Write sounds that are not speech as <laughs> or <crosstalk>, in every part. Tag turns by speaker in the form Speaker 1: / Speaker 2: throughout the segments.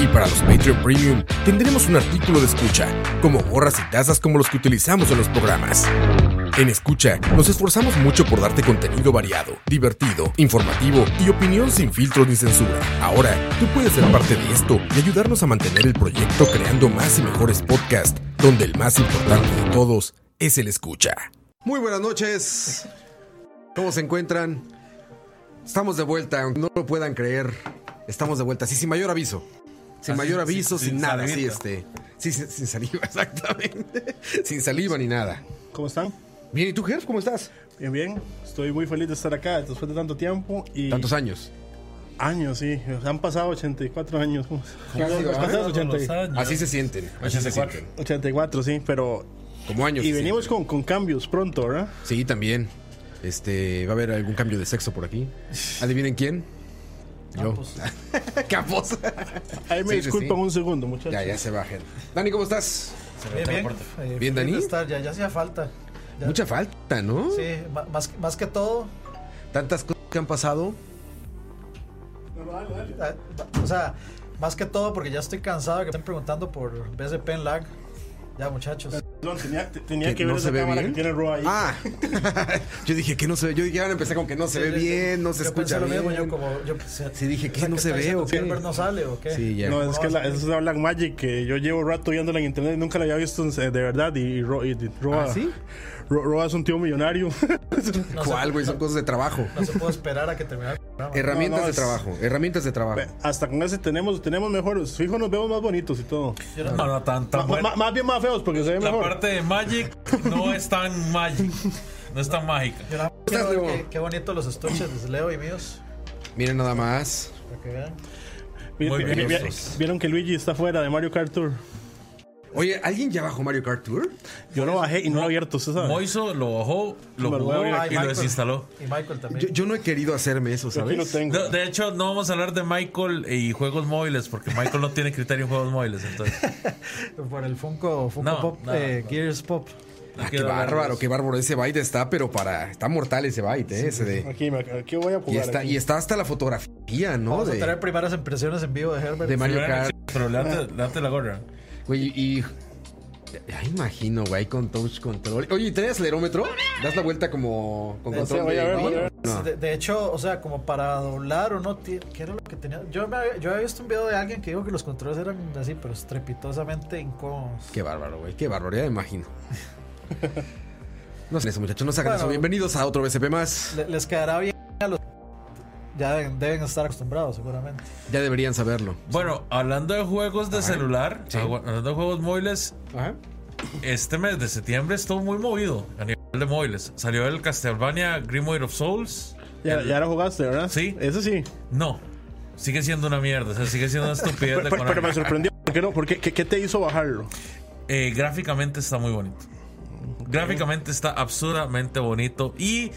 Speaker 1: Y para los Patreon Premium tendremos un artículo de escucha, como gorras y tazas como los que utilizamos en los programas. En Escucha nos esforzamos mucho por darte contenido variado, divertido, informativo y opinión sin filtros ni censura. Ahora, tú puedes ser parte de esto y ayudarnos a mantener el proyecto creando más y mejores podcasts, donde el más importante de todos es el Escucha. Muy buenas noches. ¿Cómo se encuentran? Estamos de vuelta, aunque no lo puedan creer. Estamos de vuelta, sí, sin mayor aviso. Sin
Speaker 2: Así,
Speaker 1: mayor
Speaker 2: sin-
Speaker 1: aviso, sin,
Speaker 2: sin
Speaker 1: nada, sí,
Speaker 2: salivita.
Speaker 1: este. Sí, sin, sin saliva, <laughs> exactamente. sin saliva ni nada.
Speaker 3: ¿Cómo están?
Speaker 1: Bien, ¿y tú, Gerf, cómo estás?
Speaker 3: Bien, bien. Estoy muy feliz de estar acá después de tanto tiempo y
Speaker 1: Tantos años.
Speaker 3: años, sí. Han pasado 84 años. <laughs>
Speaker 1: Casi, ¿verdad?
Speaker 3: ¿Cuántos
Speaker 2: Todos los
Speaker 3: 80?
Speaker 2: años.
Speaker 1: Así se sienten. Así se
Speaker 2: 84.
Speaker 1: sienten.
Speaker 3: 84, sí, pero...
Speaker 1: Como años.
Speaker 3: Y
Speaker 1: se
Speaker 3: venimos
Speaker 1: sienten.
Speaker 3: con, con cambios pronto, ¿verdad?
Speaker 1: Sí, también. Este, va a haber algún cambio de sexo por aquí. ¿Adivinen quién? Yo. <laughs> Campos.
Speaker 3: Ahí
Speaker 1: Sí,
Speaker 3: me
Speaker 1: sí,
Speaker 3: disculpan
Speaker 1: sí.
Speaker 3: un segundo, muchachos.
Speaker 1: ya, ya se bajen. Dani, ¿cómo estás?
Speaker 2: Bien, bien. Eh,
Speaker 1: Bien,
Speaker 2: feliz
Speaker 1: Dani.
Speaker 2: de estar, ya, ya hacía falta. Ya,
Speaker 1: Mucha falta, ¿no?
Speaker 2: Sí, ma- más, más que todo.
Speaker 1: Tantas cosas que han pasado.
Speaker 2: ah, ma- O sea, más que todo porque ya estoy cansado de que me estén preguntando por BSP en lag. Ya, muchachos.
Speaker 3: Perdón, tenía, tenía
Speaker 1: ¿Que
Speaker 3: que, ver
Speaker 1: no
Speaker 3: esa
Speaker 1: se ve
Speaker 3: cámara
Speaker 1: bien?
Speaker 3: que tiene Roa ahí.
Speaker 1: Ah, <laughs> yo dije que no se ve. Yo dije, ahora empecé con que no se ve
Speaker 2: Yo- yo-
Speaker 1: bien, no se
Speaker 2: yo
Speaker 1: escucha
Speaker 2: pensé lo
Speaker 1: bien.
Speaker 2: mismo, yo como- yo pensé-
Speaker 1: Sí, dije, ¿qué?
Speaker 2: o sea,
Speaker 1: ¿No se
Speaker 2: está
Speaker 1: ve
Speaker 2: diciendo
Speaker 1: o
Speaker 2: que
Speaker 1: qué?
Speaker 2: Albert no sale o qué?
Speaker 1: Sí, ya.
Speaker 3: no, es que la, esa es la Black Magic que yo llevo rato viéndola en internet y nunca la había visto eh, de verdad. Y, Ro- y de- Roa,
Speaker 1: ¿Ah, sí?
Speaker 3: Ro- Roa es un tío millonario. <laughs>
Speaker 2: No se-
Speaker 1: ¿Cuál, güey? Son cosas de trabajo.
Speaker 2: No se puede esperar a que termine el programa.
Speaker 1: Herramientas
Speaker 3: no,
Speaker 1: de
Speaker 3: es-
Speaker 1: trabajo. Herramientas de trabajo.
Speaker 3: Hasta con ese tenemos, tenemos mejores. Fijo, nos vemos más bonitos y todo.
Speaker 2: Yo no-
Speaker 4: No, no, tan, tan
Speaker 3: Ma-
Speaker 4: buena.
Speaker 3: ma- más bien más feos porque se ve
Speaker 4: La
Speaker 3: mejor.
Speaker 4: parte de Magic no es tan Magic. No es tan mágica.
Speaker 2: yo no-
Speaker 1: estás,
Speaker 2: quiero ver
Speaker 1: Leo?
Speaker 2: qué- Qué bonito los estuches de Leo y míos.
Speaker 1: Miren nada más.
Speaker 2: Para que vean.
Speaker 3: Vi-
Speaker 4: Muy
Speaker 3: vi-
Speaker 4: bien,
Speaker 3: vi-
Speaker 4: estos.
Speaker 3: Vieron que Luigi está fuera de Mario Kart Tour.
Speaker 1: Oye, ¿alguien ya bajó Mario Kart Tour?
Speaker 3: Yo lo bajé y no lo he abierto, ¿usted sabe?
Speaker 4: Moiso lo bajó, lo
Speaker 3: Me lo voy a
Speaker 4: jugó
Speaker 3: abrir
Speaker 2: Ay,
Speaker 4: y lo
Speaker 2: Michael.
Speaker 4: desinstaló.
Speaker 2: Y Michael también.
Speaker 1: Yo, yo no he querido hacerme eso,
Speaker 3: Yo aquí lo
Speaker 1: ¿sabes?
Speaker 3: tengo.
Speaker 4: De, de hecho, no vamos a hablar de Michael y juegos móviles, porque Michael no tiene criterio en juegos móviles.
Speaker 1: <laughs>
Speaker 4: Entonces,
Speaker 2: Por el Funko, Funko
Speaker 4: No,
Speaker 2: Pop,
Speaker 4: no,
Speaker 2: eh,
Speaker 4: no.
Speaker 2: Gears Pop.
Speaker 4: no
Speaker 1: Ah, qué
Speaker 4: quiero hablar de
Speaker 1: bárbaro,
Speaker 4: eso.
Speaker 1: qué bárbaro. Ese byte está, pero para. Está mortal ese byte, ¿eh? Ese de-
Speaker 3: Aquí, me- aquí voy a jugar.
Speaker 1: y, está,
Speaker 3: aquí.
Speaker 1: y está hasta la fotografía, ¿no?
Speaker 2: Vamos a
Speaker 1: De,
Speaker 2: tener primeras impresiones en vivo de Herbert.
Speaker 1: de
Speaker 4: Sí,
Speaker 1: Mario
Speaker 4: bueno,
Speaker 1: Kart.
Speaker 4: sí, Pero leante, la gorra.
Speaker 1: Güey, y. Ya imagino, güey, con touch control. Oye, ¿y ¿trae acelerómetro? Das la vuelta como con
Speaker 3: No sé,
Speaker 1: control.
Speaker 3: voy a
Speaker 1: de-
Speaker 3: ver,
Speaker 1: ¿no?
Speaker 3: voy a ver.
Speaker 1: No.
Speaker 2: De, de hecho, o sea, como para doblar uno, ti- ¿qué era lo que tenía? Yo, me había- yo había visto un video de alguien que dijo que los controles eran así, pero estrepitosamente incómodos.
Speaker 1: Qué bárbaro, güey, qué bárbaro, ya me imagino. No sé eso, muchachos, no se hagan
Speaker 2: Bueno.
Speaker 1: eso. Bienvenidos a otro BCP más.
Speaker 2: Le- les quedará bien a los... Ya deben, deben estar acostumbrados, seguramente.
Speaker 1: Ya deberían saberlo.
Speaker 4: Bueno, hablando de juegos de celular,
Speaker 1: Ah, sí.
Speaker 4: agu- hablando de juegos móviles,
Speaker 1: Ajá.
Speaker 4: este mes de septiembre estuvo muy movido a nivel de móviles. Salió el Castlevania Grimoire of Souls.
Speaker 3: Ya,
Speaker 4: el-
Speaker 3: ya lo jugaste, ¿verdad?
Speaker 4: Sí.
Speaker 3: Eso sí.
Speaker 4: No, sigue siendo una mierda, o sea, sigue siendo una estupidez de
Speaker 3: <laughs> Pero, pero
Speaker 4: Konami.
Speaker 3: me sorprendió. ¿Por qué no? ¿Por qué, qué, qué te hizo bajarlo?
Speaker 4: Eh, gráficamente está muy bonito. Gráficamente está absurdamente bonito. Y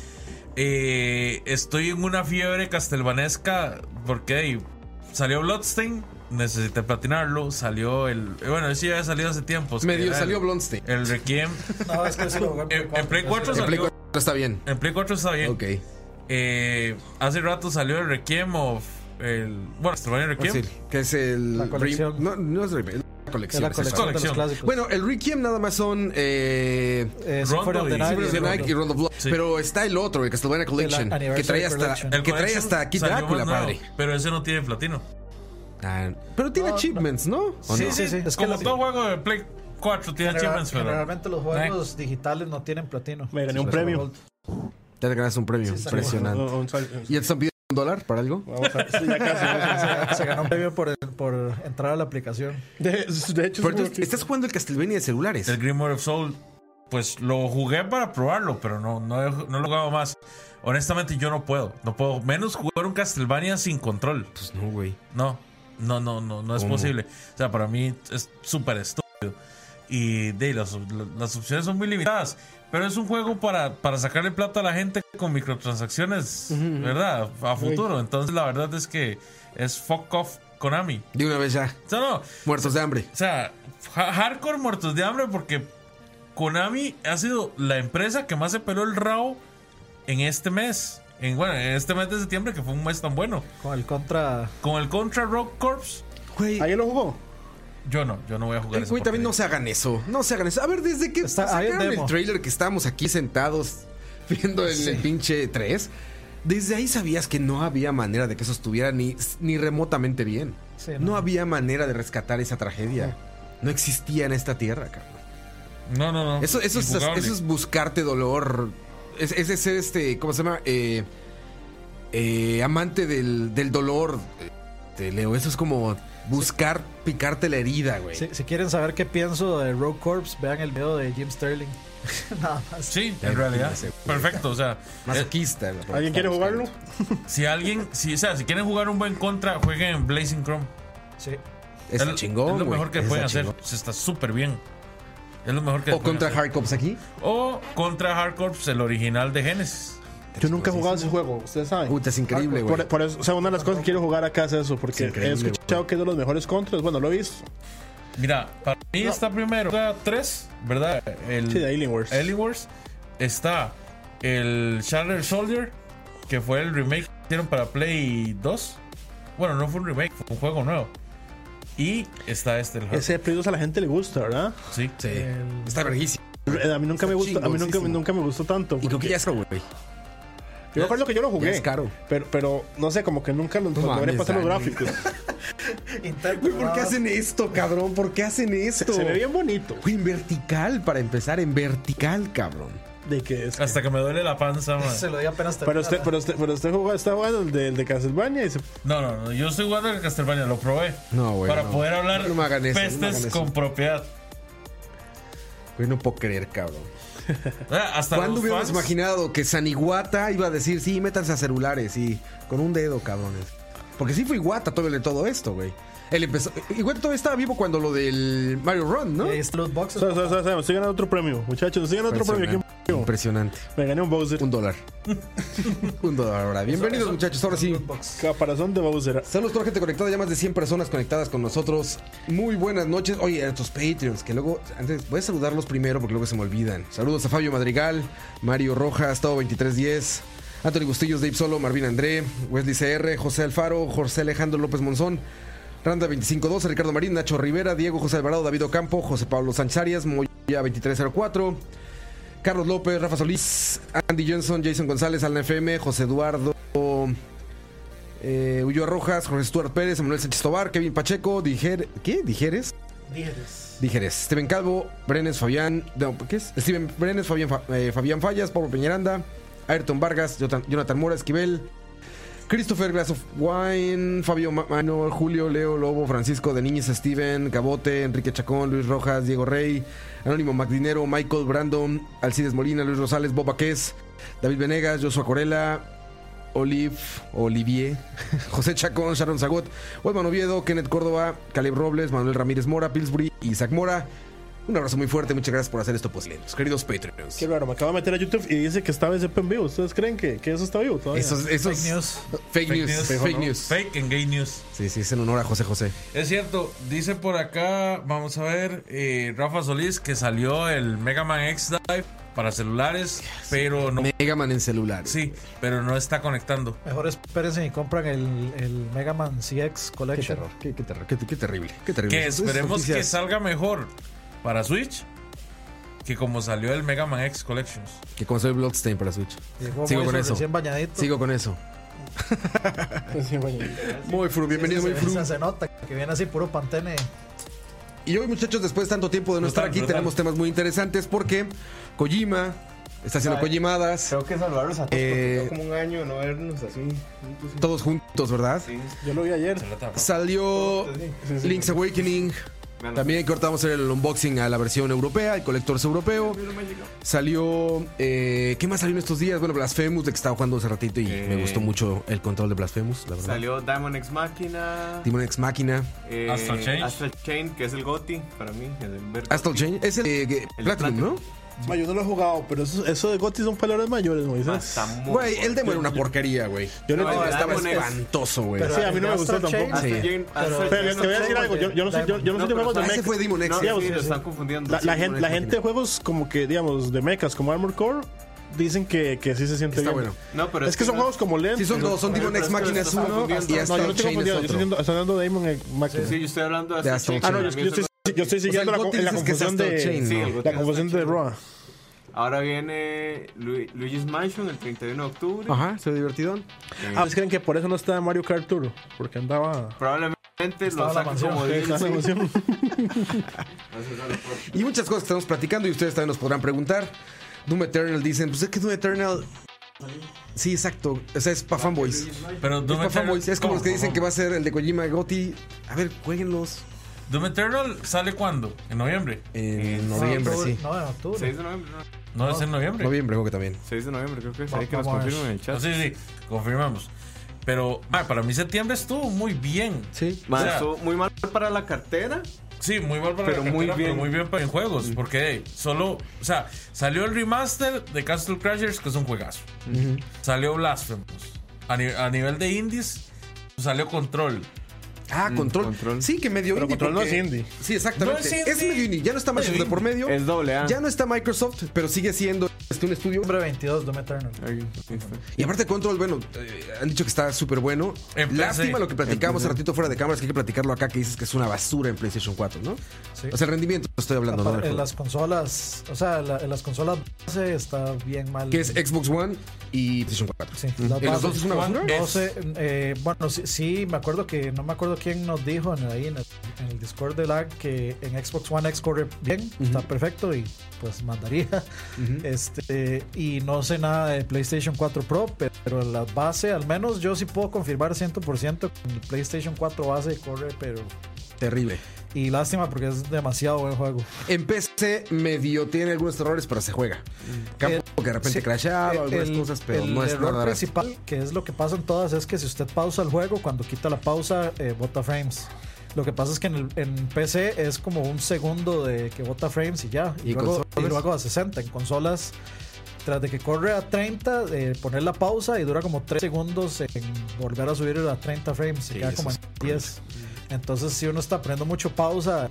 Speaker 4: eh, estoy en una fiebre castelvanesca porque hey, salió Bloodstein, necesité platinarlo. Salió el. eh, bueno, ese ya había salido hace tiempo. es Pues que
Speaker 1: Medio
Speaker 4: era el-
Speaker 1: salió Blondstein.
Speaker 4: El
Speaker 1: <laughs>
Speaker 4: Requiem.
Speaker 2: No, es que eso lo jugué
Speaker 4: <laughs> En- en Play cuatro
Speaker 1: En
Speaker 2: entonces-
Speaker 1: Play
Speaker 4: salió.
Speaker 1: 4 está bien.
Speaker 4: En Play 4 está bien.
Speaker 1: Ok.
Speaker 4: Eh, hace rato salió el Requiem of. El, bueno, Castlevania Requiem.
Speaker 1: Ah, Sí, que es el.
Speaker 2: La colección.
Speaker 1: Rim- No, no es Rim- es la
Speaker 2: Es
Speaker 1: colección.
Speaker 2: la
Speaker 1: es eso.
Speaker 2: colección de los
Speaker 4: colección.
Speaker 2: clásicos.
Speaker 1: Bueno, el Requiem nada más son. Eh,
Speaker 2: Eh, Symphony of the
Speaker 4: Rondo y-
Speaker 2: Night
Speaker 4: Symphony
Speaker 1: Symphony of the Night y Round of Blood.
Speaker 4: Sí.
Speaker 1: Pero está el otro, el Castlevania Collection. Que
Speaker 2: Anniversary
Speaker 1: trae hasta,
Speaker 2: Collection.
Speaker 4: El
Speaker 1: que trae
Speaker 4: Collection
Speaker 1: hasta aquí
Speaker 4: salió más
Speaker 1: Drácula,
Speaker 4: nuevo,
Speaker 1: padre.
Speaker 4: Pero ese no tiene platino.
Speaker 1: Ah, pero tiene
Speaker 2: No,
Speaker 1: achievements, ¿no? ¿O
Speaker 4: Sí,
Speaker 1: no?
Speaker 4: sí,
Speaker 2: Sí, sí,
Speaker 4: Es
Speaker 2: es
Speaker 4: como
Speaker 2: que la-
Speaker 4: todo juego de Play 4 tiene
Speaker 2: General-
Speaker 4: achievements, pero.
Speaker 2: Generalmente los juegos digitales no tienen platino.
Speaker 3: Me gané un
Speaker 1: Eso es
Speaker 3: premio.
Speaker 2: Gold.
Speaker 1: Te ganas un premio.
Speaker 2: Sí, salió.
Speaker 1: Impresionante.
Speaker 3: Un- un sal-
Speaker 1: ¿Y el San pidiendo un dólar para algo?
Speaker 3: Vamos a- sí, ya casi, vamos a-
Speaker 4: <laughs>
Speaker 2: Se ganó un premio por, por entrar a la aplicación.
Speaker 3: De, de hecho,
Speaker 1: Pero
Speaker 3: es
Speaker 1: entonces, este
Speaker 3: como-
Speaker 1: estás jugando el Castlevania de celulares.
Speaker 4: El Grimoire of Soul, pues lo jugué para probarlo, pero no, no, he- no lo he jugado más. Honestamente, yo no puedo. No puedo. Menos jugar un Castlevania sin control.
Speaker 1: Pues no, güey.
Speaker 4: No, no, no, no, no es
Speaker 1: ¿Cómo?
Speaker 4: posible. O sea, para mí es súper estúpido. Y de, las, las opciones son muy limitadas. Pero es un juego para, para sacarle plata a la gente con microtransacciones, ¿verdad? A futuro. Entonces la verdad es que es fuck off Konami.
Speaker 1: De una vez ya.
Speaker 4: O sea, no,
Speaker 1: Muertos de hambre.
Speaker 4: o sea, ha- hardcore muertos de hambre porque Konami ha sido la empresa que más se peló el rabo en este mes. En, bueno, en este mes de septiembre que fue un mes tan bueno.
Speaker 2: Con el contra.
Speaker 4: Con el Contra Rock Corps,
Speaker 1: Güey,
Speaker 3: ¿Ahí lo jugó?
Speaker 4: yo no, yo no voy a jugar
Speaker 1: Eh, Güey,
Speaker 4: esa
Speaker 1: también no
Speaker 4: porquería.
Speaker 1: se hagan eso. No se hagan eso. A ver, desde que
Speaker 2: Está- hay un
Speaker 1: sacaron el
Speaker 2: demo.
Speaker 1: trailer que estábamos aquí sentados <laughs> viendo el, el pinche 3, desde ahí sabías que no había manera de que eso estuviera ni, ni remotamente bien.
Speaker 2: Sí,
Speaker 1: no.
Speaker 2: no.
Speaker 1: había manera de rescatar esa tragedia. No existía en esta tierra, cabrón.
Speaker 4: No, no, no.
Speaker 1: Eso, eso, es,
Speaker 4: Injugable.
Speaker 1: eso es buscarte dolor. Es, es de ser este, ¿cómo se llama? Eh, eh, amante del, del dolor. eh, Te leo, eso es como buscar picarte la herida, güey.
Speaker 2: Si, si quieren saber qué pienso de Rogue Corps, vean el video de Jim Sterling. Nada más.
Speaker 4: Sí, en realidad. Perfecto, o sea, eh,
Speaker 1: Masoquista. la
Speaker 3: ¿Alguien quiere jugarlo?
Speaker 4: si alguien, si, o sea, si quieren jugar un buen contra, jueguen en Blazing Chrome.
Speaker 3: <laughs>
Speaker 2: Sí.
Speaker 1: Es
Speaker 4: lo-
Speaker 1: chingón.
Speaker 4: Es lo
Speaker 1: güey,
Speaker 4: mejor que
Speaker 1: está
Speaker 4: pueden hacer.
Speaker 1: chingón.
Speaker 4: Se está súper bien. Es lo mejor que
Speaker 1: O
Speaker 4: pueden
Speaker 1: contra
Speaker 4: hacer.
Speaker 1: Hard Cops aquí.
Speaker 4: O contra Hardcore, pues, el original de Genesis.
Speaker 3: Yo nunca he jugado ese juego, ustedes saben. Ah,
Speaker 1: Puta, es increíble, güey.
Speaker 3: Por, por eso, o sea, una de las cosas que quiero jugar acá es eso, porque
Speaker 1: Es
Speaker 3: he
Speaker 1: increíble,
Speaker 3: escuchado que es de los mejores contras. Bueno, lo he visto.
Speaker 4: Mira, para mí está primero 3, ¿verdad? El
Speaker 3: Sí, de Alien Wars.
Speaker 4: Alien Wars. Está el Shadow Soldier, que fue el remake que hicieron para Play 2. Bueno, no fue un remake, fue un juego nuevo. Y está este, el Hard-
Speaker 3: Ese Play 2 a la gente le gusta, ¿verdad?
Speaker 4: Sí.
Speaker 1: Sí. Está verguísima.
Speaker 3: Eh, A mí nunca me gustó, a mí nunca,
Speaker 1: chingosísimo.
Speaker 3: nunca me gustó tanto.
Speaker 1: Y creo que
Speaker 3: porque-
Speaker 1: ya es como, güey.
Speaker 3: yo me acuerdo que yo lo jugué.
Speaker 1: ya es caro.
Speaker 3: Pero, pero no sé, como que nunca lo logré
Speaker 1: mames,
Speaker 3: pasar los
Speaker 1: Dani.
Speaker 3: gráficos.
Speaker 1: Güey, ¿por qué hacen esto, cabrón? ¿Por qué hacen esto?
Speaker 3: Se ve bien bonito.
Speaker 1: Güey, en vertical, para empezar, en vertical, cabrón.
Speaker 3: De que es-
Speaker 4: Hasta que me duele la panza, man.
Speaker 2: Se lo di apenas
Speaker 3: Pero
Speaker 2: terminada.
Speaker 3: usted, pero usted, pero este usted jugó- está jugando el de, el de Castlevania y se-
Speaker 4: No, no, no. Yo estoy jugando el Castlevania, lo probé.
Speaker 1: No, güey,
Speaker 4: Para
Speaker 1: no.
Speaker 4: poder hablar
Speaker 1: No me hagan eso, no me
Speaker 4: pestes
Speaker 1: hagan eso.
Speaker 4: con propiedad.
Speaker 1: Güey, no puedo creer, cabrón.
Speaker 4: O sea, Ah, Hasta
Speaker 1: ¿Cuándo
Speaker 4: los
Speaker 1: hubiéramos
Speaker 4: fans-
Speaker 1: imaginado que San Iguata iba a decir, sí, métanse a celulares y con un dedo, cabrones? Porque sí fue Iguata todo, el- todo esto, güey. Él empezó. Iguata todavía estaba vivo cuando lo del Mario Run, ¿no?
Speaker 2: Y ahí está los boxes.
Speaker 3: so- so- so- so- me estoy ganando otro premio, muchachos. Me estoy ganando otro premio.
Speaker 1: Impresionante.
Speaker 3: Aquí,
Speaker 1: Impresionante.
Speaker 3: me gané un Bowser.
Speaker 1: Un dólar. <laughs> un dólar ahora. Bienvenidos, muchachos. Ahora sí.
Speaker 3: Caparazón de Bowser.
Speaker 1: Saludos, toda la gente conectada, ya más de 100 personas conectadas con nosotros. Muy buenas noches. Oye, a nuestros Patreons, que luego, antes voy a saludarlos primero porque luego se me olvidan. Saludos a Fabio Madrigal, Mario Rojas, Tavo 2310, Anthony Bustillos, Dave Solo, Marvin André, Wesley CR, José Alfaro, José Alejandro López Monzón, Randa 252, Ricardo Marín, Nacho Rivera, Diego José Alvarado, David Ocampo, José Pablo Sánchez Arias, Moya 2304. Carlos López, Rafa Solís, Andy Johnson, Jason González, Alan FM, José Eduardo, eh, Ulloa Rojas, Jorge Stuart Pérez, Manuel Sánchez Tobar, Kevin Pacheco, Dijer, ¿qué? ¿Dijeres?
Speaker 2: Dígeres.
Speaker 1: Dijeres. Steven Calvo, Brenes Fabián, no, ¿qué es? Steven Brenes, Fabián, Fa- eh, Fabián Fallas, Pablo Peñaranda, Ayrton Vargas, Jonathan, Jonathan Mora, Esquivel, Christopher Glass of Wine, Fabio Ma- Mano, Julio, Leo, Lobo, Francisco de Niñez, Steven, Cabote, Enrique Chacón, Luis Rojas, Diego Rey, Anónimo Magdinero, Michael Brandon, Alcides Molina, Luis Rosales, Bob Aquez, David Venegas, Joshua Corella, Olive, Olivier, <laughs> José Chacón, Sharon Zagot, Waldman Oviedo, Kenneth Córdoba, Caleb Robles, Manuel Ramírez Mora, Pillsbury, Isaac Mora. Un abrazo muy fuerte, muchas gracias por hacer esto posible. Los queridos Patreons.
Speaker 3: Qué raro, me acabo de meter a YouTube y dice que estaba VSP en vivo. ¿Ustedes creen que, que eso está vivo todavía?
Speaker 1: Esos, esos-
Speaker 2: Fake news.
Speaker 1: Fake news.
Speaker 4: news.
Speaker 1: Fake news.
Speaker 4: Fake and gay news.
Speaker 1: Sí, sí, es en honor a José José.
Speaker 4: Es cierto, dice por acá, vamos a ver, eh, Rafa Solís que salió el Mega Man X Dive para celulares, pero no,
Speaker 1: Mega Man en celular.
Speaker 4: sí, pero no está conectando.
Speaker 2: Mejor espérense y compran el, el Mega Man CX
Speaker 1: Qué
Speaker 2: Collection.
Speaker 1: terror, qué, qué terror, qué, qué terrible, qué terrible.
Speaker 4: Que
Speaker 1: Esas- esas
Speaker 4: esperemos que
Speaker 1: noticias-
Speaker 4: salga mejor para Switch que como salió el Mega Man X Collections.
Speaker 1: que como soy Bloodstain para Switch.
Speaker 2: Llegó
Speaker 1: Sigo
Speaker 2: Moiso
Speaker 1: con eso.
Speaker 2: recién bañadito.
Speaker 1: Sigo con eso.
Speaker 3: Sí, bueno.
Speaker 1: Muy fru, bienvenido, muy
Speaker 2: Ese-
Speaker 1: fru.
Speaker 2: ese Se nota que viene así puro pantene.
Speaker 1: Y hoy, muchachos, después de tanto tiempo de no
Speaker 4: Brutal,
Speaker 1: estar aquí,
Speaker 4: brutal.
Speaker 1: tenemos temas muy interesantes porque Kojima está haciendo
Speaker 5: Ah,
Speaker 1: Kojimadas.
Speaker 5: Creo que salvarlos a todos
Speaker 1: Eh,
Speaker 5: porque tengo como un año de no vernos así. juntos,
Speaker 1: Todos juntos, ¿verdad?
Speaker 5: sí, sí,
Speaker 3: Yo lo vi ayer.
Speaker 4: Se la tapa.
Speaker 1: Salió
Speaker 5: sí.
Speaker 3: Sí, sí.
Speaker 1: Link's Awakening,
Speaker 5: Vean,
Speaker 1: También que ahorita vamos a hacer el unboxing a la versión europea, el colector es europeo. Salió. eh, ¿Qué más salió en estos días? Bueno, Blasphemous, de que estaba jugando hace ratito y
Speaker 5: Eh.
Speaker 1: me gustó mucho el control de Blasphemous, la verdad.
Speaker 5: Salió Diamond X Machina.
Speaker 1: Demon X Máquina.
Speaker 5: eh,
Speaker 4: Astral Chain.
Speaker 5: Astral Chain, que es el GOTI para mí. el ver-
Speaker 1: Astral Chain. Es el, eh, que-
Speaker 5: El
Speaker 1: Platinum,
Speaker 5: Platinum.
Speaker 1: ¿no?
Speaker 3: Ma, yo no lo he jugado, pero eso, eso de Gotti son palabras mayores, Moisés.
Speaker 5: Está muy
Speaker 1: Güey, el
Speaker 5: bueno.
Speaker 1: demo era una porquería, güey.
Speaker 3: Yo no,
Speaker 5: No,
Speaker 1: No,
Speaker 5: el
Speaker 1: estaba
Speaker 5: Diamond X.
Speaker 1: espantoso, güey.
Speaker 3: Pero- Sí, a mí no me gustó tampoco.
Speaker 1: Sí.
Speaker 5: Astral Chain- Astral
Speaker 3: Pero
Speaker 5: Chain
Speaker 3: te voy a
Speaker 5: no-
Speaker 3: decir algo, yo, yo no sé, yo, yo no sé de juegos
Speaker 5: No,
Speaker 3: de
Speaker 5: pero
Speaker 1: Ah, ese
Speaker 3: mechas.
Speaker 1: fue Demon X.
Speaker 5: No,
Speaker 1: digamos.
Speaker 5: sí, lo están confundiendo.
Speaker 3: La, la
Speaker 5: Sí,
Speaker 3: gente,
Speaker 5: no
Speaker 3: la
Speaker 5: es-
Speaker 3: gente de juegos como que, digamos, de mechas, como Armor Core, dicen que, que sí se siente
Speaker 1: Está
Speaker 3: bien.
Speaker 1: bueno.
Speaker 5: No, pero
Speaker 3: es, que son
Speaker 5: no-
Speaker 3: juegos como lentos.
Speaker 1: Sí, son dos. Son
Speaker 5: Pero
Speaker 1: Demon X
Speaker 5: es que lo
Speaker 1: Máquina es
Speaker 5: estás
Speaker 1: uno y
Speaker 5: confundiendo. No,
Speaker 3: No, yo no
Speaker 1: Astral
Speaker 3: estoy
Speaker 1: Chain es
Speaker 3: confundido, yo estoy
Speaker 1: otro.
Speaker 3: hablando, estoy hablando de Damon en máquina.
Speaker 5: Sí, yo estoy hablando de
Speaker 1: De
Speaker 5: Astral
Speaker 1: Astral
Speaker 5: Chain.
Speaker 1: Chain.
Speaker 3: Ah, no, yo,
Speaker 5: A mí
Speaker 3: yo estoy,
Speaker 5: eso
Speaker 3: yo estoy
Speaker 1: O sea, el
Speaker 3: siguiendo la-
Speaker 1: Gotti
Speaker 3: en la,
Speaker 1: dices que es
Speaker 3: confusión
Speaker 1: Astral
Speaker 3: de.
Speaker 1: Chain,
Speaker 5: Sí,
Speaker 1: ¿no?
Speaker 5: el Gotti
Speaker 3: La
Speaker 5: es
Speaker 3: confusión
Speaker 5: Astral
Speaker 3: de
Speaker 5: Chain.
Speaker 3: Roa.
Speaker 5: Ahora viene Lu- Luigi's Mansion el 31 de octubre.
Speaker 1: Ajá, se ve divertidón.
Speaker 3: Ah, pues creen que por eso no está Mario Kart Tour, porque andaba.
Speaker 5: Probablemente
Speaker 2: Estaba
Speaker 5: lo
Speaker 2: la
Speaker 5: saquen
Speaker 2: mansión.
Speaker 5: como
Speaker 3: Sí, está la
Speaker 5: DLC. <laughs>
Speaker 3: emoción.
Speaker 1: Y muchas cosas que estamos platicando y ustedes también nos podrán preguntar. Doom Eternal dicen, pues es que Doom Eternal. Sí, exacto. O sea, es para fanboys.
Speaker 4: Pero
Speaker 1: Es
Speaker 4: Doom
Speaker 1: para fanboys. Es como
Speaker 4: ¿cómo?
Speaker 1: los que dicen que va a
Speaker 4: ¿Cómo?
Speaker 1: ser el de Kojima Gotti. A ver, jueguenlos
Speaker 4: Doom Eternal sale cuándo? ¿En noviembre?
Speaker 1: en
Speaker 5: En
Speaker 1: noviembre,
Speaker 2: No,
Speaker 1: sí.
Speaker 2: No, en octubre.
Speaker 5: 6 de noviembre, ¿no?
Speaker 4: No, es en noviembre.
Speaker 1: Noviembre, creo que también.
Speaker 5: 6 de noviembre, creo que es.
Speaker 2: Va-
Speaker 5: Ahí que nos
Speaker 2: vamos a ver.
Speaker 5: confirmen en el chat.
Speaker 4: No, Ah, sí, sí, confirmamos. Pero ah, para mí septiembre estuvo muy bien.
Speaker 1: Sí.
Speaker 5: Man,
Speaker 4: O sea,
Speaker 5: estuvo muy mal para la cartera.
Speaker 4: Sí, muy mal para
Speaker 5: Pero
Speaker 4: la
Speaker 5: muy
Speaker 4: cartera, pero
Speaker 5: bien.
Speaker 4: muy bien para en juegos. Porque hey, solo, o sea, salió el remaster de Castle Crashers, que es un juegazo. Salió Blasphemous. A, ni- a nivel de indies, salió Control.
Speaker 1: Ah, control.
Speaker 5: Control.
Speaker 1: Sí, que medio
Speaker 3: Pero
Speaker 1: indie.
Speaker 3: Control no
Speaker 1: porque-
Speaker 3: es indie.
Speaker 1: Sí, exactamente.
Speaker 4: No es
Speaker 1: es,
Speaker 4: indie.
Speaker 1: medio indie. Ya no está Microsoft de por medio.
Speaker 5: Es doble A.
Speaker 1: Ya no está Microsoft, pero sigue siendo este, un estudio.
Speaker 2: Noviembre 22, Doom Eternal.
Speaker 5: Ahí, ahí está.
Speaker 1: Y aparte Control, bueno, eh, han dicho que está súper bueno.
Speaker 4: En
Speaker 1: Lástima
Speaker 4: PC.
Speaker 1: lo que platicamos hace ratito fuera de cámaras, que hay que platicarlo acá, que dices que es una basura en PlayStation 4, ¿no?
Speaker 2: Sí.
Speaker 1: O sea, el rendimiento estoy hablando, ¿no?
Speaker 2: Aparte,
Speaker 1: Del
Speaker 2: en
Speaker 1: juego.
Speaker 2: las consolas, o sea, la- en las consolas base está bien mal.
Speaker 1: Que es Xbox One y PlayStation 4.
Speaker 2: Sí,
Speaker 1: ¿En
Speaker 2: las
Speaker 1: los
Speaker 2: bases.
Speaker 1: dos es una basura?
Speaker 4: One-
Speaker 2: No sé, eh, bueno, sí, sí, me acuerdo que, no me acuerdo quién nos dijo en, ahí en el, en el Discord de lag que en Xbox One X corre bien, está perfecto y pues mandaría. <laughs> este Y no sé nada de PlayStation 4 Pro, pe- pero la base, al menos yo sí puedo confirmar 100% que el PlayStation 4 base corre, pero...
Speaker 1: Terrible.
Speaker 2: Y lástima porque es demasiado buen juego.
Speaker 1: En PC medio tiene algunos errores, pero se juega. Campo que de repente
Speaker 2: sí,
Speaker 1: crashaba,
Speaker 2: Eh,
Speaker 1: algunas cosas, pero
Speaker 2: el
Speaker 1: no es
Speaker 2: error
Speaker 1: nada drástico.
Speaker 2: principal, que es lo que pasa en todas, es que si usted pausa el juego, cuando quita la pausa, eh, bota frames. Lo que pasa es que en, el- en PC es como un segundo de que bota frames y ya. Y,
Speaker 1: ¿Y
Speaker 2: luego, y
Speaker 1: consolas?
Speaker 2: luego a 60. En consolas, tras de que corre a 30, eh, poner la pausa y dura como 3 segundos en volver a subir a 30 frames. Se
Speaker 1: Sí,
Speaker 2: queda
Speaker 1: eso
Speaker 2: como en
Speaker 1: es
Speaker 2: 10. Entonces, si uno está poniendo mucho pausa, o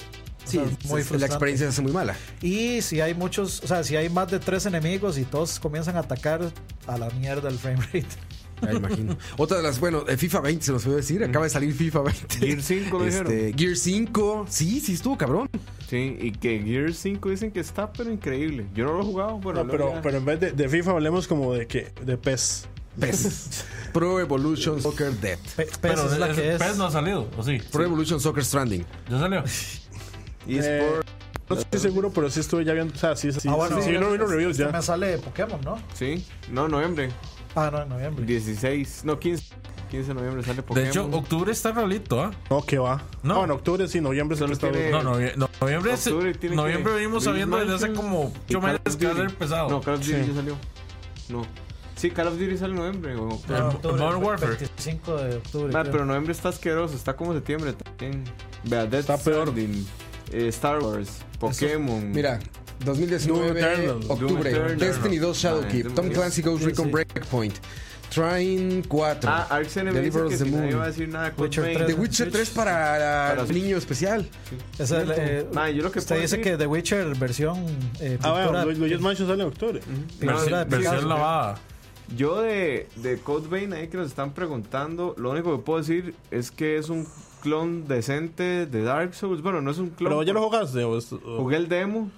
Speaker 1: Sí,
Speaker 2: sea,
Speaker 1: es- es- la
Speaker 2: frustrante.
Speaker 1: experiencia se hace muy mala.
Speaker 2: Y si hay muchos, o sea, si hay más de tres enemigos y todos comienzan a atacar a la mierda el frame rate. <laughs>
Speaker 1: Ya imagino. Otra de las, bueno, eh, FIFA 20 se nos puede decir. Acaba de salir FIFA 20.
Speaker 5: Gear 5 dijeron.
Speaker 1: Este, Gear 5. Sí, sí, estuvo cabrón.
Speaker 5: Sí, y que Gear 5 dicen que está, pero increíble. Yo no lo he jugado, pero.
Speaker 3: No,
Speaker 5: lo
Speaker 3: pero,
Speaker 5: voy a-
Speaker 3: pero en vez de, de FIFA hablemos como de que de PES.
Speaker 1: PES. Pro Evolution Soccer Dead.
Speaker 2: Pe- PES
Speaker 4: Pero
Speaker 2: es la
Speaker 4: es-
Speaker 2: que es.
Speaker 4: PES no ha salido, ¿o sí?
Speaker 1: Pro Evolution Soccer Stranding.
Speaker 4: ¿Ya salió?
Speaker 3: eh,
Speaker 5: eSport.
Speaker 3: No estoy seguro, pero sí estuve ya viendo. O sea, sí, sí,
Speaker 2: Ah, bueno,
Speaker 3: sí, sí, no vino reviews
Speaker 2: este
Speaker 3: ya.
Speaker 2: me sale de Pokémon, ¿no?
Speaker 5: Sí, no, noviembre.
Speaker 2: Ah, no, en noviembre.
Speaker 5: 16, no, 15. 15 de noviembre sale Pokémon.
Speaker 4: De hecho, octubre está realito, ¿ah.
Speaker 3: No, que va.
Speaker 4: No.
Speaker 3: No, en octubre sí, noviembre
Speaker 5: Solo
Speaker 3: sí está
Speaker 5: tiene-
Speaker 4: No, novie- no, noviembre, es-
Speaker 5: Octubre tiene que-
Speaker 4: noviembre venimos
Speaker 5: Luigi's
Speaker 4: sabiendo desde hace
Speaker 5: Mansion
Speaker 4: como
Speaker 5: y
Speaker 4: 8
Speaker 5: Call
Speaker 4: meses
Speaker 5: of
Speaker 4: que va a
Speaker 5: Duty.
Speaker 4: ser pesado.
Speaker 5: No, Call of Duty
Speaker 3: Sí.
Speaker 5: ya salió. No. Sí, Call of Duty sale en noviembre. o octubre.
Speaker 4: El-
Speaker 2: No, octubre,
Speaker 4: Modern Warfare.
Speaker 2: 25 de octubre.
Speaker 5: Nah,
Speaker 2: creo.
Speaker 5: Ah, pero noviembre está asqueroso, está como septiembre también. Vea, Death
Speaker 3: Está peor.
Speaker 5: Stranding, eh, Star Wars, Pokémon.
Speaker 1: Mira, 2019,
Speaker 3: Doom Eternal.
Speaker 5: Doom
Speaker 1: octubre.
Speaker 5: Eternal.
Speaker 1: Destiny 2 Shadowkeep.
Speaker 5: Ah,
Speaker 1: Tom
Speaker 5: Dios.
Speaker 1: Clancy Ghost
Speaker 2: Sí,
Speaker 1: Recon
Speaker 2: sí.
Speaker 1: Breakpoint. Train 4.
Speaker 5: Ah, Arx Enemy dice
Speaker 1: Deliver
Speaker 5: que
Speaker 1: us the
Speaker 5: si nadie
Speaker 1: Moon.
Speaker 5: va a decir nada. Code
Speaker 2: Witcher
Speaker 5: Vein.
Speaker 2: tres.
Speaker 1: The Witcher 3 para,
Speaker 5: Para
Speaker 1: el
Speaker 5: Switch.
Speaker 1: niño especial.
Speaker 2: Es el, eh,
Speaker 5: Ma, Ah, yo lo que
Speaker 2: usted
Speaker 5: puedo
Speaker 2: dice
Speaker 5: decir-
Speaker 2: que The Witcher versión eh,
Speaker 3: Ah, bueno,
Speaker 2: pintura-
Speaker 3: Lu- Luigi's Mansion sale en octubre.
Speaker 4: Versi-
Speaker 2: pintura de
Speaker 4: versión
Speaker 2: Picasso.
Speaker 4: lavada.
Speaker 5: Yo de, de Code Vein ahí que nos están preguntando, lo único que puedo decir es que es un clon decente de Dark Souls. Bueno, no es un clon.
Speaker 3: Pero ya lo jugaste. o es- o-
Speaker 5: Jugué el demo.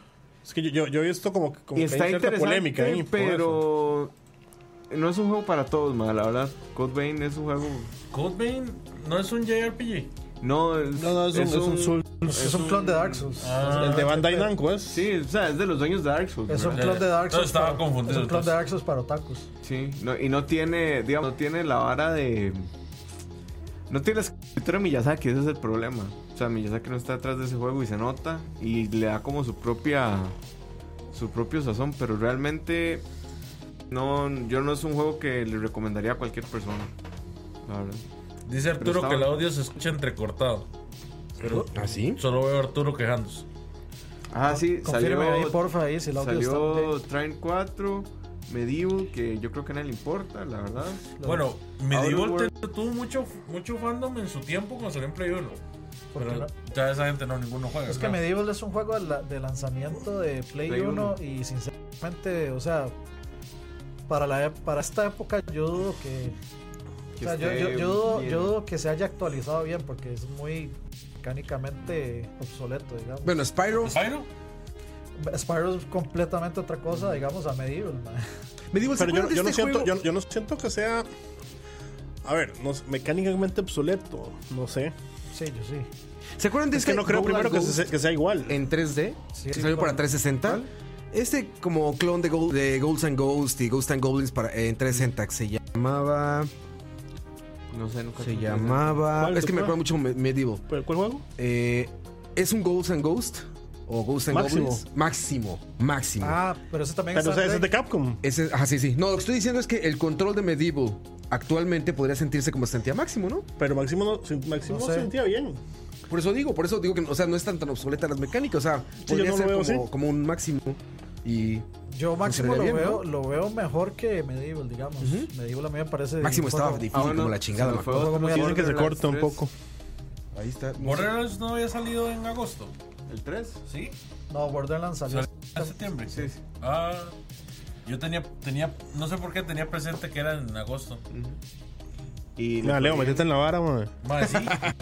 Speaker 3: Es que yo, yo, yo he visto como, como
Speaker 5: y
Speaker 3: que
Speaker 5: está
Speaker 3: hay cierta
Speaker 5: interesante,
Speaker 3: polémica ahí. por eso.
Speaker 5: pero no es un juego para todos, man, la verdad. Code Vein es un juego...
Speaker 4: Codevein no es un JRPG.
Speaker 5: No, es,
Speaker 3: No, no, es, un, es un Souls.
Speaker 2: Es un clon de Dark Souls.
Speaker 4: Ah,
Speaker 3: Ah, el de Bandai Namco es.
Speaker 5: Sí, o sea, es de los dueños de Dark Souls.
Speaker 2: Es un
Speaker 5: ¿verdad?
Speaker 2: clon de Dark
Speaker 4: No,
Speaker 2: Souls.
Speaker 4: estaba
Speaker 2: para-
Speaker 4: confundido,
Speaker 2: Es un clon
Speaker 4: entonces.
Speaker 2: de Dark Souls para otakus.
Speaker 5: Sí, no, y no tiene, digamos, no tiene la vara de... No tiene la escritura de Miyazaki, ese es el problema. O sea, Miyazaki no está detrás de ese juego y se nota y le da como su propia su propio sazón, pero realmente no yo no es un juego que le recomendaría a cualquier persona. La verdad.
Speaker 4: Dice Arturo
Speaker 5: está
Speaker 4: que el
Speaker 5: bueno.
Speaker 4: audio se escucha entrecortado. Pero
Speaker 1: ¿Ah, sí?
Speaker 4: solo veo a Arturo quejándose.
Speaker 5: Ah, sí, salió
Speaker 2: Confírmeme ahí, porfa, ahí, si el audio
Speaker 5: salió
Speaker 2: está.
Speaker 5: Train 4 Medieval que yo creo que a nadie le importa, la verdad.
Speaker 4: Bueno, Medieval
Speaker 5: Outer
Speaker 4: te- tuvo mucho, mucho fandom en su tiempo cuando salió en Play 1.
Speaker 2: ¿Por qué
Speaker 4: Pero
Speaker 2: no?
Speaker 4: ya esa gente no, ninguno juega.
Speaker 2: Es que
Speaker 4: claro.
Speaker 2: Medieval es un juego de la- de lanzamiento de Play,
Speaker 5: Play
Speaker 2: 1
Speaker 5: uno.
Speaker 2: y sinceramente, o sea, para, la, e- para esta época yo dudo que...
Speaker 5: Que
Speaker 2: o sea, yo,
Speaker 5: esté
Speaker 2: yo- yo dudo,
Speaker 5: bien.
Speaker 2: yo dudo que se haya actualizado bien porque es muy mecánicamente obsoleto, digamos.
Speaker 1: Bueno, Spyro.
Speaker 4: ¿Spyro?
Speaker 2: Spyro es completamente otra cosa, digamos, a Medieval. man. <laughs>
Speaker 1: Medieval, ¿se
Speaker 3: Pero yo,
Speaker 1: acuerdan de
Speaker 3: yo no
Speaker 1: este
Speaker 3: siento,
Speaker 1: juego?
Speaker 3: yo, yo no siento que sea. A ver, no sé, mecánicamente obsoleto. No sé.
Speaker 2: Sí, yo sí.
Speaker 1: ¿Se acuerdan de
Speaker 3: Es que
Speaker 1: este
Speaker 3: no creo
Speaker 1: Go
Speaker 3: primero
Speaker 1: Like
Speaker 3: que,
Speaker 1: Ghost
Speaker 3: se- que sea igual.
Speaker 1: en 3D?
Speaker 2: Sí,
Speaker 1: que salió
Speaker 2: claro.
Speaker 1: para 360. Este como clon de, Go- de Ghosts and Ghosts y Ghosts and Goblins para, en 360 que se llamaba...
Speaker 5: No sé, nunca
Speaker 1: Se
Speaker 5: tuve-
Speaker 1: llamaba...
Speaker 3: ¿Cuál
Speaker 1: Es que me
Speaker 3: fue?
Speaker 1: acuerdo mucho Me- Medieval.
Speaker 3: ¿Pero ¿Cuál juego?
Speaker 1: Eh, es un Ghosts and Ghost o Ghosts and
Speaker 3: Máximo.
Speaker 1: Goblins. Máximo.
Speaker 5: Mm.
Speaker 1: Máximo.
Speaker 2: Ah, pero ese también
Speaker 3: Pero o
Speaker 2: es
Speaker 3: sea, ese es
Speaker 2: Android.
Speaker 3: de Capcom.
Speaker 1: Ese, ajá, sí, sí. No, lo que estoy diciendo es que el control de Medieval actualmente podría sentirse como se sentía Máximo, ¿no?
Speaker 3: Pero Máximo no, sí, Máximo
Speaker 2: No sé.
Speaker 3: se sentía bien.
Speaker 1: Por eso digo, por eso digo que, o sea, no están tan obsoletas las mecánicas, o sea,
Speaker 3: yo
Speaker 1: podría
Speaker 3: no lo
Speaker 1: ser
Speaker 3: veo
Speaker 1: como,
Speaker 3: así.
Speaker 1: como un máximo y
Speaker 2: Yo Máximo lo,
Speaker 1: Funcionaría bien,
Speaker 2: veo,
Speaker 1: ¿no?
Speaker 2: lo veo mejor que Medieval, digamos. Medieval a mí me parece...
Speaker 1: máximo
Speaker 2: un
Speaker 1: estaba
Speaker 2: juego-
Speaker 1: difícil
Speaker 5: Ah, bueno,
Speaker 1: como la chingada.
Speaker 5: se
Speaker 1: me
Speaker 5: me fue
Speaker 1: acuerdo.
Speaker 2: acuerdo.
Speaker 5: otro,
Speaker 2: Muy
Speaker 3: Dicen que se
Speaker 5: Borderlands
Speaker 3: corta un
Speaker 5: 3.
Speaker 3: poco.
Speaker 1: Ahí está. no sé.
Speaker 4: Borderlands no había salido en agosto,
Speaker 5: ¿El 3?
Speaker 4: ¿sí?
Speaker 2: No, Borderlands salió...
Speaker 4: Salió en septiembre.
Speaker 5: Sí, sí.
Speaker 4: Ah, yo tenía, tenía, no sé por qué tenía presente que era en agosto.
Speaker 5: Y
Speaker 3: Mira, Ah, Leo, metete en la vara, man.
Speaker 4: Madre, sí.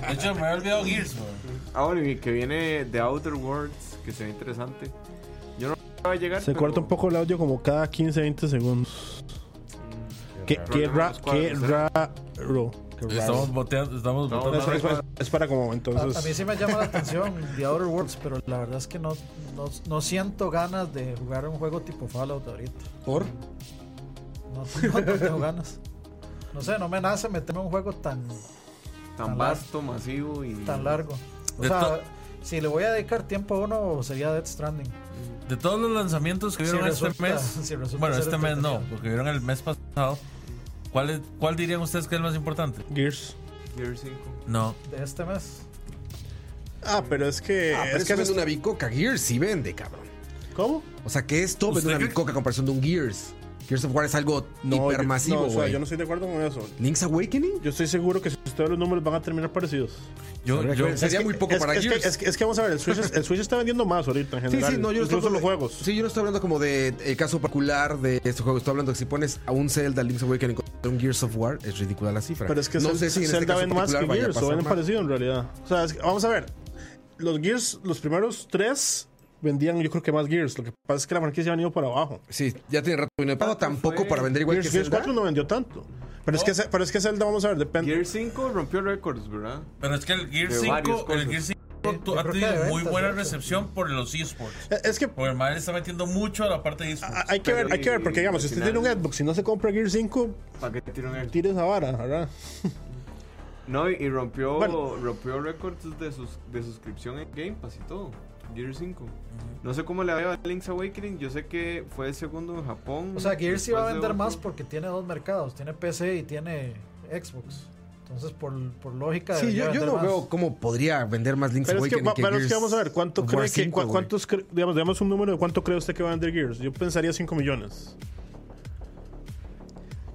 Speaker 4: De hecho, me había olvidado Gears, man.
Speaker 5: Ah, bueno, y que viene de Outer Worlds, que se ve interesante. Yo no va a llegar.
Speaker 3: Se
Speaker 5: pero-
Speaker 3: corta un poco el audio como cada 15, 20 segundos. Qué, qué, ra- qué raro. Qué raro.
Speaker 4: Estamos boteando, estamos
Speaker 5: No,
Speaker 4: boteando.
Speaker 3: Es, es- es- es para como
Speaker 2: A, a mí
Speaker 3: entonces.
Speaker 2: sí me llama la atención The Outer Worlds, pero la verdad es que no, no, no siento ganas de jugar un juego tipo Fallout ahorita.
Speaker 1: ¿Por?
Speaker 4: Eh,
Speaker 2: No,
Speaker 1: <laughs>
Speaker 2: no, no tengo ganas. No sé, no me nace meterme en un juego tan,
Speaker 5: Tan vasto, masivo y.
Speaker 2: tan largo. O
Speaker 4: De
Speaker 2: sea,
Speaker 4: to-
Speaker 2: si le voy a dedicar tiempo a uno, sería Dead Stranding.
Speaker 4: De todos los lanzamientos que
Speaker 2: Si
Speaker 4: vieron este
Speaker 2: resulta-
Speaker 4: mes,
Speaker 2: si resulta
Speaker 4: bueno,
Speaker 2: ser
Speaker 4: este mes no,
Speaker 2: espectacular.
Speaker 4: porque vieron el mes pasado, ¿cuál, es- ¿cuál dirían ustedes que es el más importante?
Speaker 3: Gears.
Speaker 5: Gear 5.
Speaker 4: No,
Speaker 2: De este mes.
Speaker 3: Ah, pero es que.
Speaker 1: Ah, pero
Speaker 3: es que
Speaker 1: vende
Speaker 3: haces-
Speaker 1: una bicoca. Gears sí vende, cabrón.
Speaker 3: ¿Cómo?
Speaker 1: O sea, que esto vende
Speaker 4: ¿Usted
Speaker 1: una
Speaker 4: cree-
Speaker 1: bicoca a comparación de un Gears. Gears of War es algo hipermasivo,
Speaker 3: yo, no, o sea,
Speaker 1: güey.
Speaker 3: yo no estoy de acuerdo con eso.
Speaker 1: Link's Awakening?
Speaker 3: Yo estoy seguro que si ustedes los números van a terminar parecidos.
Speaker 4: yo,
Speaker 1: Habría que
Speaker 4: yo-
Speaker 1: ver. Sería muy poco
Speaker 3: es,
Speaker 1: para
Speaker 3: es que, este
Speaker 1: Gears.
Speaker 3: es, que, es que vamos a ver, el Switch, es- el Switch está vendiendo más ahorita en
Speaker 1: Sí,
Speaker 3: general.
Speaker 1: sí, no, yo no estoy
Speaker 3: Incluso los
Speaker 1: hablando-
Speaker 3: juegos.
Speaker 1: Sí, yo no estoy hablando como de el caso particular de este juego. Estoy hablando que si pones a un Zelda Link's Awakening contra un Gears of War, es ridícula la cifra.
Speaker 3: Pero es que
Speaker 1: no
Speaker 3: Zelda,
Speaker 1: sé si en este
Speaker 3: Zelda
Speaker 1: caso
Speaker 3: vende más que
Speaker 1: particular vaya a
Speaker 3: Gears, o
Speaker 1: pasar
Speaker 3: venden
Speaker 1: más.
Speaker 3: parecido en realidad. O sea, es que- vamos a ver. Los Gears, los primeros tres vendían, yo creo que más Gears. Lo que pasa es que la franquicia ha venido para abajo.
Speaker 1: Sí, ya tiene rato. Y no he pagado tampoco
Speaker 5: fue-
Speaker 1: para vender igual
Speaker 3: Gears,
Speaker 1: que
Speaker 3: Gears
Speaker 1: Zelda.
Speaker 3: 4 no vendió tanto. Pero, es que, se- pero es que Zelda, vamos a ver, depende.
Speaker 5: Gear 5 rompió récords, ¿verdad?
Speaker 4: pero es que el Gear
Speaker 5: De varias
Speaker 4: 5, el
Speaker 5: cosas.
Speaker 4: Gear 5 tu-
Speaker 2: yo
Speaker 4: ha
Speaker 2: creo que
Speaker 4: tenido
Speaker 2: de
Speaker 4: muy
Speaker 2: ventas,
Speaker 4: buena
Speaker 2: de hecho.
Speaker 4: recepción por los esports.
Speaker 3: Eh, Es que
Speaker 1: Oh,
Speaker 4: Porque el madre está metiendo mucho a la parte
Speaker 1: Ah,
Speaker 3: a-
Speaker 4: de esports.
Speaker 3: hay que
Speaker 5: Pero
Speaker 3: ver, hay que ver,
Speaker 5: y-
Speaker 3: porque
Speaker 5: y
Speaker 3: digamos, si
Speaker 5: al
Speaker 3: usted
Speaker 5: final-
Speaker 3: tiene un Xbox y no se compra Gears 5,
Speaker 5: ¿Para qué tiró el
Speaker 3: tire esa vara, ¿verdad?
Speaker 5: No, y- y rompió,
Speaker 3: Bueno.
Speaker 5: rompió récords de, sus, de suscripción en Game Pass y todo. Gear 5. No sé cómo le va a Link's Awakening. Yo sé que fue el segundo en Japón.
Speaker 2: O sea, Gears sí va a
Speaker 5: después de
Speaker 2: vender más
Speaker 5: otro.
Speaker 2: porque tiene dos mercados. Tiene PC y tiene Xbox. Entonces, por, por lógica...
Speaker 1: Sí, yo,
Speaker 2: debería
Speaker 1: yo
Speaker 2: vender
Speaker 1: no
Speaker 2: más.
Speaker 1: veo cómo podría vender más Link's
Speaker 3: Pero es, que,
Speaker 1: Awakening
Speaker 3: va- pero es
Speaker 1: Gears
Speaker 3: que vamos a ver, ¿cuánto
Speaker 1: of
Speaker 3: cree
Speaker 1: War
Speaker 3: que,
Speaker 1: 5,
Speaker 3: cua-
Speaker 1: güey?
Speaker 3: cuántos cre- digamos, digamos un número de cuánto cree usted que va a vender Gears? Yo pensaría 5 millones.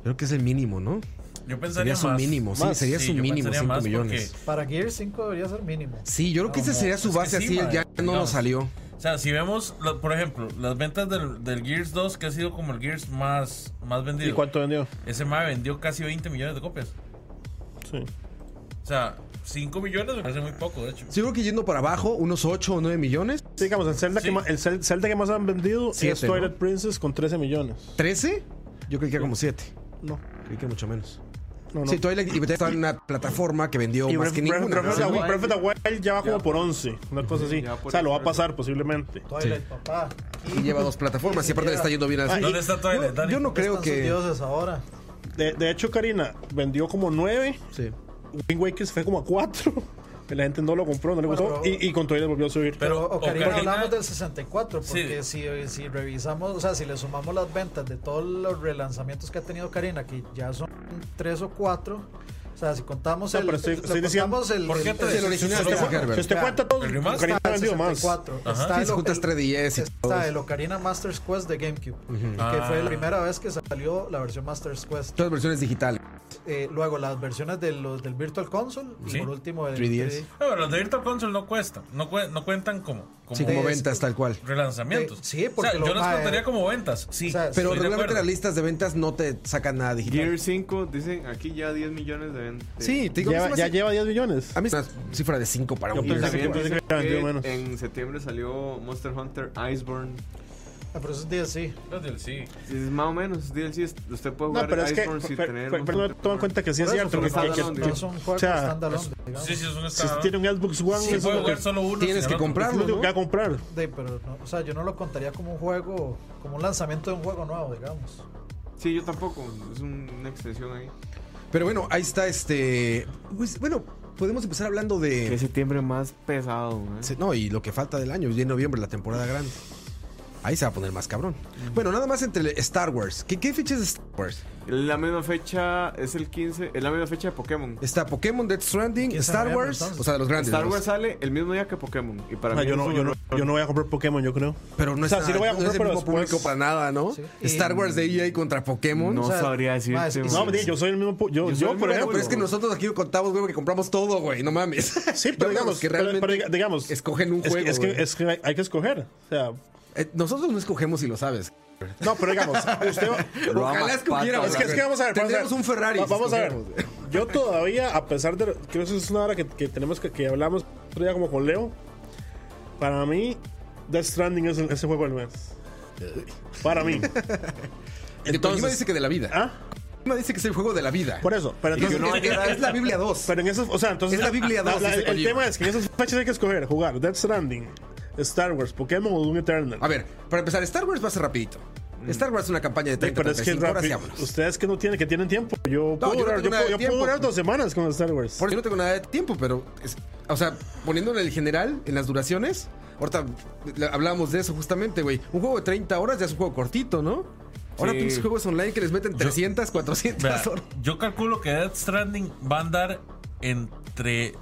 Speaker 1: Creo que es el mínimo, ¿no?
Speaker 4: Yo pensaría
Speaker 1: Sería su
Speaker 4: más.
Speaker 1: mínimo, sí,
Speaker 3: Más.
Speaker 1: sería
Speaker 4: Sí,
Speaker 1: su
Speaker 4: yo
Speaker 1: mínimo
Speaker 4: pensaría
Speaker 1: 5
Speaker 4: más
Speaker 1: millones.
Speaker 4: porque-
Speaker 2: Para Gears 5 debería ser mínimo.
Speaker 1: Sí, yo creo que esa
Speaker 4: Como-
Speaker 1: sería su
Speaker 4: es que
Speaker 1: base
Speaker 4: sí,
Speaker 1: así,
Speaker 4: madre,
Speaker 1: ya no
Speaker 4: digamos.
Speaker 1: nos salió.
Speaker 4: O sea, si vemos, lo- por ejemplo, las ventas del, del Gears 2, que ha sido como el Gears más, más
Speaker 3: ¿Y
Speaker 4: vendido,
Speaker 3: cuánto vendió?
Speaker 4: ese madre vendió casi 20 millones de copias.
Speaker 3: Sí.
Speaker 4: O sea, 5 millones me parece muy poco, de hecho.
Speaker 1: Sí, yo creo que yendo para abajo, unos 8 o 9 millones.
Speaker 3: Sí, digamos, el Zelda,
Speaker 4: Sí.
Speaker 3: que más, el Zel- Zelda que más han vendido
Speaker 1: Siete,
Speaker 3: es Twilight
Speaker 1: ¿no?
Speaker 3: Princess con 13 millones.
Speaker 1: ¿13? Yo creí que era como 7.
Speaker 3: No,
Speaker 1: Creí que era mucho menos.
Speaker 3: no, no.
Speaker 1: Sí, Twilight y Bethesda estaba en una plataforma que vendió
Speaker 3: y
Speaker 1: más
Speaker 3: Breath,
Speaker 1: que ninguna.
Speaker 3: Breath- Breath of the
Speaker 1: ¿no?
Speaker 3: Wild- Breath of the Wild ya va como
Speaker 5: Ya.
Speaker 3: por 11, una cosa así.
Speaker 5: Ya por
Speaker 3: O sea, lo va a
Speaker 5: eso.
Speaker 3: pasar posiblemente.
Speaker 2: Twilight, papá.
Speaker 1: Y lleva dos plataformas y aparte le está yendo bien
Speaker 3: Ah,
Speaker 1: así.
Speaker 4: ¿Dónde está Twilight,
Speaker 1: Yo,
Speaker 4: Dani?
Speaker 1: yo no creo
Speaker 2: Están sus
Speaker 1: que...
Speaker 2: dioses ahora.
Speaker 3: De, de hecho, Karina vendió como 9,
Speaker 1: Sí.
Speaker 3: Wind Waker se fue como a 4. que <laughs> la gente no lo compró, no le
Speaker 2: Bueno,
Speaker 3: gustó
Speaker 2: pero-
Speaker 3: y, y con todo le volvió a subir.
Speaker 2: Pero
Speaker 4: Pero
Speaker 2: Ocarina,
Speaker 4: Ocarina-
Speaker 2: hablamos del 64, porque si, si revisamos, o sea, si le sumamos las ventas de todos los relanzamientos que ha tenido Ocarina, que ya son tres o cuatro, o sea, si contamos
Speaker 3: No,
Speaker 2: el.
Speaker 3: pero estoy-
Speaker 2: lo
Speaker 3: estoy diciendo-
Speaker 2: contamos el,
Speaker 4: ¿Por qué te
Speaker 2: el-
Speaker 1: Es el
Speaker 2: el-
Speaker 1: original
Speaker 3: si
Speaker 1: de
Speaker 3: usted, cu-
Speaker 1: Zuckerberg.
Speaker 3: si usted cuenta todo,
Speaker 4: ¿El remaster?
Speaker 3: Ocarina ha vendido más.
Speaker 2: 64,
Speaker 4: Ajá.
Speaker 2: Está,
Speaker 1: Sí, si juntas 3DS y todo
Speaker 2: está el Ocarina Master's Quest de GameCube, que
Speaker 4: Ah.
Speaker 2: fue la primera vez que salió la versión Master's Quest.
Speaker 1: Todas versiones digitales.
Speaker 2: Eh, luego las versiones de los, del Virtual Console
Speaker 4: Sí.
Speaker 2: y por último el
Speaker 1: 3DS.
Speaker 4: Ah, pero los de Virtual Console no cuestan, no, cue- no cuentan como, como
Speaker 1: Sí, como
Speaker 2: es-
Speaker 1: ventas, tal cual.
Speaker 4: relanzamientos.
Speaker 2: Eh, sí, porque
Speaker 4: O sea,
Speaker 2: lo-
Speaker 4: yo los
Speaker 2: ah,
Speaker 4: contaría
Speaker 2: eh,
Speaker 4: como ventas, sí.
Speaker 2: o sea,
Speaker 1: Pero
Speaker 4: estoy de
Speaker 1: regularmente
Speaker 4: acuerdo.
Speaker 1: las listas de ventas no te sacan nada digital.
Speaker 5: Gear 5, dicen aquí ya 10 millones de ventas.
Speaker 1: Sí, te digo, a mí se
Speaker 3: Lleva-
Speaker 1: me
Speaker 3: ya
Speaker 1: hace-
Speaker 3: lleva 10 millones.
Speaker 1: a mí es una cifra de 5 para
Speaker 3: Yo
Speaker 1: un
Speaker 5: Y
Speaker 3: pensé
Speaker 1: Gears.
Speaker 5: también
Speaker 3: que- pensé
Speaker 5: dicen
Speaker 3: que habían vendido
Speaker 5: que
Speaker 3: menos.
Speaker 5: en septiembre salió Monster Hunter Iceborne.
Speaker 2: Ah, pero esos días sí.
Speaker 4: Los del sí.
Speaker 5: Es más o menos, DLC, es- usted puede
Speaker 3: No,
Speaker 5: jugar
Speaker 3: pero es que.
Speaker 5: Iceborne si
Speaker 3: per-
Speaker 5: tener
Speaker 3: per- Pero no
Speaker 5: Monster
Speaker 3: toman en
Speaker 5: Hunter.
Speaker 3: cuenta que sí es
Speaker 2: Por eso,
Speaker 3: cierto.
Speaker 2: pero
Speaker 3: que-
Speaker 5: está
Speaker 3: que-
Speaker 2: no,
Speaker 5: hablando
Speaker 3: que-
Speaker 2: no son
Speaker 3: o
Speaker 2: juegos
Speaker 3: sea,
Speaker 2: standalone,
Speaker 5: es-
Speaker 2: digamos.
Speaker 4: Sí, sí, es un
Speaker 3: Si
Speaker 4: estado.
Speaker 3: tiene un pues, Xbox One,
Speaker 2: Sí,
Speaker 3: eso es
Speaker 4: puede
Speaker 3: lo que
Speaker 4: jugar solo uno.
Speaker 1: tienes
Speaker 4: sin
Speaker 1: que
Speaker 4: el otro.
Speaker 1: comprar.
Speaker 3: es lo único que va a comprar.
Speaker 2: Sí, pero no, o sea, yo no lo contaría como un juego, como un lanzamiento de un juego nuevo, digamos.
Speaker 5: Sí, yo tampoco. Es un- una extensión ahí.
Speaker 1: Pero bueno, ahí está este. pues, bueno, podemos empezar hablando
Speaker 5: Qué
Speaker 1: de.
Speaker 5: septiembre más pesado,
Speaker 1: se- No, y lo que falta del año. Y en noviembre, la temporada grande. Ahí se va a poner más cabrón.
Speaker 3: Mm.
Speaker 1: Bueno, nada más entre Star Wars. ¿Qué, qué fecha es Star Wars?
Speaker 5: La misma fecha es el 15, es la misma fecha de Pokémon.
Speaker 1: Está Pokémon, Death Stranding,
Speaker 2: ¿Quién sabe,
Speaker 1: Star Wars.
Speaker 2: entonces?
Speaker 1: O sea, de los grandes.
Speaker 5: Star
Speaker 1: ¿no?
Speaker 5: Wars sale el mismo día que Pokémon. Y para
Speaker 3: O sea,
Speaker 5: mí
Speaker 3: yo
Speaker 5: es
Speaker 3: no,
Speaker 5: un
Speaker 3: yo, no,
Speaker 5: error.
Speaker 3: yo no voy a comprar Pokémon, yo creo.
Speaker 1: Pero no,
Speaker 3: O sea,
Speaker 1: está,
Speaker 3: sí lo voy a
Speaker 1: no
Speaker 3: comprar,
Speaker 1: es el
Speaker 3: pero
Speaker 1: mismo
Speaker 3: después-
Speaker 1: público para nada, ¿no?
Speaker 2: Sí.
Speaker 1: Star Wars de EA contra Pokémon.
Speaker 5: No
Speaker 2: o sea,
Speaker 5: sabría decirte.
Speaker 2: ma, es-
Speaker 5: man.
Speaker 3: No, yo soy el mismo. pu- Yo,
Speaker 5: Yo soy
Speaker 3: yo por
Speaker 5: el mismo,
Speaker 1: Ah, Pero
Speaker 3: ejemplo.
Speaker 1: es que nosotros aquí contamos, güey, que compramos todo, güey. No mames.
Speaker 3: Sí,
Speaker 1: Yo
Speaker 3: pero
Speaker 1: digo
Speaker 3: digamos,
Speaker 1: que
Speaker 3: pero-
Speaker 1: realmente
Speaker 3: pero diga- digamos,
Speaker 1: escogen un
Speaker 3: es que-
Speaker 1: juego.
Speaker 3: es que,
Speaker 1: güey.
Speaker 3: es que hay- hay que escoger. O sea,
Speaker 1: Eh, nosotros no escogemos si lo sabes.
Speaker 3: no, pero
Speaker 1: <laughs>
Speaker 3: digamos, usted va-
Speaker 1: Ojalá
Speaker 5: Rama,
Speaker 1: escogiéramos.
Speaker 5: pato,
Speaker 3: Es que, es que vamos a ver. vamos a ver.
Speaker 1: Tendríamos un Ferrari.
Speaker 3: Va-
Speaker 1: si
Speaker 3: vamos a ver.
Speaker 1: escogiéramos, güey.
Speaker 3: Yo todavía, a pesar de. Creo que eso es una hora que, que tenemos que, que hablamos otro día como con Leo. Para mí, Death Stranding es el- ese juego del mes. Para
Speaker 1: <laughs>
Speaker 3: mí.
Speaker 1: De Kojima dice
Speaker 3: Entonces.
Speaker 1: que de la vida.
Speaker 3: ¿Ah?
Speaker 1: Kojima dice que es el juego de la vida.
Speaker 3: Por eso. Pero
Speaker 1: Y que
Speaker 3: entonces.
Speaker 1: no,
Speaker 3: es-
Speaker 1: es, es la Biblia 2.
Speaker 3: pero en esas. O sea, entonces.
Speaker 1: Es la Biblia dos, dice
Speaker 3: el- el
Speaker 1: Kojima.
Speaker 3: tema es que en esas fechas hay que escoger: jugar Death Stranding, Star Wars, Pokémon o Doom Eternal.
Speaker 1: A ver, para empezar, Star Wars va a ser rapidito. Star Wars es una campaña de 30
Speaker 3: Mm. pero es que
Speaker 1: 35 horas y
Speaker 3: rápido,
Speaker 1: vámonos.
Speaker 3: ustedes que no tienen, que tienen tiempo. Yo puedo
Speaker 1: yo no tengo
Speaker 3: durar, yo
Speaker 1: nada
Speaker 3: puedo-
Speaker 1: de
Speaker 3: yo puedo
Speaker 1: tiempo.
Speaker 3: durar dos semanas con Star Wars.
Speaker 1: Por eso yo no tengo nada de tiempo, pero. es- o sea, poniéndole el general en las duraciones. Ahorita la- hablábamos de eso justamente, güey. Un juego de 30 horas ya es un juego cortito, ¿no? Ahora
Speaker 5: Sí.
Speaker 1: tienes juegos online que les meten 300, 400
Speaker 4: Vea,
Speaker 1: horas.
Speaker 4: yo calculo que Death Stranding va a andar entre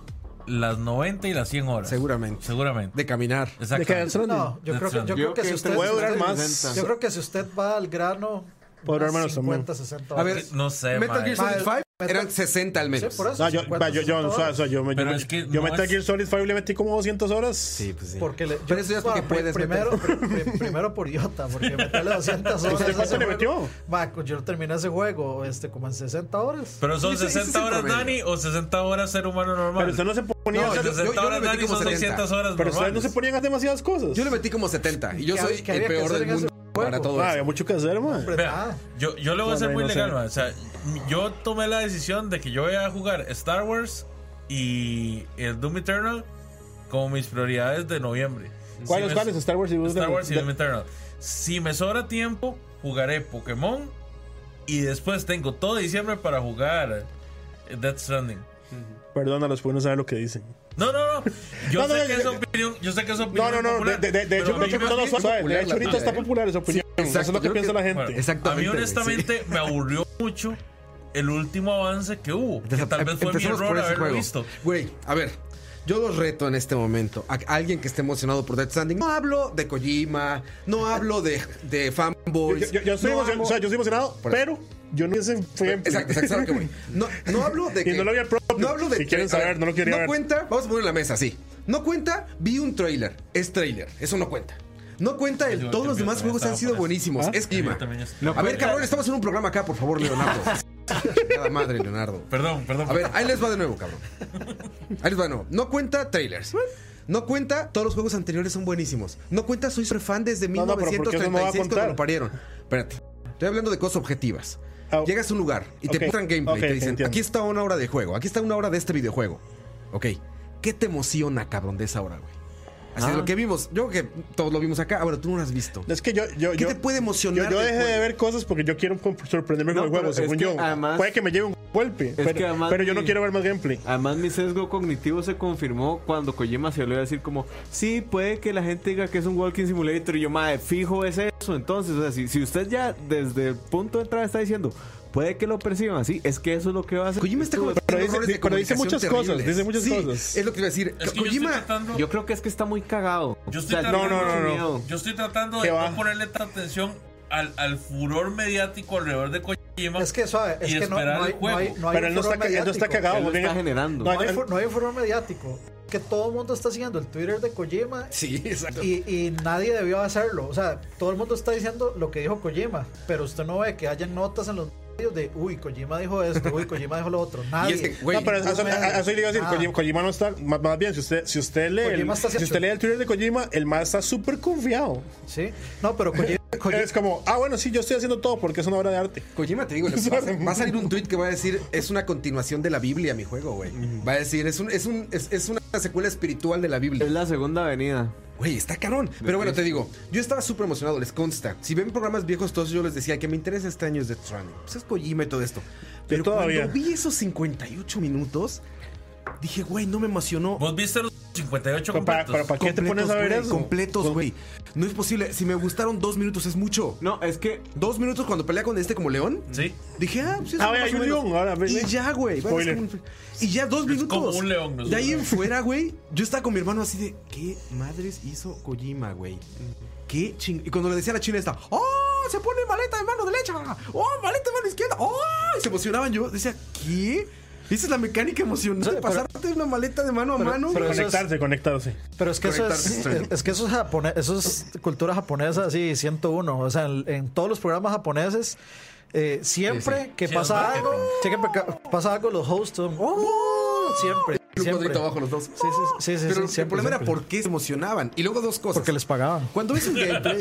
Speaker 4: las 90 y las 100 horas.
Speaker 1: Seguramente.
Speaker 4: Seguramente.
Speaker 1: De caminar.
Speaker 3: ¿De qué Death
Speaker 4: Exactamente.
Speaker 3: Stranding?
Speaker 2: No, yo creo que, yo
Speaker 4: Yo
Speaker 2: creo que, si
Speaker 1: este
Speaker 5: entre
Speaker 2: usted,
Speaker 3: voy a durar
Speaker 5: 60 y
Speaker 3: más.
Speaker 5: 60.
Speaker 2: yo creo que si usted va al grano,
Speaker 3: Puedo durar
Speaker 2: unas
Speaker 3: menos también.
Speaker 2: 50, 60
Speaker 1: A
Speaker 2: horas.
Speaker 1: ver,
Speaker 4: No sé,
Speaker 1: Metal
Speaker 4: mae.
Speaker 1: Gear
Speaker 2: Mae,
Speaker 1: Solid 5
Speaker 2: Metal-
Speaker 1: eran 60 al menos.
Speaker 2: Sí, por eso.
Speaker 3: No,
Speaker 1: Pues,
Speaker 3: yo,
Speaker 2: 50,
Speaker 3: va, yo, yo,
Speaker 2: 60
Speaker 3: o sea, o sea, yo me, yo,
Speaker 4: Pero
Speaker 3: me-
Speaker 4: es que
Speaker 3: yo
Speaker 4: no
Speaker 3: Metal
Speaker 4: es-
Speaker 3: Gear Solid 5 le metí como 200 horas.
Speaker 1: Sí, pues sí.
Speaker 2: Porque le,
Speaker 1: Pero eso ya es porque
Speaker 2: pri-
Speaker 1: puedes
Speaker 2: primero, pri- pri- primero por idiota, porque
Speaker 1: <laughs>
Speaker 2: meterle 200 horas. a ese
Speaker 3: cuánto le
Speaker 2: juego.
Speaker 3: metió?
Speaker 2: Va, yo terminé ese juego este, como en 60 horas.
Speaker 4: Pero son
Speaker 1: Ese- ese es
Speaker 4: 60
Speaker 1: el
Speaker 4: horas
Speaker 1: promedio.
Speaker 4: Dani o 60 horas ser humano normal.
Speaker 3: Pero usted no se ponía.
Speaker 1: No,
Speaker 3: o sea,
Speaker 1: yo-
Speaker 4: 60
Speaker 1: yo le
Speaker 4: horas
Speaker 1: metí
Speaker 4: Dani
Speaker 1: como
Speaker 4: son
Speaker 1: 70.
Speaker 4: 600 horas
Speaker 3: pero ustedes
Speaker 4: normales.
Speaker 3: no se ponían a demasiadas cosas.
Speaker 1: Yo le metí como 70 y yo
Speaker 2: ¿Qué-
Speaker 1: soy
Speaker 2: qué
Speaker 1: el
Speaker 2: había que
Speaker 1: peor
Speaker 2: hacer
Speaker 1: del
Speaker 2: en ese
Speaker 1: mundo para
Speaker 2: juego?
Speaker 1: todo
Speaker 3: Ah, había
Speaker 1: eso.
Speaker 3: mucho que hacer, man.
Speaker 2: Hombre,
Speaker 4: Vea,
Speaker 2: ah.
Speaker 4: yo, yo le voy a
Speaker 3: No,
Speaker 4: ser
Speaker 3: no,
Speaker 4: muy
Speaker 3: no
Speaker 4: legal,
Speaker 3: sé.
Speaker 4: man. O sea, yo tomé la decisión de que yo voy a jugar Star Wars y el Doom Eternal como mis prioridades de noviembre.
Speaker 3: ¿Cuáles,
Speaker 4: Si me-
Speaker 3: cuáles? Star Wars y
Speaker 4: Star Wars y Doom Eternal. Si me sobra tiempo, jugaré Pokémon y después tengo todo diciembre para jugar Death Stranding.
Speaker 3: Perdónalos, porque no saben lo que dicen.
Speaker 4: No, no, no. Yo
Speaker 3: No, no,
Speaker 4: sé
Speaker 3: no,
Speaker 4: que
Speaker 3: yo-
Speaker 4: es opinión. Yo sé que es
Speaker 3: No,
Speaker 4: opinión.
Speaker 3: no, no.
Speaker 4: popular,
Speaker 3: De, de, de
Speaker 4: pero
Speaker 3: hecho,
Speaker 4: a
Speaker 3: de
Speaker 4: mí
Speaker 3: hecho,
Speaker 4: me-
Speaker 3: todo
Speaker 1: opinión
Speaker 3: suave. De hecho,
Speaker 1: popular,
Speaker 3: ahorita
Speaker 1: la-
Speaker 3: está popular esa opinión. Eso es
Speaker 1: exacto,
Speaker 3: lo que
Speaker 1: yo
Speaker 3: piensa
Speaker 1: creo-
Speaker 3: la gente.
Speaker 4: Bueno,
Speaker 1: Exactamente,
Speaker 4: A mí,
Speaker 1: güey,
Speaker 4: honestamente, me aburrió mucho el último avance que hubo. Que tal vez fue mi
Speaker 1: em, Empecemos
Speaker 4: error
Speaker 1: por ese
Speaker 4: haberlo
Speaker 1: juego.
Speaker 4: visto.
Speaker 1: Güey, a ver. Yo los reto en este momento a a alguien que esté emocionado por Death Stranding. No hablo de Kojima, no hablo de, de
Speaker 3: Yo,
Speaker 1: fanboys.
Speaker 3: yo- yo estoy
Speaker 1: no
Speaker 3: emocionado,
Speaker 1: hablo-
Speaker 3: o sea, yo estoy emocionado,
Speaker 1: Por-
Speaker 3: pero yo no hice ejemplo.
Speaker 1: Exacto, exacto, saben que voy. No, no hablo de
Speaker 3: Y
Speaker 1: que-
Speaker 3: no lo vi al propio.
Speaker 1: No hablo de
Speaker 3: Si quieren
Speaker 1: a ver,
Speaker 3: saber, no lo quería ver.
Speaker 1: cuenta, vamos a poner en la mesa, sí. No cuenta, vi un trailer. Es trailer, eso no cuenta. No cuenta el
Speaker 4: Yo
Speaker 1: todos los
Speaker 4: también
Speaker 1: demás
Speaker 4: también
Speaker 1: juegos han
Speaker 4: estaba
Speaker 1: sido
Speaker 4: por eso. ¿Ah?
Speaker 1: buenísimos. Es clima.
Speaker 4: Yo también estoy-
Speaker 1: a ver, cabrón, estamos en un programa acá, por favor, Leonardo.
Speaker 4: <laughs>
Speaker 1: Cada madre, Leonardo.
Speaker 4: Perdón, perdón.
Speaker 1: A ver, ahí les va de nuevo, cabrón. Ahí les va de nuevo. No cuenta trailers. No cuenta, todos los juegos anteriores son buenísimos. No cuenta, soy super fan desde
Speaker 3: No, no, pero ¿por qué
Speaker 1: 1936
Speaker 3: eso no va a
Speaker 1: cuando
Speaker 3: contar?
Speaker 1: lo parieron. Espérate. Estoy hablando de cosas objetivas.
Speaker 3: Ah,
Speaker 1: Llegas a un lugar y te
Speaker 3: ok,
Speaker 1: muestran gameplay
Speaker 3: ok,
Speaker 1: y te
Speaker 3: te
Speaker 1: dicen,
Speaker 3: entiendo.
Speaker 1: aquí está una hora de juego, aquí está una hora de este videojuego. Ok. ¿Qué te emociona, cabrón, de esa hora, güey? Así de lo que vimos. Yo creo que todos lo vimos acá. Ahora tú no lo has visto.
Speaker 3: <laughs> Ah. Es que yo, yo,
Speaker 1: ¿Qué
Speaker 3: yo,
Speaker 1: te puede
Speaker 3: yo,
Speaker 1: emocionar?
Speaker 3: yo
Speaker 1: del
Speaker 3: dejé
Speaker 1: juego?
Speaker 3: de ver cosas porque yo quiero com- sorprenderme
Speaker 5: No,
Speaker 3: con el
Speaker 5: pero
Speaker 3: juego,
Speaker 5: es
Speaker 3: según
Speaker 5: que
Speaker 3: yo.
Speaker 5: además-
Speaker 3: Puede que me llegue un Vuelve. Pero,
Speaker 5: que además
Speaker 3: pero yo no
Speaker 5: mi-
Speaker 3: quiero ver más gameplay.
Speaker 5: Además, mi sesgo cognitivo se confirmó cuando Kojima se le a decir como, sí, puede que la gente diga que es un walking simulator y yo, madre, fijo es eso. Entonces, o sea, si, si usted ya desde el punto de entrada está diciendo, puede que lo perciban así, es que eso es lo que va a hacer.
Speaker 1: Kojima está cometiendo
Speaker 3: Pero dice-
Speaker 1: errores de
Speaker 3: pero dice
Speaker 1: comunicación
Speaker 3: muchas cosas,
Speaker 1: terribles.
Speaker 3: dice muchas
Speaker 1: Sí,
Speaker 3: cosas.
Speaker 1: Es lo que iba a decir.
Speaker 4: Es que yo estoy
Speaker 1: Kojima.
Speaker 4: tratando.
Speaker 5: Yo creo que es que está muy cagado.
Speaker 4: Yo estoy
Speaker 5: tiene
Speaker 4: tratando-
Speaker 3: No,
Speaker 5: mucho
Speaker 3: no, no, no.
Speaker 5: miedo.
Speaker 4: Yo estoy tratando
Speaker 3: ¿Qué
Speaker 4: de
Speaker 3: va?
Speaker 4: no ponerle tanta atención al, al furor mediático alrededor de Kojima.
Speaker 2: Es que suave, es
Speaker 4: Y
Speaker 2: que no,
Speaker 4: esperar
Speaker 2: no hay,
Speaker 4: el
Speaker 2: no hay-
Speaker 4: juego.
Speaker 2: no hay
Speaker 3: Pero
Speaker 2: un
Speaker 3: él no
Speaker 2: furor
Speaker 3: está, ca- él no está
Speaker 2: mediático.
Speaker 3: cagado.
Speaker 5: Él lo
Speaker 3: más bien-
Speaker 5: está generando.
Speaker 3: No,
Speaker 2: No hay,
Speaker 3: él-
Speaker 2: fu- no hay furor mediático. Que todo el mundo está siguiendo el Twitter de Kojima
Speaker 1: Sí, exacto.
Speaker 2: y, y nadie debió hacerlo. O sea, todo el mundo está diciendo lo que dijo Kojima, pero usted no ve que hayan notas en los medios de, uy, Kojima dijo esto, uy, Kojima dijo lo otro. Nadie.
Speaker 1: es que, güey,
Speaker 3: no, pero eso,
Speaker 2: no me-
Speaker 3: a- a- eso yo iba a decir,
Speaker 2: Ah.
Speaker 3: Kojima, Kojima no está, más, más bien, si usted, si usted lee, el,
Speaker 2: Kojima está
Speaker 3: si
Speaker 2: hacia-
Speaker 3: usted lee el Twitter de Kojima, el más está súper confiado.
Speaker 2: Sí. No, pero Kojima, Kojima-
Speaker 3: Es como, ah, bueno, sí, yo estoy haciendo todo porque es una obra de arte.
Speaker 1: Kojima, te digo,
Speaker 3: <laughs>
Speaker 1: le- va, a- va a salir un tweet que va a decir: Es una continuación de la Biblia, mi juego, güey. Va a decir: Es, un, es, un, es, es una secuela espiritual de la Biblia.
Speaker 5: Es la segunda avenida.
Speaker 1: Güey, está carón. Pero bueno, te digo, yo estaba súper emocionado, les consta. Si ven programas viejos, todos yo les decía que me interesa este año es Death Stranding. Pues es Kojima y todo esto. Pero
Speaker 3: todavía.
Speaker 1: cuando vi esos 58 minutos, dije, güey, no me emocionó.
Speaker 4: Vos viste los 58
Speaker 3: Pero para,
Speaker 4: completos.
Speaker 3: pero ¿para qué te pones a ver
Speaker 1: güey,
Speaker 3: eso?
Speaker 1: Completos, güey. No es posible. Si me gustaron dos minutos, es mucho.
Speaker 5: No, es que
Speaker 1: Dos minutos cuando pelea con este como león.
Speaker 4: Sí.
Speaker 1: Dije, ah, sí, es
Speaker 3: Ah,
Speaker 1: un
Speaker 3: ve,
Speaker 1: más
Speaker 3: hay
Speaker 1: o
Speaker 3: un
Speaker 1: menos.
Speaker 3: león, ahora, ve,
Speaker 1: Y
Speaker 3: ve.
Speaker 1: ya, güey. bueno, es
Speaker 3: Spoiler.
Speaker 1: como un- Y ya dos
Speaker 4: Es
Speaker 1: minutos.
Speaker 4: como un león, no es
Speaker 1: de
Speaker 4: un
Speaker 1: ahí en
Speaker 4: león.
Speaker 1: fuera, güey. Yo estaba con mi hermano así de, ¿qué madres hizo Kojima, güey? ¿Qué ching... Y cuando le decía a la china esta, ¡oh! Se pone maleta de mano derecha. ¡oh! Maleta de mano izquierda. ¡oh! Y se emocionaban yo. Decía, ¿qué? Esa es la mecánica emocionante.
Speaker 2: Sí, pero-
Speaker 1: pasarte una maleta de mano a mano.
Speaker 3: Pero
Speaker 1: güey.
Speaker 2: eso es-
Speaker 3: conectarse, conectarse.
Speaker 2: Pero es que eso es,
Speaker 1: Conectarse.
Speaker 2: es- es que eso es japonés, eso es cultura japonesa, sí, 101. O sea, en, en todos los programas japoneses, eh, siempre
Speaker 1: Sí,
Speaker 2: que
Speaker 4: Sí, es
Speaker 2: pasa
Speaker 4: marketing.
Speaker 2: algo, siempre que pasa algo, los hosts son, "Oh", siempre.
Speaker 1: un
Speaker 2: siempre.
Speaker 1: cuadrito abajo los dos.
Speaker 2: Sí, sí, sí, sí,
Speaker 1: Pero
Speaker 2: sí,
Speaker 1: el
Speaker 2: siempre,
Speaker 1: problema era
Speaker 2: siempre.
Speaker 1: por qué se emocionaban. Y luego dos cosas.
Speaker 2: porque les
Speaker 4: <laughs>
Speaker 2: pagaban.
Speaker 1: Cuando
Speaker 2: <laughs>
Speaker 1: ves un gameplay...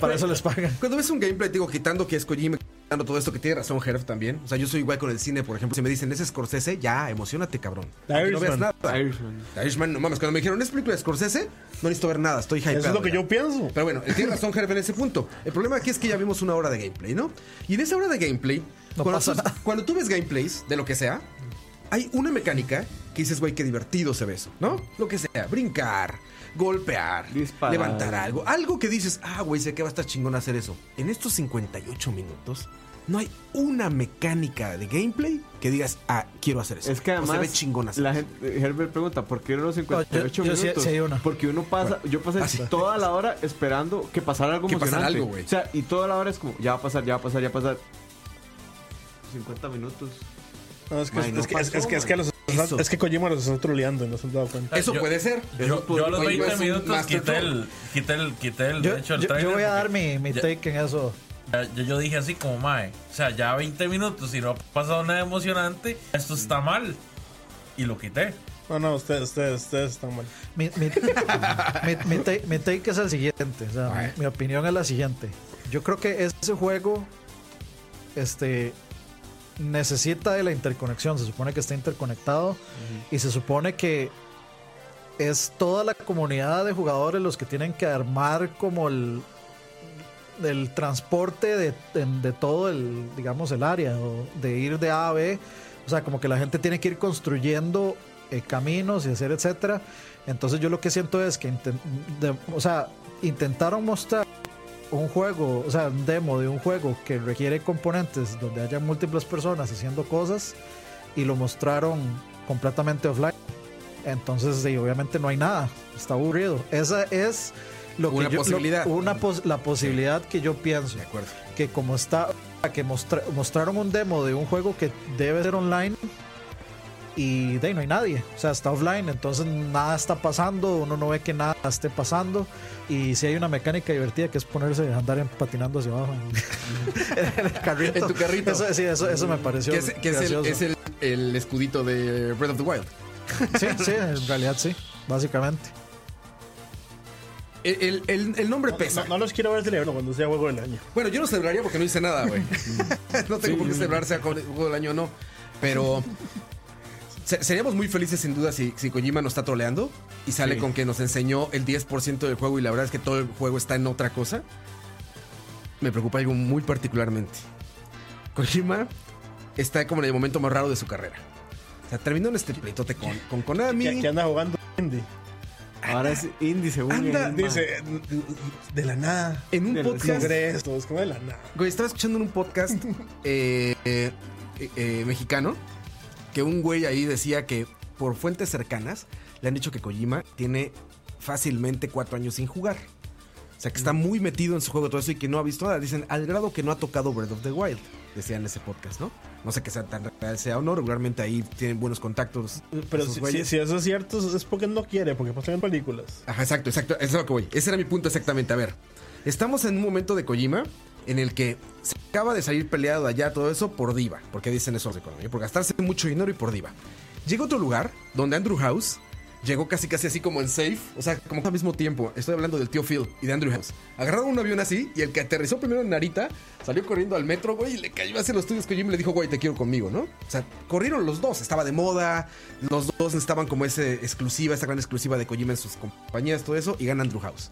Speaker 2: Para eso les pagan.
Speaker 1: Cuando ves un gameplay, te digo, quitando que es Kojima, quitando todo esto, que tiene razón Herf también. O sea, yo soy igual con el cine, por ejemplo. Si me dicen, ese es Scorsese, ya, emocionate, cabrón.
Speaker 3: The
Speaker 1: Aunque No veas
Speaker 3: Irishman.
Speaker 1: nada.
Speaker 5: Irishman.
Speaker 1: The Irishman, no mames. Cuando me dijeron, ¿es película de Scorsese? No necesito ver nada, estoy hypeado.
Speaker 3: Eso es lo que
Speaker 1: ya.
Speaker 3: yo pienso.
Speaker 1: Pero bueno, él tiene razón Herb en ese punto. El problema aquí es que ya vimos una hora de gameplay, ¿no? Y en esa hora de gameplay,
Speaker 2: No
Speaker 1: cuando,
Speaker 2: pasa
Speaker 1: tú,
Speaker 2: nada.
Speaker 1: cuando tú ves gameplays, de lo que sea, hay una mecánica que dices, güey, qué divertido se ve eso, ¿no? Lo que sea, brincar, golpear,
Speaker 5: Disparar.
Speaker 1: levantar algo. Algo que dices, ah, güey, sé que va a estar chingón hacer eso. En estos 58 minutos, no hay una mecánica de gameplay que digas, ah, quiero hacer eso.
Speaker 5: Es que
Speaker 1: O
Speaker 5: además
Speaker 1: se ve chingón hacer
Speaker 5: la
Speaker 1: eso.
Speaker 5: gente Herbert pregunta por qué los 58
Speaker 2: No, yo- yo sí-
Speaker 5: minutos.
Speaker 2: sí hay una.
Speaker 5: Porque uno pasa, yo pasé
Speaker 1: Ah, sí.
Speaker 5: toda la hora esperando que pasara algo
Speaker 1: Que pasara
Speaker 5: emocionante.
Speaker 1: algo, güey.
Speaker 5: O sea, y toda la hora es como ya va a pasar, ya va a pasar, ya va a pasar. 50 minutos.
Speaker 3: No, es, que,
Speaker 5: Ay, no
Speaker 3: es, que, es,
Speaker 5: pasó,
Speaker 3: es que, es que los-
Speaker 1: Eso.
Speaker 3: es que Kojima los está troleando y no se han dado cuenta.
Speaker 1: Eso
Speaker 4: Yo-
Speaker 1: puede ser.
Speaker 4: Yo, yo a los
Speaker 1: Oye,
Speaker 4: 20
Speaker 1: es un
Speaker 4: minutos
Speaker 1: master
Speaker 4: quité
Speaker 1: tool.
Speaker 4: el, quité el, quité el,
Speaker 2: Yo,
Speaker 4: de hecho, el
Speaker 2: yo- yo
Speaker 4: trailer
Speaker 2: voy a dar
Speaker 4: porque
Speaker 2: mi, mi
Speaker 4: ya-
Speaker 2: take en eso.
Speaker 4: ya- Yo, yo dije así como, mae, o sea, ya 20 minutos y no ha pasado nada emocionante, esto está mal. Y lo quité.
Speaker 3: No, no, ustedes, ustedes, ustedes están mal.
Speaker 2: Mi, mi- <laughs> mi- mi take, mi take es el siguiente. o sea, mi- mi, opinión es la siguiente. Yo creo que ese juego este, necesita de la interconexión. Se supone que está interconectado y se supone que es toda la comunidad de jugadores los que tienen que armar como el, el transporte de, en- de todo el, digamos, el área, o de ir de A a B. O sea, como que la gente tiene que ir construyendo eh, caminos y hacer etcétera. Entonces yo lo que siento es que, inten- de- o sea, intentaron mostrar un juego, o sea, un demo de un juego que requiere componentes donde haya múltiples personas haciendo cosas y lo mostraron completamente offline. Entonces, sí, obviamente no hay nada, está aburrido. Esa es lo
Speaker 1: Una
Speaker 2: que yo- lo-
Speaker 1: posibilidad.
Speaker 2: una pos- la posibilidad que yo pienso
Speaker 1: De acuerdo.
Speaker 2: que como está que mostra- mostraron un demo de un juego que debe ser online y de ahí no hay nadie, o sea, está offline, entonces nada está pasando, uno no ve que nada esté pasando y si hay una mecánica divertida que es ponerse a andar en- patinando hacia abajo en,
Speaker 1: <laughs>
Speaker 2: el carrito.
Speaker 1: En tu carrito.
Speaker 2: Eso, sí, eso, eso me pareció
Speaker 1: Que es, que es el,
Speaker 2: gracioso.
Speaker 1: es el- el escudito de Breath of the Wild.
Speaker 2: Sí, sí, en realidad sí, básicamente.
Speaker 1: E, El, el- el- el nombre pesa.
Speaker 3: No, no los quiero ver celebrarlo cuando sea juego del año.
Speaker 1: Bueno, yo no celebraría porque no hice nada,
Speaker 3: <laughs>
Speaker 1: güey. <laughs> no tengo por qué celebrar sea con- juego del año o no. Pero se- seríamos muy felices sin duda si, si Kojima nos está troleando y sale
Speaker 5: Sí.
Speaker 1: con que nos enseñó el 10% del juego y la verdad es que todo el juego está en otra cosa. Me preocupa algo muy particularmente. Kojima está como en el momento más raro de su carrera. O sea, terminó en este pleitote con, con
Speaker 3: Que,
Speaker 1: Konami.
Speaker 3: que anda jugando indie.
Speaker 5: Ahora es indie según
Speaker 1: Anda,
Speaker 5: él, Ah, ma.
Speaker 3: Dice, de la nada.
Speaker 1: En un
Speaker 5: de-
Speaker 1: podcast.
Speaker 3: Logré esto, es como de la nada.
Speaker 1: Güey, estaba escuchando en un
Speaker 3: <laughs>
Speaker 1: podcast eh, eh, eh, mexicano que un güey ahí decía que por fuentes cercanas le han dicho que Kojima tiene fácilmente cuatro años sin jugar. O sea, que está muy metido en su juego todo eso y que no ha visto nada. Dicen, al grado que no ha tocado Breath of the Wild, decían en ese podcast, ¿no? No sé que sea tan real sea o no. Regularmente ahí tienen buenos contactos.
Speaker 3: Pero
Speaker 1: esos
Speaker 3: si, si-
Speaker 1: güeyes.
Speaker 3: si eso es cierto, es porque no quiere, porque pasan en películas.
Speaker 1: Ajá, exacto, exacto. Eso es lo que voy. Ese era mi punto exactamente. A ver, estamos en un momento de Kojima en el que se acaba de salir peleado de allá todo eso por diva. Porque dicen eso de economía, por gastarse mucho dinero y por diva. Llega a otro lugar donde Andrew House llegó casi casi así como en safe, o sea, como al mismo tiempo. Estoy hablando del tío Phil y de Andrew House. Agarraron un avión así y el que aterrizó primero en Narita salió corriendo al metro, güey, y le cayó hacia los estudios que Jim le dijo, güey, te quiero conmigo, ¿no? O sea, corrieron los dos, estaba de moda, los dos estaban como ese exclusiva, esa gran exclusiva de Kojima en sus compañías, todo eso, y gana Andrew House.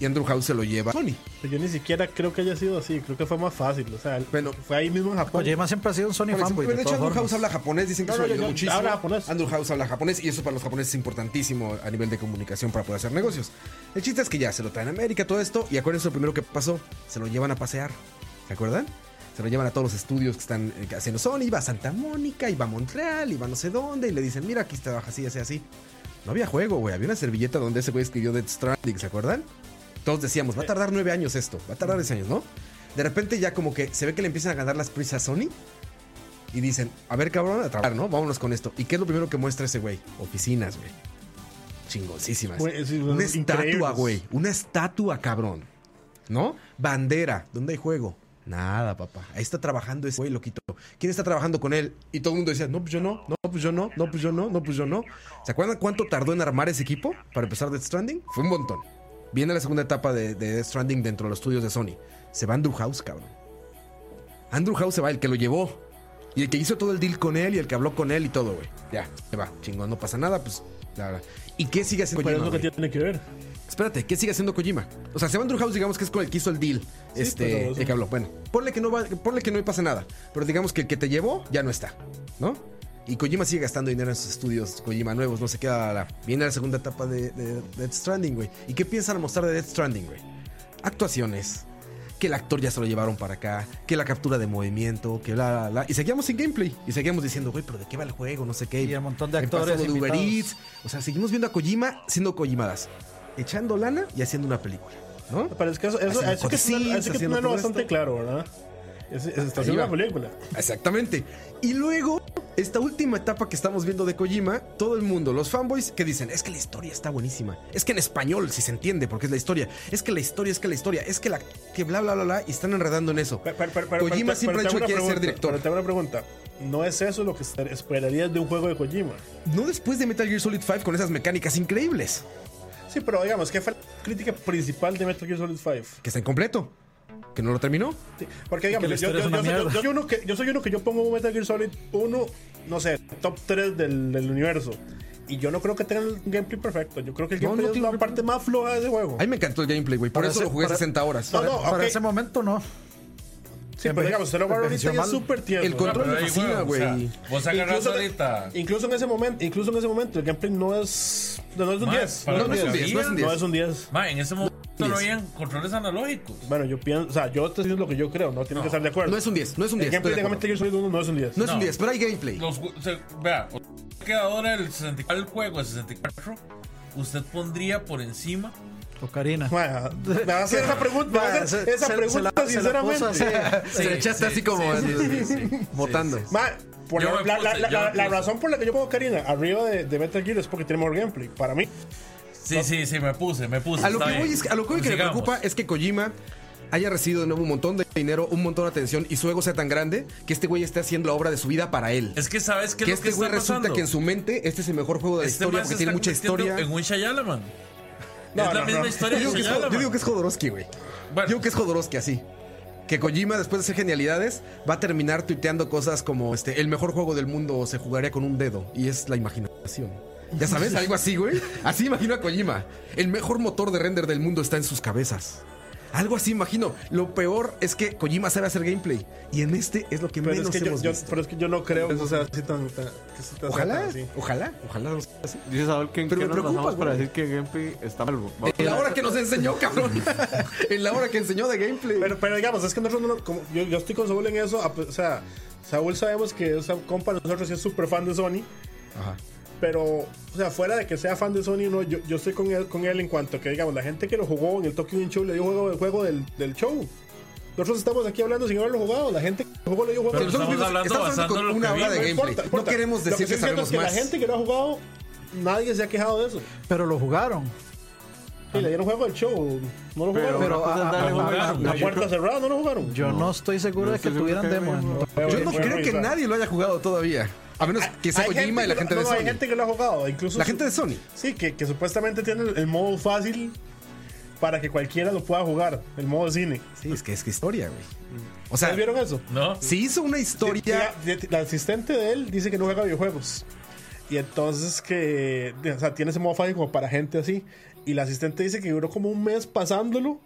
Speaker 1: Y Andrew House se lo lleva a Sony.
Speaker 3: Yo ni siquiera creo que haya sido así, creo que fue más fácil. O sea,
Speaker 1: Bueno.
Speaker 3: fue ahí mismo en Japón.
Speaker 2: Oye, más siempre ha sido un Sony
Speaker 1: Por
Speaker 2: fanboy.
Speaker 1: ejemplo, de hecho, Andrew
Speaker 2: pues, todas
Speaker 1: House habla
Speaker 2: formas.
Speaker 1: japonés, dicen que
Speaker 3: No,
Speaker 1: eso
Speaker 3: no,
Speaker 1: le ayudó
Speaker 3: yo- yo-
Speaker 1: muchísimo.
Speaker 3: habla japonés.
Speaker 1: Andrew House habla japonés y eso para los japoneses es importantísimo a nivel de comunicación para poder hacer negocios. El chiste es que ya se lo traen a América, todo esto, y acuérdense lo primero que pasó, se lo llevan a pasear, ¿se acuerdan? Se lo llevan a todos los estudios que están eh, haciendo Sony, iba a Santa Mónica, iba a Montreal, iba a no sé dónde, y le dicen, mira, aquí está así, así, así. No había juego, güey, había una servilleta donde ese güey escribió Dead Stranding, ¿se acuerdan? Todos decíamos, va a tardar nueve años esto, va a tardar diez años, ¿no? De repente ya como que se ve que le empiezan a ganar las prisas a Sony y dicen, a ver, cabrón, a trabajar, ¿no? Vámonos con esto. ¿Y qué es lo primero que muestra ese güey? Oficinas, güey. Chingosísimas.
Speaker 3: Güey, sí,
Speaker 1: Una
Speaker 3: increíbles.
Speaker 1: estatua, güey. Una estatua, cabrón. ¿No? Bandera. ¿Dónde hay juego? Nada, papá. Ahí está trabajando ese güey, loquito. ¿Quién está trabajando con él? Y todo el mundo decía, no, pues yo no, no, pues yo no, no, pues yo no, no, pues yo no. ¿Se acuerdan cuánto tardó en armar ese equipo para empezar Death Stranding? Fue un montón. Viene la segunda etapa de, de Death Stranding dentro de los estudios de Sony. Se va Andrew House, cabrón. Andrew House se va, el que lo llevó. Y el que hizo todo el deal con él y el que habló con él y todo, güey. Ya, se va. Chingón, no pasa nada, pues. ya. ¿Y qué sigue haciendo
Speaker 3: Pues, Pero es
Speaker 1: Kojima?
Speaker 3: lo que
Speaker 1: güey?
Speaker 3: tiene que ver.
Speaker 1: Espérate, ¿qué sigue haciendo Kojima? O sea, se va Andrew House, digamos que es con el que hizo el deal. este,
Speaker 2: pues,
Speaker 3: pero-
Speaker 1: el que habló. Bueno, ponle que no va, ponle que no pasa nada. Pero digamos que el que te llevó ya no está, ¿no? Y Kojima sigue gastando dinero en sus estudios, Kojima nuevos, no se queda. la- Viene la segunda etapa de, de Death Stranding, güey. ¿Y qué piensan mostrar de Death Stranding, güey? Actuaciones. Que el actor ya se lo llevaron para acá, que la captura de movimiento, que la, la, la. Y seguíamos sin gameplay. Y seguíamos diciendo, güey, pero ¿de qué va el juego? No sé qué.
Speaker 2: Y un montón de
Speaker 1: Me
Speaker 2: actores
Speaker 1: pasó lo de Uber
Speaker 2: invitados.
Speaker 1: Eats. O sea, seguimos viendo a Kojima siendo Kojimadas. Echando lana y haciendo una película. ¿No?
Speaker 3: Pero es que eso, eso,
Speaker 1: Haciendo
Speaker 3: eso hay que
Speaker 1: cutscenes,
Speaker 3: tenerlo- eso hay que
Speaker 1: haciendo
Speaker 3: tenerlo
Speaker 1: todo
Speaker 3: bastante
Speaker 1: esto.
Speaker 3: claro, ¿verdad? Es, es- está
Speaker 1: Ahí
Speaker 3: haciendo
Speaker 1: va.
Speaker 3: una película.
Speaker 1: Exactamente. Y luego, esta última etapa que estamos viendo de Kojima, todo el mundo, los fanboys, que dicen, es que la historia está buenísima. Es que en español, si se entiende, porque es la historia. Es que la historia, es que la historia, es que la... que bla, bla, bla, bla, y están enredando en eso.
Speaker 3: Pero- pero- pero- pero-
Speaker 1: Kojima
Speaker 3: pero-
Speaker 1: siempre ha
Speaker 3: pero
Speaker 1: dicho que
Speaker 3: tengo
Speaker 1: quiere
Speaker 3: una
Speaker 1: ser
Speaker 3: pregunta,
Speaker 1: director.
Speaker 3: Pero tengo una pregunta. ¿No es eso lo que esper- esperarías de un juego de Kojima?
Speaker 1: No después de Metal Gear Solid 5 con esas mecánicas increíbles.
Speaker 3: Sí, pero digamos, ¿qué fue la crítica principal de Metal Gear Solid 5?
Speaker 1: Que está incompleto. Que no lo terminó.
Speaker 3: Sí, Porque digamos,
Speaker 2: la
Speaker 3: yo, yo,
Speaker 2: historia es
Speaker 3: yo-
Speaker 2: una
Speaker 3: yo- yo-
Speaker 2: mierda.
Speaker 3: yo soy uno que, yo soy uno que yo pongo Metal Gear Solid 1, no sé, top 3 del, del universo. Y yo no creo que tenga el gameplay perfecto. Yo creo que el
Speaker 1: No,
Speaker 3: gameplay
Speaker 1: no
Speaker 3: es
Speaker 1: tiene
Speaker 3: la parte más floja de ese juego.
Speaker 1: A mí me encantó el gameplay, güey. Por
Speaker 2: Para
Speaker 1: eso
Speaker 2: ser-
Speaker 1: lo jugué
Speaker 2: para-
Speaker 1: 60 horas.
Speaker 3: No, no,
Speaker 2: Para
Speaker 3: ok.
Speaker 2: ese momento no.
Speaker 3: Sí, pero digamos, se lo guardo ahorita y es
Speaker 2: Mal.
Speaker 3: súper tierno.
Speaker 1: El control-
Speaker 4: Pero ahí,
Speaker 1: fascina,
Speaker 4: güey, o sea,
Speaker 1: güey.
Speaker 4: Vos agarras
Speaker 3: Incluso- e-
Speaker 4: ahorita.
Speaker 3: Incluso en ese momento, incluso en ese momento, el gameplay no es, no es un
Speaker 4: Ma,
Speaker 3: 10.
Speaker 4: para
Speaker 1: No,
Speaker 4: lo
Speaker 1: no es un
Speaker 4: que
Speaker 1: 10, no es
Speaker 4: había,
Speaker 1: un
Speaker 3: No es un 10.
Speaker 4: ma, en ese momento no
Speaker 1: Diez.
Speaker 4: habían controles analógicos.
Speaker 3: Bueno, yo pienso, o sea, yo te digo lo que yo creo, no tienes que estar de acuerdo.
Speaker 1: No es un 10, no es un
Speaker 3: El
Speaker 1: 10. estoy
Speaker 3: gameplay
Speaker 1: de
Speaker 3: de
Speaker 1: acuerdo.
Speaker 3: Metal Gear Solid 1 no es un 10.
Speaker 1: No es un
Speaker 4: No.
Speaker 1: 10, pero hay gameplay.
Speaker 4: Los, ju- o sea, vea, o sea, que ahora el 64, el juego es 64, usted pondría por encima.
Speaker 2: Ocarina.
Speaker 3: Ma,
Speaker 2: <laughs>
Speaker 3: me va a hacer esa pregunta, me va a hacer
Speaker 2: Se-
Speaker 3: esa
Speaker 2: se- se la- se la
Speaker 3: pregunta
Speaker 2: puso
Speaker 3: <laughs> sinceramente.
Speaker 2: así.
Speaker 1: Se le echaste así como <laughs> votando.
Speaker 4: sí, sí.
Speaker 3: Ma, por
Speaker 4: Yo
Speaker 3: la,
Speaker 4: me
Speaker 3: la-
Speaker 4: puse,
Speaker 3: la-
Speaker 4: yo
Speaker 3: la-
Speaker 4: me
Speaker 3: la
Speaker 4: puse.
Speaker 3: razón por la que yo pongo Karina arriba de, de Metal Gear es porque tiene mejor gameplay. Para mí,
Speaker 4: Sí, sí, sí, me puse, me puse.
Speaker 1: A lo
Speaker 4: está
Speaker 1: que voy
Speaker 4: bien.
Speaker 1: es que, a lo que, voy que me
Speaker 4: Sigamos.
Speaker 1: preocupa es que Kojima haya recibido de nuevo un montón de dinero, un montón de atención y su ego sea tan grande que este güey esté haciendo la obra de su vida para él.
Speaker 4: Es que sabes qué
Speaker 1: que
Speaker 4: es lo
Speaker 1: este
Speaker 4: que está
Speaker 1: güey resulta
Speaker 4: pasando.
Speaker 1: que en su mente este es el mejor juego de la
Speaker 4: Este
Speaker 1: historia
Speaker 4: man se
Speaker 1: porque tiene
Speaker 4: está
Speaker 1: mucha historia.
Speaker 4: convirtiendo En un Shyamalan.
Speaker 3: No,
Speaker 4: es la
Speaker 3: no,
Speaker 4: misma
Speaker 3: no.
Speaker 1: Yo
Speaker 4: historia
Speaker 1: digo,
Speaker 4: de
Speaker 1: que es, Jod-
Speaker 4: Shyamalan.
Speaker 1: yo digo que es Jodorowsky, güey.
Speaker 4: Bueno.
Speaker 1: Yo digo que es Jodorowsky así. Que Kojima, después de hacer genialidades, va a terminar tuiteando cosas como este, el mejor juego del mundo se jugaría con un dedo. Y es la imaginación. Ya sabes, algo así, güey. Así imagino a Kojima. El mejor motor de render del mundo está en sus cabezas. Algo así, imagino. Lo peor es que Kojima sabe hacer gameplay. Y en este es lo que
Speaker 3: Pero es,
Speaker 1: menos
Speaker 3: que yo,
Speaker 1: hemos
Speaker 3: yo-
Speaker 1: visto.
Speaker 3: pero es que yo no creo que eso sea así tan. tan- que sea tan-
Speaker 1: Ojalá,
Speaker 3: tan así.
Speaker 1: ojalá, ojalá. no sea así.
Speaker 5: Dice Saúl que en
Speaker 1: Pero
Speaker 5: qué
Speaker 1: me
Speaker 5: nos
Speaker 1: preocupa,
Speaker 5: basamos para
Speaker 1: güey.
Speaker 5: decir que el gameplay está malo. Va-
Speaker 1: En la hora que nos enseñó, cabrón. <laughs> en la hora que enseñó de gameplay.
Speaker 3: Pero, pero digamos, es que nosotros no. lo- como- yo, yo estoy con Saúl en eso. a- O sea, Saúl sabemos que o sea, compa de nosotros sí es súper fan de Sony.
Speaker 1: Ajá.
Speaker 3: Pero, o sea, fuera de que sea fan de Sony, no, yo, yo estoy con él, con él en cuanto que, digamos, la gente que lo jugó en el Tokyo Game Show le dio juego, el juego del, del show. Nosotros estamos aquí hablando sin haberlo jugado. La gente que lo jugó le dio juego
Speaker 4: Pero
Speaker 3: del show.
Speaker 4: estamos hablando basando
Speaker 1: con
Speaker 4: lo
Speaker 1: una
Speaker 4: que
Speaker 1: hora de
Speaker 4: vimos.
Speaker 1: gameplay.
Speaker 3: importa, importa.
Speaker 1: No queremos
Speaker 3: Lo que
Speaker 1: decir que,
Speaker 3: estoy
Speaker 1: sabemos
Speaker 3: diciendo es que
Speaker 1: más.
Speaker 3: La gente que lo ha jugado, nadie se ha quejado de eso.
Speaker 2: Pero lo jugaron.
Speaker 3: Y le dieron juego del show. No lo
Speaker 5: Pero,
Speaker 3: jugaron.
Speaker 2: Pero,
Speaker 5: una cosa
Speaker 2: ah,
Speaker 5: es darle
Speaker 2: ah,
Speaker 5: juego
Speaker 3: la,
Speaker 5: al-
Speaker 3: la
Speaker 5: yo
Speaker 3: puerta
Speaker 5: creo-
Speaker 3: cerrada no lo jugaron.
Speaker 2: Yo no, estoy seguro
Speaker 5: No
Speaker 2: de que
Speaker 5: estoy seguro
Speaker 2: tuvieran
Speaker 5: que
Speaker 2: demo.
Speaker 5: hayan-
Speaker 2: entonces.
Speaker 1: Yo no creo que nadie lo haya jugado todavía. A menos que sea
Speaker 3: Hay gente
Speaker 1: Kojima y la
Speaker 3: que-
Speaker 1: gente
Speaker 3: no,
Speaker 1: de
Speaker 3: no, Hay
Speaker 1: Sony.
Speaker 3: gente que lo ha jugado. Incluso
Speaker 1: La gente de Sony.
Speaker 3: Sí, que, que supuestamente tiene el, el modo fácil para que cualquiera lo pueda jugar. El modo cine.
Speaker 1: Sí, es que es que historia, güey. O sea,
Speaker 3: ¿Ustedes vieron eso?
Speaker 4: ¿No?
Speaker 1: se hizo una historia.
Speaker 3: La, la asistente de él dice que no juega videojuegos. Y entonces que, o sea, tiene ese modo fácil como para gente así. Y la asistente dice que duró como un mes pasándolo.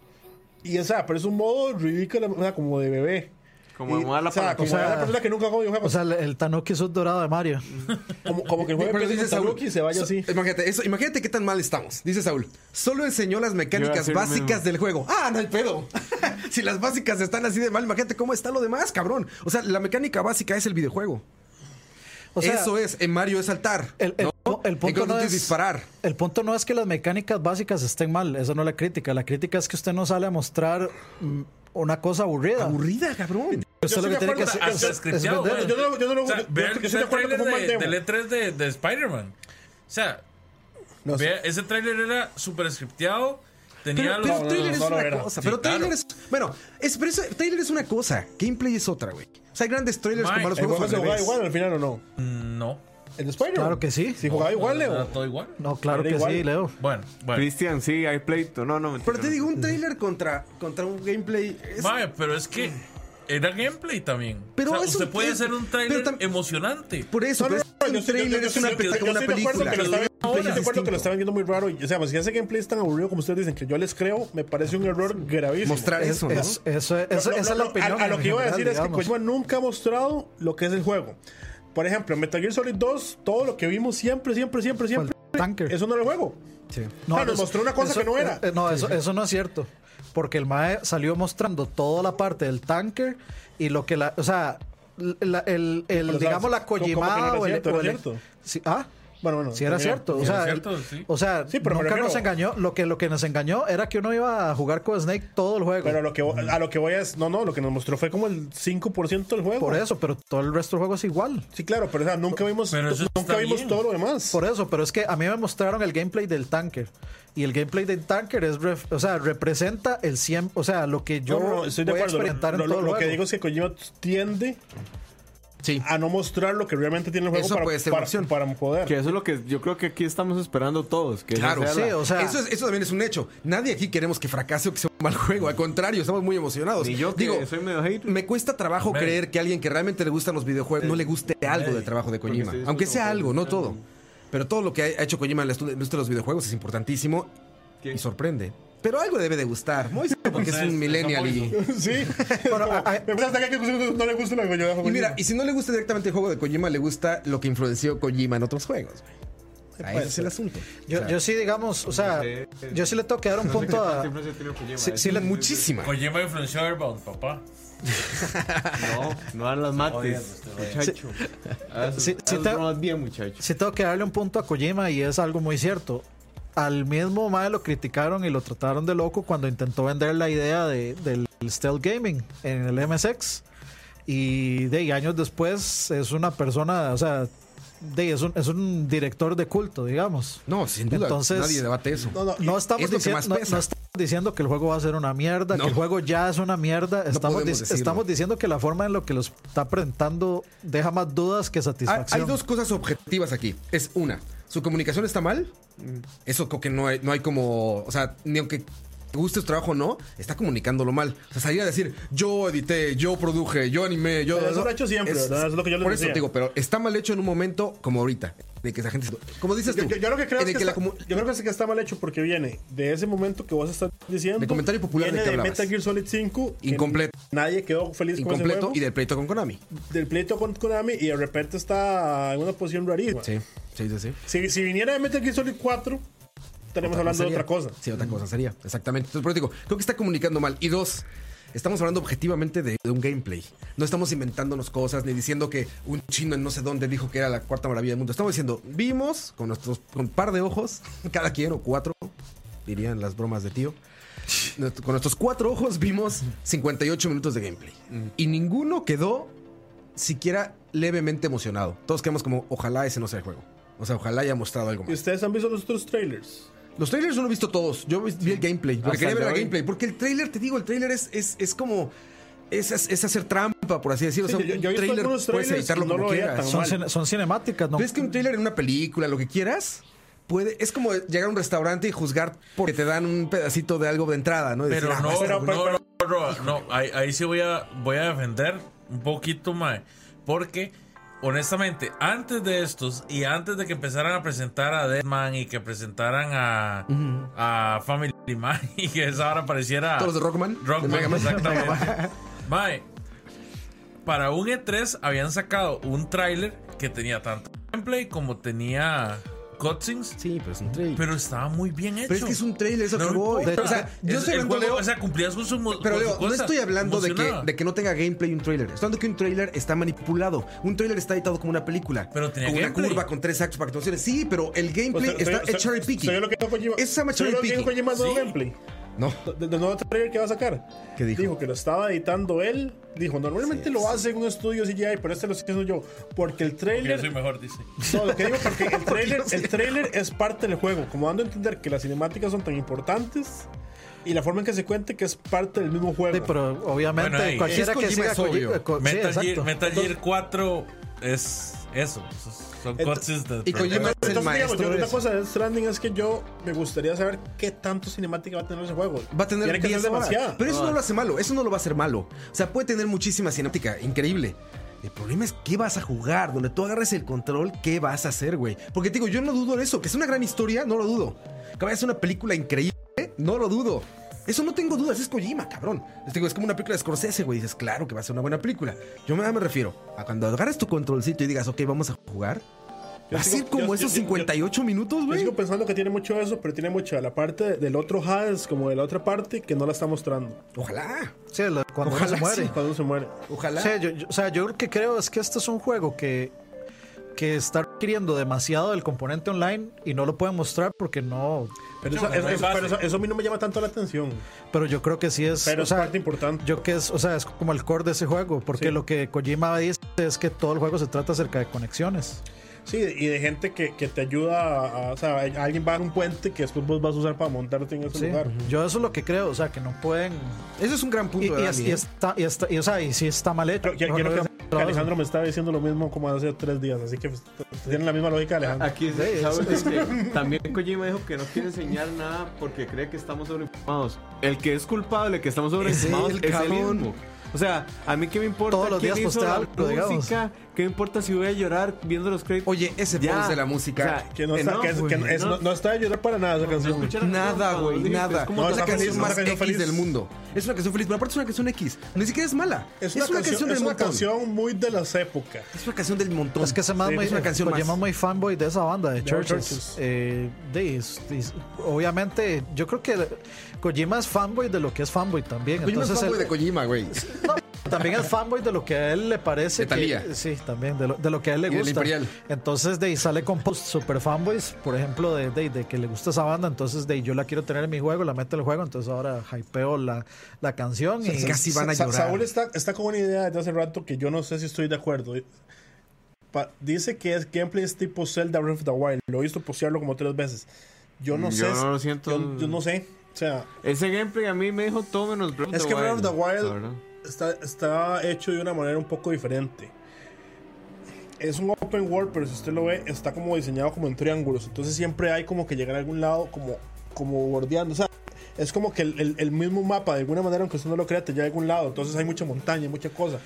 Speaker 3: Y o sea, pero es un modo ridículo, o sea, como de bebé.
Speaker 5: Como de
Speaker 3: Y,
Speaker 5: moda la
Speaker 3: o sea,
Speaker 5: para-
Speaker 3: como
Speaker 2: o sea,
Speaker 3: de la persona que nunca juega
Speaker 2: O
Speaker 3: videojuegos.
Speaker 2: sea, el, el Tanuki sub dorado de Mario.
Speaker 3: como, como que
Speaker 1: Pero
Speaker 3: juega
Speaker 1: dice
Speaker 3: con
Speaker 1: Saúl,
Speaker 3: Tanuki y se vaya
Speaker 1: so-
Speaker 3: así.
Speaker 1: Imagínate, eso, imagínate qué tan mal estamos. Dice Saúl, solo enseñó las
Speaker 5: Yo iba a
Speaker 1: mecánicas
Speaker 5: decir lo
Speaker 1: básicas
Speaker 5: mismo.
Speaker 1: del juego. Ah, no hay pedo. <laughs> si las básicas están así de mal, imagínate cómo está lo demás, cabrón. O sea, la mecánica básica es el videojuego.
Speaker 2: O sea,
Speaker 1: eso es, en Mario es saltar.
Speaker 2: el, el-
Speaker 1: ¿no?
Speaker 2: el
Speaker 1: En Call
Speaker 2: punto
Speaker 1: of
Speaker 2: no
Speaker 1: Duty
Speaker 2: es
Speaker 1: disparar.
Speaker 2: El punto no es que las mecánicas básicas estén mal, eso no es la crítica. La crítica es que usted no sale a mostrar mm, una cosa aburrida.
Speaker 1: Aburrida, cabrón.
Speaker 2: Usted
Speaker 3: Yo
Speaker 2: lo que
Speaker 3: estoy de
Speaker 2: tiene que
Speaker 3: acuerdo,
Speaker 2: hacer es,
Speaker 4: Hasta
Speaker 2: es
Speaker 4: scripteado,
Speaker 2: vender.
Speaker 4: güey.
Speaker 3: Yo no- yo no lo-
Speaker 4: O sea,
Speaker 3: yo-
Speaker 4: vean
Speaker 3: yo estoy de
Speaker 4: el
Speaker 3: acuerdo que
Speaker 4: trailer
Speaker 3: fue un buen
Speaker 4: de,
Speaker 3: demo.
Speaker 4: del E3 de, de Spider-Man. O sea,
Speaker 3: No sé.
Speaker 4: vea, ese trailer era súper scripteado. Tenía
Speaker 1: Pero, pero
Speaker 4: los-
Speaker 1: trailer
Speaker 3: no,
Speaker 1: es
Speaker 3: no lo
Speaker 1: una
Speaker 3: era.
Speaker 1: cosa.
Speaker 4: Sí,
Speaker 1: pero trailer
Speaker 4: claro.
Speaker 1: es. Bueno, es, pero eso- trailer es una cosa. Gameplay es otra, güey. O sea, hay grandes trailers
Speaker 4: Mike,
Speaker 1: con malos
Speaker 3: El
Speaker 1: juegos.
Speaker 3: juego se
Speaker 1: al
Speaker 3: jugaba
Speaker 1: revés.
Speaker 3: igual al final o no.
Speaker 4: Mm, No.
Speaker 3: El de Spider-Man.
Speaker 2: Claro que sí.
Speaker 3: Si jugaba igual,
Speaker 4: No,
Speaker 3: Leo.
Speaker 4: era todo igual.
Speaker 2: No, claro
Speaker 3: Era
Speaker 2: que
Speaker 3: igual.
Speaker 2: sí, Leo.
Speaker 4: Bueno, bueno.
Speaker 5: Cristian, sí, hay pleito. No, no, mentira,
Speaker 1: Pero te digo, un trailer contra, contra un gameplay. es-
Speaker 4: Mae, pero es que era gameplay también.
Speaker 1: Pero
Speaker 4: Pero
Speaker 1: es
Speaker 4: usted
Speaker 1: un
Speaker 4: puede
Speaker 1: tra-
Speaker 4: hacer un
Speaker 1: pero tam-
Speaker 4: trailer emocionante.
Speaker 1: Por eso,
Speaker 3: No, no,
Speaker 1: pero
Speaker 3: no,
Speaker 1: es
Speaker 3: yo
Speaker 1: un
Speaker 3: estoy- yo-
Speaker 1: trailer
Speaker 3: yo-
Speaker 1: es
Speaker 3: yo-
Speaker 1: una,
Speaker 3: yo-
Speaker 1: peli-
Speaker 3: yo- yo
Speaker 1: una
Speaker 3: estoy de acuerdo
Speaker 1: película.
Speaker 3: que lo estaban-
Speaker 4: Ahora
Speaker 3: yo estoy de acuerdo que lo
Speaker 1: distinto.
Speaker 3: estaban viendo muy raro. Y, o sea, pues, si ese gameplay es tan aburrido como ustedes dicen, que yo les creo, me parece un error gravísimo.
Speaker 1: Mostrar
Speaker 2: Es-
Speaker 1: eso, ¿no?
Speaker 2: es- eso-
Speaker 3: No,
Speaker 2: eso-
Speaker 3: no,
Speaker 2: esa
Speaker 3: no,
Speaker 2: es la
Speaker 3: no, a-
Speaker 2: opinión.
Speaker 3: A, lo que
Speaker 2: en
Speaker 3: iba a decir
Speaker 2: general,
Speaker 3: es que pues,
Speaker 2: digamos.
Speaker 3: Kojima nunca ha mostrado lo que es el juego. Por ejemplo, en Metal Gear Solid 2, todo lo que vimos siempre, siempre, siempre,
Speaker 2: Fue el
Speaker 3: siempre,
Speaker 2: tanker.
Speaker 3: eso no era el juego.
Speaker 2: No,
Speaker 3: Ah, nos
Speaker 2: eso-
Speaker 3: mostró una cosa
Speaker 2: eso-
Speaker 3: que no era.
Speaker 2: eh, no, eso, eso no es cierto. Porque el MAE salió mostrando toda la parte del tanker y lo que la. O sea, la- el, el-
Speaker 3: Pero,
Speaker 2: digamos
Speaker 3: ¿sabes?
Speaker 2: la
Speaker 3: ¿Cómo- cómo que no
Speaker 2: Kojimada
Speaker 3: era
Speaker 2: o el.
Speaker 3: cierto?
Speaker 2: o
Speaker 3: ¿Era
Speaker 2: el-
Speaker 3: cierto?
Speaker 2: Sí, ah.
Speaker 3: Bueno, bueno.
Speaker 2: Sí, era
Speaker 3: mira,
Speaker 2: cierto. O
Speaker 4: sí, era
Speaker 2: sea,
Speaker 4: cierto,
Speaker 2: el-
Speaker 4: sí.
Speaker 2: o sea
Speaker 3: Sí, pero me
Speaker 2: nunca
Speaker 3: refiero-
Speaker 2: nos engañó. Lo que, lo que nos engañó era que uno iba a jugar con Snake todo el juego.
Speaker 3: Pero a lo, que, a lo que voy es. No, no, lo que nos mostró fue como el 5% del juego.
Speaker 2: por eso, pero todo el resto del juego es igual.
Speaker 3: Sí, claro, pero o sea, nunca vimos,
Speaker 4: Pero eso
Speaker 3: nunca
Speaker 4: está
Speaker 3: vimos
Speaker 4: bien.
Speaker 3: todo lo demás.
Speaker 2: Por eso, pero es que a mí me mostraron el gameplay del tanker. Y el gameplay del tanker es, ref- o sea, representa el 100, o sea, lo que yo
Speaker 3: No, no, estoy de
Speaker 2: voy
Speaker 3: acuerdo.
Speaker 2: a experimentar
Speaker 3: Lo,
Speaker 2: en
Speaker 3: lo-
Speaker 2: todo el
Speaker 3: lo que
Speaker 2: juego.
Speaker 3: digo es que Kojima tiende
Speaker 1: Sí.
Speaker 3: a no mostrar lo que realmente tiene el juego
Speaker 1: Eso
Speaker 3: para,
Speaker 1: puede ser
Speaker 3: para,
Speaker 1: una opción.
Speaker 3: para poder.
Speaker 5: Que eso es lo que yo creo que aquí estamos esperando todos. Que esa
Speaker 1: Claro,
Speaker 5: sea
Speaker 2: sí,
Speaker 5: la-
Speaker 2: o sea,
Speaker 1: eso, es- eso también es un hecho. Nadie aquí queremos que fracase o que sea un mal juego. Al contrario, estamos muy emocionados.
Speaker 5: Ni yo que
Speaker 1: Digo,
Speaker 5: soy medio hater.
Speaker 1: me cuesta trabajo
Speaker 4: Medio.
Speaker 1: creer que alguien que realmente le gustan los videojuegos no le guste algo del trabajo de
Speaker 5: Porque
Speaker 1: Kojima.
Speaker 5: sí, es
Speaker 1: Aunque
Speaker 5: otro
Speaker 1: sea
Speaker 5: juego.
Speaker 1: algo, no todo. Pero todo lo que ha ha hecho Kojima en la estu- industria de los videojuegos es importantísimo
Speaker 5: ¿Qué?
Speaker 1: y sorprende. Pero algo debe de gustar. Moisés, porque es un millennial y...
Speaker 3: sí.
Speaker 2: Bueno, a- a-
Speaker 3: Me gusta que no le gusta lo que yo dejo.
Speaker 1: Y mira, y si no le gusta directamente el juego de Kojima, le gusta lo que influenció Kojima en otros juegos. güey. O sea, ese es el asunto.
Speaker 2: yo,
Speaker 1: O sea,
Speaker 2: yo sí, digamos, o sea,
Speaker 5: sé.
Speaker 2: yo sí le tengo que dar un
Speaker 5: no sé qué
Speaker 2: punto a...
Speaker 5: <laughs> tanta influencia tiene Kojima,
Speaker 1: sí,
Speaker 5: eh.
Speaker 1: sí, la- muchísima.
Speaker 4: Kojima influenció a Airbound, papá.
Speaker 5: No, no dan las mates,
Speaker 3: pues,
Speaker 4: Estoy odiando,
Speaker 5: muchacho. Ah, Haz-
Speaker 2: Sí, sí
Speaker 5: haz
Speaker 2: te-
Speaker 5: bromas bien, muchacho.
Speaker 2: Sí tengo que darle un punto a Kojima y es algo muy cierto. Al mismo Mae lo criticaron y lo trataron de loco cuando intentó vender la idea de- del stealth gaming en el MSX. Y de ahí, años después es una persona, o sea, de ahí, es, un, es un director de culto, digamos.
Speaker 1: No, sin duda.
Speaker 2: Entonces-
Speaker 1: nadie debate eso.
Speaker 3: No, no,
Speaker 2: No estamos,
Speaker 1: es lo que
Speaker 2: diciendo,
Speaker 1: más
Speaker 2: no-
Speaker 1: pesa.
Speaker 2: no estamos diciendo que el juego va a ser una mierda,
Speaker 1: No.
Speaker 2: que el juego ya es una mierda. Estamos,
Speaker 1: podemos
Speaker 2: dic-
Speaker 1: decirlo.
Speaker 2: estamos diciendo que la forma en la que los está presentando deja más dudas que
Speaker 1: Ah,
Speaker 2: satisfacción.
Speaker 1: Hay dos cosas objetivas aquí. Es una, su comunicación está mal.
Speaker 3: Mm.
Speaker 1: Eso creo que no hay, no hay como. O sea, ni aunque te guste su trabajo o no, está comunicándolo mal. O sea, salir a decir, yo edité, yo produje, yo animé, yo.
Speaker 3: Pero eso lo ha hecho siempre, ¿verdad? Eso es lo que yo les
Speaker 1: Por eso
Speaker 3: decía.
Speaker 1: te digo, pero está mal hecho en un momento como ahorita. De que esa gente. Como dices
Speaker 3: yo,
Speaker 1: tú.
Speaker 3: yo- yo lo que creo
Speaker 1: en
Speaker 3: es
Speaker 1: el
Speaker 3: que,
Speaker 1: la
Speaker 3: está-
Speaker 1: comu-
Speaker 3: yo creo que sí que está mal hecho porque viene de ese momento que vos estás diciendo.
Speaker 1: De comentario popular de
Speaker 3: viene
Speaker 1: que
Speaker 3: de
Speaker 1: hablabas.
Speaker 3: Metal Gear Solid 5. que
Speaker 1: Incompleto.
Speaker 3: Nadie quedó feliz con ese
Speaker 1: Incompleto
Speaker 3: juego.
Speaker 1: y del pleito con Konami.
Speaker 3: Del pleito con Konami y de repente está en una posición rarísima.
Speaker 1: Sí, sí, sí. sí.
Speaker 3: Si, si viniera de Metal Gear Solid 4, estaríamos hablando de
Speaker 1: Sería.
Speaker 3: otra cosa.
Speaker 1: Sí, otra cosa sería, exactamente. Entonces, pero digo, creo que está comunicando mal. Y dos, estamos hablando objetivamente de, de un gameplay. No estamos inventándonos cosas ni diciendo que un chino en no sé dónde dijo que era la cuarta maravilla del mundo. Estamos diciendo, vimos con nuestros con un par de ojos, <laughs> cada quien o cuatro, dirían las bromas de tío. Nuestro- Con nuestros cuatro ojos vimos 58 minutos de gameplay.
Speaker 3: Mm.
Speaker 1: Y ninguno quedó siquiera levemente emocionado. Todos quedamos como, ojalá ese no sea el juego. O sea, ojalá haya mostrado algo más.
Speaker 3: ¿Y ustedes han visto los otros trailers?
Speaker 1: Los trailers no lo he visto todos. Yo vi el gameplay. Porque
Speaker 5: Hasta
Speaker 1: quería
Speaker 5: el
Speaker 1: ver
Speaker 5: de
Speaker 1: el
Speaker 5: hoy.
Speaker 1: gameplay. Porque el trailer, te digo, el trailer es, es, es como. Es, es- es hacer trampa, por así decirlo.
Speaker 3: Sí,
Speaker 1: o sea,
Speaker 3: yo-
Speaker 1: un
Speaker 3: yo he visto
Speaker 1: trailer
Speaker 3: algunos
Speaker 1: puedes
Speaker 3: trailers
Speaker 1: editarlo
Speaker 3: y no
Speaker 1: como
Speaker 3: lo veía
Speaker 1: quieras.
Speaker 3: tan
Speaker 1: Son-
Speaker 2: Son,
Speaker 3: mal.
Speaker 2: cine- son cinemáticas, ¿no?
Speaker 1: ¿Ves que un trailer en una película, lo que quieras, puede. Es como llegar a un restaurante y juzgar porque te dan un pedacito de algo de entrada, ¿no? Y decir,
Speaker 4: Pero
Speaker 1: "Ah,
Speaker 4: no,
Speaker 1: basta".
Speaker 3: pero-
Speaker 4: no,
Speaker 3: pero-
Speaker 4: no, Roa, no, ahí, ahí sí voy a, voy a defender un poquito más. Porque, honestamente, antes de estos y antes de que empezaran a presentar a Deadman y que presentaran a, a Family Man <laughs> y que esa ahora apareciera
Speaker 1: Todos los de Rockman. de
Speaker 4: Rockman,
Speaker 1: Mega Man. <laughs>
Speaker 4: exactamente. Mae, para un E3 habían sacado un tráiler que tenía tanto gameplay como tenía cutscenes,
Speaker 1: Sí, pero es un trailer. Pero,
Speaker 4: pero estaba muy bien hecho.
Speaker 1: es que es un trailer, eso
Speaker 4: No
Speaker 1: que
Speaker 4: me
Speaker 1: voy.
Speaker 4: importa.
Speaker 1: O sea, yo
Speaker 4: Es-
Speaker 1: estoy
Speaker 4: el
Speaker 1: hablando,
Speaker 4: juego,
Speaker 1: Leo,
Speaker 4: O sea, cumplía su, su mo-
Speaker 1: Pero
Speaker 4: con su
Speaker 1: Leo, no
Speaker 4: cosa,
Speaker 1: estoy hablando de que,
Speaker 4: emocionaba.
Speaker 1: de que no tenga gameplay un trailer. Estoy hablando que un trailer está manipulado. Un trailer está editado como una película.
Speaker 4: Pero tenía
Speaker 1: con una
Speaker 4: gameplay.
Speaker 1: curva, con tres actos para actuaciones. Sí, pero el gameplay
Speaker 3: Usted-
Speaker 1: está
Speaker 3: usted-
Speaker 1: es cherry
Speaker 3: usted-
Speaker 1: picking.
Speaker 3: usted vio lo que dijo Kojima?
Speaker 1: Eso se llama
Speaker 3: ¿Usted
Speaker 1: cherry
Speaker 3: vio lo que
Speaker 1: picking.
Speaker 3: dijo Kojima en nuevo
Speaker 4: Sí.
Speaker 3: gameplay?
Speaker 1: No.
Speaker 3: del del nuevo trailer que va a sacar.
Speaker 1: ¿Qué dijo?
Speaker 3: que lo estaba editando él. Dijo, normalmente lo hace en un estudio CGI, pero este lo estoy haciendo yo. Porque el
Speaker 4: Yo
Speaker 3: trailer.
Speaker 4: soy mejor, dice.
Speaker 3: No, lo que digo,
Speaker 1: <laughs>
Speaker 3: porque el trailer, el trailer es parte del juego. Como dando a entender que las cinemáticas son tan importantes y la forma en que se cuente que es parte del mismo juego.
Speaker 2: Sí, pero obviamente
Speaker 4: Bueno, ahí.
Speaker 2: cualquiera
Speaker 1: Es
Speaker 2: que
Speaker 1: Kojima,
Speaker 2: siga
Speaker 1: es obvio.
Speaker 2: Koji- eh, co- sí,
Speaker 4: Metal,
Speaker 2: exacto.
Speaker 4: Gear, Metal Gear 4 es eso. esos Son
Speaker 1: Ent-
Speaker 4: cutscenes de.
Speaker 1: y Kojima es el
Speaker 3: Entonces, digamos,
Speaker 1: maestro.
Speaker 3: yo-
Speaker 1: de
Speaker 3: una
Speaker 1: eso.
Speaker 3: cosa de Death Stranding es que yo me gustaría saber qué tanto cinemática va a tener ese juego.
Speaker 1: Va a tener
Speaker 3: Tiene que ser
Speaker 1: 10 horas.
Speaker 3: demasiada. Ah.
Speaker 1: Pero eso no lo hace malo. Eso no lo va a hacer malo. O sea, puede tener muchísima cinética. Increíble. El problema es qué vas a jugar. Donde tú agarres el control, ¿qué vas a hacer, güey? Porque te digo, yo no dudo en eso. Que es una gran historia, no lo dudo. Que vaya a ser una película increíble, no lo dudo. Eso no tengo dudas. Es Kojima, cabrón. Es, digo, es como una película de Scorsese, güey. Dices, claro que va a ser una buena película. Yo me, me refiero a cuando agarres tu controlcito y digas, ok, vamos a jugar.
Speaker 3: Yo
Speaker 1: Va a ser
Speaker 3: sigo-
Speaker 1: como
Speaker 3: yo-
Speaker 1: esos
Speaker 3: yo- yo-
Speaker 1: 58 minutos,
Speaker 3: Yo
Speaker 1: güey.
Speaker 3: sigo pensando que tiene mucho eso, pero tiene mucho de la parte de- del otro Hades, como de la otra parte, que no la está mostrando.
Speaker 1: Ojalá.
Speaker 2: Sí, lo- cuando uno
Speaker 1: Ojalá
Speaker 2: se muere.
Speaker 1: sí.
Speaker 3: Cuando se muere.
Speaker 1: Ojalá.
Speaker 2: Sí, yo, yo- o sea, yo lo que creo es que este es un juego que, que está requiriendo demasiado del componente online y no lo pueden mostrar porque no.
Speaker 3: Pero, eso,
Speaker 4: Bueno,
Speaker 3: eso-
Speaker 4: no hay
Speaker 3: eso-
Speaker 4: base.
Speaker 3: pero eso- eso a mí no me llama tanto la atención.
Speaker 2: Pero yo creo que sí es.
Speaker 3: Pero
Speaker 2: o
Speaker 3: es
Speaker 2: sea,
Speaker 3: parte importante.
Speaker 2: yo que es, o sea, es como el core de ese juego, porque
Speaker 3: Sí.
Speaker 2: lo que Kojima dice es que todo el juego se trata acerca de conexiones.
Speaker 3: Sí, y de gente que, que te ayuda a, a- O sea, alguien va a dar un puente que después vos vas a usar para montarte en ese
Speaker 2: Sí.
Speaker 3: lugar.
Speaker 2: Yo eso es lo que creo, o sea, que no pueden.
Speaker 1: Eso es un gran punto.
Speaker 2: Y, y
Speaker 1: de
Speaker 2: es-
Speaker 1: Dani,
Speaker 2: y
Speaker 1: ¿eh?
Speaker 2: está, y está, y, o sea, y sí está mal hecho.
Speaker 3: Pero ya-
Speaker 2: Mejor
Speaker 3: quiero
Speaker 2: no
Speaker 3: que,
Speaker 2: hubiera
Speaker 3: que
Speaker 2: entrado eso.
Speaker 3: Alejandro me estaba diciendo lo mismo como hace tres días, así que pues, tienen la misma lógica, Alejandro.
Speaker 5: Aquí
Speaker 2: Sí,
Speaker 5: ¿sabes?
Speaker 2: es-
Speaker 5: Este, también Kojima dijo que no quiere enseñar nada porque cree que estamos sobreinformados. El que es culpable que estamos sobreinformados
Speaker 1: Es
Speaker 5: es,
Speaker 1: él,
Speaker 5: el
Speaker 1: cabrón.
Speaker 5: mismo. O sea, a mí qué me importa
Speaker 2: Todos los
Speaker 5: quién
Speaker 2: días
Speaker 5: hizo la
Speaker 2: postea algo, digamos.
Speaker 5: música, qué me importa si voy a llorar viendo los créditos.
Speaker 1: Oye, ese post de la música.
Speaker 3: Que no, está,
Speaker 5: eh,
Speaker 3: que es- que no-
Speaker 5: güey,
Speaker 3: es- no- no está de llorar para nada esa
Speaker 5: no
Speaker 3: canción.
Speaker 5: escuché la canción
Speaker 1: Nada,
Speaker 5: cuando
Speaker 1: güey,
Speaker 5: dijiste,
Speaker 1: nada.
Speaker 5: es como
Speaker 1: es
Speaker 3: está
Speaker 1: la canción
Speaker 3: feliz,
Speaker 1: más
Speaker 3: está
Speaker 1: X
Speaker 3: canción feliz.
Speaker 1: del mundo. Es una canción feliz, pero aparte es una canción X. Ni siquiera es mala.
Speaker 3: Es una, canción, es
Speaker 1: del
Speaker 3: una
Speaker 1: montón.
Speaker 3: canción muy de las épocas.
Speaker 1: Es una canción del montón.
Speaker 2: Es que se me
Speaker 1: es una canción más.
Speaker 2: muy fanboy de esa banda de
Speaker 3: The
Speaker 2: Churches.
Speaker 3: Churches.
Speaker 2: Eh, de- es- es- obviamente, yo creo que Kojima es fanboy de lo que es fanboy también.
Speaker 1: Kojima es
Speaker 2: Entonces,
Speaker 1: fanboy
Speaker 2: él-
Speaker 1: de Kojima, güey.
Speaker 2: también es fanboy de lo que a él le parece.
Speaker 1: De Thalía.
Speaker 2: que- sí, también, de lo, de lo que a él le
Speaker 1: Y del
Speaker 2: gusta.
Speaker 1: Imperial.
Speaker 2: Entonces, de ahí sale con post super fanboys, por ejemplo, de, de, de que le gusta esa banda. Entonces, de ahí yo la quiero tener en mi juego, la meto en el juego. Entonces, ahora hypeo la, la canción. Y,
Speaker 1: Casi van a
Speaker 3: Sa-
Speaker 1: llorar.
Speaker 3: Saúl está, está con una idea desde hace rato que yo no sé si estoy de acuerdo. Pa- dice que es gameplay es tipo Zelda Breath of the Wild. Lo he visto postearlo como tres veces. Yo no
Speaker 5: Mm, Yo
Speaker 3: sé.
Speaker 5: no lo siento.
Speaker 3: Yo, yo no sé. O sea,
Speaker 5: Ese gameplay a mí me dijo todo menos Breath of
Speaker 3: es
Speaker 5: the
Speaker 3: que Breath of
Speaker 5: Wild,
Speaker 3: the
Speaker 5: la verdad.
Speaker 3: Wild está, está hecho de una manera un poco diferente. Es un open world, pero si usted lo ve, está como diseñado como en triángulos. Entonces siempre hay como que llegar a algún lado como, como bordeando. O sea, es como que el, el- el mismo mapa, de alguna manera, aunque usted no lo crea, te lleva a algún lado. Entonces hay mucha montaña, mucha cosa.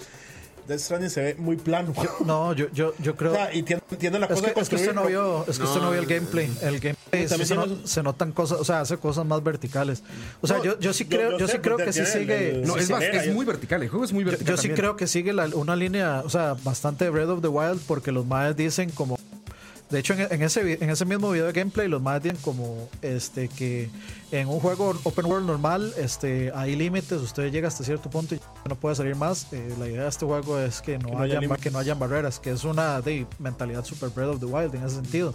Speaker 3: Death Stranding se ve muy plano. <laughs>
Speaker 2: No, yo, yo, yo creo.
Speaker 3: O sea, y tiene, tiene la
Speaker 2: Es
Speaker 3: cosa
Speaker 2: que,
Speaker 3: de
Speaker 2: es que usted no
Speaker 3: construirlo.
Speaker 2: vio, es que usted no vio el gameplay. El gameplay sí
Speaker 3: También
Speaker 2: se,
Speaker 3: tiene
Speaker 2: no-
Speaker 3: eso.
Speaker 2: se notan cosas, o sea, hace cosas más verticales. O sea,
Speaker 3: No,
Speaker 2: yo, yo sí
Speaker 3: yo-
Speaker 2: creo,
Speaker 3: yo
Speaker 2: yo,
Speaker 3: sé,
Speaker 2: sí creo
Speaker 3: porque
Speaker 2: que sí
Speaker 3: tiene el-
Speaker 2: sigue.
Speaker 3: el-
Speaker 1: No,
Speaker 2: sí-
Speaker 1: es,
Speaker 2: sí-
Speaker 1: más,
Speaker 3: genera,
Speaker 1: es
Speaker 3: yo-
Speaker 1: muy vertical. El juego es muy
Speaker 2: yo,
Speaker 1: vertical.
Speaker 2: yo sí
Speaker 1: también.
Speaker 2: creo que sigue la- una línea, o sea, bastante Breath of the Wild, porque los madres dicen como. De hecho, en, en ese, vi- en ese mismo video de gameplay, los madres dicen como este que en un juego open world normal este hay límites, usted llega hasta cierto punto y no puede salir más. Eh, la idea de este juego es que no,
Speaker 3: Que no haya
Speaker 2: haya,
Speaker 3: límites.
Speaker 2: que no hayan barreras, que es una de, mentalidad super Breath of the Wild en ese sentido.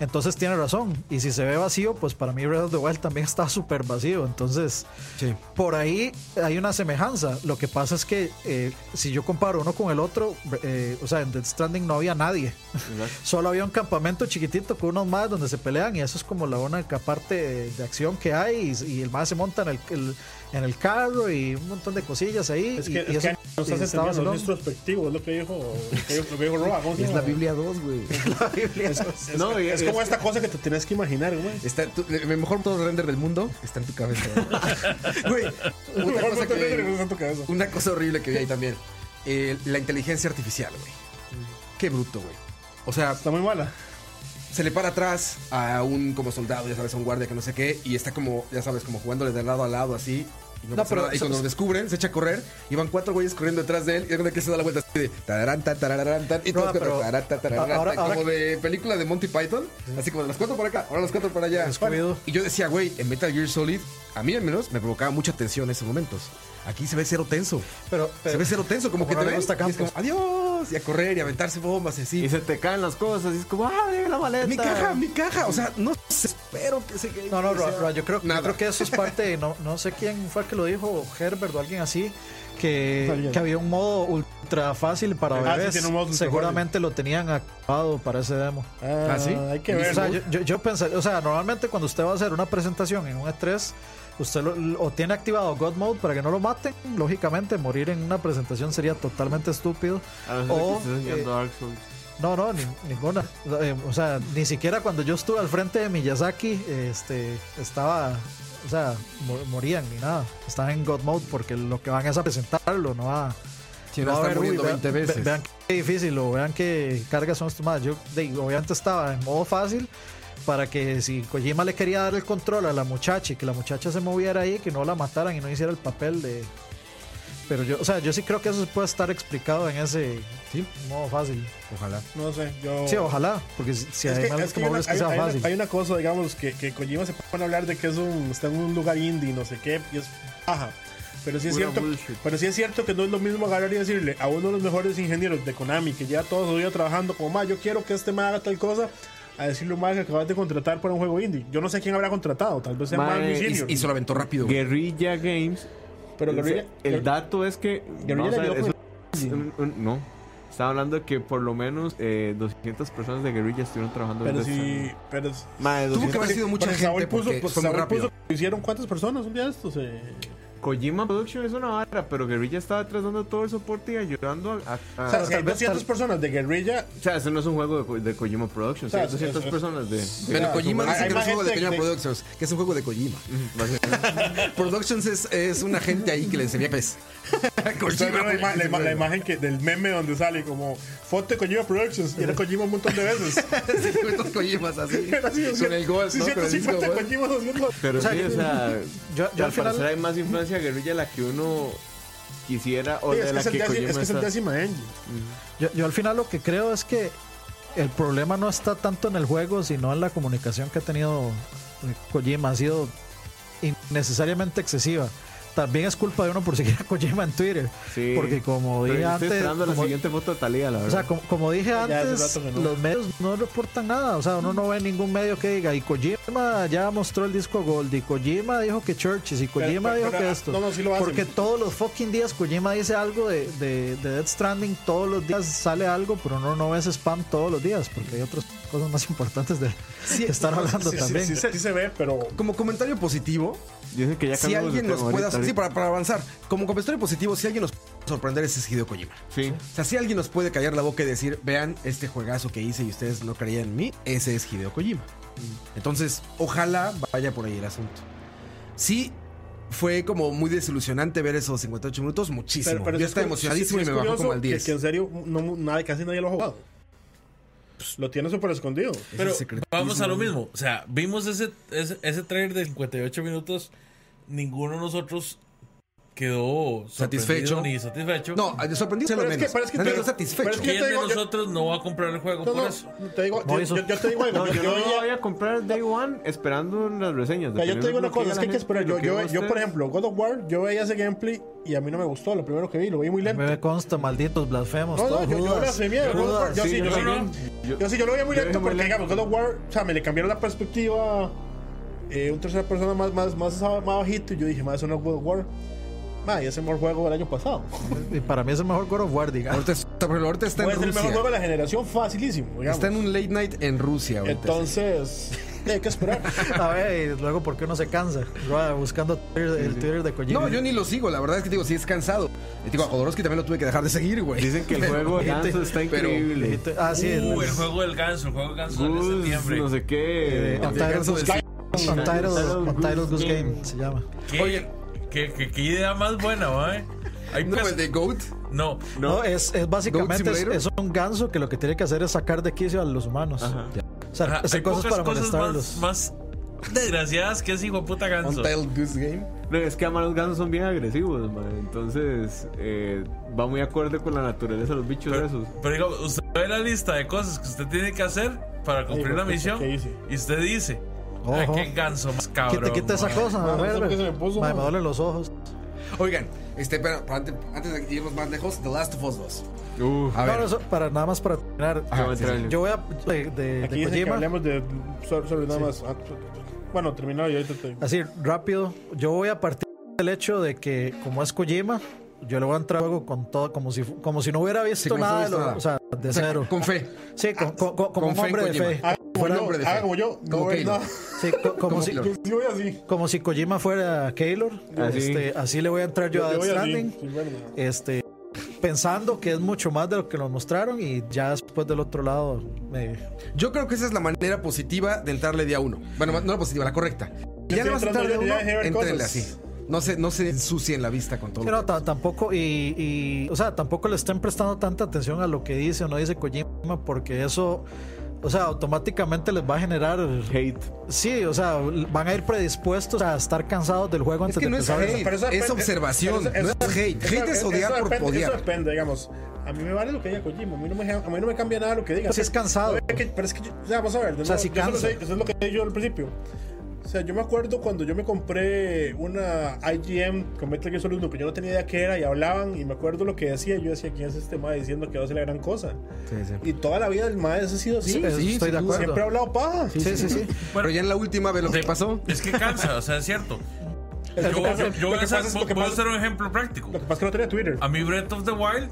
Speaker 2: Entonces tiene razón. Y si se ve vacío, pues para mí Breath of the Wild también <laughs> está súper vacío. Entonces,
Speaker 1: Sí.
Speaker 2: por ahí hay una semejanza. Lo que pasa es que eh, si yo comparo uno con el otro, eh, o sea, en Dead Stranding no había nadie. <laughs> Solo había un campamento chiquitito con unos más donde se pelean y eso es como la única parte de, de acción que hay. Y, y el más se monta en el, el- en el carro y un montón de cosillas ahí.
Speaker 3: Es
Speaker 2: y-
Speaker 3: que,
Speaker 2: y
Speaker 3: es que
Speaker 2: eso-
Speaker 3: nos
Speaker 2: y
Speaker 3: hace
Speaker 2: estaba
Speaker 3: entender,
Speaker 2: solo.
Speaker 3: son introspectivos, es lo que dijo, lo que dijo- lo que dijo Roa. ¿cómo se
Speaker 1: Es la
Speaker 3: llama?
Speaker 1: Biblia 2,
Speaker 3: <laughs>
Speaker 1: güey.
Speaker 2: La Biblia.
Speaker 3: Es,
Speaker 5: No, y
Speaker 3: es
Speaker 5: es-
Speaker 3: como esta cosa que te tienes que imaginar, güey.
Speaker 1: Está, tú- el mejor todo render del mundo está en tu
Speaker 2: <laughs>
Speaker 1: cabeza. Güey, otra
Speaker 3: Lo mejor
Speaker 1: cosa
Speaker 3: no tener
Speaker 1: que-
Speaker 3: en tu cabeza.
Speaker 1: una cosa horrible que vi ahí también. eh, la inteligencia artificial, güey. Qué bruto, güey. O sea,
Speaker 3: Está muy mala.
Speaker 1: se le para atrás a un como soldado, ya sabes, a un guardia que no sé qué, y está como, ya sabes, como jugándole de lado a lado así. Y, no
Speaker 2: No,
Speaker 1: pasa
Speaker 2: pero- pues-
Speaker 1: nada. Y cuando lo descubren, se echa a correr y van cuatro güeyes corriendo detrás de él. Y de repente que se da la vuelta así de tararán, tan, tararán, tan, y todos
Speaker 2: No,
Speaker 1: cuatro,
Speaker 2: pero-
Speaker 1: tararán, tan, tararán,
Speaker 2: ahora-
Speaker 1: tan, como
Speaker 2: ahora-
Speaker 1: de película de Monty Python. Así como de las cuatro para acá, ahora las cuatro para allá.
Speaker 2: Scooby-Doo.
Speaker 1: Y yo decía, güey, en Metal Gear Solid, a mí al menos me provocaba mucha tensión en esos momentos. Aquí se ve cero tenso.
Speaker 2: Pero,
Speaker 1: se
Speaker 2: pero-
Speaker 1: ve cero tenso, como,
Speaker 2: como
Speaker 1: que te
Speaker 2: no le
Speaker 1: ven,
Speaker 2: gusta
Speaker 1: y es como,
Speaker 2: Campos.
Speaker 1: adiós, y a correr y a aventarse bombas y así.
Speaker 5: Y se te caen las cosas. Y es como, ah, la maleta.
Speaker 1: Mi caja, mi caja. O sea, no sé, espero que se quede.
Speaker 2: No, no,
Speaker 1: o sea,
Speaker 2: Roa, Roa, yo, creo, yo
Speaker 1: nada.
Speaker 2: creo que eso es parte, no, no sé quién fue el que lo dijo, Herbert o alguien así, que,
Speaker 3: Alguien.
Speaker 2: que había un modo ultra fácil para
Speaker 3: Ah, sí,
Speaker 2: bebés.
Speaker 3: tiene un modo ultra
Speaker 2: Seguramente lo tenían activado para ese demo.
Speaker 3: Ah,
Speaker 1: sí?
Speaker 3: Hay que
Speaker 2: O
Speaker 3: ver.
Speaker 2: sea,
Speaker 3: ¿no?
Speaker 2: yo, yo, yo pensaría, o sea, normalmente cuando usted va a hacer una presentación en un E3, usted lo, lo- o tiene activado God Mode para que no lo maten, lógicamente morir en una presentación sería totalmente estúpido.
Speaker 5: A veces
Speaker 2: O,
Speaker 5: que estés
Speaker 2: eh,
Speaker 5: jugando Dark Souls.
Speaker 2: no, no, ni- ninguna. Eh, o sea, ni siquiera cuando yo estuve al frente de Miyazaki, este, estaba, o sea, mo- morían ni nada. Estaban en God Mode porque lo que van es a presentarlo, no a...
Speaker 1: Sí, no
Speaker 2: no a
Speaker 1: está
Speaker 2: ver,
Speaker 1: muriendo
Speaker 2: uy,
Speaker 1: 20
Speaker 2: ve- ve-
Speaker 1: veces.
Speaker 2: vean qué difícil o vean qué cargas son estas Yo de- obviamente estaba en modo fácil para que si Kojima le quería dar el control a la muchacha y que la muchacha se moviera ahí, que no la mataran y no hiciera el papel de... Pero yo, o sea, yo sí creo que eso puede estar explicado en ese
Speaker 1: Sí.
Speaker 2: modo fácil.
Speaker 1: Ojalá.
Speaker 3: No sé, yo.
Speaker 2: Sí, ojalá, porque si, si
Speaker 3: Es
Speaker 2: hay
Speaker 3: que,
Speaker 2: algo
Speaker 3: es que
Speaker 2: como
Speaker 3: hay, una,
Speaker 2: es que
Speaker 3: hay-
Speaker 2: sea
Speaker 3: hay una-
Speaker 2: fácil.
Speaker 3: hay una cosa, digamos, que, que Kojima se pone a hablar de que es un, está en un lugar indie, no sé qué, y es baja. Pero sí, es
Speaker 5: Pura
Speaker 3: cierto,
Speaker 5: bullshit.
Speaker 3: pero sí es cierto que no es lo mismo agarrar y decirle a uno de los mejores ingenieros de Konami, que ya todos los días trabajando como, ma, yo quiero que este ma haga tal cosa, a decirle, ma, que acabas de contratar para un juego indie. Yo no sé quién habrá contratado, tal vez sea
Speaker 5: Ma,
Speaker 3: ma, muy
Speaker 5: eh,
Speaker 3: senior.
Speaker 1: Y, y se lo aventó rápido. güey.
Speaker 5: Guerrilla Games.
Speaker 3: Pero
Speaker 5: O sea,
Speaker 3: Guerrilla-
Speaker 5: el dato es que.
Speaker 3: Guerrilla
Speaker 5: vamos a ver,
Speaker 3: le dio
Speaker 5: eso es un- un- no. Estaba hablando de que por lo menos eh, 200 personas de Guerrilla estuvieron trabajando en
Speaker 3: Pero
Speaker 2: pues,
Speaker 3: sí,
Speaker 5: Death Stranding.
Speaker 3: pero
Speaker 5: Ma, de
Speaker 1: Tuvo que
Speaker 5: 200
Speaker 1: haber sido mucha
Speaker 3: pero
Speaker 1: gente
Speaker 3: Saúl puso,
Speaker 1: porque
Speaker 3: pues,
Speaker 1: fue muy
Speaker 3: Saúl
Speaker 1: rápido.
Speaker 3: puso- hicieron cuántas personas un día de estos, eh?
Speaker 5: Kojima Production es una vara, pero Guerrilla estaba atrás dando todo el soporte y ayudando a. a- a-
Speaker 3: O
Speaker 1: Ah,
Speaker 5: o,
Speaker 3: sea,
Speaker 5: sea,
Speaker 3: si hay 200 personas de
Speaker 1: <laughs>
Speaker 3: guerrilla.
Speaker 5: eso no es un juego de, Ko- de Kojima Productions.
Speaker 3: O sea,
Speaker 5: hay 200
Speaker 3: sí, sí.
Speaker 5: personas de. de-
Speaker 1: Bueno,
Speaker 3: Ah,
Speaker 1: Kojima
Speaker 3: como-
Speaker 1: dice
Speaker 3: hay
Speaker 1: que no
Speaker 3: más
Speaker 1: es un juego de
Speaker 3: gente
Speaker 1: Kojima
Speaker 3: de-
Speaker 1: Productions, que es un juego de Kojima.
Speaker 5: básicamente.
Speaker 1: <laughs> Productions es, es una gente ahí que le enseña pez.
Speaker 3: Ustedes
Speaker 1: <laughs> Kojima,
Speaker 3: vieron la, ima- la ima- la
Speaker 1: güey.
Speaker 3: imagen que, del meme donde sale como foto de Kojima Productions y era Kojima un montón de veces.
Speaker 1: <laughs> <laughs> Sí, güey, estos Kojimas así.
Speaker 3: Era así, o sea,
Speaker 1: Con el gol,
Speaker 3: sí,
Speaker 1: ¿no? Con el disco
Speaker 3: 150
Speaker 1: gol.
Speaker 3: Kojimas haciendo-
Speaker 5: Pero
Speaker 2: O sea,
Speaker 5: sí, o
Speaker 2: yo-
Speaker 5: sea,
Speaker 2: yo- yo
Speaker 5: al
Speaker 2: al final-
Speaker 5: parecer hay más influencia de guerrilla de la que uno quisiera o
Speaker 3: Sí,
Speaker 5: de
Speaker 3: es que
Speaker 5: la
Speaker 3: es el
Speaker 5: que
Speaker 3: décimo-
Speaker 5: Kojima
Speaker 3: es que es el
Speaker 5: está.
Speaker 3: décima engine.
Speaker 2: Yo, yo al final lo que creo es que el problema no está tanto en el juego, sino en la comunicación que ha tenido eh, Kojima. Ha sido innecesariamente excesiva. También es culpa de uno por seguir a Kojima en Twitter.
Speaker 5: Sí.
Speaker 2: Porque como
Speaker 5: Pero
Speaker 2: dije
Speaker 5: yo estoy
Speaker 2: antes.
Speaker 5: esperando la
Speaker 2: como-
Speaker 5: siguiente foto de Talía, la
Speaker 2: o
Speaker 5: verdad.
Speaker 2: sea, como, como dije
Speaker 3: hace
Speaker 2: antes,
Speaker 3: rato que no.
Speaker 2: los medios no reportan nada. O sea, uno no ve ningún medio que diga, y Kojima ya mostró el disco Gold, y Kojima dijo que Churches, y Kojima
Speaker 3: pero-
Speaker 2: dijo
Speaker 3: pero- ah,
Speaker 2: que esto.
Speaker 3: no, no, sí lo hacen.
Speaker 2: Porque todos los fucking días Kojima dice algo de, de, de Death Stranding, todos los días sale algo, pero uno no ve ese spam todos los días, porque hay otras cosas más importantes de estar hablando
Speaker 3: Sí, sí,
Speaker 2: también.
Speaker 3: sí, sí, sí se ve, pero.
Speaker 1: Como comentario positivo,
Speaker 5: Dicen que ya
Speaker 1: si
Speaker 5: cambiamos de
Speaker 1: alguien nos
Speaker 5: tema
Speaker 1: puede...
Speaker 5: ahorita,
Speaker 1: Sí,
Speaker 5: ahorita.
Speaker 1: para, para avanzar. Como comentario positivo, si alguien nos puede sorprender, ese es Hideo Kojima.
Speaker 5: Sí.
Speaker 1: O sea, si alguien nos puede callar la boca y decir, vean este juegazo que hice y ustedes no creían en mí, ese
Speaker 3: Mm.
Speaker 1: es Hideo Kojima. Entonces, ojalá vaya por ahí el asunto. Sí, fue como muy desilusionante ver esos 58 minutos, muchísimo.
Speaker 3: Pero- pero
Speaker 1: Yo
Speaker 3: es
Speaker 1: estaba
Speaker 3: cu-
Speaker 1: emocionadísimo
Speaker 3: sí,
Speaker 1: y
Speaker 3: sí,
Speaker 1: me
Speaker 3: es
Speaker 1: bajó como
Speaker 3: curioso
Speaker 1: al
Speaker 3: que-
Speaker 1: 10.
Speaker 3: Que en serio, no, nadie, casi nadie lo ha jugado. Lo tiene súper escondido.
Speaker 1: Pues, Ese
Speaker 4: Pero
Speaker 1: secretismo.
Speaker 4: vamos a lo mismo. O sea, vimos ese, ese, ese trailer de 58 minutos. Ninguno de nosotros quedó
Speaker 1: Satisfecho.
Speaker 4: sorprendido Ni satisfecho.
Speaker 1: No, sorprendido sea lo
Speaker 3: Pero es que-
Speaker 1: menos.
Speaker 3: pero es que
Speaker 1: Nadie
Speaker 3: te-
Speaker 1: quedó satisfecho.
Speaker 3: pero es que-
Speaker 4: ¿Quién
Speaker 3: yo te
Speaker 4: de
Speaker 3: digo, yo-
Speaker 4: nosotros no va a comprar el juego
Speaker 3: No,
Speaker 4: por
Speaker 3: no,
Speaker 4: eso?
Speaker 3: te digo,
Speaker 2: No,
Speaker 3: yo,
Speaker 2: eso-
Speaker 3: yo- yo te digo,
Speaker 5: No,
Speaker 3: yo,
Speaker 5: yo no
Speaker 3: yo-
Speaker 5: voy a comprar Day One esperando las reseñas.
Speaker 3: O sea, yo te digo una cosa, es que hay que esperar. Yo, yo, yo, por
Speaker 5: ejemplo
Speaker 3: ejemplo, God of War, yo veía ese gameplay y a mí no me gustó. Lo primero que vi, lo vi muy lento.
Speaker 2: Me consta, malditos blasfemos.
Speaker 3: No, no,
Speaker 2: todos
Speaker 3: yo- yo
Speaker 2: Judas,
Speaker 3: blasfemé, yo-
Speaker 2: Judas.
Speaker 3: yo sí,
Speaker 5: yo
Speaker 3: yo
Speaker 4: sí.
Speaker 5: Yo-
Speaker 3: Yo sí, yo lo veía muy
Speaker 5: yo
Speaker 3: lento
Speaker 5: vi muy
Speaker 3: porque,
Speaker 5: lento.
Speaker 3: digamos, God of War, o sea, me le cambiaron la perspectiva eh, un tercera persona más, más, más, más bajito y yo dije, más eso no es God of War. Ma, y ese mejor juego del año pasado.
Speaker 2: Y para mí es el mejor God of War, digamos.
Speaker 1: Ahorita
Speaker 3: <laughs>
Speaker 1: está, pero ahorita está
Speaker 3: Puede
Speaker 1: en
Speaker 3: ser el mejor
Speaker 1: Rusia.
Speaker 3: juego de la generación, facilísimo. Digamos.
Speaker 1: Está en un late night en Rusia ahorita.
Speaker 3: Entonces, <laughs> hay que esperar.
Speaker 2: A ver, y luego, ¿por qué uno se cansa? Roa, Buscando Twitter- el Twitter de Kojima.
Speaker 1: No, yo ni lo sigo, la verdad es que digo, sí es cansado. Y digo, a Jodorowsky también lo tuve que dejar de seguir, güey. <laughs>
Speaker 5: Dicen que el juego de Ganso está
Speaker 1: pero-
Speaker 5: increíble.
Speaker 2: Ah, sí,
Speaker 4: Uh,
Speaker 2: el,
Speaker 4: el juego del ganso, el juego del ganso sale en
Speaker 5: Gus,
Speaker 4: septiembre.
Speaker 5: no sé
Speaker 3: Eh,
Speaker 5: qué.
Speaker 1: El
Speaker 2: Untitled
Speaker 1: descanso
Speaker 2: Goose
Speaker 1: del-
Speaker 2: Untitled, Untitled Goose Game, se llama.
Speaker 4: ¿Qué,
Speaker 1: Oye.
Speaker 4: qué- qué- qué idea más buena, ¿eh? Hay
Speaker 1: <laughs> No,
Speaker 4: pers-
Speaker 1: el de Goat.
Speaker 4: no,
Speaker 2: No, es, es básicamente
Speaker 1: Goat
Speaker 2: es,
Speaker 1: Simulator.
Speaker 2: es un ganso que lo que tiene que hacer es sacar de quicio a los humanos. O sea,
Speaker 4: ajá,
Speaker 2: hacer
Speaker 4: hay
Speaker 2: cosas
Speaker 4: pocas
Speaker 2: para
Speaker 4: cosas
Speaker 2: molestarlos.
Speaker 4: más, más desgraciadas que ese hijo de puta ganso.
Speaker 1: Untitled Goose Game.
Speaker 5: No, es que además los gansos son bien agresivos, man. Entonces, eh, va muy acorde con la naturaleza de los bichos esos.
Speaker 4: Pero digamos, usted ve la lista de cosas que usted tiene que hacer para cumplir
Speaker 3: Ay,
Speaker 4: la
Speaker 3: ¿qué
Speaker 4: misión
Speaker 3: hice?
Speaker 4: y usted dice, "Ay,
Speaker 2: Ojo.
Speaker 4: qué ganso más
Speaker 2: ¿Qué
Speaker 4: cabrón.
Speaker 2: te quita esa
Speaker 4: man".
Speaker 2: cosa?
Speaker 3: Ah,
Speaker 2: a ver,
Speaker 3: ¿sabes qué se me puso,
Speaker 2: madre,
Speaker 3: no?
Speaker 2: me duelen los ojos.
Speaker 1: Oigan, este, pero, pero antes, antes de que lleguemos más lejos, The Last of Us 2.
Speaker 5: Uf,
Speaker 1: A
Speaker 2: No,
Speaker 1: ver,
Speaker 2: no, eso- para, nada más para terminar.
Speaker 5: Ajá, sí, sí.
Speaker 2: Yo voy a. De, de,
Speaker 3: Aquí
Speaker 2: de
Speaker 3: dicen que
Speaker 2: Kojima.
Speaker 3: hablemos de. Sobre, sobre nada más. Ah, Bueno, terminado y ahorita estoy.
Speaker 2: Así, rápido. Yo voy a partir del hecho de que, como es Kojima, yo le voy a entrar al juego con todo, como si, fu- como si no hubiera
Speaker 1: Sí,
Speaker 2: visto
Speaker 1: como si no
Speaker 2: nada, de
Speaker 1: hubiera
Speaker 2: lo-
Speaker 1: visto
Speaker 2: o sea, de
Speaker 1: o sea,
Speaker 2: cero.
Speaker 1: con fe.
Speaker 2: Sí, con- con- con- como
Speaker 1: con
Speaker 2: un
Speaker 1: fe en
Speaker 2: hombre de
Speaker 1: Kojima.
Speaker 2: fe.
Speaker 3: Haga como
Speaker 1: Fuera
Speaker 3: yo,
Speaker 1: hombre de
Speaker 3: haga
Speaker 1: fe.
Speaker 3: como yo, no <laughs>
Speaker 1: Como
Speaker 3: ver
Speaker 1: Keylor.
Speaker 3: nada.
Speaker 2: Sí, co- como,
Speaker 1: Como
Speaker 2: si,
Speaker 1: Keylor.
Speaker 3: Yo voy así.
Speaker 2: como si Kojima fuera Keylor.
Speaker 5: Así.
Speaker 2: Este, así le voy a entrar yo,
Speaker 3: Yo
Speaker 2: a Death
Speaker 3: voy así,
Speaker 2: Stranding.
Speaker 3: sin ver nada.
Speaker 2: Este, pensando que es mucho más de lo que nos mostraron y ya después del otro lado me,
Speaker 1: Yo creo que esa es la manera positiva de entrarle día uno. Bueno, no la positiva, la correcta. Ya
Speaker 3: Yo estoy
Speaker 1: le vas a entrar
Speaker 3: entrando,
Speaker 1: día
Speaker 3: ya-
Speaker 1: uno,
Speaker 3: ya dejé ver
Speaker 1: entrenle
Speaker 3: cosas.
Speaker 1: así. No se, no se ensucien la vista con todo.
Speaker 2: Sí,
Speaker 1: lo
Speaker 2: no, ta- tampoco, y, y, o sea, tampoco le estén prestando tanta atención a lo que dice o no dice Kojima, porque eso, o sea, automáticamente les va a generar.
Speaker 5: hate.
Speaker 2: Sí, o sea, van a ir predispuestos a estar cansados del juego
Speaker 1: Es
Speaker 2: antes
Speaker 1: que no
Speaker 2: de
Speaker 1: es
Speaker 2: empezar.
Speaker 1: hate,
Speaker 3: Pero eso
Speaker 1: es
Speaker 3: depende-
Speaker 1: observación,
Speaker 3: pero eso-
Speaker 1: no es
Speaker 3: eso-
Speaker 1: hate.
Speaker 3: eso-
Speaker 1: Hate es
Speaker 3: eso
Speaker 1: odiar por
Speaker 3: depende- Eso
Speaker 1: odiar.
Speaker 3: depende, digamos. A mí me vale lo que diga Kojima. A mí no me, a mí no me cambia nada lo que diga.
Speaker 2: Sí, es cansado.
Speaker 3: Pero es que, pero es que yo- o sea, vamos a ver. de
Speaker 2: sea,
Speaker 3: nuevo,
Speaker 2: sí
Speaker 3: yo solo
Speaker 2: cansa.
Speaker 3: sé- eso es lo que dije yo al principio. O sea, yo me acuerdo cuando yo me compré una IGM con Metal Gear Solid 1 que yo no tenía idea qué era y hablaban y me acuerdo lo que decía. Yo decía, ¿quién es este mae diciendo que va a ser la gran cosa? Y toda la vida el mae eso ha sido así.
Speaker 2: Sí, eso
Speaker 1: sí,
Speaker 2: estoy
Speaker 1: sin duda.
Speaker 2: de acuerdo.
Speaker 3: Siempre ha hablado paja.
Speaker 2: Sí, sí, sí.
Speaker 1: Pero ya en la última ve lo que
Speaker 4: Sí.
Speaker 1: pasó.
Speaker 4: Es que cansa, o sea, es cierto.
Speaker 3: Es
Speaker 4: Yo,
Speaker 3: lo que pasa-
Speaker 4: yo- yo
Speaker 3: lo
Speaker 4: voy, a
Speaker 3: que
Speaker 4: hacer,
Speaker 3: pasa es- lo que
Speaker 4: voy a
Speaker 3: pasa-
Speaker 4: hacer un ejemplo práctico.
Speaker 3: lo que pasa es que no tenía Twitter.
Speaker 4: A mi Breath of the Wild,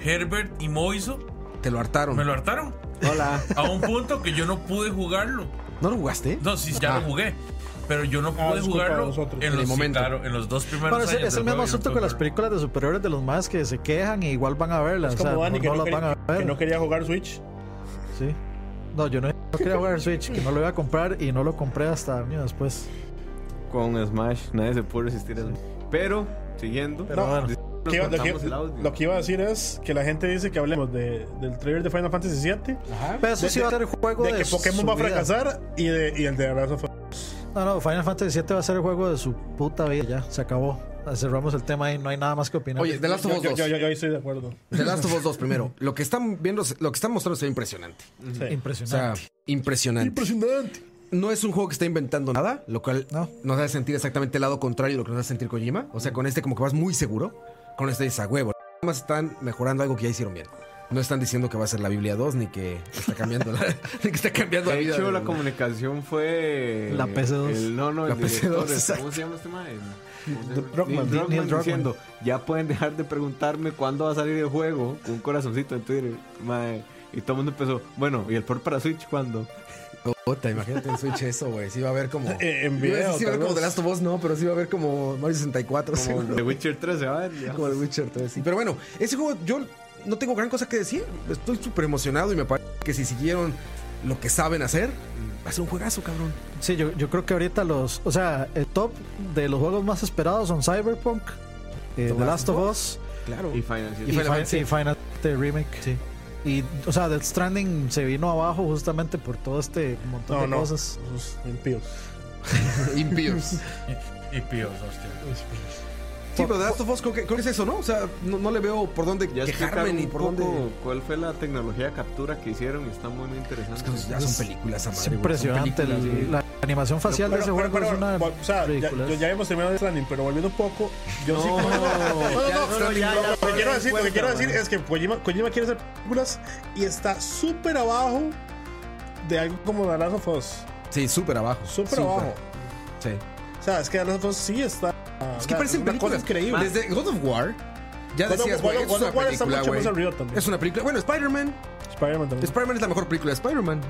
Speaker 4: Herbert y Moiso
Speaker 1: Te lo hartaron.
Speaker 4: me lo hartaron.
Speaker 1: Hola.
Speaker 4: A un punto que yo no pude jugarlo.
Speaker 1: ¿No lo jugaste?
Speaker 4: No, sí, ya
Speaker 1: Ah.
Speaker 4: lo jugué. Pero yo no
Speaker 3: Ah,
Speaker 4: pude
Speaker 3: disculpa,
Speaker 4: jugarlo
Speaker 3: nosotros.
Speaker 4: en
Speaker 1: En el
Speaker 4: los, sí,
Speaker 1: momento.
Speaker 4: claro, en los dos primeros
Speaker 2: Bueno, es,
Speaker 4: años.
Speaker 2: es
Speaker 4: del
Speaker 2: el mismo
Speaker 4: juego, pues, yo no
Speaker 2: asunto
Speaker 4: pude
Speaker 2: con las
Speaker 4: jugarlo.
Speaker 2: películas de superhéroes de los más que se quejan y igual van a verlas.
Speaker 3: Es
Speaker 2: o sea,
Speaker 3: como Dani
Speaker 2: no,
Speaker 3: que,
Speaker 2: no
Speaker 3: no
Speaker 2: las van
Speaker 3: quería,
Speaker 2: a ver.
Speaker 3: que no quería jugar Switch.
Speaker 2: Sí. No, yo no, no quería jugar Switch, que no lo iba a comprar y no lo compré hasta años después.
Speaker 5: Con Smash, nadie se puede resistir a eso. Pero, siguiendo,
Speaker 2: Pero
Speaker 3: No,
Speaker 2: bueno.
Speaker 5: nos
Speaker 3: que iba- lo, que,
Speaker 5: cortamos el audio.
Speaker 3: lo que iba a decir es que la gente dice que hablemos de- del trailer de Final Fantasy VII,
Speaker 2: Pero eso sí va a ser el juego de,
Speaker 3: Ah, de que Pokémon
Speaker 2: su
Speaker 3: va a
Speaker 2: vida.
Speaker 3: fracasar y, de, y el de Breath of the Wild.
Speaker 2: No, no, Final Fantasy VII va a ser el juego de su puta vida. Ya, se acabó. Cerramos el tema ahí, no hay nada más que opinar.
Speaker 1: Oye, The Last of Us
Speaker 3: Yo,
Speaker 1: 2.
Speaker 3: yo, yo, yo ahí estoy de acuerdo.
Speaker 1: The Last of Us 2 primero. Lo que están viendo, lo que están mostrando es impresionante.
Speaker 3: Sí.
Speaker 1: O sea,
Speaker 2: impresionante.
Speaker 1: impresionante.
Speaker 3: Impresionante.
Speaker 1: No es un juego que está inventando nada, lo cual
Speaker 2: No.
Speaker 1: nos hace sentir exactamente el lado contrario de lo que nos hace sentir Kojima. O sea, con este como que vas muy seguro, con este dices a huevo. Nada más están mejorando algo que ya hicieron bien. No están diciendo que va a ser la Biblia 2 ni que está cambiando la, <laughs> ni que está cambiando la
Speaker 5: De
Speaker 1: vida.
Speaker 5: hecho,
Speaker 1: del-
Speaker 5: la comunicación fue.
Speaker 2: La PC2.
Speaker 5: el- no, no, el
Speaker 1: La
Speaker 5: director,
Speaker 1: PC2,
Speaker 5: este,
Speaker 1: exacto.
Speaker 5: ¿Cómo se llama este man?
Speaker 2: Druckmann.
Speaker 5: Neil
Speaker 2: Neil Druckmann.
Speaker 5: diciendo: Ya pueden dejar de preguntarme cuándo va a salir el juego. Un corazoncito en Twitter. mae. Y todo el mundo empezó: Bueno, ¿y el port para Switch cuándo?
Speaker 1: Puta, imagínate en Switch eso, güey. Sí va a haber como...
Speaker 3: Eh, <laughs> en
Speaker 1: Iba a decir,
Speaker 3: video,
Speaker 1: sí va a haber
Speaker 3: tal
Speaker 1: como
Speaker 3: vez.
Speaker 1: The Last of Us, no, pero sí va a haber como Mario 64,
Speaker 5: Como
Speaker 1: seguro.
Speaker 5: The Witcher 3 se va a ver, ya.
Speaker 1: <laughs> Como el Witcher 3, sí. Pero bueno, ese juego yo no tengo gran cosa que decir. Estoy súper emocionado y me parece que si siguieron lo que saben hacer, va a ser un juegazo, cabrón.
Speaker 2: Sí, yo, yo creo que ahorita los. O sea, el top de los juegos más esperados son Cyberpunk, eh, The Last of Us
Speaker 1: Claro.
Speaker 5: Y Final
Speaker 2: y,
Speaker 1: Final
Speaker 2: Final,
Speaker 1: Fantasy.
Speaker 2: y Final Fantasy Remake. Y, o sea, Death Stranding se vino abajo justamente por todo este montón
Speaker 3: No,
Speaker 2: de
Speaker 3: no.
Speaker 2: cosas.
Speaker 3: Esos impíos.
Speaker 1: <laughs> Impíos.
Speaker 4: Y píos, hostia.
Speaker 1: Sí, pero The Last of Us, creo que, creo que es eso, ¿no? O sea, no, no le veo por dónde
Speaker 5: Ya
Speaker 1: quejarme
Speaker 5: explicaron
Speaker 1: ni
Speaker 5: un
Speaker 1: por
Speaker 5: poco
Speaker 1: dónde.
Speaker 5: cuál fue la tecnología de captura que hicieron y está muy, muy
Speaker 1: Es
Speaker 5: interesante.
Speaker 1: Pues que ya son películas, a madre,
Speaker 2: Es
Speaker 1: güey, son
Speaker 2: impresionante. la-
Speaker 1: películas, güey.
Speaker 2: la, animación facial
Speaker 3: Pero-
Speaker 2: de ese
Speaker 3: pero-
Speaker 2: juego
Speaker 3: pero,
Speaker 2: es una.
Speaker 3: o sea, ya,
Speaker 2: ridícula.
Speaker 3: ya hemos terminado el planning, pero volviendo un poco, yo sí. No,
Speaker 1: ya, no, no, ya, ya,
Speaker 3: Lo que quiero decir, lo que quiero
Speaker 1: cuenta,
Speaker 3: decir es que Kojima, Kojima quiere hacer películas y está súper abajo de algo como The Last of Us.
Speaker 1: Sí, súper abajo.
Speaker 3: Súper abajo.
Speaker 1: Sí.
Speaker 3: O sea, es que The Last of Us sí está.
Speaker 1: Es que parecen
Speaker 3: una cosa
Speaker 1: películas.
Speaker 3: increíble.
Speaker 1: Desde God of War, ya
Speaker 3: God of-
Speaker 1: decías, güey,
Speaker 3: God
Speaker 1: es
Speaker 3: of-
Speaker 1: una
Speaker 3: God of War está
Speaker 1: película,
Speaker 3: mucho más
Speaker 1: güey.
Speaker 3: arriba también.
Speaker 1: Es una película. Bueno, Spider-Man.
Speaker 3: Spider-Man también.
Speaker 1: Spider-Man es la mejor película de Spider-man.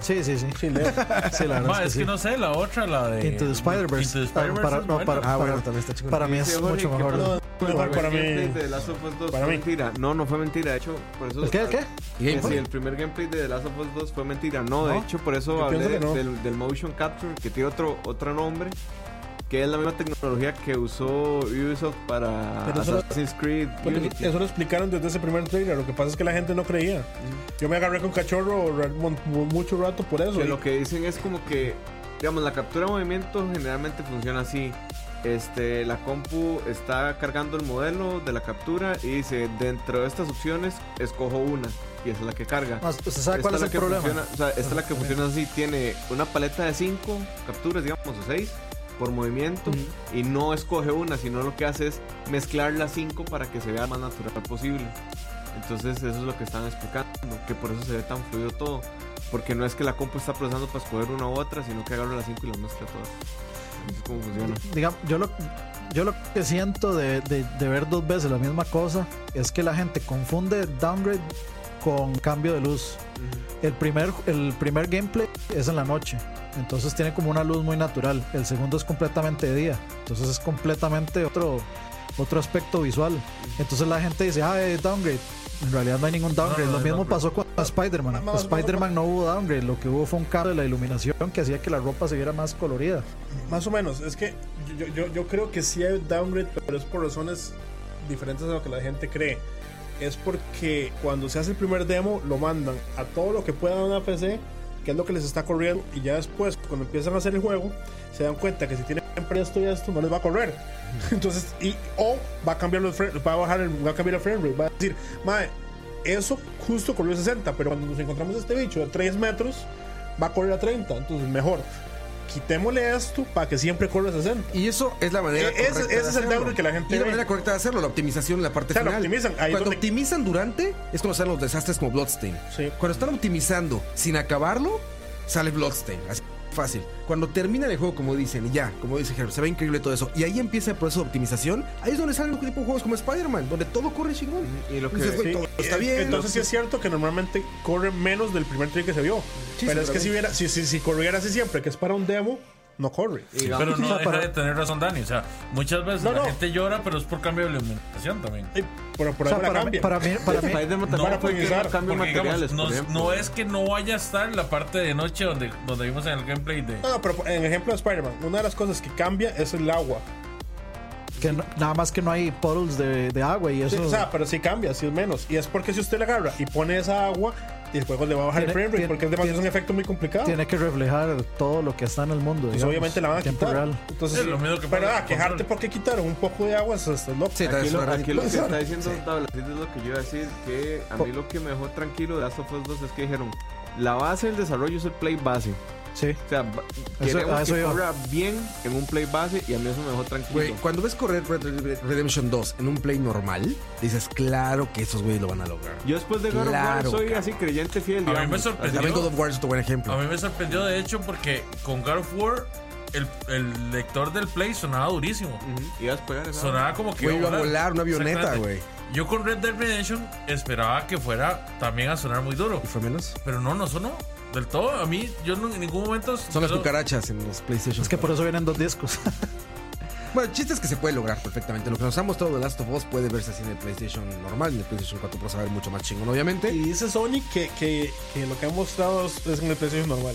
Speaker 2: Sí, sí, sí.
Speaker 3: Sí, Leo.
Speaker 1: <laughs>
Speaker 2: Sí, la verdad
Speaker 4: Ma,
Speaker 2: es que sí.
Speaker 4: no sé, la otra, la de.
Speaker 2: Into the Spider-Verse.
Speaker 4: Into the Spider-Verse
Speaker 2: Ah, para-
Speaker 4: es
Speaker 2: no,
Speaker 4: buena.
Speaker 2: para-
Speaker 1: está chingón.
Speaker 2: Para mí es
Speaker 5: Dice, Jorge,
Speaker 2: mucho
Speaker 5: ¿qué
Speaker 2: mejor.
Speaker 5: pasó?
Speaker 3: Mejor para
Speaker 5: El gameplay
Speaker 3: mí.
Speaker 5: de The Last of Us 2
Speaker 3: Para
Speaker 5: fue
Speaker 3: mí.
Speaker 5: mentira. No, no fue mentira. De hecho, por eso.
Speaker 2: ¿El qué? ¿El qué?
Speaker 5: Que
Speaker 1: Gameplay.
Speaker 5: sí, el primer gameplay de The Last of Us 2 fue mentira. No, de
Speaker 2: ¿No?
Speaker 5: hecho, por eso
Speaker 3: Yo
Speaker 5: hablé
Speaker 3: pienso que no.
Speaker 5: del, del motion capture, que tiene otro, otro nombre, que es la misma tecnología que usó Ubisoft para
Speaker 3: Pero eso-
Speaker 5: Assassin's Creed
Speaker 3: Pero eso-
Speaker 5: Unity.
Speaker 3: eso lo explicaron desde ese primer trailer. Lo que pasa es que la gente no creía.
Speaker 1: Mm.
Speaker 3: Yo me agarré con cachorro ra- mon- mu- mucho rato por eso.
Speaker 5: Que
Speaker 3: y-
Speaker 5: lo que dicen es como que, digamos, la captura de movimiento generalmente funciona así. Este, la compu está cargando el modelo de la captura y dice, dentro de estas opciones, escojo una. Y esa es la que carga.
Speaker 2: No, ¿Usted sabe cuál
Speaker 5: Esta
Speaker 2: es el
Speaker 5: la que
Speaker 2: problema?
Speaker 5: funciona- o sea, esta es la que funciona así, tiene una paleta de 5 capturas, digamos, o 6 por movimiento y no escoge una, sino lo que hace es mezclar las 5 para que se vea lo más natural posible. Entonces eso es lo que están explicando, que por eso se ve tan fluido todo. Porque no es que la compu está procesando para escoger una u otra, sino que agarra las 5 y las mezcla todas. Así es como funciona.
Speaker 2: digamos, yo lo, yo lo que siento de, de- de ver dos veces la misma cosa es que la gente confunde downgrade con cambio de luz. El primer, el primer gameplay es en la noche, entonces tiene como una luz muy natural. El segundo es completamente de día, entonces es completamente otro, otro aspecto visual. Entonces la gente dice, ah, eh, downgrade. En realidad no hay ningún downgrade.
Speaker 4: No, no
Speaker 2: lo
Speaker 4: hay
Speaker 2: mismo pasó
Speaker 4: downgrade.
Speaker 2: con Spider-Man.
Speaker 3: Nada más,
Speaker 2: Spider-Man no hubo downgrade. Lo que hubo fue un cambio de la iluminación que hacía que la ropa se viera más colorida.
Speaker 3: Más o menos, es que yo, yo- yo creo que sí hay downgrade, pero es por razones diferentes a lo que la gente cree. Es porque cuando se hace el primer demo, lo mandan a todo lo que puedan a una PC, que es lo que les está corriendo, y ya después, cuando empiezan a hacer el juego, se dan cuenta que si tienen esto y esto, no les va a correr. <laughs> Entonces, y, o va a cambiar los fre- va a bajar el, va a cambiar el frame rate, va a decir, mae, eso justo corrió 60, pero cuando nos encontramos este bicho de 3 metros, va a correr a 30, entonces mejor. Quitémosle esto para que siempre corra a 60.
Speaker 1: Y eso es la manera
Speaker 3: Eh, ese-
Speaker 1: correcta
Speaker 3: ese es el
Speaker 1: hacerlo.
Speaker 3: downgrade que la gente
Speaker 1: Y es la
Speaker 3: ve.
Speaker 1: manera correcta de hacerlo, la optimización, la parte
Speaker 3: O sea, lo
Speaker 1: final.
Speaker 3: optimizan, ahí es
Speaker 1: Cuando
Speaker 3: donde-
Speaker 1: optimizan durante, es cuando salen los desastres como Bloodstain.
Speaker 3: Sí.
Speaker 1: Cuando están optimizando sin acabarlo, sale Bloodstain. Así fácil. Cuando termina el juego, como dicen, y ya, como dice Gerb, se ve increíble todo eso. Y ahí empieza el proceso de optimización. Ahí es donde salen un tipo de juegos como Spider-Man, donde todo corre chingón.
Speaker 5: Mm, Y lo que
Speaker 1: Dices, güey,
Speaker 3: Sí,
Speaker 1: todo está
Speaker 3: eh,
Speaker 1: bien.
Speaker 3: Entonces sí es cierto que normalmente corre menos del primer trailer que se vio.
Speaker 1: Sí,
Speaker 3: pero es que
Speaker 1: seguramente.
Speaker 3: si, hubiera- si, si, si corriera así siempre, que es para un demo, no corre.
Speaker 4: Pero no
Speaker 2: O sea,
Speaker 4: deja
Speaker 2: para-
Speaker 4: de tener razón, Dani. O sea, muchas veces
Speaker 3: No,
Speaker 4: la
Speaker 3: no.
Speaker 4: gente llora, pero es por cambio de iluminación también.
Speaker 3: Eh, pero por
Speaker 2: O sea,
Speaker 3: ahí la
Speaker 2: para, mí,
Speaker 3: cambia.
Speaker 2: para mí, para
Speaker 3: <laughs>
Speaker 2: mí,
Speaker 5: Spider-Man tampoco
Speaker 3: para
Speaker 5: fue que
Speaker 3: optimizar,
Speaker 5: cambio de
Speaker 4: Porque
Speaker 5: materiales,
Speaker 4: digamos, no,
Speaker 5: por ejemplo.
Speaker 4: no es que no vaya a estar la parte de noche donde, donde vimos en el gameplay de.
Speaker 3: No, no, pero en ejemplo de Spider-Man, una de las cosas que cambia es el agua.
Speaker 2: que no- nada más que no hay puddles de, de agua y eso.
Speaker 3: Sí, o sea, pero sí cambia, sí es menos. Y es porque si usted la agarra y pone esa agua, y el juego le va a bajar el
Speaker 2: Tiene-
Speaker 3: frame rate,
Speaker 2: tiene-
Speaker 3: porque es, demasiado, es un efecto muy complicado.
Speaker 2: tiene que reflejar todo lo que está en el mundo.
Speaker 3: Pues
Speaker 2: digamos,
Speaker 3: obviamente la van a
Speaker 2: en
Speaker 3: quitar.
Speaker 2: real.
Speaker 3: Entonces,
Speaker 4: Es lo mismo que
Speaker 3: pero
Speaker 4: pasa
Speaker 3: ah,
Speaker 4: con
Speaker 3: quejarte
Speaker 4: control.
Speaker 3: porque quitaron un poco de agua, eso es loco.
Speaker 1: Sí, tal
Speaker 5: Aquí
Speaker 1: vez
Speaker 5: lo,
Speaker 1: suena
Speaker 5: aquí lo que
Speaker 1: ridículo.
Speaker 5: está diciendo Tablacitos es lo que yo iba a decir, que a mí lo que me dejó tranquilo de Last of Us 2 es que dijeron, la base del desarrollo es el play base.
Speaker 2: Sí.
Speaker 5: O sea, ba-
Speaker 2: Eso-
Speaker 5: queremos
Speaker 2: a eso
Speaker 5: que
Speaker 2: iba.
Speaker 5: corra bien en un play base y a mí eso me dejó tranquilo.
Speaker 1: Güey, cuando ves correr Red Dead Redemption 2 en un play normal, dices, claro que esos güeyes lo van a lograr.
Speaker 5: yo después de God of War
Speaker 1: Claro,
Speaker 5: soy
Speaker 1: cabrón.
Speaker 5: así creyente fiel.
Speaker 4: A mí me
Speaker 5: digamos.
Speaker 4: sorprendió.
Speaker 1: También God of War es otro buen ejemplo.
Speaker 4: A mí me sorprendió, de hecho, porque con God of War, el, el lector del Play sonaba durísimo.
Speaker 5: Ujú, Ibas a pegar esa.
Speaker 4: Sonaba como que.
Speaker 1: Güey, iba a volar una avioneta,
Speaker 4: Exactamente.
Speaker 1: güey.
Speaker 4: Yo con Red Dead Redemption esperaba que fuera también a sonar muy duro.
Speaker 1: ¿Y fue menos?
Speaker 4: Pero no, no sonó. Del todo, a mí, yo no- en ningún momento.
Speaker 1: Son las
Speaker 4: yo-
Speaker 1: cucarachas en los PlayStation.
Speaker 2: Es que por eso vienen dos discos.
Speaker 1: Bueno, el chiste es que se puede lograr perfectamente. Lo que nos ha mostrado de Last of Us puede verse así en el PlayStation normal. En el PlayStation 4 Pro se va a ver mucho más chingón, obviamente.
Speaker 3: <laughs> Y dice Sony que, que, que lo que han mostrado es es en el PlayStation normal.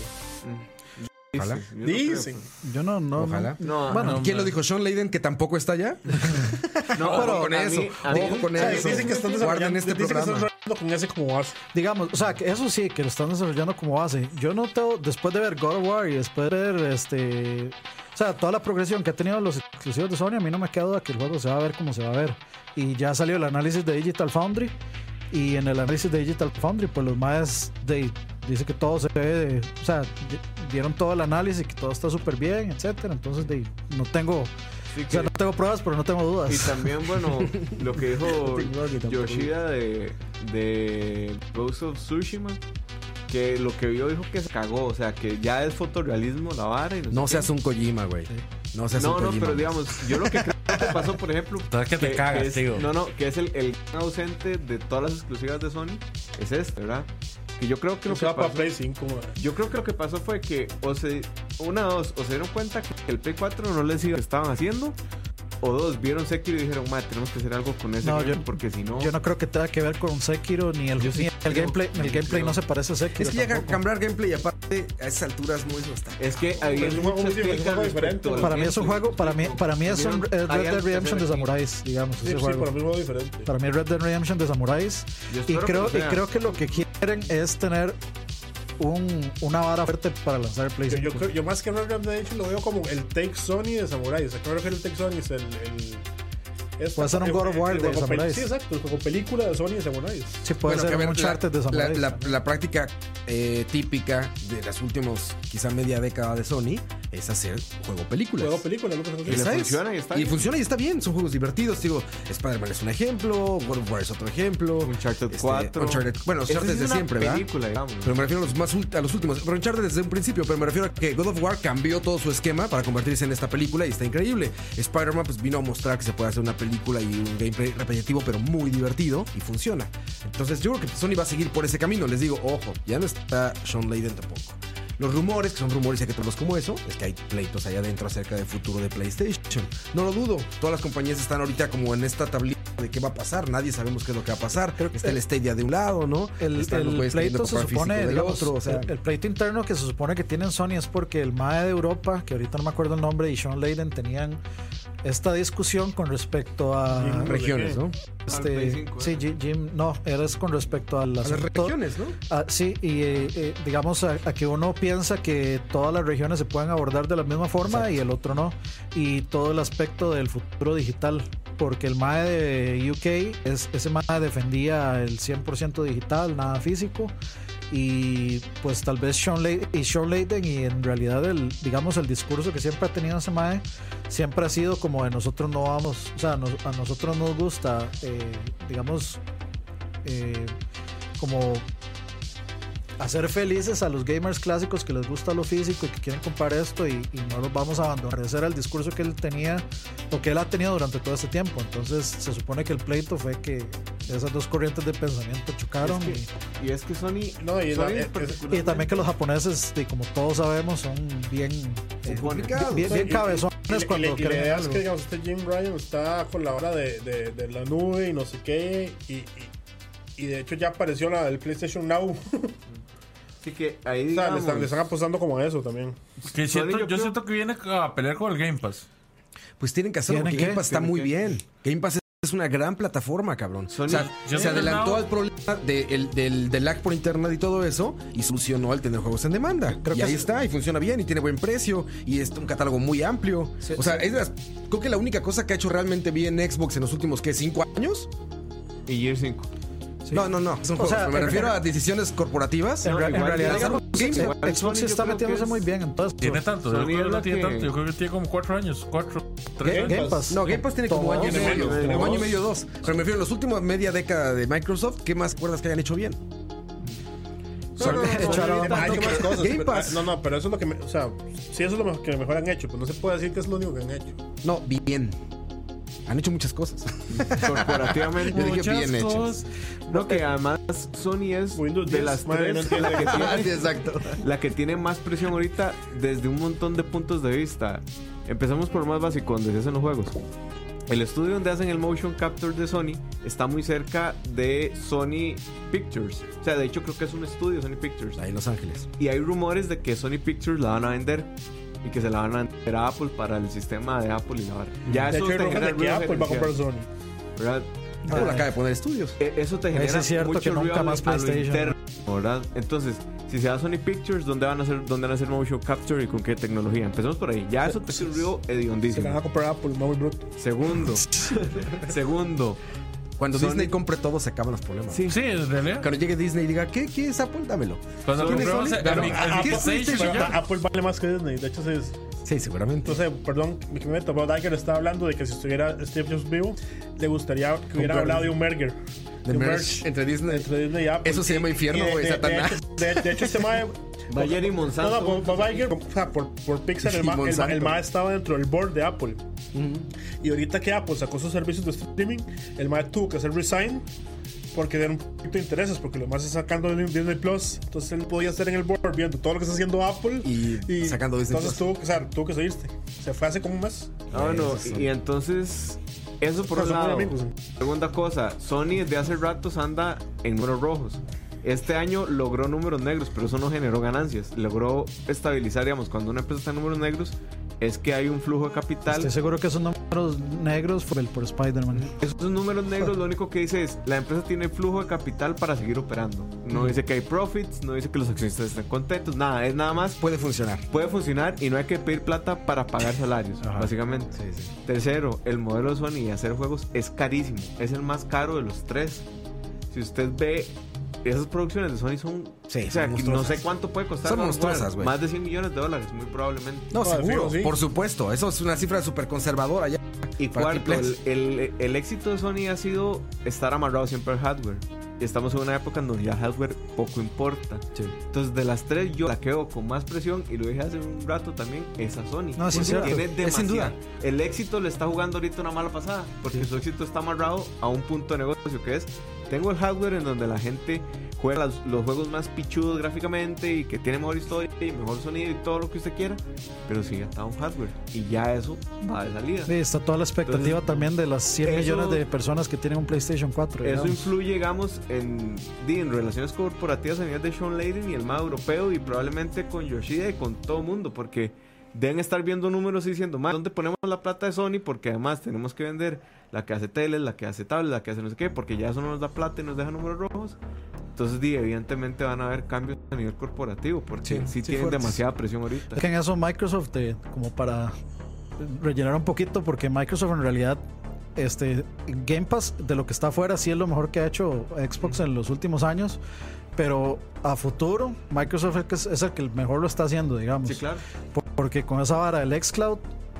Speaker 1: Ojalá.
Speaker 5: Dicen, yo no creo,
Speaker 3: Dicen.
Speaker 2: <laughs> Yo no, no.
Speaker 1: Ojalá.
Speaker 2: no.
Speaker 5: No,
Speaker 2: Bueno,
Speaker 1: ¿Quién lo dijo? ¿Sean Leiden, que tampoco está allá?
Speaker 5: no,
Speaker 1: Ojo
Speaker 5: pero
Speaker 1: con
Speaker 5: a
Speaker 1: eso.
Speaker 5: mí- a mí-
Speaker 1: Ojo con
Speaker 3: O sea,
Speaker 1: eso.
Speaker 3: dicen que están
Speaker 1: Guarden
Speaker 3: desarrollando,
Speaker 1: este
Speaker 3: dicen que están
Speaker 1: programa.
Speaker 3: desarrollando con ese como base.
Speaker 2: Digamos, o sea, que eso sí, que lo están desarrollando como base. Yo noto, después de ver God of War y después de ver este. O sea, toda la progresión que ha tenido los exclusivos de Sony, a mí no me queda duda que el juego se va a ver como se va a ver. Y ya salió el análisis de Digital Foundry. Y en el análisis de Digital Foundry, pues los más de, dice que todo se ve, de- o sea, di- dieron todo el análisis, que todo está súper bien, etcétera. Entonces, de, no tengo, o
Speaker 5: sí que-
Speaker 2: sea, no tengo pruebas, pero no tengo dudas.
Speaker 5: Y también, bueno, lo que dijo Yoshida de, de Ghost of Tsushima, que lo que vio dijo que se cagó, o sea, que ya es fotorrealismo la vara y
Speaker 1: No
Speaker 5: sé
Speaker 1: seas un Kojima, güey. No
Speaker 5: qué.
Speaker 1: seas
Speaker 5: No,
Speaker 1: un
Speaker 5: no,
Speaker 1: Kojima.
Speaker 5: pero digamos, yo lo que creo que pasó,
Speaker 1: <laughs>
Speaker 5: por ejemplo...
Speaker 4: Sabes que te cagas,
Speaker 5: es-
Speaker 4: tío.
Speaker 5: No, no, que es el, el gran ausente de todas las exclusivas de Sony, es este, ¿verdad? Que yo creo que
Speaker 3: Creo
Speaker 5: lo que
Speaker 3: que va para
Speaker 5: pasó...
Speaker 3: Play 5. man.
Speaker 5: Yo creo que lo que pasó fue que o se, una dos, o se dieron cuenta que el P4 no les iba lo que estaban haciendo, o dos, vieron Sekiro y dijeron, madre, tenemos que hacer algo con ese
Speaker 2: No,
Speaker 5: game,
Speaker 2: yo-
Speaker 5: porque si no...
Speaker 2: Yo no creo que tenga que ver con Sekiro ni el, ni el
Speaker 5: creo-
Speaker 2: gameplay. El gameplay no se parece a Sekiro.
Speaker 1: Es que ya
Speaker 2: tampoco.
Speaker 1: cambiar gameplay, aparte, a esas alturas no es bastante.
Speaker 5: Es que
Speaker 3: Pero
Speaker 5: había
Speaker 3: es un juego
Speaker 5: muchas
Speaker 3: muy diferente,
Speaker 5: quejas
Speaker 3: un juego diferente.
Speaker 5: respecto al
Speaker 2: Para mí es un
Speaker 5: gameplay.
Speaker 2: juego, para mí, para mí es un
Speaker 5: Vieron,
Speaker 2: eh, Red
Speaker 5: había
Speaker 2: Dead
Speaker 5: algo que
Speaker 2: Redemption de
Speaker 5: hacer aquí.
Speaker 2: samuráis, digamos,
Speaker 3: Sí,
Speaker 2: ese
Speaker 3: sí,
Speaker 2: juego.
Speaker 3: para mí es muy diferente.
Speaker 2: Para mí Red Dead Redemption de samuráis. Y
Speaker 5: Yo espero que
Speaker 2: creo,
Speaker 5: lo
Speaker 2: y
Speaker 5: sea.
Speaker 2: creo que lo que quieren es tener un, una vara fuerte para lanzar el
Speaker 3: Yo,
Speaker 2: PlayStation.
Speaker 3: yo creo- yo más que Red Dead Redemption lo veo como el Take Sony de Samurai. O sea, ¿qué me refiero al Take Sony? Es el. el esta-
Speaker 2: Puede ser un God of War
Speaker 3: el- el-
Speaker 2: de
Speaker 3: el- el-
Speaker 2: samuráis.
Speaker 3: Sí, exacto, como película de Sony de Samurai.
Speaker 2: Sí, puede
Speaker 1: Bueno, que a
Speaker 2: ser
Speaker 1: ver,
Speaker 2: un charter de
Speaker 1: la,
Speaker 2: samuráis.
Speaker 1: la- la práctica eh, típica de las últimas, quizá media década de Sony, es hacer juego-películas.
Speaker 3: Juego película, ¿no?
Speaker 5: Y le
Speaker 1: Esa es.
Speaker 5: funciona y está
Speaker 1: Y
Speaker 5: bien.
Speaker 1: funciona y está bien. Son juegos divertidos. Digo, Spider-Man es un ejemplo, World of War es otro ejemplo.
Speaker 5: Uncharted
Speaker 1: este,
Speaker 5: 4.
Speaker 1: Uncharted- bueno,
Speaker 5: Esa
Speaker 1: Uncharted
Speaker 5: es
Speaker 1: de
Speaker 5: una
Speaker 1: siempre, ¿verdad?
Speaker 5: película, digamos.
Speaker 1: Pero me refiero a los, más ult- a los últimos. Pero Uncharted desde un principio, pero me refiero a que God of War cambió todo su esquema para convertirse en esta película y está increíble. Spider-Man pues, vino a mostrar que se puede hacer una película y un gameplay repetitivo, pero muy divertido y funciona. Entonces yo creo que Sony va a seguir por ese camino. Les digo, ojo, ya no está Sean Layden tampoco. Los rumores, que son rumores y que todos como eso, es que hay pleitos allá adentro acerca del futuro de PlayStation. No lo dudo. Todas las compañías están ahorita como en esta tablita de qué va a pasar. Nadie sabemos qué es lo que va a pasar.
Speaker 2: Creo que-
Speaker 1: está el Stadia de un lado, ¿no?
Speaker 2: el,
Speaker 1: Están los
Speaker 2: el
Speaker 1: güeyes queriendo
Speaker 2: pleito se
Speaker 1: comprar
Speaker 2: supone,
Speaker 1: físico del
Speaker 2: digamos,
Speaker 1: otro, o sea.
Speaker 2: el, el pleito interno que se supone que tienen Sony es porque el MAE de Europa, que ahorita no me acuerdo el nombre, y Sean Layden tenían esta discusión con respecto a
Speaker 3: Y no-
Speaker 1: regiones, ¿no?
Speaker 5: Al Play
Speaker 2: este,
Speaker 5: 5, ¿eh?
Speaker 2: sí, Jim, Jim- no, era es con respecto a
Speaker 1: A
Speaker 2: las
Speaker 1: las regiones, ¿no?
Speaker 2: Ah, sí, y eh, eh, digamos a, a que uno piensa que todas las regiones se pueden abordar de la misma forma y el otro no. Y todo el aspecto del futuro digital, porque el MAE de UK, es, ese MAE defendía el 100% digital, nada físico. Y pues tal vez Sean, Lay- y Sean Layden y en realidad el, digamos, el discurso que siempre ha tenido ese MAE siempre ha sido como de nosotros no vamos, o sea, nos- a nosotros nos gusta, eh, digamos, eh, como hacer felices a los gamers clásicos que les gusta lo físico y que quieren comprar esto y, y no los vamos a abandonar. Ese era el discurso que él tenía o que él ha tenido durante todo este tiempo. Entonces se supone que el pleito fue que esas dos corrientes de pensamiento chocaron
Speaker 5: Es Y es que Sony.
Speaker 3: No, y
Speaker 5: Sony
Speaker 3: la-
Speaker 5: en
Speaker 3: es- es-
Speaker 2: y,
Speaker 5: particular-
Speaker 2: y también que los japoneses, de, como todos sabemos, son bien, eh,
Speaker 1: complicados.
Speaker 2: bien, bien
Speaker 3: Y- y- y-
Speaker 2: cabezones
Speaker 3: y-
Speaker 2: cuando
Speaker 3: y la
Speaker 2: creen
Speaker 3: idea es
Speaker 2: algo.
Speaker 3: que digamos, este Jim Ryan está con la hora de, de- de la nube y no sé qué. Y, y, y de hecho ya apareció la del PlayStation Now. <laughs>
Speaker 5: Así que ahí
Speaker 3: O sea, le
Speaker 5: digamos,
Speaker 3: están, le están apostando como a eso también.
Speaker 4: Que
Speaker 5: Sony
Speaker 4: siento-
Speaker 5: yo
Speaker 4: yo,
Speaker 5: creo-
Speaker 4: siento que viene a pelear con el Game Pass.
Speaker 1: Pues tienen que hacerlo
Speaker 2: ¿Tienen
Speaker 1: porque
Speaker 2: qué?
Speaker 1: Game Pass está
Speaker 5: ¿Tienen
Speaker 1: muy
Speaker 5: qué?
Speaker 1: bien. Game Pass es una gran plataforma, cabrón.
Speaker 5: Sony-
Speaker 1: o sea,
Speaker 4: yo
Speaker 1: se
Speaker 4: creo que
Speaker 1: adelantó
Speaker 4: no.
Speaker 1: al problema de- el- del, del lag por internet y todo eso y solucionó el tener juegos en demanda.
Speaker 2: Creo
Speaker 1: y
Speaker 2: que
Speaker 1: ahí
Speaker 2: es-
Speaker 1: está, y funciona bien, y tiene buen precio, y es un catálogo muy amplio.
Speaker 2: Sí,
Speaker 1: o sea, es de las- creo que la única cosa que ha hecho realmente bien Xbox en los últimos, ¿qué? ¿Cinco años?
Speaker 5: Y Gear 5.
Speaker 2: Sí.
Speaker 1: No, no, no. Son
Speaker 2: O
Speaker 1: juegos.
Speaker 2: sea,
Speaker 1: me
Speaker 2: en-
Speaker 1: refiero a decisiones corporativas.
Speaker 2: En, ra- en
Speaker 5: Igual,
Speaker 2: realidad,
Speaker 1: digamos,
Speaker 2: Xbox-
Speaker 1: Game
Speaker 5: Pass,
Speaker 2: Xbox
Speaker 5: Sony yo
Speaker 2: está
Speaker 5: creo
Speaker 2: metiéndose
Speaker 5: que es-
Speaker 2: muy bien en todo esto.
Speaker 4: Tiene tanto.
Speaker 5: Sony
Speaker 4: Yo creo,
Speaker 5: es
Speaker 4: que
Speaker 5: la
Speaker 4: no tiene
Speaker 5: que-
Speaker 4: tanto, yo creo que tiene como cuatro años. Cuatro, tres
Speaker 1: ¿Qué?
Speaker 4: años.
Speaker 2: Game Pass.
Speaker 1: No, Game Pass tiene como
Speaker 2: Todo
Speaker 1: año y
Speaker 2: año y
Speaker 1: medio.
Speaker 5: medio,
Speaker 1: Como
Speaker 5: dos.
Speaker 1: año y medio, dos. Pero me refiero a los últimos media década de Microsoft. ¿Qué más cuerdas que hayan hecho bien? Son-
Speaker 2: no, no,
Speaker 1: echaron-
Speaker 2: no, no,
Speaker 3: Hay que más cosas,
Speaker 1: Game
Speaker 3: pero- ah,
Speaker 1: Pass.
Speaker 3: No, no, pero eso es lo que. Me, o sea, si eso es lo mejor, que mejor han hecho, pues no se puede decir que es lo único que han hecho.
Speaker 1: No, bien. Han hecho muchas cosas.
Speaker 5: Corporativamente.
Speaker 1: Yo dije bien hechas.
Speaker 5: No, que además Sony es
Speaker 3: Windows
Speaker 5: de
Speaker 3: 10,
Speaker 5: las
Speaker 3: madre, no
Speaker 5: tres
Speaker 3: entiendo.
Speaker 5: la que tiene
Speaker 1: exacto.
Speaker 5: la que tiene más presión ahorita desde un montón de puntos de vista. Empezamos por lo más básico, donde se hacen los juegos. El estudio donde hacen el motion capture de Sony está muy cerca de Sony Pictures. O sea, de hecho creo que es un estudio Sony Pictures.
Speaker 1: Ahí en Los Ángeles.
Speaker 5: Y hay rumores de que Sony Pictures la van a vender y que se la van a vender a Apple para el sistema de Apple y la vara. Ya
Speaker 3: De
Speaker 5: eso
Speaker 3: hecho, hay
Speaker 5: te
Speaker 3: rojas
Speaker 5: genera
Speaker 3: de que
Speaker 5: ruido
Speaker 3: Apple va a comprar
Speaker 5: gerencial,
Speaker 3: Sony.
Speaker 5: ¿verdad?
Speaker 1: Apple acaba de poner estudios.
Speaker 5: E- Eso te genera
Speaker 2: es cierto
Speaker 5: mucho
Speaker 2: que nunca
Speaker 5: ruido a lo-
Speaker 2: más
Speaker 5: a lo
Speaker 2: PlayStation.
Speaker 5: interno, ¿verdad? Entonces, si se da Sony Pictures, ¿dónde van a hacer dónde van a hacer motion capture y con qué tecnología? Empecemos por ahí. Ya eso te es un ruido
Speaker 3: Se la van a
Speaker 5: hediondísimo.
Speaker 3: comprar a Apple, no muy bruto.
Speaker 5: Segundo. <laughs> segundo.
Speaker 1: Cuando
Speaker 5: Sony-
Speaker 1: Disney compre todo, se acaban los problemas.
Speaker 4: Sí, en realidad.
Speaker 1: Cuando llegue Disney y diga, ¿qué? ¿Qué es Apple? Dámelo.
Speaker 4: Cuando
Speaker 1: ¿Quién es
Speaker 4: compramos
Speaker 1: Sony?
Speaker 4: el-
Speaker 1: Pero,
Speaker 4: el- el
Speaker 1: ¿a- a- ¿qué es
Speaker 4: PlayStation
Speaker 1: PlayStation?
Speaker 3: Pero Apple vale más que Disney. De hecho, es,
Speaker 1: Sí, seguramente.
Speaker 3: no sé, perdón que me meto, pero Diker estaba hablando de que si estuviera Steve Jobs vivo, le gustaría que hubiera
Speaker 1: Comprar-
Speaker 3: hablado de un merger.
Speaker 1: De merge entre Disney.
Speaker 3: entre Disney y Apple.
Speaker 1: Eso se llama
Speaker 3: Y-
Speaker 1: infierno,
Speaker 3: y de-
Speaker 1: güey,
Speaker 3: de- de-
Speaker 1: Satanás.
Speaker 3: De, de hecho, este
Speaker 5: <laughs>
Speaker 3: mae.
Speaker 5: Bayer y Monsanto.
Speaker 3: No, no, por, Iger, o sea, por, por Pixar,
Speaker 1: Y
Speaker 3: el ma, el, ma-
Speaker 1: Monsanto.
Speaker 3: el ma estaba dentro del board de Apple. Y ahorita que Apple sacó sus servicios de streaming, el ma tuvo que hacer resign porque era un poquito de intereses, porque lo más está sacando de Disney Plus. Entonces él podía estar en el board viendo todo lo que está haciendo Apple
Speaker 1: Y sacando Disney
Speaker 3: Entonces
Speaker 1: Plus.
Speaker 3: tuvo que, o sea, tuvo que salirse. Se fue hace como un mes.
Speaker 5: Ah, bueno, y, y entonces, eso por
Speaker 3: Pero
Speaker 5: un
Speaker 3: son muy
Speaker 5: lado.
Speaker 3: amigos.
Speaker 5: Segunda cosa, Sony desde hace ratos anda en números rojos. Este año logró números negros, pero eso no generó ganancias. Logró estabilizar, digamos, cuando una empresa está en números negros, es que hay un flujo de capital.
Speaker 2: Estoy seguro que esos números negros fue el por Spider-Man.
Speaker 5: Esos números negros lo único que dice es, la empresa tiene flujo de capital para seguir operando. No
Speaker 1: Mm.
Speaker 5: dice que hay profits, no dice que los accionistas estén contentos, nada, es nada más
Speaker 1: Puede funcionar.
Speaker 5: puede funcionar y no hay que pedir plata para pagar salarios, básicamente. Tercero, el modelo de Sony de hacer juegos es carísimo. Es el más caro de los tres. Si usted ve, esas producciones de Sony son.
Speaker 1: Sí,
Speaker 5: o sea,
Speaker 1: son
Speaker 5: que no
Speaker 1: monstruosas.
Speaker 5: sé cuánto puede costar.
Speaker 1: Son
Speaker 5: Vamos a jugar.
Speaker 1: monstruosas, güey.
Speaker 5: Más de 100 millones de dólares, muy probablemente.
Speaker 1: No,
Speaker 3: No, de
Speaker 1: seguro,
Speaker 3: fijo, sí.
Speaker 1: por supuesto. Eso es una cifra súper conservadora ya.
Speaker 5: Y
Speaker 1: Para
Speaker 5: cuarto, el,
Speaker 1: triplex.
Speaker 5: el- el éxito de Sony ha sido estar amarrado siempre al hardware. Y estamos en una época en donde ya hardware poco importa. Entonces, de las tres, yo la quedo con más presión y lo dije hace un rato también, es a Sony.
Speaker 2: No, sí, es cierto.
Speaker 5: Tiene
Speaker 1: Es sin duda.
Speaker 5: demasiado. El éxito le está jugando ahorita una mala pasada, porque su éxito está amarrado a un punto de negocio que es, tengo el hardware en donde la gente juega los, los juegos más pichudos gráficamente y que tiene mejor historia y mejor sonido y todo lo que usted quiera, pero sigue atado a un hardware y ya eso va de salida.
Speaker 2: Sí, está toda la expectativa
Speaker 5: Entonces,
Speaker 2: también de las 100
Speaker 5: eso-
Speaker 2: millones de personas que tienen un PlayStation 4.
Speaker 5: Eso
Speaker 2: digamos.
Speaker 5: influye, digamos, en, di, en relaciones corporativas a nivel de Sean Layden y el más europeo y probablemente con Yoshida y con todo mundo, porque deben estar viendo números y diciendo, "Ma, ¿dónde ponemos la plata de Sony? Porque además tenemos que vender la que hace teles, la que hace tablets, la que hace no sé qué, porque ya eso no nos da plata y nos deja números rojos. Entonces, di, evidentemente van a haber cambios a nivel corporativo, porque sí, tienen
Speaker 2: fuertes.
Speaker 5: demasiada presión ahorita.
Speaker 2: Es que en eso Microsoft, eh, como para rellenar un poquito, porque Microsoft en realidad, este Game Pass, de lo que está afuera, sí es lo mejor que ha hecho Xbox en los últimos años, pero a futuro Microsoft es el que- es, el que mejor lo está haciendo, digamos.
Speaker 5: Sí, claro.
Speaker 2: Por- Porque con esa vara del xCloud,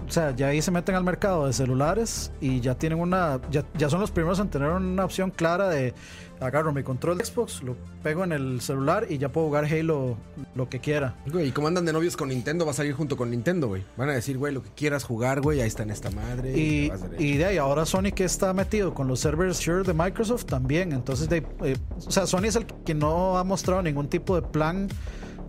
Speaker 2: o sea, ya ahí se meten al mercado de celulares y ya tienen una, ya, ya son los primeros en tener una opción clara de agarro mi control de Xbox, lo pego en el celular y ya puedo jugar Halo lo que quiera.
Speaker 1: Güey, y como andan de novios con Nintendo, va a salir junto con Nintendo, güey. Van a decir, güey, lo que quieras jugar, güey, ahí está en esta madre. te
Speaker 2: Y,
Speaker 1: vas derecho.
Speaker 2: y de ahí, ahora Sony que está metido con los servers Share de Microsoft también. Entonces, de, ahí, eh, o sea, Sony es el que no ha mostrado ningún tipo de plan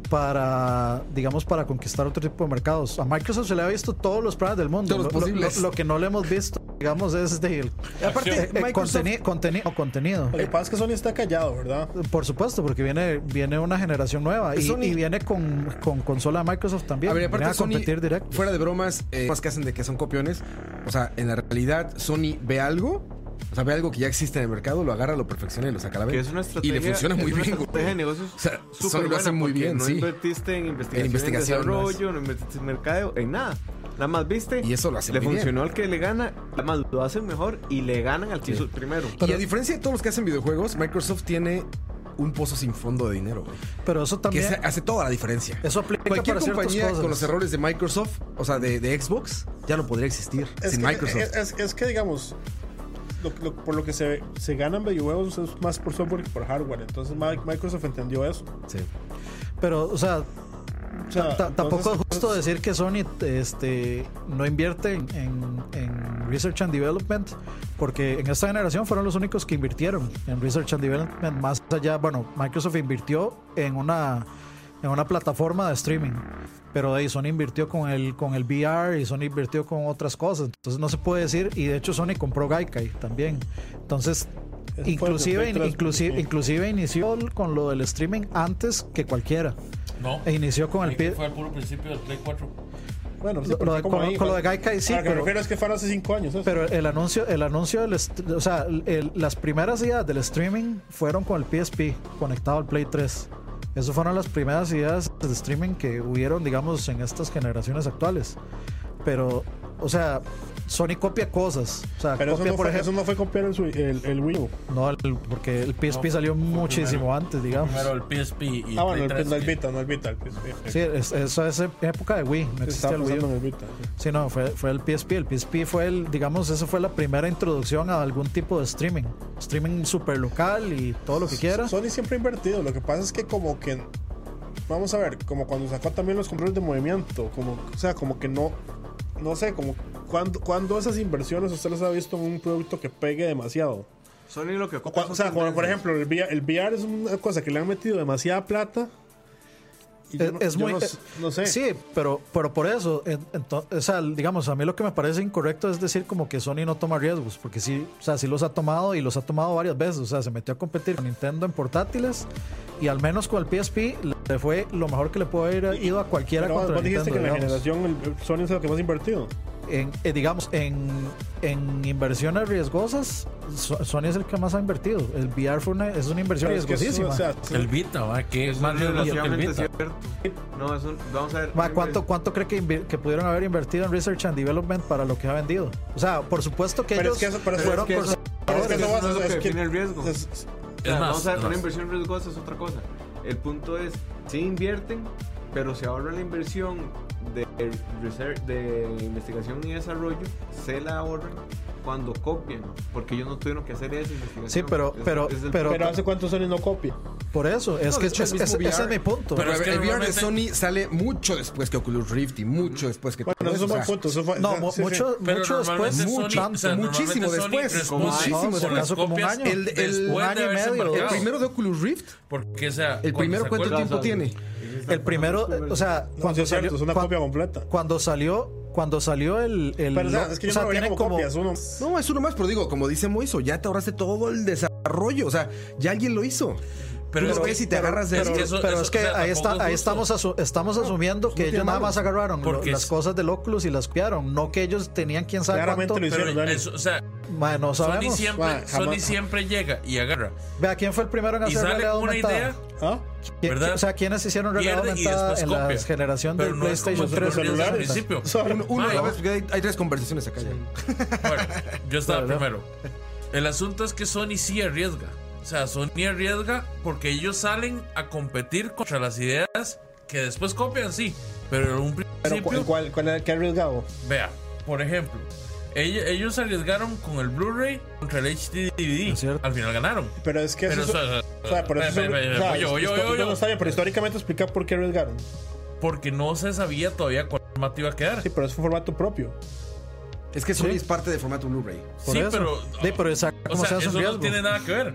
Speaker 2: para, digamos, para conquistar otro tipo de mercados. A Microsoft se le ha visto todos los planes del mundo.
Speaker 1: Todos los
Speaker 2: Lo- lo,
Speaker 1: posibles.
Speaker 2: lo- lo que no le hemos visto, digamos, es de el,
Speaker 1: Aparte,
Speaker 2: eh, eh,
Speaker 1: Microsoft-
Speaker 2: conteni- conteni- o contenido.
Speaker 3: Lo que pasa es que Sony está callado, ¿verdad?
Speaker 2: Por supuesto, porque viene, viene una generación nueva y,
Speaker 1: Sony-
Speaker 2: y viene con, con consola de Microsoft también.
Speaker 1: A ver, aparte
Speaker 2: Viene a
Speaker 1: Sony,
Speaker 2: competir directo.
Speaker 1: fuera de bromas, eh, más que hacen de que son copiones, o sea, en la realidad Sony ve algo, o sea, ve algo que ya existe en el mercado, lo agarra, lo perfecciona y lo saca a la
Speaker 5: Que
Speaker 1: venta.
Speaker 5: es una estrategia,
Speaker 1: y le funciona
Speaker 5: es
Speaker 1: muy
Speaker 5: una
Speaker 1: bien. güey.
Speaker 5: estrategia de negocios.
Speaker 1: O sea,
Speaker 5: súper
Speaker 1: Sony lo hace
Speaker 5: buena
Speaker 1: muy
Speaker 5: porque
Speaker 1: bien,
Speaker 5: no
Speaker 1: sí.
Speaker 5: invertiste en investigación, en
Speaker 1: investigación, no es-
Speaker 5: desarrollo, no invertiste en mercadeo, en nada. Nada más viste.
Speaker 1: Y eso lo hace
Speaker 5: Le
Speaker 1: muy bien.
Speaker 5: funcionó al que le gana, nada más lo hacen mejor y le ganan al que hizo el primero.
Speaker 1: y a diferencia de todos los que hacen videojuegos, Microsoft tiene un pozo sin fondo de dinero, güey.
Speaker 2: Pero eso
Speaker 1: Que
Speaker 2: también.
Speaker 1: hace- hace toda la diferencia.
Speaker 2: Eso aplica
Speaker 1: Cualquier
Speaker 2: para ciertas
Speaker 1: compañía
Speaker 2: cosas.
Speaker 1: con los errores de Microsoft, o sea, de, de Xbox, ya no podría existir
Speaker 3: Es
Speaker 1: sin
Speaker 3: que, eh,
Speaker 1: Microsoft.
Speaker 3: Es, es- es que digamos, lo- lo- por lo que se, se ganan videojuegos es más por software que por hardware. Entonces Mi- Microsoft entendió eso.
Speaker 1: Sí.
Speaker 2: Pero, o sea,
Speaker 3: O sea,
Speaker 2: Ta- tampoco
Speaker 3: Ah, entonces-
Speaker 2: es justo decir que Sony este, no invierte en, en- en Research and Development, porque en esta generación fueron los únicos que invirtieron en Research and Development. Más allá, bueno, Microsoft invirtió en una en una plataforma de streaming. Pero ahí Sony invirtió con el, con el VR y Sony invirtió con otras cosas. Entonces no se puede decir. Y de hecho Sony compró Gaikai también. Entonces,
Speaker 3: Eso fue
Speaker 2: inclusive,
Speaker 3: el Play tres,
Speaker 2: inclusive,
Speaker 3: sí.
Speaker 2: inclusive inició con lo del streaming antes que cualquiera.
Speaker 4: No.
Speaker 2: E inició con el
Speaker 4: Fue
Speaker 2: pie.
Speaker 4: al puro principio del Play 4.
Speaker 3: Bueno, sí,
Speaker 2: Lo-
Speaker 3: pero
Speaker 2: lo de-
Speaker 3: fue como
Speaker 2: con- con lo de
Speaker 3: fue-
Speaker 2: Gaikai sí,
Speaker 3: A lo que me
Speaker 2: pero-
Speaker 3: refiero es que fueron hace 5 años. eso.
Speaker 2: Pero el anuncio, el anuncio del, est- o sea, el- las primeras ideas del streaming fueron con el PSP conectado al Play 3. Esas fueron las primeras ideas de streaming que hubieron, digamos, en estas generaciones actuales. Pero, o sea, Sony copia cosas. O sea,
Speaker 3: Pero eso,
Speaker 2: copia,
Speaker 3: no
Speaker 2: por
Speaker 3: fue, eso
Speaker 2: ejemplo.
Speaker 3: no fue copiar el, Sui- el, el Wii U.
Speaker 2: No, el- porque el PSP
Speaker 4: No,
Speaker 2: salió
Speaker 4: fue
Speaker 2: muchísimo
Speaker 4: primero.
Speaker 2: antes, digamos.
Speaker 4: Primero el PSP y
Speaker 3: Ah, bueno,
Speaker 4: el
Speaker 3: el,
Speaker 4: Play
Speaker 3: no, el
Speaker 4: 3.
Speaker 3: Vita, no el Vita. El, el- el-
Speaker 2: Sí, es- eso es época de Wii, no existía
Speaker 3: estaba
Speaker 2: el Wii U.
Speaker 3: pensando en el Vita. sí.
Speaker 2: Sí, no, fue, fue el PSP. El PSP fue el, digamos, esa fue la primera introducción a algún tipo de streaming. Streaming super local y todo lo que quiera.
Speaker 3: Sony siempre ha invertido. Lo que pasa es que como que vamos a ver, como cuando sacó también los controles de movimiento, como o sea, como que no no sé, como cuando cuando esas inversiones usted las ha visto en un producto que pegue demasiado.
Speaker 5: Sony lo que
Speaker 3: O,
Speaker 5: ocupa
Speaker 3: cua- o
Speaker 5: son
Speaker 3: sea, como por
Speaker 5: tendencias.
Speaker 3: ejemplo, el VR, el VR es una cosa que le han metido demasiada plata. y yo
Speaker 2: Es,
Speaker 3: no-
Speaker 2: es
Speaker 3: yo
Speaker 2: muy.
Speaker 3: no,
Speaker 2: eh,
Speaker 3: s- no sé.
Speaker 2: Sí, pero, pero por eso, en- ento- o sea, digamos, a mí lo que me parece incorrecto es decir como que Sony no toma riesgos, porque sí, o sea, sí los ha tomado y los ha tomado varias veces. O sea, se metió a competir con Nintendo en portátiles y al menos con el PSP le fue lo mejor que le puede haber ido a cualquiera
Speaker 3: Pero vos
Speaker 2: contra
Speaker 3: vos dijiste
Speaker 2: Nintendo.
Speaker 3: que en la
Speaker 2: digamos.
Speaker 3: generación el- el Sony es lo que más ha invertido.
Speaker 2: en, eh, digamos, en, en inversiones riesgosas, So- Sony es el que más ha invertido. El VR fue una- es una inversión
Speaker 3: Pero es que eso,
Speaker 2: riesgosísima.
Speaker 3: o sea,
Speaker 4: El Vita, va, que es
Speaker 5: Eso
Speaker 4: más
Speaker 5: es
Speaker 4: riesgoso que el
Speaker 5: relativamente
Speaker 4: Vita.
Speaker 5: cierto. No, eso vamos a ver.
Speaker 2: Ma, ¿Cuánto, ¿Cuánto cree que, invi- que pudieron haber invertido en Research and Development para lo que ha vendido? O sea, por supuesto que
Speaker 3: Pero
Speaker 2: ellos
Speaker 3: es que eso- pero es
Speaker 2: fueron
Speaker 5: que
Speaker 2: por-
Speaker 5: eso-
Speaker 3: pero es que
Speaker 5: Eso
Speaker 3: no vas
Speaker 5: no
Speaker 3: a
Speaker 5: es lo que
Speaker 3: es que-
Speaker 5: define el riesgo.
Speaker 3: es-
Speaker 5: O sea,
Speaker 4: Es más,
Speaker 5: vamos a ver, una
Speaker 4: más.
Speaker 5: inversión riesgosa es otra cosa. El punto es, sí invierten, pero se ahorra la inversión de, reser- de investigación y desarrollo, se la ahorran cuando copian, porque ellos no tuvieron que hacer esa investigación.
Speaker 2: Sí, pero-
Speaker 5: Es-
Speaker 2: pero-
Speaker 5: es el-
Speaker 2: pero-
Speaker 3: Pero hace cuántos Sony no copia.
Speaker 2: por eso. Es
Speaker 1: No,
Speaker 2: que
Speaker 1: de hecho,
Speaker 2: es-
Speaker 1: el mismo
Speaker 2: es-
Speaker 1: VR.
Speaker 2: ese es mi punto.
Speaker 4: Pero es que
Speaker 1: el VR de
Speaker 4: normalmente-
Speaker 1: Sony sale mucho después que Oculus Rift y mucho después que
Speaker 3: Bueno,
Speaker 1: todo
Speaker 3: eso es
Speaker 1: eso,
Speaker 3: un buen
Speaker 1: o sea,
Speaker 3: punto. Eso fue,
Speaker 2: no,
Speaker 3: sí,
Speaker 2: mu-
Speaker 3: sí.
Speaker 2: mucho,
Speaker 4: Pero
Speaker 2: mucho
Speaker 4: normalmente
Speaker 2: después,
Speaker 4: Sony-
Speaker 2: mucho
Speaker 4: o
Speaker 2: antes.
Speaker 4: sea,
Speaker 1: muchísimo
Speaker 4: normalmente Sony
Speaker 1: después,
Speaker 4: responde
Speaker 1: muchísimo
Speaker 4: por
Speaker 1: después.
Speaker 4: las
Speaker 2: Caso como un
Speaker 4: copias
Speaker 2: año.
Speaker 1: El- el-
Speaker 4: después
Speaker 2: un año
Speaker 4: de
Speaker 2: y
Speaker 4: haberse
Speaker 2: medio.
Speaker 1: El
Speaker 4: embarcado.
Speaker 1: primero de Oculus Rift,
Speaker 4: Porque, o sea,
Speaker 1: el
Speaker 4: cuando
Speaker 1: primero
Speaker 4: sacó
Speaker 1: cuánto
Speaker 4: el-
Speaker 1: tiempo tiene.
Speaker 2: El primero, o sea,
Speaker 3: No, sí
Speaker 2: cuando
Speaker 3: es cierto,
Speaker 2: salió,
Speaker 3: es una
Speaker 2: cuan-
Speaker 3: copia completa.
Speaker 2: cuando salió, cuando salió el, el
Speaker 3: Pero o sea,
Speaker 2: lo-
Speaker 3: es que
Speaker 2: o
Speaker 3: yo
Speaker 2: sea,
Speaker 3: no lo vería
Speaker 2: tienen
Speaker 3: como, copias. Uno,
Speaker 1: No, es uno más, pero digo, como dice Moiso, ya te ahorraste todo el desarrollo. O sea, ya alguien lo hizo.
Speaker 4: Pero
Speaker 1: Tú
Speaker 4: es
Speaker 1: lo
Speaker 4: que-
Speaker 1: ves y te agarras de
Speaker 4: pero-
Speaker 1: eso.
Speaker 2: pero,
Speaker 4: eso-
Speaker 2: pero
Speaker 4: eso-
Speaker 2: es que
Speaker 4: o sea,
Speaker 2: ahí está
Speaker 4: tampoco
Speaker 2: ahí
Speaker 4: es justo.
Speaker 2: estamos asu- estamos asumiendo que
Speaker 1: tiene
Speaker 2: ellos nada
Speaker 1: malo.
Speaker 2: más agarraron lo-
Speaker 4: Porque
Speaker 2: las
Speaker 4: es-
Speaker 2: cosas del Oculus y las copiaron no que ellos tenían quién sabe
Speaker 3: Claramente
Speaker 2: cuánto
Speaker 3: lo hicieron.
Speaker 4: Pero
Speaker 3: Dani.
Speaker 4: eso, o sea,
Speaker 2: Ma, no
Speaker 4: Sony
Speaker 2: sabemos
Speaker 4: siempre,
Speaker 3: Ah, jamás.
Speaker 4: Sony siempre llega y agarra.
Speaker 2: vea quién fue el primero en
Speaker 4: Y
Speaker 2: hacer
Speaker 4: sale
Speaker 2: realidad
Speaker 4: una
Speaker 2: aumentada
Speaker 4: idea,
Speaker 3: ¿Ah?
Speaker 2: ¿Qui-
Speaker 4: ¿verdad?
Speaker 2: o sea quiénes hicieron realidad
Speaker 4: pierde y
Speaker 2: aumentada
Speaker 4: después
Speaker 2: en
Speaker 4: copia.
Speaker 2: la generación
Speaker 4: Pero
Speaker 2: del
Speaker 4: no es como
Speaker 2: PlayStation
Speaker 4: se
Speaker 2: 3
Speaker 4: perdió desde el
Speaker 3: celulares.
Speaker 4: principio.
Speaker 1: Uno, uno,
Speaker 4: Mae,
Speaker 1: a ver, porque hay, hay tres conversaciones acá ya.
Speaker 4: Bueno, yo estaba
Speaker 2: Claro.
Speaker 4: primero. El asunto es que Sony sí arriesga. O sea, Sony arriesga porque ellos salen a competir contra las ideas que después copian, sí. Pero en un
Speaker 3: Pero ¿cu-
Speaker 4: principio,
Speaker 3: ¿cuál, cuál, era- qué arriesgado?
Speaker 4: vea, por ejemplo, ellos, ellos se arriesgaron con el Blu-ray contra el HD
Speaker 2: Es
Speaker 4: DVD.
Speaker 2: cierto.
Speaker 4: Al final ganaron.
Speaker 3: Pero es que
Speaker 4: Pero, o
Speaker 3: eso...
Speaker 4: sea,
Speaker 3: o sea, pero eso...
Speaker 4: espera, espera,
Speaker 3: o sea,
Speaker 4: espera, oye,
Speaker 3: esto-
Speaker 4: oye,
Speaker 3: esto
Speaker 4: oye,
Speaker 3: no está bien, pero históricamente explicar por qué arriesgaron.
Speaker 4: porque no se sabía todavía cuál formato iba a quedar.
Speaker 3: Sí, pero es un formato propio.
Speaker 1: Es que Sony es parte de formato Blu-ray.
Speaker 2: por
Speaker 4: sí,
Speaker 2: eso.
Speaker 4: pero-
Speaker 2: De- pero esa-
Speaker 4: O
Speaker 2: como
Speaker 4: sea,
Speaker 2: sea, es un
Speaker 4: eso no
Speaker 2: riesgo.
Speaker 4: tiene nada que ver.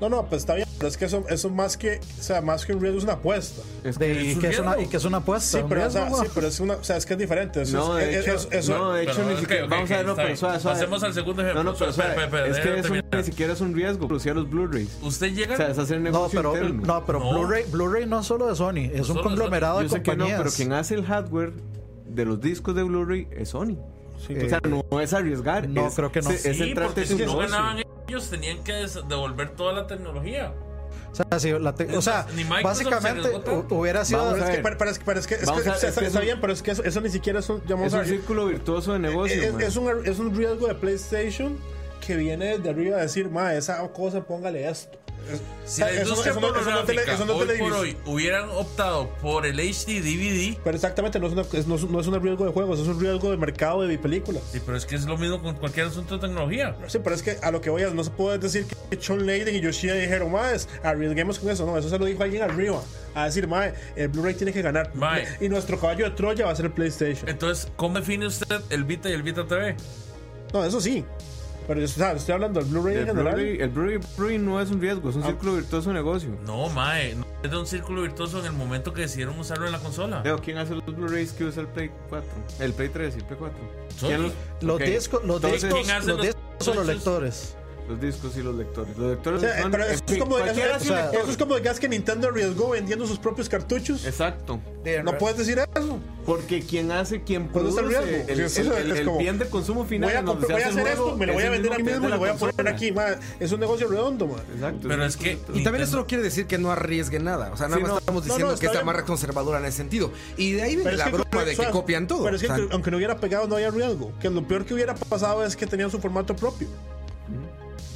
Speaker 3: No, no, pues está bien, pero es que eso, eso más que... O sea, más que un riesgo es una apuesta.
Speaker 2: De-
Speaker 4: es
Speaker 2: y
Speaker 4: un
Speaker 2: que es
Speaker 4: riesgo.
Speaker 2: una y que es una apuesta
Speaker 3: Sí,
Speaker 2: un
Speaker 3: pero, o sea,
Speaker 2: riesgo, ma.
Speaker 3: sí, pero es una... O sea, es que es diferente. Eso
Speaker 5: No,
Speaker 3: es,
Speaker 5: de
Speaker 3: es-
Speaker 5: hecho,
Speaker 3: es- eso-
Speaker 5: no, de hecho
Speaker 4: Pero,
Speaker 5: ni
Speaker 4: ok,
Speaker 5: siquiera.
Speaker 4: ok,
Speaker 5: vamos a
Speaker 4: ok,
Speaker 5: ver, no,
Speaker 4: está
Speaker 5: pero
Speaker 4: bien.
Speaker 5: suave, suave.
Speaker 4: Pasemos al segundo ejemplo.
Speaker 5: No, no, pero
Speaker 4: Espera,
Speaker 5: suave.
Speaker 4: espera, espera,
Speaker 5: es que
Speaker 4: déjame
Speaker 5: eso
Speaker 4: terminar.
Speaker 5: ni siquiera es un riesgo, producir los Blu-rays.
Speaker 4: Usted llega.
Speaker 5: O sea, es hacer
Speaker 2: no
Speaker 5: negocio
Speaker 2: pero
Speaker 5: interno.
Speaker 2: no pero
Speaker 4: No.
Speaker 2: Blu-ray Blu-ray no es solo de Sony es
Speaker 4: Solo
Speaker 2: un
Speaker 4: de
Speaker 2: conglomerado
Speaker 4: Sony.
Speaker 2: de
Speaker 5: Yo sé que no,
Speaker 2: compañías
Speaker 5: pero quien hace el hardware de los discos de Blu-ray es Sony. o sea, no es arriesgar.
Speaker 2: no,
Speaker 5: es-
Speaker 2: creo que no.
Speaker 5: Es, es
Speaker 4: Sí, porque
Speaker 5: entrarte en
Speaker 4: si
Speaker 5: un
Speaker 4: no
Speaker 5: negocio.
Speaker 4: ganaban ellos, tenían que des- devolver toda la tecnología.
Speaker 2: o sea, sí, la te- o sea,
Speaker 4: Ni Microsoft
Speaker 2: básicamente
Speaker 4: se arriesgó tanto.
Speaker 2: hu- hubiera sido
Speaker 5: Vamos
Speaker 3: Pero
Speaker 5: a
Speaker 3: es que,
Speaker 5: ver.
Speaker 3: pero, pero es que, pero es que, es que-
Speaker 5: Vamos a ver,
Speaker 3: o sea,
Speaker 5: es
Speaker 3: está,
Speaker 5: que es
Speaker 3: está
Speaker 5: un-
Speaker 3: bien, pero es que eso, eso ni siquiera es un, llamamos
Speaker 5: Es
Speaker 3: a
Speaker 5: un
Speaker 3: ver,
Speaker 5: círculo virtuoso de negocio.
Speaker 3: Eh, es,
Speaker 5: man.
Speaker 3: es un, es un riesgo de PlayStation que viene desde arriba a decir, ma, esa cosa póngale esto.
Speaker 4: Si
Speaker 3: Ah,
Speaker 4: la
Speaker 3: eso-
Speaker 4: industria
Speaker 3: eso no- eso no te le-
Speaker 4: pornográfica
Speaker 3: eso no te
Speaker 4: hoy
Speaker 3: le
Speaker 4: por
Speaker 3: dice.
Speaker 4: hoy hubieran optado por el HD DVD.
Speaker 3: Pero exactamente, no es, una- es- no es- no es un riesgo de juegos, es un riesgo de mercado de películas.
Speaker 4: Sí, pero es que es lo mismo con cualquier asunto de tecnología.
Speaker 3: Sí, pero es que a lo que voy a no se puede decir que Sean Layden y Yoshida dijeron, más arriesguemos con eso. No, eso se lo dijo alguien arriba. A decir, mae, el Blu-ray tiene que ganar.
Speaker 4: Mae.
Speaker 3: Y nuestro caballo de Troya va a ser el PlayStation.
Speaker 4: Entonces, ¿cómo define usted el Vita y el Vita TV?
Speaker 3: No, eso sí. Pero yo o sea, estoy hablando del Blu-ray en
Speaker 5: El
Speaker 3: general. Ah.
Speaker 5: Blu-ray el Blu-ray- Blu-ray no es un riesgo, es un círculo virtuoso de negocio.
Speaker 4: No, mae. no es de un círculo virtuoso en el momento que decidieron usarlo en la consola.
Speaker 5: Leo, ¿quién hace los Blu-rays que usa el Play 4? El Play 3 y el Play 4.
Speaker 4: Sony.
Speaker 5: ¿Quién
Speaker 2: Los
Speaker 5: Ok,
Speaker 2: discos, los
Speaker 5: entonces,
Speaker 2: discos,
Speaker 4: ¿quién hace
Speaker 2: los
Speaker 4: los
Speaker 2: discos son los
Speaker 4: cartuchos?
Speaker 2: lectores.
Speaker 5: Los discos y los lectores. Los lectores
Speaker 3: O sea, eh,
Speaker 5: son-
Speaker 3: pero
Speaker 5: en
Speaker 3: eso es
Speaker 5: fin,
Speaker 3: como de
Speaker 5: cualquiera
Speaker 3: gas,
Speaker 5: hace
Speaker 2: o
Speaker 5: un
Speaker 2: sea,
Speaker 5: lector.
Speaker 3: eso es como de gas que Nintendo arriesgó vendiendo sus propios cartuchos.
Speaker 5: Exacto.
Speaker 3: No puedes decir eso.
Speaker 5: Porque quien hace, quien
Speaker 3: ¿Cuál es
Speaker 5: produce
Speaker 3: el riesgo?
Speaker 5: el,
Speaker 3: Sí, eso
Speaker 5: el-
Speaker 3: es-
Speaker 5: el-
Speaker 3: es
Speaker 5: el
Speaker 3: como,
Speaker 5: bien de consumo final.
Speaker 3: voy a,
Speaker 5: en
Speaker 3: comprar-
Speaker 5: donde se
Speaker 3: voy a
Speaker 5: hace
Speaker 3: hacer
Speaker 5: el juego,
Speaker 3: esto, me lo
Speaker 5: es
Speaker 3: voy a
Speaker 5: el
Speaker 3: vender a mí
Speaker 5: que
Speaker 3: mismo y
Speaker 5: vende
Speaker 3: lo voy
Speaker 5: la
Speaker 3: a poner
Speaker 5: consola.
Speaker 3: aquí. ma. Es un negocio redondo, ma.
Speaker 5: Exacto.
Speaker 4: Pero es que.
Speaker 1: Y también esto
Speaker 4: Nintendo-
Speaker 1: no quiere decir que no arriesgue nada. O sea, nada
Speaker 5: Sí,
Speaker 1: más
Speaker 5: no.
Speaker 1: estamos
Speaker 3: No,
Speaker 1: diciendo
Speaker 3: no,
Speaker 1: que
Speaker 3: está
Speaker 1: está
Speaker 3: bien.
Speaker 1: más conservadora en ese sentido. Y de ahí viene
Speaker 3: Pero
Speaker 1: la
Speaker 3: es que-
Speaker 1: broma de
Speaker 3: o sea,
Speaker 1: que copian todo.
Speaker 3: Pero es que
Speaker 1: O sea,
Speaker 3: aunque no hubiera pegado, no había riesgo. Que lo peor que hubiera pasado es que tenían su formato propio.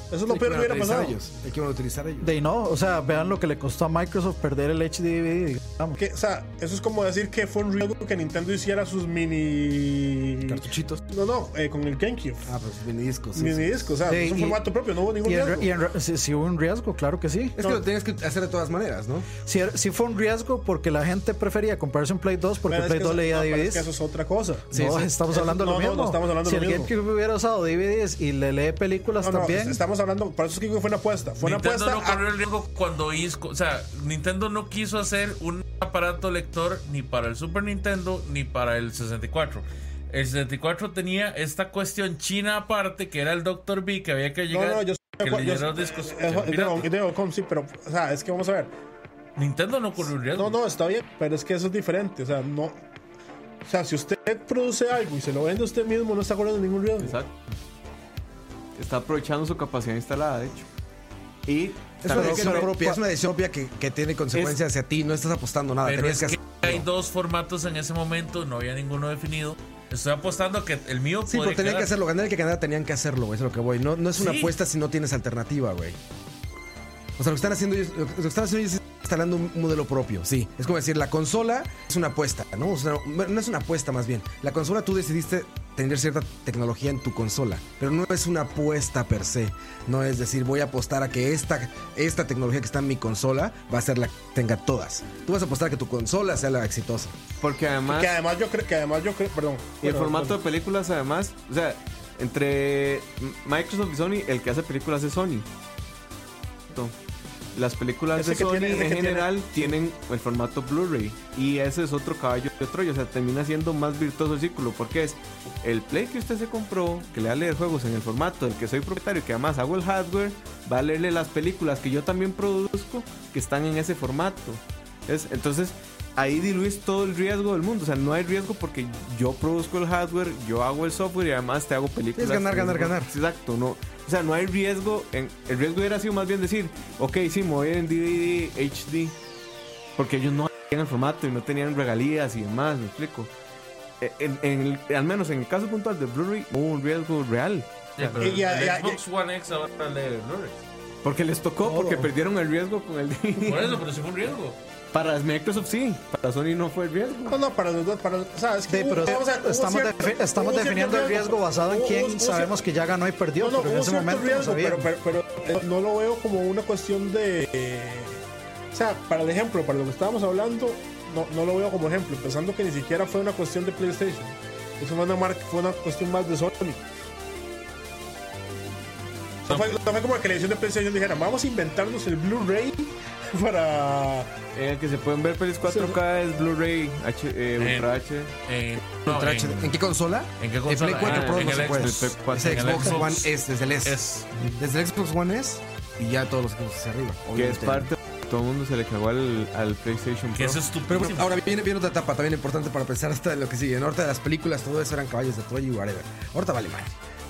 Speaker 3: Eso es lo
Speaker 1: el
Speaker 3: peor
Speaker 1: van
Speaker 3: que
Speaker 1: a
Speaker 3: hubiera
Speaker 1: utilizar
Speaker 3: pasado.
Speaker 1: Ellos, el que van a utilizar ellos.
Speaker 2: De ahí no, o sea, vean lo que le costó a Microsoft perder el HDD, digamos.
Speaker 3: Que, o sea, eso es como decir que fue un riesgo que Nintendo hiciera sus mini.
Speaker 1: Cartuchitos.
Speaker 3: No, no, eh, con el GameCube.
Speaker 1: Ah, pues minidiscos. sí,
Speaker 3: mini
Speaker 1: sí.
Speaker 3: disco, o sea,
Speaker 2: Sí,
Speaker 3: es un
Speaker 2: y-
Speaker 3: formato propio, no hubo ningún
Speaker 2: Y, en
Speaker 3: riesgo.
Speaker 2: re- y en re- sí, sí hubo un riesgo, claro que sí.
Speaker 1: Es que lo tienes que hacer de todas maneras, ¿no?
Speaker 2: sí. er, sí fue un riesgo porque la gente prefería comprarse un Play 2 porque
Speaker 3: Pero es
Speaker 2: Play
Speaker 3: que
Speaker 2: 2
Speaker 3: eso-
Speaker 2: leía
Speaker 3: no, pero es
Speaker 2: DVDs.
Speaker 3: que eso es otra cosa.
Speaker 2: no,
Speaker 3: Sí, sí.
Speaker 2: estamos
Speaker 3: Eso-
Speaker 2: hablando de
Speaker 3: no,
Speaker 2: lo mismo.
Speaker 3: No, no, estamos hablando
Speaker 2: si
Speaker 3: de lo
Speaker 2: el
Speaker 3: mismo.
Speaker 2: GameCube hubiera usado DVDs y le lee películas
Speaker 3: No, no,
Speaker 2: también,
Speaker 3: estamos hablando, por eso es que digo que fue una apuesta. Fue una
Speaker 4: Nintendo
Speaker 3: apuesta.
Speaker 4: no
Speaker 3: a-
Speaker 4: corrió el riesgo cuando hizo. O sea, Nintendo no quiso hacer un aparato lector ni para el Super Nintendo ni para el 64. El 64 tenía esta cuestión china aparte que era el Dr. B que había que llegar.
Speaker 3: no, yo-
Speaker 4: que
Speaker 3: yo-
Speaker 4: leyera
Speaker 3: yo-
Speaker 4: los discos.
Speaker 3: Es de-
Speaker 4: Mira,
Speaker 3: es de Ocom, sí, pero, o sea, es que vamos a ver.
Speaker 4: Nintendo no corrió el riesgo.
Speaker 1: Ah,
Speaker 3: No, no, está bien, pero es que eso es diferente. O sea, no. O sea, si usted produce algo y se lo vende usted mismo, no está corriendo ningún riesgo.
Speaker 5: Exacto. Está aprovechando su capacidad instalada, de hecho. Y
Speaker 1: Es una
Speaker 5: también
Speaker 1: decisión
Speaker 5: que-
Speaker 1: propia, es una decisión propia que, que tiene consecuencias hacia ti. No estás apostando nada.
Speaker 4: Pero
Speaker 1: tenías
Speaker 4: es
Speaker 1: que
Speaker 4: que
Speaker 1: hacer-
Speaker 4: hay dos formatos en ese momento, no había ninguno definido. Estoy apostando que el mío
Speaker 1: Sí, pero tenían
Speaker 4: podría
Speaker 1: que
Speaker 4: quedar.
Speaker 1: hacerlo. Ganar el que ganar tenían que hacerlo, güey. Es lo que voy. No, no es una
Speaker 4: Sí.
Speaker 1: apuesta si no tienes alternativa, güey. O sea, lo que están haciendo ellos, lo que están haciendo ellos es instalando un modelo propio, sí. Es como decir, la consola es una apuesta, ¿no? O sea, bueno, no es una apuesta más bien. La consola tú decidiste tener cierta tecnología en tu consola, pero no es una apuesta per se. No es decir, voy a apostar a que esta, esta tecnología que está en mi consola va a ser la que tenga todas. Tú vas a apostar a que tu consola sea la exitosa.
Speaker 5: Porque además.
Speaker 3: Que además yo creo que además yo creo, perdón.
Speaker 5: Y el
Speaker 3: Bueno,
Speaker 5: formato
Speaker 3: bueno.
Speaker 5: de películas, además, o sea, entre M- Microsoft y Sony, el que hace películas es Sony. To- Las películas
Speaker 3: Ese
Speaker 5: de
Speaker 3: que
Speaker 5: Sony
Speaker 3: tiene- ese
Speaker 5: en
Speaker 3: que tiene-
Speaker 5: general tienen el formato Blu-ray. Y ese es otro caballo de Troya. O sea, termina siendo más virtuoso el círculo. Porque es el Play que usted se compró, que le va a leer juegos en el formato del que soy propietario, que además hago el hardware, va a leerle las películas que yo también produzco, que están en ese formato. Es- entonces, ahí diluís todo el riesgo del mundo. O sea, no hay riesgo porque yo produzco el hardware, yo hago el software y además te hago películas.
Speaker 1: Es ganar,
Speaker 5: Tenés-
Speaker 1: ganar, ganar.
Speaker 5: Exacto, no. O sea, no hay riesgo. En, el riesgo hubiera sido más bien decir, ok, sí, me voy en DVD, HD. Porque ellos no tenían el formato y no tenían regalías y demás, me explico. Eh, en- en el- al menos en el caso puntual de Blu-ray, hubo un riesgo real.
Speaker 4: Sí, pero
Speaker 3: Y ya-
Speaker 4: el
Speaker 3: ya-
Speaker 4: Xbox One X ahora lee el
Speaker 3: <laughs>
Speaker 4: Blu-ray.
Speaker 5: Porque les tocó, porque perdieron el riesgo con el DVD.
Speaker 4: Por eso, pero sí fue un riesgo.
Speaker 5: <laughs> Para Microsoft sí, para Sony no fue el riesgo.
Speaker 3: No, no, para los dos, para los, o sea, es que
Speaker 2: Sí,
Speaker 3: hubo-
Speaker 2: pero
Speaker 3: vamos a ver, hubo
Speaker 2: estamos,
Speaker 3: cierto-
Speaker 2: defi- estamos
Speaker 3: hubo cierto
Speaker 2: definiendo el riesgo basado en
Speaker 3: Hubo- hubo-
Speaker 2: quién
Speaker 3: hubo
Speaker 2: sabemos que ya ganó y perdió,
Speaker 3: No, no,
Speaker 2: pero en
Speaker 3: hubo
Speaker 2: ese
Speaker 3: cierto
Speaker 2: momento no
Speaker 3: riesgo,
Speaker 2: sabían.
Speaker 3: pero, pero- pero, eh, no lo veo como una cuestión de. o sea, para el ejemplo, para lo que estábamos hablando, no, no lo veo como ejemplo, pensando que ni siquiera fue una cuestión de PlayStation. Eso fue una, marca, fue una cuestión más de Sony. No fue, no fue como que la edición de PlayStation dijera, vamos a inventarnos el Blu-ray <laughs> para.
Speaker 5: En el que se pueden ver pelis 4K es Blu-ray, H- eh,
Speaker 4: Eh,
Speaker 5: Ultra H.
Speaker 4: En- no,
Speaker 1: Ultra
Speaker 4: en-
Speaker 1: HD. ¿En qué consola?
Speaker 4: ¿En qué consola?
Speaker 1: En Play 4
Speaker 4: Ah,
Speaker 1: Pro
Speaker 4: en
Speaker 1: no
Speaker 4: el
Speaker 1: se puede.
Speaker 4: Xbox.
Speaker 1: Es
Speaker 4: En el
Speaker 1: Xbox
Speaker 4: Xbox
Speaker 1: One S, desde el S.
Speaker 4: S.
Speaker 1: Desde el Xbox One S y ya todos los Xbox hacia arriba.
Speaker 5: Que es
Speaker 1: obviamente.
Speaker 5: parte. Todo el mundo se le cagó al, al PlayStation
Speaker 4: Que
Speaker 5: Pro.
Speaker 4: eso es estúpido.
Speaker 1: Pero bueno, ahora viene, viene otra etapa también importante para pensar hasta de lo que sigue. ¿no? Ahorita las películas, todo eso eran caballos de Troya y whatever. Ahorita vale mal.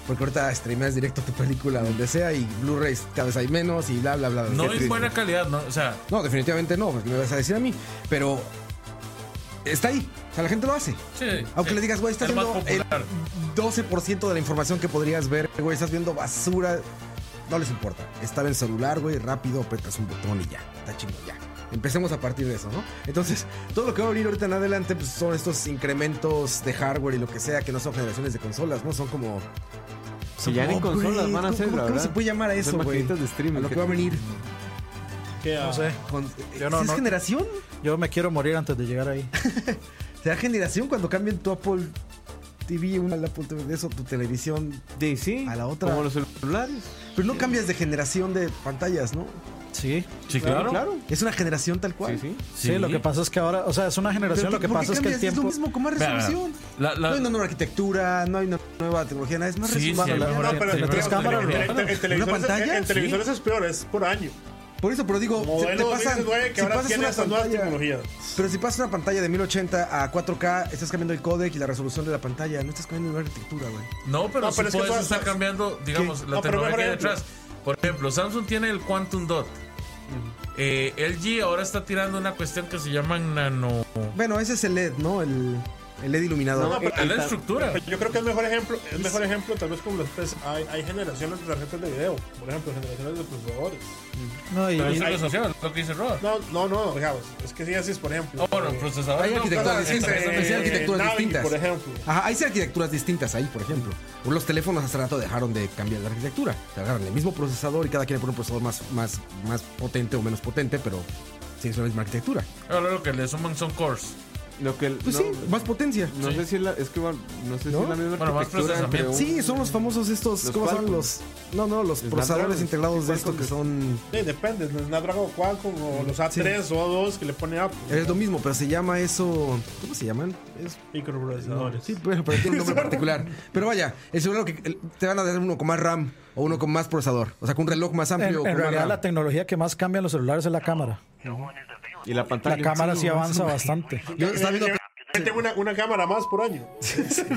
Speaker 1: Porque ahorita streameas directo tu película donde sea y Blu-rays cada vez hay menos y bla, bla, bla.
Speaker 4: no
Speaker 1: Qué
Speaker 4: es
Speaker 1: triste.
Speaker 4: buena calidad, ¿no? O sea,
Speaker 1: No, definitivamente no, porque me vas a decir a mí. Pero está ahí. O sea, la gente lo hace.
Speaker 4: sí,
Speaker 1: Aunque
Speaker 4: sí.
Speaker 1: le digas, güey, estás
Speaker 4: Es más
Speaker 1: viendo el
Speaker 4: popular.
Speaker 1: 12% de la información que podrías ver, güey, estás viendo basura. No les importa. Está en el celular, güey, rápido, apretas un botón y ya. Está chingo, ya. Empecemos a partir de eso, ¿no? Entonces, todo lo que va a venir ahorita en adelante pues, son estos incrementos de hardware y lo que sea, que no son generaciones de consolas, ¿no? Son como.
Speaker 5: Que ya ni
Speaker 1: como
Speaker 5: consolas
Speaker 1: upgrades,
Speaker 5: van a
Speaker 1: ¿cómo-
Speaker 5: ser,
Speaker 1: ¿cómo,
Speaker 5: la
Speaker 1: ¿Cómo
Speaker 5: verdad.
Speaker 1: se puede llamar a
Speaker 5: Son
Speaker 1: eso, güey?
Speaker 5: maquinitas de streaming
Speaker 1: A lo
Speaker 5: que
Speaker 1: que va a
Speaker 5: te-
Speaker 1: venir.
Speaker 3: que, ah,
Speaker 2: No sé,
Speaker 1: con-
Speaker 2: Yo no-
Speaker 1: ¿Es
Speaker 2: no-
Speaker 1: generación?
Speaker 3: <laughs>
Speaker 2: yo me quiero morir antes de llegar ahí.
Speaker 1: ¿Será generación cuando cambien tu Apple TV, una la punta de eso, tu televisión.
Speaker 5: De sí.
Speaker 1: A la otra.
Speaker 5: Como los celulares.
Speaker 1: Pero no cambias de generación de pantallas, ¿no?
Speaker 2: Sí.
Speaker 4: Sí, claro.
Speaker 1: Es una generación tal cual.
Speaker 5: Sí, sí.
Speaker 2: Sí, lo que pasa es que ahora, o sea, es una generación,
Speaker 1: Pero
Speaker 2: lo que
Speaker 1: ¿por qué
Speaker 2: pasa es que el
Speaker 1: cambias?
Speaker 2: tiempo...
Speaker 1: Es lo mismo con más
Speaker 4: Vea, vea.
Speaker 1: resolución.
Speaker 4: La- la-
Speaker 1: No hay una nueva arquitectura, no hay una nueva tecnología, nada. Es más
Speaker 4: Sí,
Speaker 1: resolución.
Speaker 4: sí, hay
Speaker 1: la-
Speaker 4: mejor
Speaker 1: la-
Speaker 3: No, pero
Speaker 4: Sí,
Speaker 3: el,
Speaker 4: pero
Speaker 3: tele-
Speaker 4: las cámaras
Speaker 3: el-
Speaker 4: no.
Speaker 3: el- el
Speaker 1: ¿Una
Speaker 3: televisor, es, el-
Speaker 1: pantalla?
Speaker 3: el televisor es peor, es por año.
Speaker 1: Por eso, pero digo, se-
Speaker 3: Modelo
Speaker 1: te pasan-
Speaker 3: 2009 que
Speaker 1: si
Speaker 3: ahora
Speaker 1: pasas
Speaker 3: tiene
Speaker 1: una
Speaker 3: estas nuevas
Speaker 1: pantalla-
Speaker 3: tecnologías.
Speaker 1: Pero si pasas una pantalla de 1080 a 4K, estás cambiando el codec y la resolución de la pantalla. No estás cambiando la arquitectura, güey.
Speaker 4: No, pero,
Speaker 3: No,
Speaker 4: sí
Speaker 3: pero es que
Speaker 4: puedes
Speaker 3: todas-
Speaker 4: estar cambiando, digamos,
Speaker 3: ¿Qué?
Speaker 4: la
Speaker 3: No, pero
Speaker 4: tecnología
Speaker 3: mejor
Speaker 4: que hay
Speaker 3: ejemplo.
Speaker 4: detrás. Por ejemplo, Samsung tiene el Quantum Dot. Eh, LG ahora está tirando una cuestión que se llama nano.
Speaker 1: Bueno, ese es el LED, ¿no? El, el LED iluminador.
Speaker 3: No, no,
Speaker 4: Es la estructura.
Speaker 3: Yo creo que el mejor ejemplo, el mejor ejemplo tal vez como los PC, hay, hay generaciones de tarjetas de video, por ejemplo, generaciones de procesadores.
Speaker 2: No, y-
Speaker 4: Pero
Speaker 2: y-
Speaker 4: eso no es social, lo que dice Roa.
Speaker 3: No, no, no, digamos, es que si así es, por ejemplo.
Speaker 4: No, bueno,
Speaker 3: eh,
Speaker 4: procesadores.
Speaker 1: Hay
Speaker 4: no,
Speaker 1: arquitecturas
Speaker 4: pero-
Speaker 1: distintas,
Speaker 4: eh,
Speaker 1: hay arquitecturas
Speaker 3: Navi,
Speaker 1: distintas.
Speaker 3: por ejemplo.
Speaker 1: Ajá, hay sí arquitecturas distintas ahí, por ejemplo. Los teléfonos hace rato dejaron de cambiar la arquitectura. Se agarran el mismo procesador y cada quien le pone un procesador más, más, más potente o menos potente, pero sí es la misma arquitectura.
Speaker 4: Ahora lo que le suman son cores.
Speaker 5: Lo que.
Speaker 1: Pues
Speaker 5: no,
Speaker 1: sí, más potencia.
Speaker 5: No
Speaker 4: Sí.
Speaker 5: sé si es la. Es que bueno, no sé
Speaker 1: ¿No?
Speaker 5: si es la misma
Speaker 4: Bueno, más
Speaker 5: arquitectura.
Speaker 4: procesamiento.
Speaker 5: pero-
Speaker 1: Sí, son los famosos estos.
Speaker 5: Los
Speaker 1: ¿Cómo son
Speaker 5: Qualcomm.
Speaker 1: los.? No, no, los
Speaker 5: Snapdragon.
Speaker 1: procesadores integrados de
Speaker 5: Sí,
Speaker 1: esto que
Speaker 5: Qualcomm.
Speaker 1: son.
Speaker 3: Sí, depende, el Snapdragon Qualcomm o los A3 o A2 que le pone Apple.
Speaker 1: Es lo mismo, pero se llama eso. ¿Cómo se llaman? Es-
Speaker 3: Microprocesadores.
Speaker 1: sí, pero, pero tiene un
Speaker 5: <laughs>
Speaker 1: nombre particular. Pero vaya, el celular que el- te van a dar uno con más RAM o uno con más procesador. O sea, con un reloj más
Speaker 2: en,
Speaker 1: amplio. o con
Speaker 2: en
Speaker 1: más
Speaker 2: realidad
Speaker 1: RAM.
Speaker 2: la tecnología que más cambia en los celulares es la cámara.
Speaker 5: Y la pantalla.
Speaker 2: La cámara sí
Speaker 1: <laughs>
Speaker 2: avanza bastante.
Speaker 1: Yo estaba viendo
Speaker 3: Yo tengo una, una cámara más por año.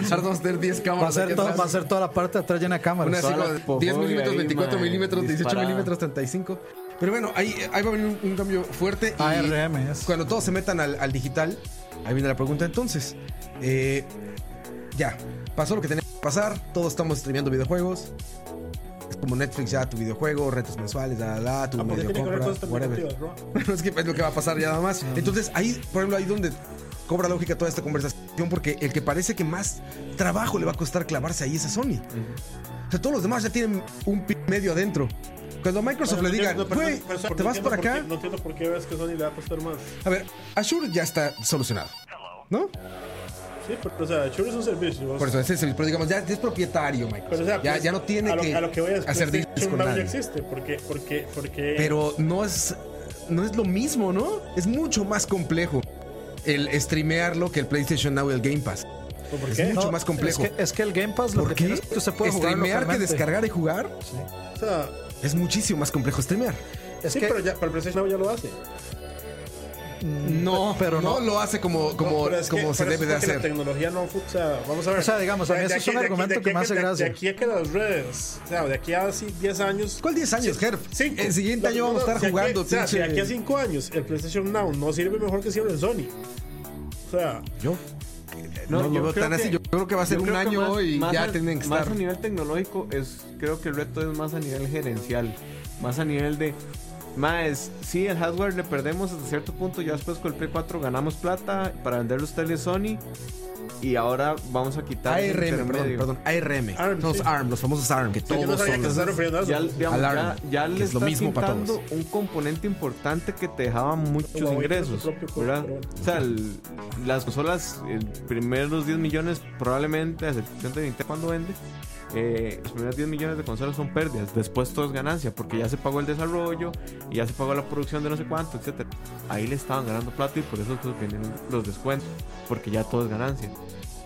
Speaker 1: pasar dos, tres, 10 cámaras.
Speaker 2: Va a ser,
Speaker 1: aquí
Speaker 2: todo-
Speaker 1: atrás.
Speaker 2: va a ser toda la parte de atrás llena de
Speaker 1: Una
Speaker 2: cámaras.
Speaker 1: así
Speaker 5: Toda la
Speaker 1: como
Speaker 5: popó
Speaker 1: 10
Speaker 5: de
Speaker 1: milímetros,
Speaker 5: ahí,
Speaker 1: 24
Speaker 5: mae,
Speaker 1: milímetros, 18
Speaker 5: disparada.
Speaker 1: milímetros, 35. Pero bueno, ahí, ahí va a venir un, un cambio fuerte. y
Speaker 2: ARM es.
Speaker 1: Cuando todos se metan al, al digital, ahí viene la pregunta entonces. eh, ya, pasó lo que tenía que pasar, todos estamos streameando videojuegos. Es como Netflix ya, tu videojuego, retos mensuales, la, la, la, tu
Speaker 3: Ah, ¿por qué
Speaker 1: medio
Speaker 3: tiene que
Speaker 1: compra,
Speaker 3: ver cosas tan
Speaker 1: whatever.
Speaker 3: negativas, bro?
Speaker 1: Pero <laughs> es que es lo que va a pasar ya nada más. Entonces, ahí, por ejemplo, ahí donde cobra lógica toda esta conversación, porque el que parece que más trabajo le va a costar clavarse ahí es a Sony. O sea, todos los demás ya tienen un pi medio adentro. Cuando a Microsoft
Speaker 3: Bueno,
Speaker 1: le
Speaker 3: no
Speaker 1: digan,
Speaker 3: entiendo, pero-
Speaker 1: güey,
Speaker 3: pero- pero
Speaker 1: te
Speaker 3: no
Speaker 1: vas
Speaker 3: entiendo
Speaker 1: para
Speaker 3: por qué-
Speaker 1: acá.
Speaker 3: No entiendo por qué ves que Sony le va a costar más.
Speaker 1: A ver, Azure ya está solucionado. ¿No?
Speaker 3: Sí, pero o sea, Shure es un servicio.
Speaker 1: Por eso ese es el pero digamos, ya es propietario, Microsoft.
Speaker 3: Pero, o sea,
Speaker 1: ya,
Speaker 3: pues,
Speaker 1: ya no tiene
Speaker 3: a lo,
Speaker 1: que,
Speaker 3: a lo que voy es,
Speaker 1: hacer
Speaker 3: PlayStation
Speaker 1: deals con
Speaker 3: Now
Speaker 1: nadie.
Speaker 3: ya existe, porque, porque, porque
Speaker 1: Pero no es, no es lo mismo, ¿no? Es mucho más complejo el streamearlo que el PlayStation Now y el Game Pass.
Speaker 3: ¿por
Speaker 1: es
Speaker 3: qué?
Speaker 1: mucho
Speaker 2: No,
Speaker 1: más complejo.
Speaker 2: Es que, es que el Game Pass lo
Speaker 1: ¿Por
Speaker 2: que
Speaker 1: qué?
Speaker 2: tiene es que usted puede jugar
Speaker 1: Streamear que
Speaker 2: localmente.
Speaker 1: descargar y jugar
Speaker 3: O sea,
Speaker 1: es muchísimo más complejo streamear.
Speaker 2: Es
Speaker 3: sí,
Speaker 2: que
Speaker 3: pero ya, pero el PlayStation Now ya lo hace.
Speaker 1: No, pero
Speaker 2: pero
Speaker 1: no,
Speaker 2: no.
Speaker 1: lo hace como,
Speaker 3: No,
Speaker 1: como,
Speaker 3: pero es que-
Speaker 1: como se
Speaker 3: pero es
Speaker 1: debe de
Speaker 3: porque La
Speaker 1: hacer.
Speaker 3: tecnología no, fu- o sea, vamos a ver.
Speaker 2: O sea, digamos, a mí
Speaker 3: De
Speaker 2: eso es
Speaker 3: aquí-
Speaker 2: un
Speaker 3: de aquí-
Speaker 2: argumento
Speaker 3: de aquí
Speaker 2: que
Speaker 3: a
Speaker 2: me hace
Speaker 3: de-
Speaker 2: gracia.
Speaker 3: De aquí a que las redes, o sea, de aquí a así 10 años.
Speaker 1: ¿Cuál 10 años, Herb?
Speaker 3: Cinco.
Speaker 1: El siguiente
Speaker 3: No,
Speaker 1: año
Speaker 3: no,
Speaker 1: vamos a
Speaker 3: no,
Speaker 1: estar
Speaker 3: si aquí-
Speaker 1: jugando,
Speaker 3: O sea, si
Speaker 1: pinche-
Speaker 3: aquí a 5 años el PlayStation Now no sirve mejor que sirve el Sony. O sea,
Speaker 1: Yo no, lo
Speaker 5: No, yo
Speaker 1: veo
Speaker 5: creo
Speaker 1: tan así.
Speaker 5: que-
Speaker 1: Yo creo que va a ser
Speaker 5: Yo
Speaker 1: un
Speaker 5: creo que
Speaker 1: año
Speaker 5: más-
Speaker 1: y
Speaker 5: más
Speaker 1: ya
Speaker 5: a-
Speaker 1: tienen que
Speaker 5: Más
Speaker 1: estar.
Speaker 5: a nivel tecnológico, es, creo que el reto es más a nivel gerencial. Más a nivel de. Más, sí, el hardware le perdemos hasta cierto punto. Ya después con el Play 4 ganamos plata para vender los teles Sony. Y ahora vamos a quitar. el
Speaker 1: ARM, perdón,
Speaker 5: intermedio.
Speaker 1: perdón, ARM.
Speaker 3: ARM,
Speaker 1: los
Speaker 3: sí.
Speaker 1: ARM, los famosos ARM, que
Speaker 3: o sea, yo no
Speaker 1: todos
Speaker 3: sabía
Speaker 1: son
Speaker 3: que se
Speaker 1: los-
Speaker 3: están refiriendo a eso.
Speaker 5: Ya, digamos,
Speaker 1: Alarm,
Speaker 5: ya, ya
Speaker 1: que
Speaker 5: le
Speaker 1: es lo
Speaker 5: estás
Speaker 1: mismo para
Speaker 5: quitando
Speaker 1: todos.
Speaker 5: un componente importante que te dejaba muchos
Speaker 3: Huawei tiene su
Speaker 5: ingresos.
Speaker 3: propio juego,
Speaker 5: ¿verdad?
Speaker 3: pero bueno.
Speaker 5: O sea, el- las consolas, el primeros 10 millones, probablemente, a excepción de Nintendo cuando vende, eh, los primeros 10 millones de consolas son pérdidas. Después todo es ganancia, porque ya se pagó el desarrollo, y ya se pagó la producción de no sé cuánto, etcétera. Ahí le estaban ganando plata y por eso pues, vienen los descuentos, porque ya todo es ganancia.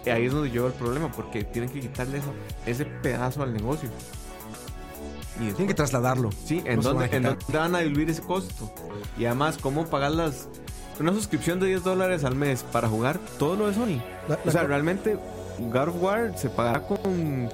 Speaker 5: Y ahí es donde lleva el problema, porque tienen que quitarle esa- ese pedazo al negocio. Y
Speaker 1: Tienen que trasladarlo.
Speaker 5: Sí, ¿en,
Speaker 1: No se van
Speaker 5: dónde,
Speaker 1: a
Speaker 5: en
Speaker 1: quitar.
Speaker 5: dónde van a diluir ese costo? Y además, ¿cómo pagar las... Una suscripción de 10 dólares al mes para jugar todo lo de Sony.
Speaker 2: La-
Speaker 5: O
Speaker 2: la
Speaker 5: sea,
Speaker 2: co-
Speaker 5: realmente God of War se pagará con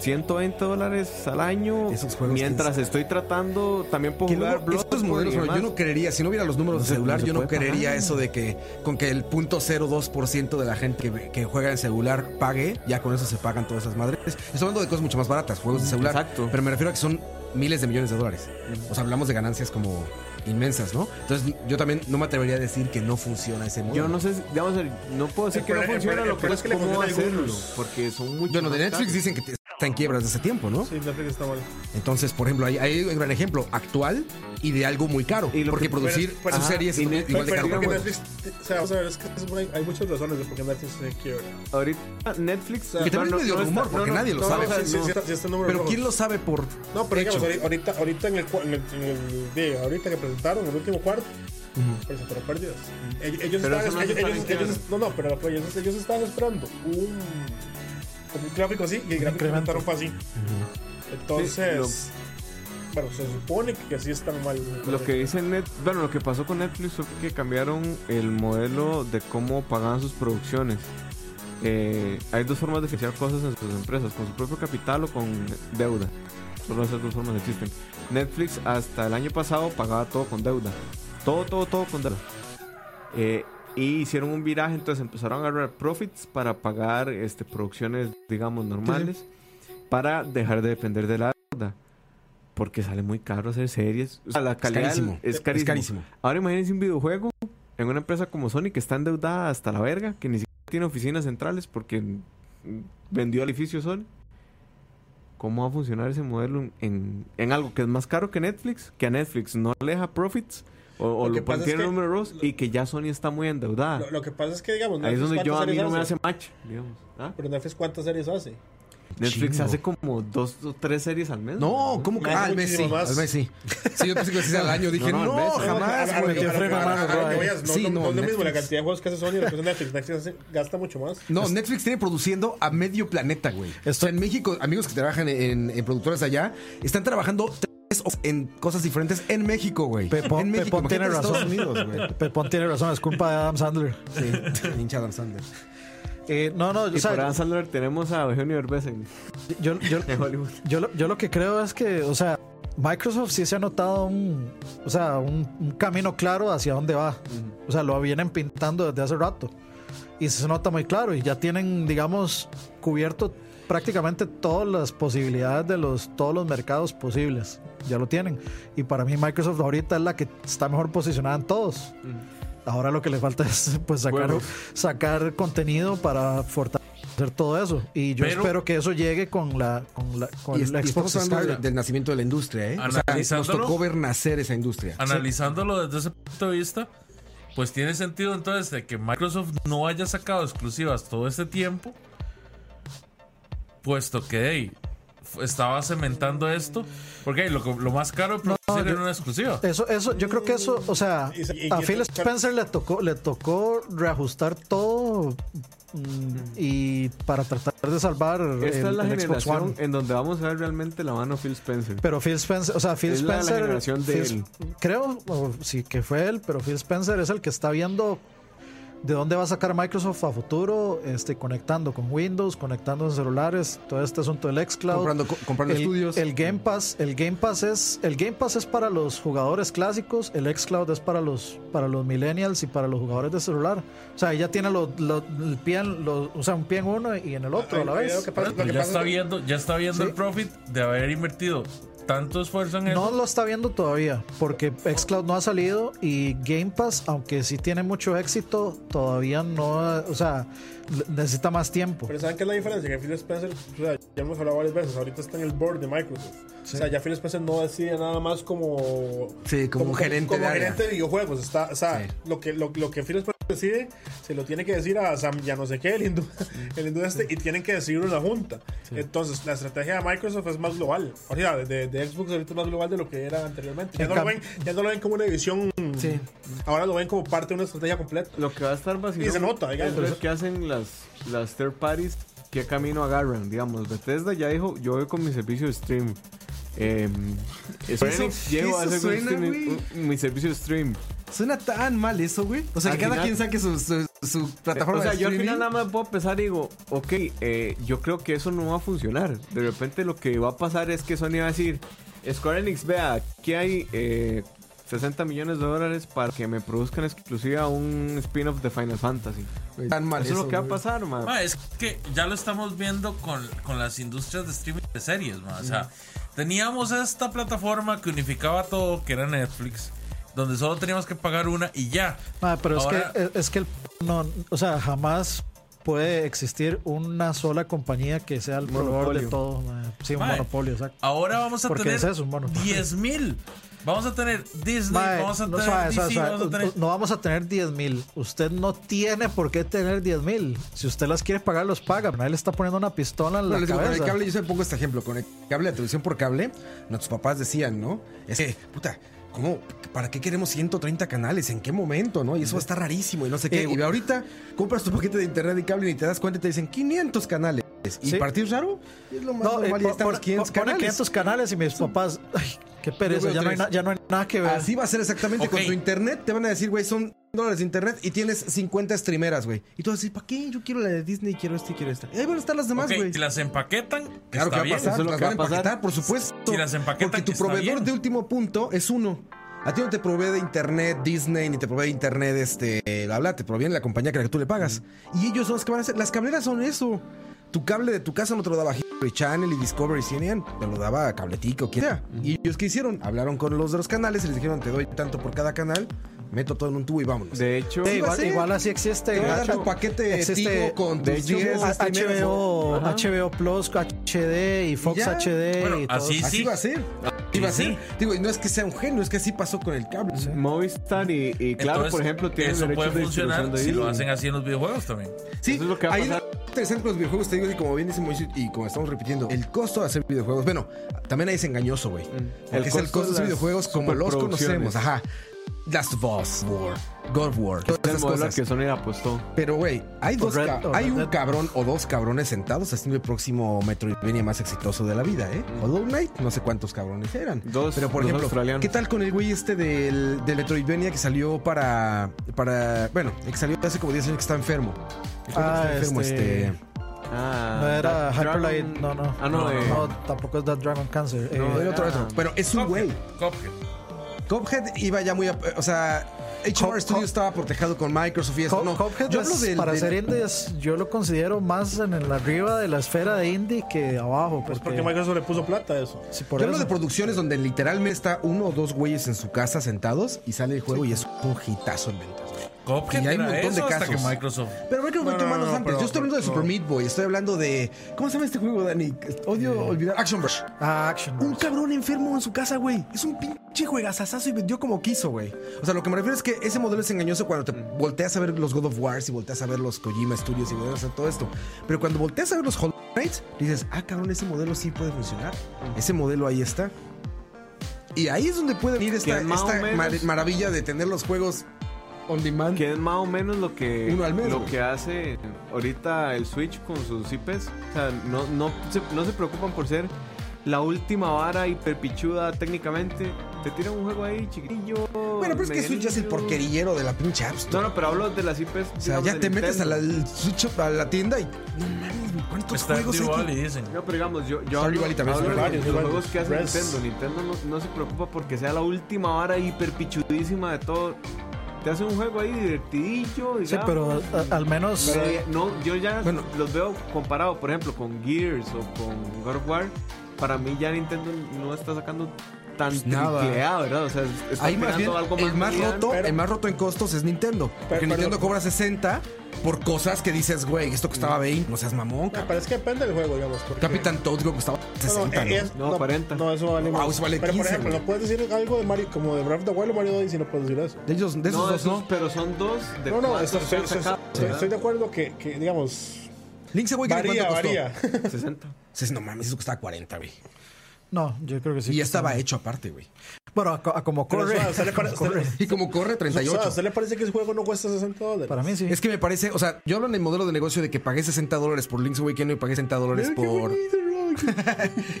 Speaker 5: 120 dólares al año.
Speaker 1: Esos juegos
Speaker 5: mientras estoy tratando, también puedo
Speaker 1: Que
Speaker 5: jugar
Speaker 1: luego, estos
Speaker 5: Bloodborne
Speaker 1: modelos,
Speaker 5: y
Speaker 1: bueno, yo
Speaker 5: demás.
Speaker 1: no creería, si no hubiera los números
Speaker 5: No
Speaker 1: de
Speaker 5: se- no
Speaker 1: celular,
Speaker 5: se
Speaker 1: yo no
Speaker 5: puede
Speaker 1: creería
Speaker 5: pagar.
Speaker 1: eso de que con que el 0.02% de la gente que, que juega en celular pague, ya con eso se pagan todas esas madres. Estoy hablando de cosas mucho más baratas, juegos de celular.
Speaker 5: Exacto.
Speaker 1: Pero me refiero a que son miles de millones de dólares. O sea, hablamos de ganancias como inmensas, ¿no? Entonces, yo también no me atrevería a decir que no funciona ese modelo.
Speaker 5: Yo no sé, si- digamos, el- no puedo decir
Speaker 3: El
Speaker 5: que no
Speaker 3: pro- el
Speaker 5: funciona,
Speaker 3: pro-
Speaker 5: lo
Speaker 3: el
Speaker 5: que
Speaker 3: pro
Speaker 5: es
Speaker 3: es que le
Speaker 5: cómo
Speaker 3: funciona a
Speaker 5: hacerlo.
Speaker 3: algunos.
Speaker 5: Porque son muchos.
Speaker 1: Bueno, de
Speaker 5: más
Speaker 1: Netflix
Speaker 5: caros.
Speaker 1: dicen que te- está en quiebra desde hace tiempo, ¿no?
Speaker 3: Sí, fíjate que está mal.
Speaker 1: Entonces, por ejemplo, ahí ahí hay un gran ejemplo actual y de algo muy caro.
Speaker 5: Y lo
Speaker 1: porque
Speaker 5: que-
Speaker 1: producir
Speaker 3: pero- pero-
Speaker 1: sus
Speaker 3: ajá,
Speaker 1: series
Speaker 5: y
Speaker 1: es
Speaker 5: Netflix-
Speaker 1: igual de
Speaker 3: Pero
Speaker 1: caro.
Speaker 3: digo que
Speaker 1: que
Speaker 3: Netflix, o sea, vamos a ver, es que es una- hay muchas razones de por qué Netflix se quiebra.
Speaker 5: Ahorita Netflix.
Speaker 1: Que también es medio rumor, porque nadie lo sabe.
Speaker 5: o sea,
Speaker 3: Sí, sí,
Speaker 5: no.
Speaker 3: sí está- sí está en números
Speaker 1: Pero
Speaker 3: rojos.
Speaker 1: ¿quién lo sabe por
Speaker 3: No, pero
Speaker 1: hecho?
Speaker 3: digamos, ahori- ahorita, ahorita en el, cua- en el- en el- de- ahorita que presentaron el último cuarto, presentaron pérdidas. Ell- Ellos,
Speaker 5: Pero eso
Speaker 3: estaban,
Speaker 5: no
Speaker 3: ellos,
Speaker 5: se sabe
Speaker 3: ellos-
Speaker 5: qué
Speaker 3: ellos-
Speaker 5: era.
Speaker 3: no, no, pero ellos, ellos estaban esperando un, como un gráfico así y el gráfico que
Speaker 2: incremento.
Speaker 3: presentaron fue así. Entonces, bueno, se supone que así están mal.
Speaker 5: Lo que dice Net, bueno, lo que pasó con Netflix fue que cambiaron el modelo de cómo pagaban sus producciones. Eh, hay dos formas de financiar cosas en sus empresas, con su propio capital o con deuda. Solo esas dos formas existen. Netflix hasta el año pasado pagaba todo con deuda. Todo, todo, todo con deuda. Eh, y hicieron un viraje, entonces empezaron a agarrar profits para pagar este, producciones, digamos, normales, para dejar de depender de la deuda. Porque sale muy caro hacer series. O sea, la calidad
Speaker 1: carísimo.
Speaker 5: es
Speaker 1: Es
Speaker 5: carísimo.
Speaker 1: carísimo.
Speaker 5: Ahora imagínense un videojuego en una empresa como Sony que está endeudada hasta la verga, que ni siquiera tiene oficinas centrales porque mm, vendió el edificio Sony. ¿Cómo va a funcionar ese modelo en, en- en algo que es más caro que Netflix? Que a Netflix no le deja profits o, o
Speaker 3: Lo que
Speaker 5: lo
Speaker 3: pasa es
Speaker 5: mantiene
Speaker 3: que-
Speaker 5: número dos y que ya Sony está muy endeudada.
Speaker 3: Lo, lo que pasa es que, digamos,
Speaker 5: Ahí es
Speaker 3: Netflix,
Speaker 5: donde yo a
Speaker 3: ¿cuántas
Speaker 5: mí no
Speaker 3: series
Speaker 5: me hace match, digamos. ¿Ah?
Speaker 3: Pero Netflix, ¿cuántas series hace?
Speaker 5: Netflix
Speaker 1: chingo.
Speaker 5: hace como dos o tres series al mes.
Speaker 1: No, ¿cómo que?
Speaker 3: Más,
Speaker 1: Ah, al mes sí.
Speaker 3: muchísimo más.
Speaker 1: Al mes sí. Sí, yo pensé que decías al año. Dije,
Speaker 5: No,
Speaker 1: no,
Speaker 5: no, al mes, sí.
Speaker 3: A- a- a-
Speaker 1: jamás,
Speaker 3: a- a-
Speaker 1: güey.
Speaker 3: a- a- a- a- a- a- a- a- a- a-
Speaker 1: Sí,
Speaker 3: no,
Speaker 1: no,
Speaker 3: no, no es lo mismo la
Speaker 1: Netflix.
Speaker 3: cantidad de juegos que hace Sony y la que hace Netflix. Netflix hace- gasta mucho más.
Speaker 1: No, Netflix tiene produciendo a medio planeta, güey. O sea, en México, amigos que trabajan en, en productoras allá, están trabajando tres horas en cosas diferentes en México, güey.
Speaker 2: Pepo-
Speaker 1: en México,
Speaker 2: Pepón tiene
Speaker 1: imagínate
Speaker 2: razón.
Speaker 1: Estados Unidos, güey.
Speaker 2: Pepón tiene razón, es culpa de Adam Sandler.
Speaker 1: Sí, hincha Adam Sandler.
Speaker 2: Eh, no, no,
Speaker 5: Y
Speaker 2: o sea,
Speaker 5: por Adam Sandler tenemos a Eugenio Derbez en,
Speaker 3: <laughs>
Speaker 2: yo, yo,
Speaker 5: en <laughs> Hollywood.
Speaker 2: yo, lo- yo lo que creo es que, o sea, Microsoft sí se ha notado un, o sea, un, un camino claro hacia dónde va. O sea, lo vienen pintando desde hace rato. Y se nota muy claro. Y ya tienen, digamos, cubierto prácticamente todas las posibilidades de los, todos los mercados posibles. Ya lo tienen. Y para mí Microsoft ahorita es la que está mejor posicionada en todos. Ahora lo que le falta <laughs> es pues sacar,
Speaker 5: Huevos.
Speaker 2: sacar contenido para fortalecer todo eso. Y yo
Speaker 4: Pero-
Speaker 2: espero que eso llegue con la con la con
Speaker 1: Y, es-
Speaker 2: la
Speaker 1: y estamos
Speaker 2: Xbox
Speaker 1: hablando de-
Speaker 2: Scarlet.
Speaker 1: del nacimiento de la industria, ¿eh? O sea, nos
Speaker 4: Analizándolo.
Speaker 1: tocó ver nacer esa industria.
Speaker 4: Analizándolo desde ese punto de vista, pues tiene sentido entonces de que Microsoft no haya sacado exclusivas todo este tiempo, puesto que hey, f- estaba cementando esto, porque hey, lo, que- lo más caro de producir era una exclusiva.
Speaker 2: Eso, eso, yo creo que eso, o sea,
Speaker 3: Y se- y-
Speaker 2: a
Speaker 3: y-
Speaker 2: Phil Spencer le tocó, le tocó reajustar todo mm, y para tratar de salvar el,
Speaker 5: Esta es la
Speaker 2: el Xbox
Speaker 5: generación
Speaker 2: One.
Speaker 5: en donde vamos a ver realmente la mano Phil Spencer.
Speaker 2: Pero Phil Spencer, o sea, Phil
Speaker 5: Es la- la
Speaker 2: Spencer.
Speaker 5: generación de
Speaker 2: Phil-
Speaker 5: él.
Speaker 2: Creo, o sí, que fue él, pero Phil Spencer es el que está viendo de dónde va a sacar Microsoft a futuro, este, conectando con Windows, conectando en celulares, todo este asunto del xCloud.
Speaker 1: Comprando, co- comprando
Speaker 2: el,
Speaker 1: estudios.
Speaker 2: el Game Pass, el Game Pass es, el Game Pass es para los jugadores clásicos, el xCloud es para los, para los millennials y para los jugadores de celular. O sea, ya tiene los, los- el pie en, los- o sea, un pie en uno y en el otro
Speaker 3: Ay,
Speaker 2: a la
Speaker 3: ay, lo
Speaker 2: vez.
Speaker 3: que pasa- lo que
Speaker 4: ya
Speaker 3: pasa es
Speaker 4: está
Speaker 3: que-
Speaker 4: viendo, ya está viendo el profit de haber invertido tanto esfuerzo en
Speaker 2: No
Speaker 4: eso.
Speaker 2: lo está viendo todavía, porque Xcloud no ha salido y Game Pass, aunque sí tiene mucho éxito, todavía no, o sea, le- necesita más tiempo.
Speaker 3: Pero ¿saben qué es la diferencia? Que Phil Spencer, o sea, ya hemos hablado varias veces, ahorita está en el board de Microsoft. O sea, ya Phil Spencer no decide nada más como...
Speaker 1: Sí, como un gerente
Speaker 3: como
Speaker 1: de área.
Speaker 3: gerente de videojuegos. Está, o sea, lo, que, lo, lo que Phil Spencer decide, se lo tiene que decir a Sam, ya no sé qué, el hindú, <laughs> el hindú este, y tienen que decidirlo en la junta. Entonces, la estrategia de Microsoft es más global. Ahorita, de, de Xbox ahorita es más global de lo que era anteriormente. Ya
Speaker 2: En
Speaker 3: no, lo
Speaker 2: cam-
Speaker 3: ven, ya no lo ven como una división... Ahora lo ven como parte de una estrategia completa.
Speaker 5: Lo que va a estar vacilando
Speaker 3: Y se nota, digamos.
Speaker 5: es ver qué hacen las, las third parties, qué camino agarran, digamos. Bethesda ya dijo, yo voy con mi servicio de stream. Eh, Square
Speaker 1: eso-
Speaker 5: Enix llevo
Speaker 1: eso
Speaker 5: a hacer un
Speaker 1: suena,
Speaker 5: stream-
Speaker 1: güey?
Speaker 5: un- mi servicio de stream.
Speaker 1: Suena tan mal eso, güey. O sea,
Speaker 5: Al
Speaker 1: que cada
Speaker 5: final-
Speaker 1: quien saque su, su, su plataforma.
Speaker 5: o sea,
Speaker 1: de
Speaker 5: yo al
Speaker 1: streaming.
Speaker 5: final nada más puedo pensar y digo, ok, eh, yo creo que eso no va a funcionar. De repente lo que va a pasar es que Sony va a decir, Square Enix, vea, aquí hay eh, 60 millones de dólares para que me produzcan exclusiva un spin-off de Final Fantasy.
Speaker 1: Güey, Tan mal
Speaker 5: eso es lo que va a
Speaker 1: güey.
Speaker 5: pasar, man.
Speaker 4: Ma, es que ya lo estamos viendo con, con las industrias de streaming de series, ma. O sea, teníamos esta plataforma que unificaba todo, que era Netflix, donde solo teníamos que pagar una y ya.
Speaker 2: Ma, Ah, pero e,
Speaker 4: Ahora-
Speaker 2: es que es que el no, o sea, jamás puede existir una sola compañía que sea el proveedor de todo. mae. Sí, un
Speaker 4: Mae,
Speaker 2: monopolio, exacto.
Speaker 4: Ahora vamos a
Speaker 2: Porque
Speaker 4: tener
Speaker 2: es eso, un monopolio.
Speaker 4: 10 mil. Vamos a tener Disney,
Speaker 2: Mae,
Speaker 4: vamos a
Speaker 2: no,
Speaker 4: tener
Speaker 2: suave,
Speaker 4: DC,
Speaker 2: suave, suave.
Speaker 4: vamos a tener...
Speaker 2: No vamos a tener 10 mil. Usted no tiene por qué tener 10 mil. Si usted las quiere pagar, los paga. Pero nadie le está poniendo una pistola en
Speaker 1: No,
Speaker 2: la
Speaker 1: les digo, con el
Speaker 2: cabeza.
Speaker 1: cable, yo siempre pongo este ejemplo, con el cable, la televisión por cable, nuestros papás decían, ¿no? Es que, puta, ¿cómo? ¿Para qué queremos 130 canales? ¿En qué momento? ¿No? Y eso está rarísimo y no sé qué.
Speaker 2: Eh,
Speaker 1: y ahorita compras tu paquete de internet y cable y te das cuenta y te dicen 500 canales. Y
Speaker 2: Sí.
Speaker 1: para ti es raro, es lo más
Speaker 2: No, eh,
Speaker 1: normal. y ahí están
Speaker 2: pon-
Speaker 1: los 500
Speaker 2: pon- ponen
Speaker 1: canales.
Speaker 2: 500 canales y mis papás, ay, qué pereza,
Speaker 1: veo
Speaker 2: ya no, hay
Speaker 1: tres.
Speaker 2: na- ya no hay nada que ver.
Speaker 1: Así va a ser exactamente
Speaker 4: Ok.
Speaker 1: con tu internet. Te van a decir, güey, son dólares de internet y tienes 50 streameras, güey. Y tú vas a decir, ¿para qué? Yo quiero la de Disney, quiero esta y quiero esta. Y ahí van a estar las demás,
Speaker 4: Ok,
Speaker 1: güey.
Speaker 4: si las empaquetan, que
Speaker 1: Claro que
Speaker 4: está
Speaker 1: va a
Speaker 4: bien.
Speaker 1: pasar,
Speaker 5: eso es lo
Speaker 1: las
Speaker 5: que
Speaker 1: van a
Speaker 5: va a pasar.
Speaker 1: empaquetar, por supuesto.
Speaker 4: Si las empaquetan,
Speaker 1: porque tu
Speaker 4: está
Speaker 1: proveedor
Speaker 4: bien.
Speaker 1: de último punto es uno. A ti no te provee de internet Disney, ni te provee de internet, este, bla, bla, te provee de la compañía que la que tú le pagas. Y ellos son los que van a hacer. Las cableras son eso. Tu cable de tu casa no te lo daba History Channel y Discovery CNN, te lo daba Cabletico, quien sea. Y ellos qué hicieron? Hablaron con los de los canales y les dijeron, te doy tanto por cada canal, meto todo en un tubo y vámonos.
Speaker 5: De hecho,
Speaker 1: Sí,
Speaker 2: Eh,
Speaker 1: va a
Speaker 2: igual,
Speaker 1: ser.
Speaker 2: igual así existe.
Speaker 1: te van a dar
Speaker 2: Nacho.
Speaker 1: tu paquete
Speaker 2: Existe- Ah,
Speaker 1: Tigo con
Speaker 5: de
Speaker 1: tus
Speaker 5: hecho,
Speaker 1: 10
Speaker 2: A-
Speaker 1: streamers,
Speaker 2: HBO,
Speaker 5: Ajá.
Speaker 2: HBO Plus, HD y Fox
Speaker 1: ya.
Speaker 2: HD
Speaker 4: Bueno,
Speaker 2: y todo.
Speaker 4: así
Speaker 1: Así
Speaker 4: sí.
Speaker 1: va a ser. Así va a
Speaker 4: Sí,
Speaker 1: ser. Digo, y no es que sea un genio, es que así pasó con el cable.
Speaker 5: Movistar y, y claro,
Speaker 4: Entonces,
Speaker 5: por ejemplo, tienen
Speaker 4: eso
Speaker 5: derechos
Speaker 4: puede
Speaker 5: de
Speaker 4: funcionar
Speaker 5: distribución de
Speaker 4: si lo
Speaker 5: Disney.
Speaker 4: hacen así en los videojuegos también.
Speaker 1: Sí,
Speaker 5: Eso es lo que va a
Speaker 1: ahí
Speaker 5: pasar.
Speaker 1: lo interesante con los videojuegos, te digo, y como bien dice Moisés, y como estamos repitiendo, el costo de hacer videojuegos, bueno, también ahí es engañoso, güey. Porque
Speaker 5: Mm. El
Speaker 1: es el
Speaker 5: costo de
Speaker 1: costo de hacer
Speaker 5: las
Speaker 1: videojuegos como los
Speaker 5: superproducciones.
Speaker 1: conocemos, ajá. Last of Us, War, God of War, todas
Speaker 5: Es el
Speaker 1: esas
Speaker 5: modelo al
Speaker 1: cosas.
Speaker 5: que Sony le apostó.
Speaker 1: Pero, güey, hay, dos
Speaker 2: Red-
Speaker 1: ca-
Speaker 2: o
Speaker 1: hay
Speaker 2: Red
Speaker 1: un
Speaker 2: Dead.
Speaker 1: cabrón o dos cabrones sentados haciendo el próximo Metroidvania más exitoso de la vida, ¿eh? Hollow Knight, no sé cuántos cabrones eran.
Speaker 5: Dos-
Speaker 1: Pero, por
Speaker 5: dos
Speaker 1: ejemplo,
Speaker 5: australianos.
Speaker 1: ¿qué tal con el güey este del, del Metroidvania que salió para, para... Bueno, que salió hace como 10 años que está enfermo. El güey que
Speaker 2: Ah,
Speaker 1: está enfermo,
Speaker 2: este-
Speaker 1: este...
Speaker 5: Ah,
Speaker 2: No era
Speaker 5: Dark Dragon-
Speaker 2: Hyperlight, no, no.
Speaker 5: Ah, no, eh,
Speaker 2: no, tampoco es That Dragon Cancer. eh,
Speaker 1: No, el otro,
Speaker 5: era-
Speaker 1: otro. Pero es un güey.
Speaker 4: Cuphead.
Speaker 1: Cophead iba ya muy. a- O sea,
Speaker 2: Cop-
Speaker 1: HR Studios
Speaker 2: Cop-
Speaker 1: estaba protegido con Microsoft y eso.
Speaker 2: Co-
Speaker 1: no,
Speaker 2: Cuphead
Speaker 1: yo
Speaker 2: es-
Speaker 1: hablo del-
Speaker 2: para
Speaker 1: del-
Speaker 2: ser indies, yo lo considero más en el arriba de la esfera de indie que abajo.
Speaker 3: Pues
Speaker 2: Porque,
Speaker 3: porque Microsoft le puso plata a eso.
Speaker 2: sí, por
Speaker 1: yo hablo
Speaker 2: eso.
Speaker 1: de producciones donde literalmente está uno o dos güeyes en su casa sentados y sale el juego y es un hitazo en ventas. güey.
Speaker 4: Cuphead
Speaker 1: Y hay un
Speaker 4: era
Speaker 1: montón de
Speaker 4: eso hasta que
Speaker 1: casos.
Speaker 4: Microsoft.
Speaker 1: Pero Microsoft metió
Speaker 3: no,
Speaker 1: manos
Speaker 3: no,
Speaker 1: antes.
Speaker 3: pero-
Speaker 1: yo estoy hablando de
Speaker 3: no.
Speaker 1: Super Meat Boy, estoy hablando de. ¿Cómo se llama este juego, Dani? Odio
Speaker 3: Eh,
Speaker 1: olvidar. Action Rush.
Speaker 2: Ah, Action.
Speaker 1: Un cabrón enfermo en su casa, güey. Es un pinche juegazazazo y vendió como quiso, güey. O sea, lo que me refiero es que ese modelo es engañoso cuando te volteas a ver los God of Wars y volteas a ver los Kojima Studios y volteas a ver todo esto. Pero cuando volteas a ver los Hollow Knights, dices, ah, cabrón, ese modelo sí puede funcionar. Ese modelo ahí está. Y ahí es donde puede venir esta,
Speaker 5: Que más o
Speaker 1: esta
Speaker 5: menos-
Speaker 1: mar- maravilla de tener los juegos on demand.
Speaker 5: Que es más o menos lo que,
Speaker 1: Uno al mes,
Speaker 5: lo
Speaker 1: güey.
Speaker 5: que hace ahorita el Switch con sus IPs. O sea, no, no, se, no se preocupan por ser la última vara hiperpichuda técnicamente. Te tiran un juego ahí chiquitillo.
Speaker 1: Bueno, pero es que Switch ya es el
Speaker 5: medianillo.
Speaker 1: porquerillero de la pinche App Store.
Speaker 5: No, no, pero hablo de las IPs.
Speaker 1: o sea, ya te metes a la, al Switch, a la tienda y no mames, güey, ¿cuántos
Speaker 4: Está
Speaker 1: juegos hay
Speaker 4: igual
Speaker 1: que-
Speaker 4: y dicen.
Speaker 5: No, pero digamos, yo, yo
Speaker 1: Stardew
Speaker 5: hablo,
Speaker 1: Valley también
Speaker 5: hablo
Speaker 1: son
Speaker 5: de
Speaker 3: varios,
Speaker 5: los
Speaker 3: varios.
Speaker 5: juegos que hace
Speaker 3: Res.
Speaker 5: Nintendo. Nintendo no, no se preocupa porque sea la última vara hiperpichudísima de todo. Te hace un juego ahí divertidillo, digamos.
Speaker 2: Sí, pero a- al menos.
Speaker 5: Pero ya- no, yo ya
Speaker 1: Bueno.
Speaker 5: los veo comparado, por ejemplo, con Gears o con God of War. Para mí ya Nintendo no está sacando tan
Speaker 1: Pues nada.
Speaker 5: triple A, ¿verdad? O sea, está
Speaker 1: Ahí más bien,
Speaker 5: tirando algo
Speaker 1: el más
Speaker 5: mediano.
Speaker 1: roto,
Speaker 3: pero-
Speaker 1: el más roto en costos es Nintendo. porque
Speaker 3: pero-
Speaker 1: Nintendo cobra 60 por cosas que dices, güey, esto costaba 20, no seas mamón.
Speaker 3: No,
Speaker 1: cabrón.
Speaker 3: pero es que depende del juego, digamos. porque-
Speaker 1: Capitán Toad creo que costaba
Speaker 3: No, no,
Speaker 1: 60. ¿no?
Speaker 3: es-
Speaker 5: No, 40.
Speaker 3: No, eso vale
Speaker 1: No,
Speaker 3: más.
Speaker 1: eso vale
Speaker 3: Pero
Speaker 1: 15,
Speaker 3: por ejemplo,
Speaker 1: güey.
Speaker 3: no puedes decir algo de Mario, como de Breath of the Wild o Mario Odyssey, no puedes decir eso.
Speaker 1: De ellos, de esos
Speaker 5: No,
Speaker 1: dos,
Speaker 5: esos-
Speaker 1: ¿no?
Speaker 5: pero son dos de
Speaker 3: No, no,
Speaker 5: cuántos
Speaker 3: esto-
Speaker 5: se
Speaker 3: estoy,
Speaker 5: han
Speaker 3: estoy- <laughs>
Speaker 5: sacado,
Speaker 3: estoy-
Speaker 5: ¿verdad?
Speaker 3: estoy de acuerdo que, que, digamos,
Speaker 1: Link's Awakening,
Speaker 3: varía,
Speaker 1: ¿cuánto costó?
Speaker 3: varía. <laughs>
Speaker 5: 60.
Speaker 1: Dices, no mames, eso costaba 40, güey.
Speaker 2: No, yo creo que sí.
Speaker 1: y ya
Speaker 2: que
Speaker 1: estaba
Speaker 2: sí.
Speaker 1: hecho aparte, güey.
Speaker 2: Bueno, a, co- a como
Speaker 3: Pero,
Speaker 2: corre.
Speaker 3: o sea, ¿usted le pare-
Speaker 2: como
Speaker 3: usted le-
Speaker 2: corre.
Speaker 1: <laughs> Y como corre,
Speaker 3: O sea, ¿a
Speaker 1: 38.
Speaker 3: usted le parece que ese juego no cuesta 60
Speaker 2: <laughs>
Speaker 3: dólares?
Speaker 2: Para mí sí.
Speaker 1: Es que me parece, o sea, yo hablo en el modelo de negocio de que pagué 60 dólares por Link's Awakening y pagué 60 dólares
Speaker 3: Mira, qué
Speaker 1: por.
Speaker 3: bonito, Rocky.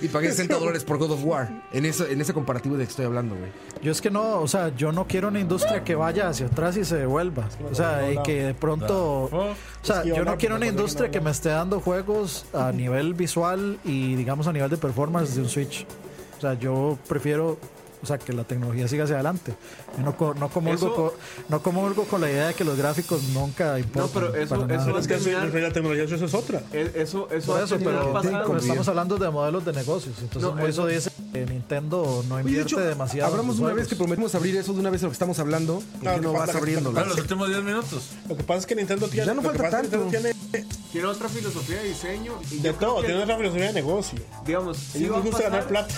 Speaker 5: <laughs>
Speaker 1: Y pagué 60 dólares por God of War. En, eso, en ese comparativo de que estoy hablando, güey.
Speaker 2: Yo es que no, o sea, yo no quiero una industria que vaya hacia atrás y se devuelva. O sea, y que de pronto. O sea, yo no quiero una industria que me esté dando juegos a nivel visual y, digamos, a nivel de performance de un Switch. O sea, yo prefiero. O sea, que la tecnología siga hacia adelante. Yo no, co- no, comulgo
Speaker 5: Eso-
Speaker 2: co- no comulgo con la idea de que los gráficos nunca importan.
Speaker 5: pero eso-
Speaker 2: para nada.
Speaker 5: eso
Speaker 3: Pero es que eso-
Speaker 5: Terminar.
Speaker 3: la tecnología eso es otra.
Speaker 5: E- Eso, eso,
Speaker 2: Por
Speaker 5: ha
Speaker 2: eso,
Speaker 5: terminado
Speaker 2: pero,
Speaker 5: pasando.
Speaker 2: pero estamos hablando de modelos de negocios. Entonces,
Speaker 5: No,
Speaker 2: por eso
Speaker 5: eso-
Speaker 2: dice que Nintendo no
Speaker 1: Oye, de
Speaker 2: invierte
Speaker 1: hecho,
Speaker 2: demasiado. en
Speaker 3: pues,
Speaker 1: Hablamos
Speaker 2: los
Speaker 1: de una
Speaker 2: juegos.
Speaker 1: vez que prometimos abrir eso de una vez en lo que estamos hablando. ¿Por
Speaker 3: Claro,
Speaker 1: qué no
Speaker 3: Ah, que
Speaker 1: vas
Speaker 3: pasa-
Speaker 1: abriéndolo? <laughs>
Speaker 4: Bueno, los últimos 10 minutos.
Speaker 3: Lo que pasa es que Nintendo tiene.
Speaker 1: Ya no
Speaker 3: lo que
Speaker 1: falta
Speaker 3: pasa es que
Speaker 1: tanto.
Speaker 3: Nintendo tiene
Speaker 5: tiene otra filosofía de diseño. Y
Speaker 3: De
Speaker 5: yo creo
Speaker 3: todo,
Speaker 5: que,
Speaker 3: tiene otra filosofía de negocio.
Speaker 5: Digamos, si
Speaker 3: Ellos
Speaker 5: va a
Speaker 3: les gusta ganar
Speaker 5: pasar.
Speaker 3: plata.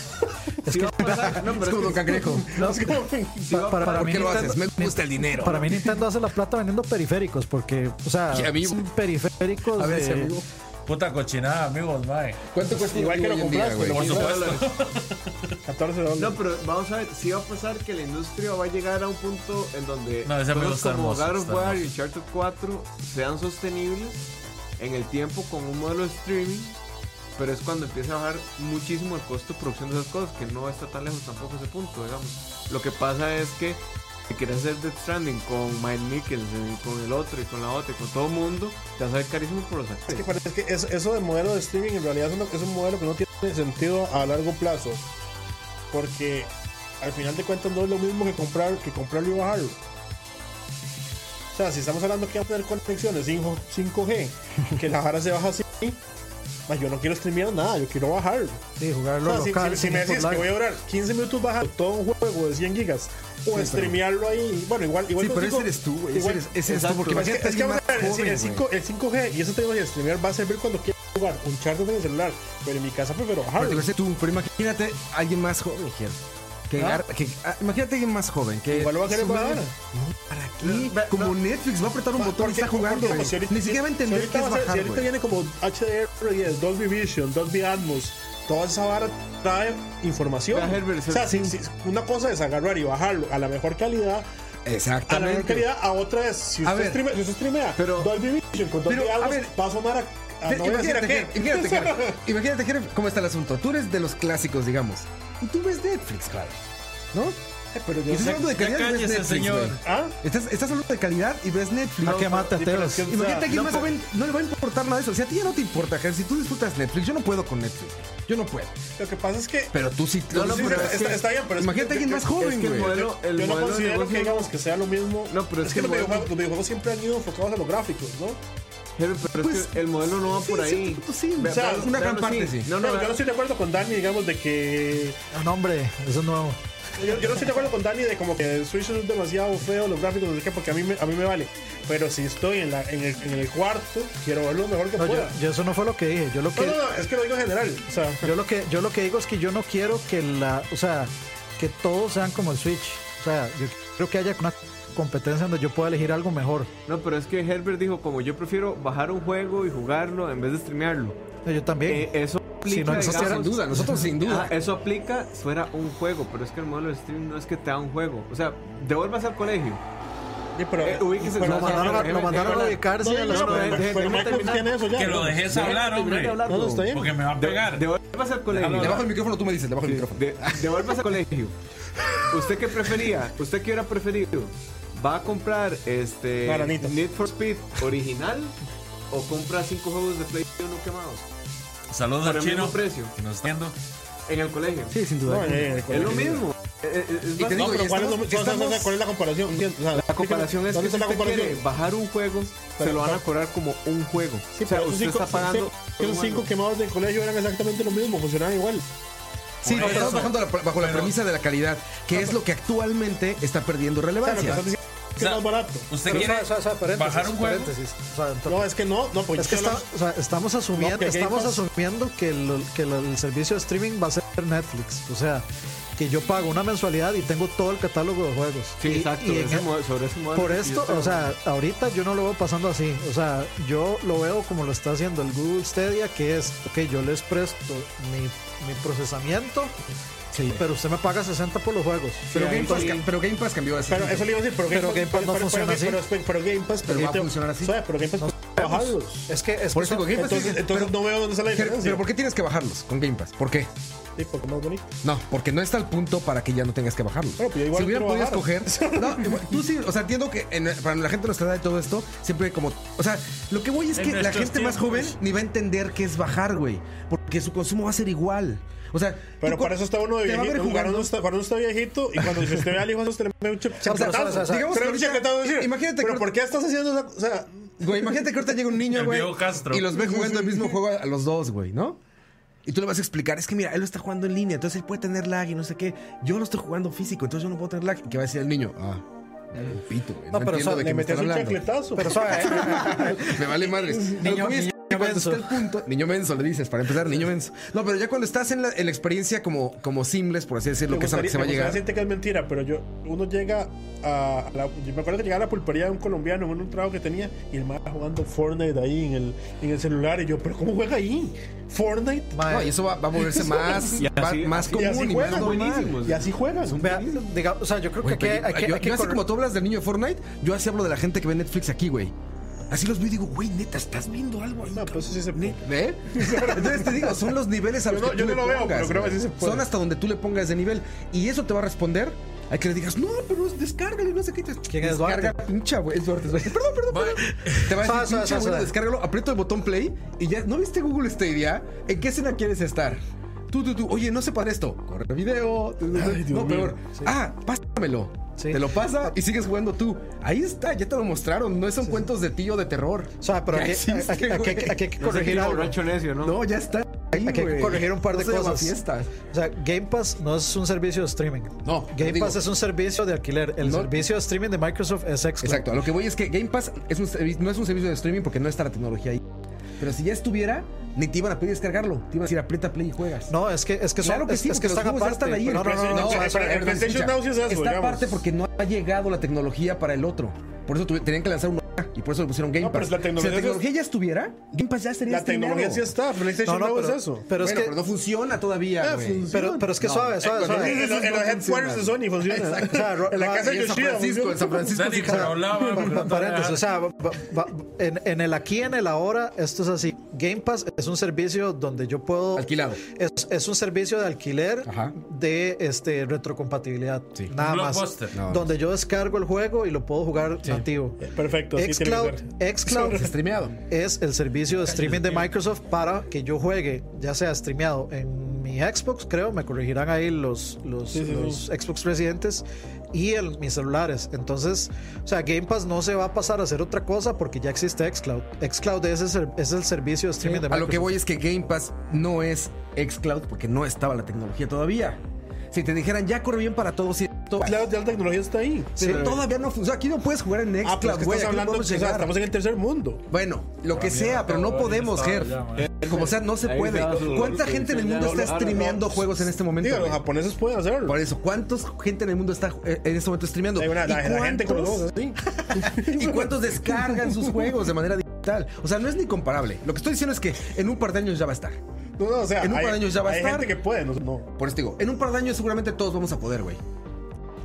Speaker 3: <laughs>
Speaker 5: sí va a pasar. No,
Speaker 1: <laughs>
Speaker 5: pero
Speaker 1: Es como
Speaker 5: es
Speaker 1: Don
Speaker 5: que-
Speaker 1: Cangrejo.
Speaker 2: No,
Speaker 3: Es como-
Speaker 5: sí va a
Speaker 2: para-
Speaker 5: pasar.
Speaker 1: ¿Por qué lo <laughs>
Speaker 2: Nintendo-
Speaker 1: haces? Me gusta el dinero.
Speaker 2: Para mí Nintendo hace la plata vendiendo periféricos, porque, o sea,
Speaker 1: Sí, amigo.
Speaker 2: son periféricos
Speaker 1: A ver, ese
Speaker 2: de-
Speaker 1: amigo.
Speaker 4: Puta cochinada, amigos, mae.
Speaker 1: ¿Cuánto cuesta
Speaker 3: Igual que
Speaker 1: un
Speaker 3: lo
Speaker 1: amigo hoy en día,
Speaker 3: compraste,
Speaker 1: güey?
Speaker 3: lo
Speaker 4: Por
Speaker 3: Sí,
Speaker 4: supuesto.
Speaker 3: 14 dólares.
Speaker 5: No, pero vamos a ver, si va a pasar que la industria va a llegar a un punto en donde
Speaker 4: No, ese amigo
Speaker 5: juegos
Speaker 4: está
Speaker 5: como
Speaker 4: hermoso,
Speaker 5: God of
Speaker 4: está
Speaker 5: War y
Speaker 4: hermoso.
Speaker 5: Uncharted 4 sean sostenibles en el tiempo con un modelo de streaming, pero es cuando empieza a bajar muchísimo el costo de producción de esas cosas, que no está tan lejos tampoco ese punto, digamos. Lo que pasa es que si quieres hacer Death Stranding con Mike Nichols, eh, con el otro y con la otra y con todo el mundo, te va a salir carísimo por los
Speaker 3: Es que
Speaker 5: actores.
Speaker 3: parece que eso, eso de modelo de streaming en realidad es, una- es un modelo que no tiene sentido a largo plazo. Porque al final de cuentas no es lo mismo que comprar que comprarlo y bajarlo. O sea, si estamos hablando que va a tener conexiones 5, 5G, que la jara se baja así, ma, yo no quiero streamear nada, yo quiero bajarlo.
Speaker 2: de
Speaker 3: O
Speaker 2: jugarlo
Speaker 3: sea, si-
Speaker 2: local.
Speaker 3: si, si
Speaker 2: sin
Speaker 3: me
Speaker 2: ningún
Speaker 3: decís que
Speaker 2: lag.
Speaker 3: voy a durar 15 minutos bajando todo un juego de 100 gigas o streamearlo ahí, bueno, igual, igual
Speaker 1: Sí, pero ese
Speaker 3: consigo-
Speaker 1: eres tú, güey. Ese
Speaker 3: igual-
Speaker 1: eres, ese eres tú.
Speaker 5: exacto.
Speaker 1: Porque
Speaker 3: es que,
Speaker 1: imagínate
Speaker 3: es que vamos
Speaker 1: alguien
Speaker 3: a ver,
Speaker 1: más
Speaker 3: el,
Speaker 1: joven, güey.
Speaker 3: 5, g y esa tecnología de streamear va a servir cuando quiera jugar un charter en el celular, pero en mi casa
Speaker 1: Pero
Speaker 3: prefiero
Speaker 1: te
Speaker 3: bajarlo.
Speaker 1: lo sé tú, pero imagínate alguien más joven, Ger. Que, gar- que- ah, imagínate alguien más joven que
Speaker 3: Igual lo va a querer
Speaker 1: su madre-
Speaker 3: bajar.
Speaker 1: ¿Para qué?
Speaker 5: No, ve-
Speaker 1: Como
Speaker 5: no.
Speaker 1: Netflix va a apretar un
Speaker 3: Pa-
Speaker 1: botón y
Speaker 3: porque-
Speaker 1: está jugando.
Speaker 3: porque,
Speaker 1: güey.
Speaker 3: digamos, si ahorita-
Speaker 1: Ni siquiera va a entender
Speaker 3: si
Speaker 1: qué
Speaker 3: ahorita
Speaker 1: es
Speaker 3: va a ser-
Speaker 1: bajar.
Speaker 3: Si ahorita
Speaker 1: güey.
Speaker 3: viene como HDR10, Dolby Vision, Dolby Atmos, toda esa vara trae información.
Speaker 5: Trae Herbert,
Speaker 3: o sea, si, si- una cosa es agarrar y bajarlo a la mejor calidad, a la mejor
Speaker 1: Exactamente.
Speaker 3: calidad, a otra es, si
Speaker 1: A
Speaker 3: usted,
Speaker 1: ver,
Speaker 3: streamea, si usted streamea
Speaker 5: pero-
Speaker 3: Dolby Vision con Dolby
Speaker 1: pero, a
Speaker 3: Atmos,
Speaker 1: ver,
Speaker 3: va a sonar a... a-
Speaker 1: Ve-
Speaker 3: Ah, no voy a decir a
Speaker 1: imagínate,
Speaker 3: qué.
Speaker 1: Ger, imagínate, Ger, imagínate, Ger, cómo está el asunto. Tú eres de los clásicos, digamos. Y tú ves Netflix, claro. ¿No?
Speaker 3: pero
Speaker 1: Y
Speaker 3: yo
Speaker 1: estás
Speaker 3: sé...
Speaker 1: hablando de calidad y ves
Speaker 4: cállese,
Speaker 1: Netflix,
Speaker 4: señor.
Speaker 1: güey.
Speaker 3: ¿Ah?
Speaker 1: Estás, estás hablando de calidad y ves Netflix.
Speaker 2: Ah, que mate ateos.
Speaker 3: pero es que-
Speaker 1: Imagínate
Speaker 3: sea,
Speaker 1: a alguien
Speaker 3: no,
Speaker 1: más
Speaker 3: pero-
Speaker 1: joven, no le va a importar nada de eso. Si a ti ya no te importa, Ger, si tú disfrutas Netflix, yo no puedo con Netflix. Yo no puedo.
Speaker 3: <laughs> Lo que pasa es que
Speaker 1: Pero tú sí.
Speaker 5: No, no,
Speaker 1: sí,
Speaker 5: pero
Speaker 1: sí,
Speaker 5: es
Speaker 1: sí.
Speaker 3: está, está bien, pero es
Speaker 1: Imagínate a
Speaker 3: que-
Speaker 1: alguien más
Speaker 5: Es
Speaker 1: joven,
Speaker 5: que el
Speaker 1: güey.
Speaker 5: modelo, el
Speaker 3: yo no
Speaker 5: modelo de
Speaker 3: considero que
Speaker 5: negocio-
Speaker 3: digamos que sea lo mismo.
Speaker 5: No, pero es que el
Speaker 3: los,
Speaker 5: modelo-
Speaker 3: videojuegos, los videojuegos siempre han ido enfocados a los gráficos, ¿no?
Speaker 5: Pero, pero es
Speaker 1: Pues,
Speaker 5: que el modelo no va
Speaker 1: sí,
Speaker 5: por
Speaker 1: sí,
Speaker 5: ahí.
Speaker 1: tú sí,
Speaker 5: Ve-
Speaker 1: o sea,
Speaker 5: vean-
Speaker 1: una gran
Speaker 5: veanlo
Speaker 1: parte
Speaker 5: así.
Speaker 1: sí.
Speaker 5: No,
Speaker 3: No,
Speaker 5: no,
Speaker 3: yo no
Speaker 5: vean-
Speaker 3: estoy de acuerdo con Dani, digamos, de que.
Speaker 2: Ah, No, hombre, eso es nuevo.
Speaker 3: Yo, yo no estoy de acuerdo con Dani de como que el Switch es demasiado feo, los gráficos, no sé qué, porque a mí me, a mí me vale. Pero si estoy en, la, en, el, en el cuarto, quiero ver lo mejor que
Speaker 2: No, yo,
Speaker 3: pueda.
Speaker 2: yo eso no fue lo que dije. Yo lo que,
Speaker 3: no, no, no, es que lo digo en general. O sea,
Speaker 2: yo lo que, yo lo que digo es que yo no quiero que la, o sea, que todos sean como el Switch. O sea, yo creo que haya una competencia donde yo pueda elegir algo mejor.
Speaker 5: no, pero es que Herbert dijo, como yo prefiero bajar un juego y jugarlo en vez de streamearlo.
Speaker 2: Yo también.
Speaker 5: Eh, eso aplica,
Speaker 2: no, nosotros
Speaker 1: Nosotros
Speaker 5: digamos,
Speaker 1: sin duda, nosotros sin
Speaker 5: ah,
Speaker 1: duda.
Speaker 5: eso aplica si fuera un juego, pero es que el modelo de stream no es que te da un juego. O sea, devuelvas al colegio.
Speaker 3: sí, pero.
Speaker 5: Eh, ubíquese-
Speaker 3: pero-
Speaker 2: lo mandaron, a,
Speaker 5: déjeme-
Speaker 2: lo mandaron a
Speaker 5: déjeme-
Speaker 2: dedicarse
Speaker 3: no,
Speaker 2: a
Speaker 3: no,
Speaker 2: la
Speaker 3: no,
Speaker 2: escuela.
Speaker 5: de-
Speaker 3: pero-
Speaker 5: de-
Speaker 3: pero
Speaker 5: déjeme
Speaker 3: Michael
Speaker 5: terminar-
Speaker 3: tiene eso ya.
Speaker 4: Que lo
Speaker 3: ¿no?
Speaker 4: dejes
Speaker 5: Déjame
Speaker 4: hablar,
Speaker 5: terminar de
Speaker 4: hombre.
Speaker 5: hablar,
Speaker 3: No, no,
Speaker 5: bro.
Speaker 3: está bien.
Speaker 4: Porque me va a
Speaker 5: De-
Speaker 4: pegar.
Speaker 5: Devuelvas al colegio.
Speaker 1: Le bajo el micrófono, tú me dices, le bajo el micrófono.
Speaker 5: De, devuelvas al colegio. ¿Usted qué prefería? ¿Usted qué hubiera preferido? ¿Va a comprar este
Speaker 3: Bananitas.
Speaker 5: Need for Speed original o compra cinco juegos de Play 1 quemados?
Speaker 4: Saludos
Speaker 5: Por
Speaker 4: al
Speaker 5: el
Speaker 4: chino.
Speaker 5: mismo precio.
Speaker 4: Que nos está viendo.
Speaker 5: En el colegio.
Speaker 1: Sí, sin duda.
Speaker 3: No, eh,
Speaker 5: es lo mismo. Eh, eh, es
Speaker 1: Y te
Speaker 5: bastante-
Speaker 1: digo,
Speaker 3: Pero
Speaker 1: y
Speaker 3: ¿cuál es lo-
Speaker 1: estamos-
Speaker 3: o sea,
Speaker 1: estamos-
Speaker 3: ¿Cuál es la comparación? O sea,
Speaker 5: La comparación es que
Speaker 3: ¿dónde
Speaker 5: si
Speaker 3: está la
Speaker 5: usted
Speaker 3: comparación?
Speaker 5: quiere bajar un juego, se
Speaker 3: Pero-
Speaker 5: lo van a cobrar como un juego.
Speaker 3: Sí,
Speaker 5: o sea,
Speaker 3: pero
Speaker 5: usted
Speaker 3: esos cinco-
Speaker 5: está pagando.
Speaker 3: sí, que los cinco quemados del colegio eran exactamente lo mismo, funcionaban igual.
Speaker 1: Sí,
Speaker 4: Por
Speaker 1: pero estamos
Speaker 4: eso.
Speaker 1: bajando la- bajo la
Speaker 4: Pero-
Speaker 1: premisa de la calidad, que es lo que actualmente está perdiendo
Speaker 3: O sea, lo que
Speaker 1: relevancia.
Speaker 3: están diciendo es que
Speaker 4: O sea,
Speaker 3: es más barato.
Speaker 4: ¿Usted
Speaker 2: Pero,
Speaker 4: quiere
Speaker 2: o sea, o sea, paréntesis,
Speaker 4: bajar un juego?
Speaker 2: paréntesis. O sea, entonces-
Speaker 3: No, es que no, no, pues
Speaker 2: Es que
Speaker 3: yo
Speaker 2: está- o sea, estamos asumiendo,
Speaker 3: No, que Game
Speaker 2: estamos
Speaker 3: Pass-
Speaker 2: asumiendo que, lo- que lo- el servicio de streaming va a ser Netflix. O sea, que yo pago una mensualidad y tengo todo el catálogo de juegos.
Speaker 5: Sí,
Speaker 2: Y-
Speaker 5: exacto.
Speaker 2: y en
Speaker 5: ese
Speaker 2: el-
Speaker 5: modelo- sobre ese modelo
Speaker 2: por
Speaker 5: que yo
Speaker 2: esto,
Speaker 5: estoy
Speaker 2: o sea, ahorita yo no lo veo pasando así. O sea, yo lo veo como lo está haciendo el Google Stadia, que es, ok, yo les presto mi, mi procesamiento,
Speaker 1: Sí.
Speaker 2: pero usted me paga 60 por los juegos.
Speaker 1: Pero,
Speaker 5: Sí,
Speaker 1: Game
Speaker 5: ahí
Speaker 1: Pass,
Speaker 5: sí.
Speaker 1: ca- pero Game Pass cambió así.
Speaker 3: Pero eso le iba a decir, pero Game,
Speaker 2: Pero
Speaker 3: Pass,
Speaker 2: Game Pass no
Speaker 3: pero-
Speaker 2: funciona
Speaker 3: pero-
Speaker 2: así.
Speaker 3: pero- pero- pero Game Pass
Speaker 1: Pero va a
Speaker 3: permite-
Speaker 1: funcionar así.
Speaker 3: ¿sabes? Pero Game Pass permite bajarlos.
Speaker 2: Es que
Speaker 1: Por
Speaker 2: es que eh,
Speaker 1: eso
Speaker 2: son-
Speaker 1: digo, Game Pass.
Speaker 3: Entonces,
Speaker 1: sí,
Speaker 3: entonces
Speaker 1: pero,
Speaker 3: no veo dónde está la
Speaker 1: Ger,
Speaker 3: diferencia.
Speaker 1: pero ¿por qué tienes que bajarlos con Game Pass? ¿Por qué?
Speaker 3: Sí, porque más bonito.
Speaker 1: No, porque no está al punto para que ya no tengas que bajarlo.
Speaker 3: Bueno, pues yo igual
Speaker 1: si hubieran
Speaker 3: quiero
Speaker 1: podido
Speaker 3: bajar.
Speaker 1: escoger.
Speaker 3: <laughs>
Speaker 1: No, igual- tú sí, o sea, entiendo que en- para la gente de nuestra edad y todo esto, siempre como. O sea, lo que voy es
Speaker 4: En
Speaker 1: que la
Speaker 4: nuestros
Speaker 1: gente más joven
Speaker 4: tiempos.
Speaker 1: ni va a entender qué es bajar, güey. Porque su consumo va a ser igual. O sea,
Speaker 3: Pero
Speaker 1: tú cu-
Speaker 3: para eso está uno de
Speaker 1: te va a ver
Speaker 3: viejito. Cuando
Speaker 1: jugando-
Speaker 3: uno está, cuando uno está viejito y cuando se usted ve al hijo, usted le mete un chip-
Speaker 1: sea, o sea,
Speaker 3: chapletazo.
Speaker 1: o sea, o sea,
Speaker 3: Digamos
Speaker 1: pero
Speaker 3: que un
Speaker 1: ahorita-
Speaker 3: chapletazo, decir,
Speaker 1: imagínate
Speaker 3: Pero
Speaker 1: que-
Speaker 3: ¿por qué estás haciendo esa O sea,
Speaker 1: Güey, imagínate que ahorita llega un niño,
Speaker 4: El
Speaker 1: güey.
Speaker 4: viejo Castro.
Speaker 1: Y los ve jugando el mismo juego a a los dos, güey, ¿no? Y tú le vas a explicar, es que mira, él lo está jugando en línea, entonces él puede tener lag y no sé qué. Yo lo estoy jugando físico, entonces yo no puedo tener lag. ¿Y qué va a decir el niño? Ah, un pito, güey. No,
Speaker 2: No, pero, o
Speaker 1: entiendo
Speaker 2: sea,
Speaker 1: de qué
Speaker 3: le
Speaker 1: me
Speaker 3: metes
Speaker 1: están
Speaker 3: un <laughs>
Speaker 1: hablando. <laughs>
Speaker 3: chacletazo.
Speaker 2: pero, ¿sabe?
Speaker 1: Me vale madres. Lo que voy es- ya cuando
Speaker 2: menso.
Speaker 1: está el punto. Niño menso, le dices, para empezar, niño menso. No, pero ya cuando estás en la, en la experiencia como, como simples, por así decirlo,
Speaker 3: Me
Speaker 1: que es a la que
Speaker 3: gustaría-
Speaker 1: se va a
Speaker 3: me gustaría
Speaker 1: llegar.
Speaker 3: decirte que es mentira, pero yo, uno llega a la, yo me acuerdo que llegaba a la pulpería de un colombiano en un trabajo que tenía y el más jugando Fortnite ahí en el, en el celular y yo, pero ¿cómo juega ahí? Fortnite.
Speaker 1: No, y eso va, va a volverse más,
Speaker 5: Y
Speaker 1: va-
Speaker 5: así-
Speaker 1: más
Speaker 5: y
Speaker 1: común
Speaker 3: y así
Speaker 1: y más
Speaker 3: juegan,
Speaker 1: normal.
Speaker 5: buenísimos.
Speaker 3: y así juegan.
Speaker 2: Vea, diga- o sea, yo creo
Speaker 1: Güey,
Speaker 2: que aquí
Speaker 1: pero
Speaker 2: hay, hay
Speaker 1: yo-
Speaker 2: que, hay que
Speaker 1: yo así
Speaker 2: correr-
Speaker 1: como tú hablas del niño de Fortnite, yo así hablo de la gente que ve Netflix aquí, güey. Así los veo y digo, güey, neta, estás viendo algo ahí.
Speaker 3: No, pero eso sí se puede.
Speaker 1: Ne- ¿Ve? Entonces te digo, son los niveles a los
Speaker 3: Yo no-
Speaker 1: que
Speaker 3: yo
Speaker 1: tú
Speaker 3: no
Speaker 1: le
Speaker 3: lo veo,
Speaker 1: pongas,
Speaker 3: pero creo que
Speaker 1: güey.
Speaker 3: sí se puede.
Speaker 1: Son hasta donde tú le pongas de nivel. Y eso te va a responder a que le digas, no, pero es- descárgalo, no sé qué.
Speaker 2: ¿Quién es Duarte?
Speaker 1: Descarga, pincha, güey. Es
Speaker 3: <laughs>
Speaker 1: Duarte, es Duarte. Perdón, perdón,
Speaker 4: Va-
Speaker 1: perdón. Te va a decir,
Speaker 2: Suave, suave,
Speaker 1: pinche,
Speaker 2: suave,
Speaker 1: güey,
Speaker 2: suave.
Speaker 1: descárgalo, aprieto el botón play y ya, ¿no viste Google Stadia? ¿En qué escena quieres estar? Tú, tú, tú, oye, no se para esto. Corre video. tú, tú, tú.
Speaker 3: Ay, Dios
Speaker 1: no,
Speaker 3: mío.
Speaker 1: peor. Ah, pásamelo.
Speaker 2: Sí.
Speaker 1: Te lo pasa y sigues jugando tú. Ahí está, ya te lo mostraron. No son cuentos de tío de terror.
Speaker 2: O sea, pero
Speaker 1: Ya
Speaker 2: aquí,
Speaker 1: existe,
Speaker 2: aquí- aquí-
Speaker 1: güey.
Speaker 2: aquí hay que
Speaker 5: No sé qué
Speaker 2: corregir algo.
Speaker 5: borracho necio, ¿no?
Speaker 1: No, ya está. ahí,
Speaker 2: Aquí hay que
Speaker 1: güey.
Speaker 2: corregir un par de
Speaker 1: No se llama
Speaker 2: cosas.
Speaker 1: fiesta.
Speaker 2: O sea, Game Pass no es un servicio de streaming.
Speaker 1: No, yo
Speaker 2: Game
Speaker 1: digo-
Speaker 2: Pass es un servicio de alquiler. El
Speaker 1: No.
Speaker 2: servicio de streaming de Microsoft es Xcloud.
Speaker 1: Exacto, a lo que voy es que Game Pass es un servi- no es un servicio de streaming porque no está la tecnología ahí. Pero si ya estuviera, ni te iban a pedir descargarlo. Te iban a decir aprieta play y juegas.
Speaker 2: No, es que es que
Speaker 1: Claro
Speaker 2: son-
Speaker 1: que
Speaker 2: es,
Speaker 1: sí,
Speaker 2: es que
Speaker 1: porque
Speaker 2: están
Speaker 1: los juegos ya están
Speaker 2: aparte.
Speaker 1: ahí.
Speaker 2: No, no, no, no,
Speaker 3: No,
Speaker 2: no,
Speaker 3: pero-
Speaker 2: eso- perdón.
Speaker 3: pero- pero- PlayStation Now sí es eso,
Speaker 1: Está
Speaker 3: digamos.
Speaker 1: aparte porque no ha llegado la tecnología para el otro. Por eso tuve- tenían que lanzar uno y por eso le pusieron Game
Speaker 3: No,
Speaker 1: Pass.
Speaker 3: pero la tecnología
Speaker 1: si la
Speaker 3: sí es-
Speaker 1: tecnología ya estuviera, Game Pass ya sería
Speaker 3: La tecnología sí
Speaker 1: streameado.
Speaker 3: está, PlayStation
Speaker 2: No,
Speaker 3: no,
Speaker 2: no,
Speaker 3: es
Speaker 2: pero-
Speaker 3: eso.
Speaker 2: pero es
Speaker 1: Bueno,
Speaker 2: que-
Speaker 1: pero no funciona todavía,
Speaker 3: Ah,
Speaker 1: güey.
Speaker 3: funciona.
Speaker 2: Pero, pero es que suave, suave,
Speaker 1: eh, cuando
Speaker 2: suave.
Speaker 3: en, los- en los headquarters de Sony funciona.
Speaker 1: Exacto.
Speaker 3: O sea, ro- en la casa
Speaker 1: Y
Speaker 3: de
Speaker 1: en San
Speaker 3: Yoshida
Speaker 1: Francisco, en San
Speaker 3: funciona.
Speaker 1: Francisco.
Speaker 4: Dani,
Speaker 1: sí,
Speaker 2: <laughs>
Speaker 4: pero hablaba. pero-
Speaker 2: Paréntesis, o sea, va- va- en, en el aquí, en el ahora, esto es así. Game Pass es un servicio donde yo puedo.
Speaker 1: Alquilado.
Speaker 2: Es, es un servicio de alquiler
Speaker 1: Ajá.
Speaker 2: de este, retrocompatibilidad.
Speaker 1: Sí.
Speaker 2: Nada
Speaker 4: Un
Speaker 2: más.
Speaker 4: blockbuster.
Speaker 1: No, no.
Speaker 2: donde yo descargo el juego y lo puedo jugar nativo.
Speaker 3: Perfecto, así tiene
Speaker 2: Xcloud,
Speaker 3: que ser.
Speaker 2: Xcloud
Speaker 1: Streameado.
Speaker 2: es el servicio de streaming de Microsoft para que yo juegue, ya sea streameado en mi Xbox, creo, me corregirán ahí los, los,
Speaker 3: Sí, sí,
Speaker 2: los Xbox residentes y en mis celulares. Entonces, o sea, Game Pass no se va a pasar a hacer otra cosa porque ya existe Xcloud. Xcloud es el, ser- es el servicio de streaming de
Speaker 1: A lo
Speaker 2: Microsoft.
Speaker 1: que voy es que Game Pass no es xCloud porque no estaba la tecnología todavía. Si te dijeran ya corre bien para todos y esto,
Speaker 3: Xcloud ya la tecnología está ahí.
Speaker 1: pero
Speaker 2: Sí.
Speaker 1: todavía no funciona. Aquí no puedes jugar en
Speaker 3: Ah, pero es
Speaker 1: xCloud,
Speaker 3: que
Speaker 1: güey.
Speaker 3: estás
Speaker 1: aquí no
Speaker 3: hablando, o
Speaker 1: podemos
Speaker 3: sea,
Speaker 1: llegar.
Speaker 3: estamos en el tercer mundo.
Speaker 1: Bueno, lo que sea, pero no podemos, Ger. Como sea, no se
Speaker 5: Ahí
Speaker 1: puede.
Speaker 5: está su-
Speaker 1: ¿Cuánta
Speaker 5: su-
Speaker 1: gente en el
Speaker 5: su-
Speaker 1: mundo
Speaker 5: su-
Speaker 1: está
Speaker 5: su-
Speaker 1: streameando juegos en este momento?
Speaker 3: Digo, los
Speaker 1: güey?
Speaker 3: japoneses pueden hacerlo.
Speaker 1: Por eso, ¿cuántos gente en el mundo está eh, en este momento streameando?
Speaker 3: Hay una-
Speaker 1: ¿Y
Speaker 3: la, la gente con los
Speaker 1: cuántos-
Speaker 3: ojos así. <laughs>
Speaker 1: <laughs> ¿Y cuántos descargan sus juegos de manera digital? O sea, no es ni comparable. Lo que estoy diciendo es que en un par de años ya va a estar.
Speaker 3: No, no, o sea,
Speaker 1: En un
Speaker 3: hay,
Speaker 1: par de años ya va a
Speaker 3: hay
Speaker 1: estar.
Speaker 3: gente que puede, no. no.
Speaker 1: Por eso te digo, en un par de años seguramente todos vamos a poder, güey.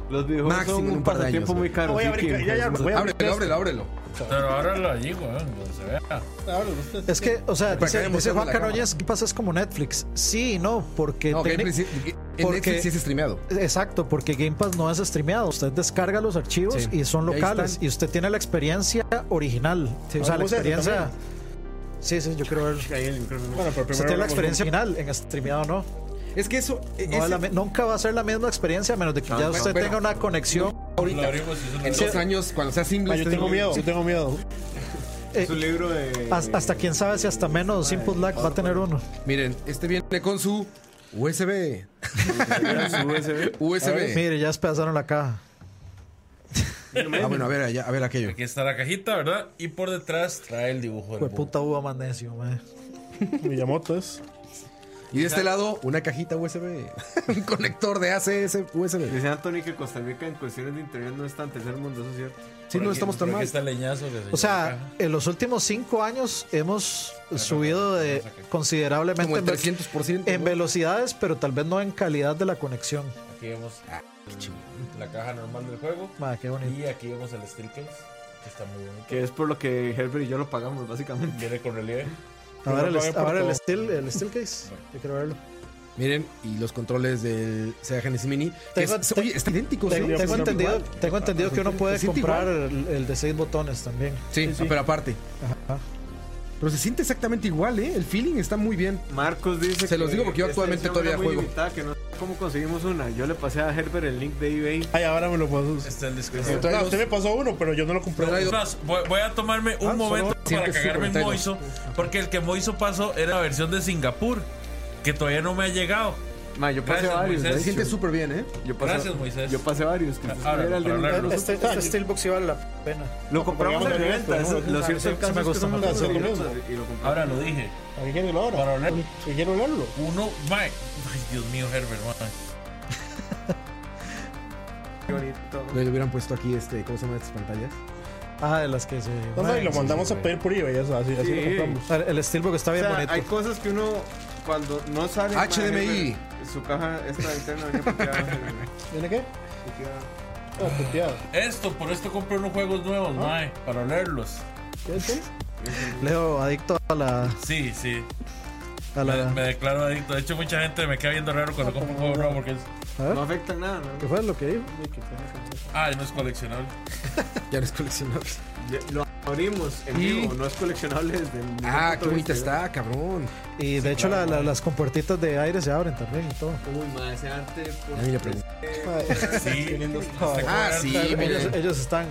Speaker 5: Los videojuegos
Speaker 1: Máximo
Speaker 5: son
Speaker 1: en
Speaker 5: un par de
Speaker 1: años,
Speaker 5: tiempo muy
Speaker 1: güey.
Speaker 5: caro.
Speaker 3: Voy a abrir- ya, ya,
Speaker 5: Pues,
Speaker 3: voy a abrir
Speaker 1: Ábrelo, ábrelo, ábrelo.
Speaker 4: Pero ahora lo allí, güey. donde se vea.
Speaker 3: Claro, usted-
Speaker 2: Es que, o sea,
Speaker 1: Para caer
Speaker 2: dice, dice
Speaker 1: emoción en
Speaker 2: Juan
Speaker 1: la
Speaker 2: Caroñas, Game Pass es como Netflix. Sí y no, porque...
Speaker 1: No, que en
Speaker 2: técnic-
Speaker 1: principio- en
Speaker 2: porque-
Speaker 1: Netflix sí es streameado.
Speaker 2: Exacto, porque Game Pass no es streameado. Usted descarga los archivos
Speaker 1: Sí.
Speaker 2: y son
Speaker 1: Y ahí
Speaker 2: locales.
Speaker 1: están.
Speaker 2: Y usted tiene la experiencia original. o sea, la
Speaker 3: Vamos a hacer
Speaker 2: experiencia.
Speaker 3: también.
Speaker 2: Sí, sí, yo quiero ver. Usted
Speaker 3: Bueno, pero primero
Speaker 2: tiene la
Speaker 3: hablamos-
Speaker 2: experiencia original en streameado, ¿no.
Speaker 1: Es que eso. eh,
Speaker 2: No es
Speaker 1: ese-
Speaker 2: la mi- nunca va a ser la misma experiencia a menos de que ya
Speaker 1: pero-
Speaker 2: usted
Speaker 1: pero-
Speaker 2: tenga una conexión.
Speaker 4: Lo abrimos y eso
Speaker 1: en
Speaker 4: lo-
Speaker 1: dos años, cuando sea simple.
Speaker 3: Ma, Ah,
Speaker 2: este
Speaker 3: yo tengo miedo, yo tengo miedo.
Speaker 2: eh,
Speaker 5: Es un libro de.
Speaker 2: hasta, hasta quién sabe si hasta menos input lag va a tener uno.
Speaker 1: Miren, este viene con su USB.
Speaker 5: Era su USB.
Speaker 1: USB.
Speaker 2: Mire, ya despedazaron la caja.
Speaker 1: Ah, bueno, a ver, allá, a ver aquello.
Speaker 4: Aquí está la cajita, ¿verdad? Y por detrás trae el dibujo del
Speaker 2: Fue
Speaker 4: búho.
Speaker 2: puta uva más necio, mae.
Speaker 3: Miyamoto es.
Speaker 1: Y de este lado, una cajita USB. <laughs> Un conector de ACS USB.
Speaker 5: Dice Anthony que Costa Rica en cuestiones de internet no es tan tercer mundo, eso es cierto.
Speaker 1: Sí,
Speaker 4: Por
Speaker 1: no
Speaker 4: aquí-
Speaker 1: estamos tan
Speaker 4: por aquí
Speaker 1: mal.
Speaker 4: está el leñazo que se llevó
Speaker 2: O
Speaker 4: la
Speaker 2: sea,
Speaker 4: caja.
Speaker 2: en los últimos cinco años hemos subido de considerablemente
Speaker 1: Como el
Speaker 2: en ve-
Speaker 1: 300%.
Speaker 2: Este, pues, en
Speaker 1: ¿no?
Speaker 2: velocidades, pero tal vez no en calidad de la conexión.
Speaker 4: Aquí vemos ah, la caja normal del juego.
Speaker 2: Ma, qué bonito.
Speaker 4: Y aquí vemos el Steel Case, que está muy bonito.
Speaker 5: Que es por lo que Herbert y yo lo pagamos, básicamente.
Speaker 4: Viene con relieve.
Speaker 2: A ver, el,
Speaker 3: Lo pagué
Speaker 2: a
Speaker 3: por
Speaker 2: ver el,
Speaker 3: todo.
Speaker 2: steel, el steel case. Yo quiero verlo.
Speaker 1: Miren, y los controles del Sega Genesis Mini. que
Speaker 2: Tengo-
Speaker 1: es- oye, está idéntico,
Speaker 2: Tengo,
Speaker 1: ¿sí?
Speaker 2: tengo
Speaker 3: sí,
Speaker 2: entendido, tengo
Speaker 3: Ah,
Speaker 2: entendido que uno puede
Speaker 1: Se siente
Speaker 2: comprar
Speaker 1: igual.
Speaker 2: el, el de seis botones también.
Speaker 1: Sí, ah, pero aparte. Pero se siente exactamente igual, ¿eh? El feeling está muy bien.
Speaker 5: Marcos dice
Speaker 1: Se los
Speaker 5: que
Speaker 1: digo porque yo
Speaker 5: esta
Speaker 1: actualmente
Speaker 5: edición
Speaker 1: todavía
Speaker 5: era muy
Speaker 1: juego.
Speaker 5: limitada, que no sé cómo conseguimos una. Yo le pasé a Herbert el link de eBay.
Speaker 3: Ay, ahora me lo pasó.
Speaker 4: Este es el disco.
Speaker 1: Trae
Speaker 3: Ah,
Speaker 1: dos-
Speaker 3: usted me pasó uno, pero yo no lo compré.
Speaker 1: Trae
Speaker 4: Es más, voy, voy a tomarme un
Speaker 1: Ah, solo
Speaker 4: momento para
Speaker 1: siempre
Speaker 4: cagarme en
Speaker 1: cinco,
Speaker 4: Moiso, porque el que Moiso pasó era la versión de Singapur, que todavía no me ha llegado.
Speaker 5: Ma, yo pasé
Speaker 4: Gracias,
Speaker 5: varios.
Speaker 4: Moisés.
Speaker 1: Se
Speaker 5: de
Speaker 1: siente
Speaker 5: hecho.
Speaker 1: súper bien, ¿eh?
Speaker 5: Yo pasé,
Speaker 4: Gracias, Moisés. Ah,
Speaker 5: Yo pasé varios. que ustedes
Speaker 4: Ahora,
Speaker 5: era
Speaker 4: para
Speaker 5: el de-
Speaker 4: hablar de los-
Speaker 2: Este, este Steelbook sí vale la pena.
Speaker 5: Lo compramos
Speaker 3: Lo compramos
Speaker 5: en reventa.
Speaker 3: en
Speaker 5: eso-
Speaker 3: reventa,
Speaker 5: Lo
Speaker 3: sí,
Speaker 5: cierto
Speaker 3: sí,
Speaker 5: es
Speaker 3: sí,
Speaker 5: que
Speaker 3: me
Speaker 5: es que
Speaker 3: gusta
Speaker 5: somos
Speaker 3: más.
Speaker 5: los
Speaker 3: Sí,
Speaker 5: originales
Speaker 3: sí.
Speaker 5: y lo compramos.
Speaker 4: Ahora lo dije.
Speaker 3: ¿A qué quieren olerlo?
Speaker 4: Para oler.
Speaker 3: ¿A qué quieren olerlo?
Speaker 4: Uno, Mike. Ay, Dios mío, Herbert, mae.
Speaker 5: Qué bonito.
Speaker 1: Le hubieran puesto aquí, este, ¿cómo se llaman estas pantallas?
Speaker 2: Ah, de las que se.
Speaker 3: No, no, y lo
Speaker 2: Mae,
Speaker 3: mandamos a pedir por eBay, eso, así, así
Speaker 5: Sí.
Speaker 3: lo compramos.
Speaker 2: El Steelbook está
Speaker 5: O
Speaker 2: bien
Speaker 5: sea,
Speaker 2: bonito.
Speaker 5: hay cosas que uno cuando no sale
Speaker 1: HDMI.
Speaker 5: su caja esta interna
Speaker 1: <laughs>
Speaker 5: venía puteada, güey.
Speaker 3: ¿Viene qué?
Speaker 5: Puteada.
Speaker 3: Ah, puteado.
Speaker 4: Esto, por esto compré unos juegos nuevos,
Speaker 1: Ah.
Speaker 4: mae, para leerlos.
Speaker 3: ¿Qué es eso?
Speaker 2: Leo, adicto a la.
Speaker 4: Sí, sí.
Speaker 2: A
Speaker 4: Me,
Speaker 2: la
Speaker 4: me declaro adicto. De hecho, mucha gente me queda viendo raro
Speaker 1: Ah,
Speaker 4: cuando compro un juego nuevo porque es.
Speaker 5: No afecta en nada,
Speaker 2: ¿Qué
Speaker 5: ¿no?
Speaker 2: fue lo que dijo?
Speaker 4: Ah, no es
Speaker 1: <laughs>
Speaker 4: coleccionable.
Speaker 1: Ya no es coleccionable.
Speaker 5: Ya- Lo abrimos en
Speaker 1: Y-
Speaker 5: vivo, no es coleccionable desde ningún
Speaker 1: Ah, qué
Speaker 5: punto de
Speaker 1: bonita
Speaker 5: vista.
Speaker 1: está, cabrón.
Speaker 2: Y de hecho, la- la- las compuertitas de aire se abren también y todo.
Speaker 5: Uy, ma, ese arte. pues, por-
Speaker 1: Ya ni le pregunté.
Speaker 4: Sí.
Speaker 1: Ah, sí,
Speaker 2: ellos, eh,
Speaker 1: miren.
Speaker 2: ellos están.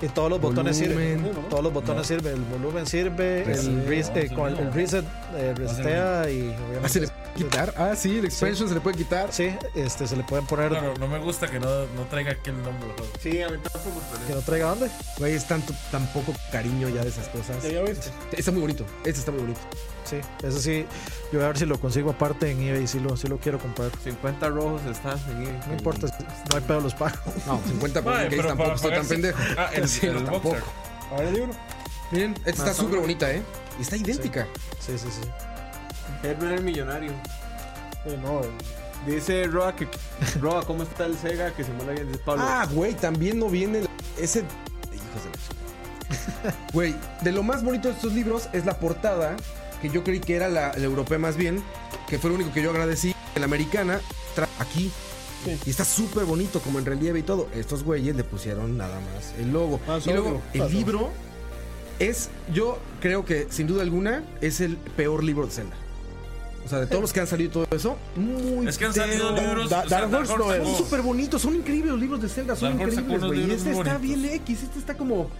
Speaker 2: Y todos los botones
Speaker 1: Volumen.
Speaker 2: sirven. Todos los botones sirven. El volumen sirve.
Speaker 1: Reset.
Speaker 2: El, res- eh,
Speaker 4: No,
Speaker 2: con el,
Speaker 4: no.
Speaker 2: el reset eh, resetea y obviamente.
Speaker 1: Ah, se le puede quitar. Ah, sí, el expansion se le puede quitar.
Speaker 2: Sí, este, se le pueden poner.
Speaker 4: Claro, no me gusta que no, no traiga aquí el nombre del juego.
Speaker 5: Sí, a mí tampoco,
Speaker 2: Que
Speaker 5: pero
Speaker 2: no traiga dónde.
Speaker 1: Güey, es tanto, tan poco cariño ya de esas cosas.
Speaker 3: ¿Ya viste?
Speaker 1: Está muy bonito. Este está muy bonito.
Speaker 2: Sí, eso sí. Yo voy a ver si lo consigo aparte en eBay. Si lo, si lo quiero comprar.
Speaker 5: 50 rojos está en
Speaker 2: No importa, no hay pedo, los pago. <laughs>
Speaker 1: No, 50 por
Speaker 4: Mae,
Speaker 1: gays
Speaker 4: pero
Speaker 1: tampoco
Speaker 4: para
Speaker 1: estoy tan
Speaker 4: pagarse-
Speaker 1: pendejo.
Speaker 4: Ah, el,
Speaker 1: <laughs> Sí,
Speaker 4: el
Speaker 1: no,
Speaker 4: boxer.
Speaker 1: tampoco.
Speaker 3: A ver el libro.
Speaker 1: Miren, esta está
Speaker 5: Más o
Speaker 1: súper
Speaker 5: menos.
Speaker 1: bonita, ¿eh? Y está idéntica.
Speaker 2: Sí, sí, sí.
Speaker 5: Herbert el millonario.
Speaker 3: Eh, no, eh,
Speaker 5: Dice
Speaker 1: <laughs>
Speaker 5: Roa que. Roa, ¿cómo está el Sega? Que se mola bien. Dice Pablo.
Speaker 1: Ah, güey, también no viene la- ese. Hijos de
Speaker 3: <laughs>
Speaker 1: la chingada. Güey, de lo más bonito de estos libros es la portada, que yo creí que era la, la europea más bien, que fue lo único que yo agradecí. que La americana, tra- aquí.
Speaker 3: Sí.
Speaker 1: Y está súper bonito, como en relieve y todo. Estos güeyes le pusieron nada más el logo.
Speaker 3: Más
Speaker 1: y luego,
Speaker 3: obvio,
Speaker 1: el
Speaker 3: más
Speaker 1: libro es, yo creo que sin duda alguna, es el peor libro de Zelda. O sea, de todos los que han salido y todo eso, muy
Speaker 4: Es que han salido
Speaker 1: pero-
Speaker 4: libros.
Speaker 3: Da- Dark Horse no es.
Speaker 1: son
Speaker 4: sacó-
Speaker 1: súper bonitos, son increíbles los libros de Zelda, son
Speaker 4: Dark Horse sacó
Speaker 1: increíbles,
Speaker 4: unos
Speaker 1: güey. Y
Speaker 4: libros
Speaker 1: este
Speaker 4: muy
Speaker 1: está
Speaker 4: bonitos.
Speaker 1: bien X, este está como.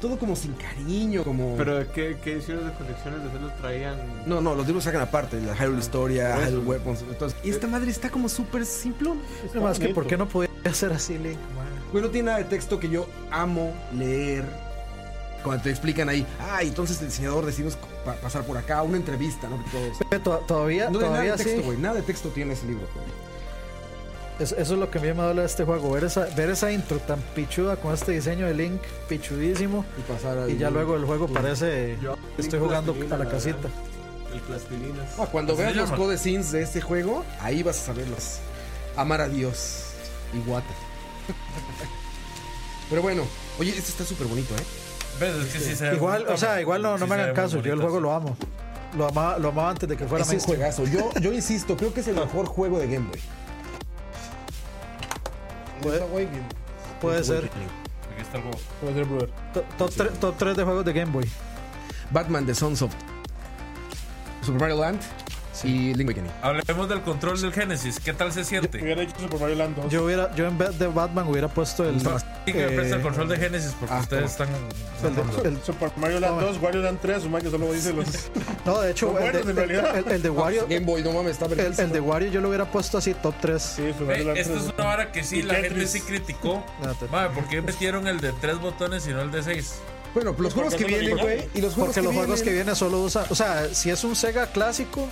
Speaker 1: Todo como sin cariño, como.
Speaker 5: Pero ¿de ¿qué, qué ediciones de colecciones de celos traían?
Speaker 1: no, no, los libros sacan aparte, la
Speaker 4: Ah.
Speaker 1: Hyrule Historia,
Speaker 5: Por eso.
Speaker 1: Hyrule Weapons, entonces, y
Speaker 4: Eh.
Speaker 1: esta madre está como súper simple.
Speaker 2: Nada más que, ¿por
Speaker 3: bonito.
Speaker 2: qué no podía hacer así, Link?
Speaker 1: Güey, no tiene nada de texto que yo amo leer. Cuando te explican ahí, ah, entonces el diseñador decidimos pa- pasar por acá, una entrevista, ¿no? Todo esto.
Speaker 2: Pero to- Todavía,
Speaker 1: No tiene nada de
Speaker 2: todavía sí.
Speaker 1: texto, güey, nada de texto tiene ese libro. güey.
Speaker 2: Es- Eso, es lo que a mí me habla de este juego. Ver esa, ver esa intro tan pichuda con este diseño de Link pichudísimo.
Speaker 1: Y pasar ahí.
Speaker 2: Y ya luego el juego parece.
Speaker 5: Yo-
Speaker 2: Estoy jugando a la casita.
Speaker 5: El plastilinas.
Speaker 1: Ah, cuando
Speaker 4: Así
Speaker 1: veas
Speaker 4: se
Speaker 1: los
Speaker 4: llama.
Speaker 1: code scenes de este juego, ahí vas a saberlos. Amar a Dios y Wata. <laughs> Pero bueno, oye, este está súper bonito, ¿eh?
Speaker 4: ¿Ves? Es que sí se ve
Speaker 2: Igual,
Speaker 4: bonito,
Speaker 2: o sea,
Speaker 4: mae.
Speaker 2: igual no, no
Speaker 4: Sí
Speaker 2: me
Speaker 4: se
Speaker 2: hagan
Speaker 4: ve
Speaker 2: caso.
Speaker 4: muy
Speaker 2: Yo el juego
Speaker 4: bonito, sí.
Speaker 2: lo amo. Lo amaba, lo amaba antes de que fuera
Speaker 1: Es un
Speaker 2: mainstream.
Speaker 1: juegazo. Yo,
Speaker 2: <laughs>
Speaker 1: yo insisto, creo que es el mejor juego de Game Boy.
Speaker 2: Puede, puede ser.
Speaker 4: Aquí está el juego.
Speaker 3: puede ser brother.
Speaker 2: To- Top, tre- top 3 de juegos de Game Boy.
Speaker 1: Batman de Sons of Super Mario Land y Link Awakening.
Speaker 4: Hablemos del control del Genesis. ¿qué tal se siente?
Speaker 3: Hubiera hecho Super Mario Land 2.
Speaker 2: Yo, hubiera, yo en vez de Batman hubiera puesto el.
Speaker 1: No,
Speaker 4: Sí, que me presta el
Speaker 2: eh,
Speaker 4: control de Genesis porque
Speaker 1: ah,
Speaker 4: ustedes están.
Speaker 2: el de- el-
Speaker 3: Super Mario Land 2, Wario Land 3, un man que solo dice los.
Speaker 2: no, de
Speaker 3: Son
Speaker 2: hecho, el de,
Speaker 3: buenos, en realidad.
Speaker 2: el- el- el de Wario.
Speaker 1: Game Boy, no mames, está
Speaker 2: El,
Speaker 1: vergüenza.
Speaker 2: el de Wario yo lo hubiera puesto así, top 3.
Speaker 3: Sí, Super
Speaker 4: Ve,
Speaker 3: Mario Land 3.
Speaker 4: esta es una vara que sí,
Speaker 3: Y
Speaker 4: la gente
Speaker 3: Tetris.
Speaker 4: sí criticó.
Speaker 2: No, te-
Speaker 4: Mae, ¿por qué metieron el de tres botones y no el de seis?
Speaker 1: Bueno, los juegos que
Speaker 3: porque
Speaker 1: vienen,
Speaker 3: son
Speaker 1: güey, y los juegos
Speaker 2: Porque
Speaker 1: que
Speaker 2: los juegos que
Speaker 1: vienen-
Speaker 2: vienen solo usan. O sea, si es un Sega clásico,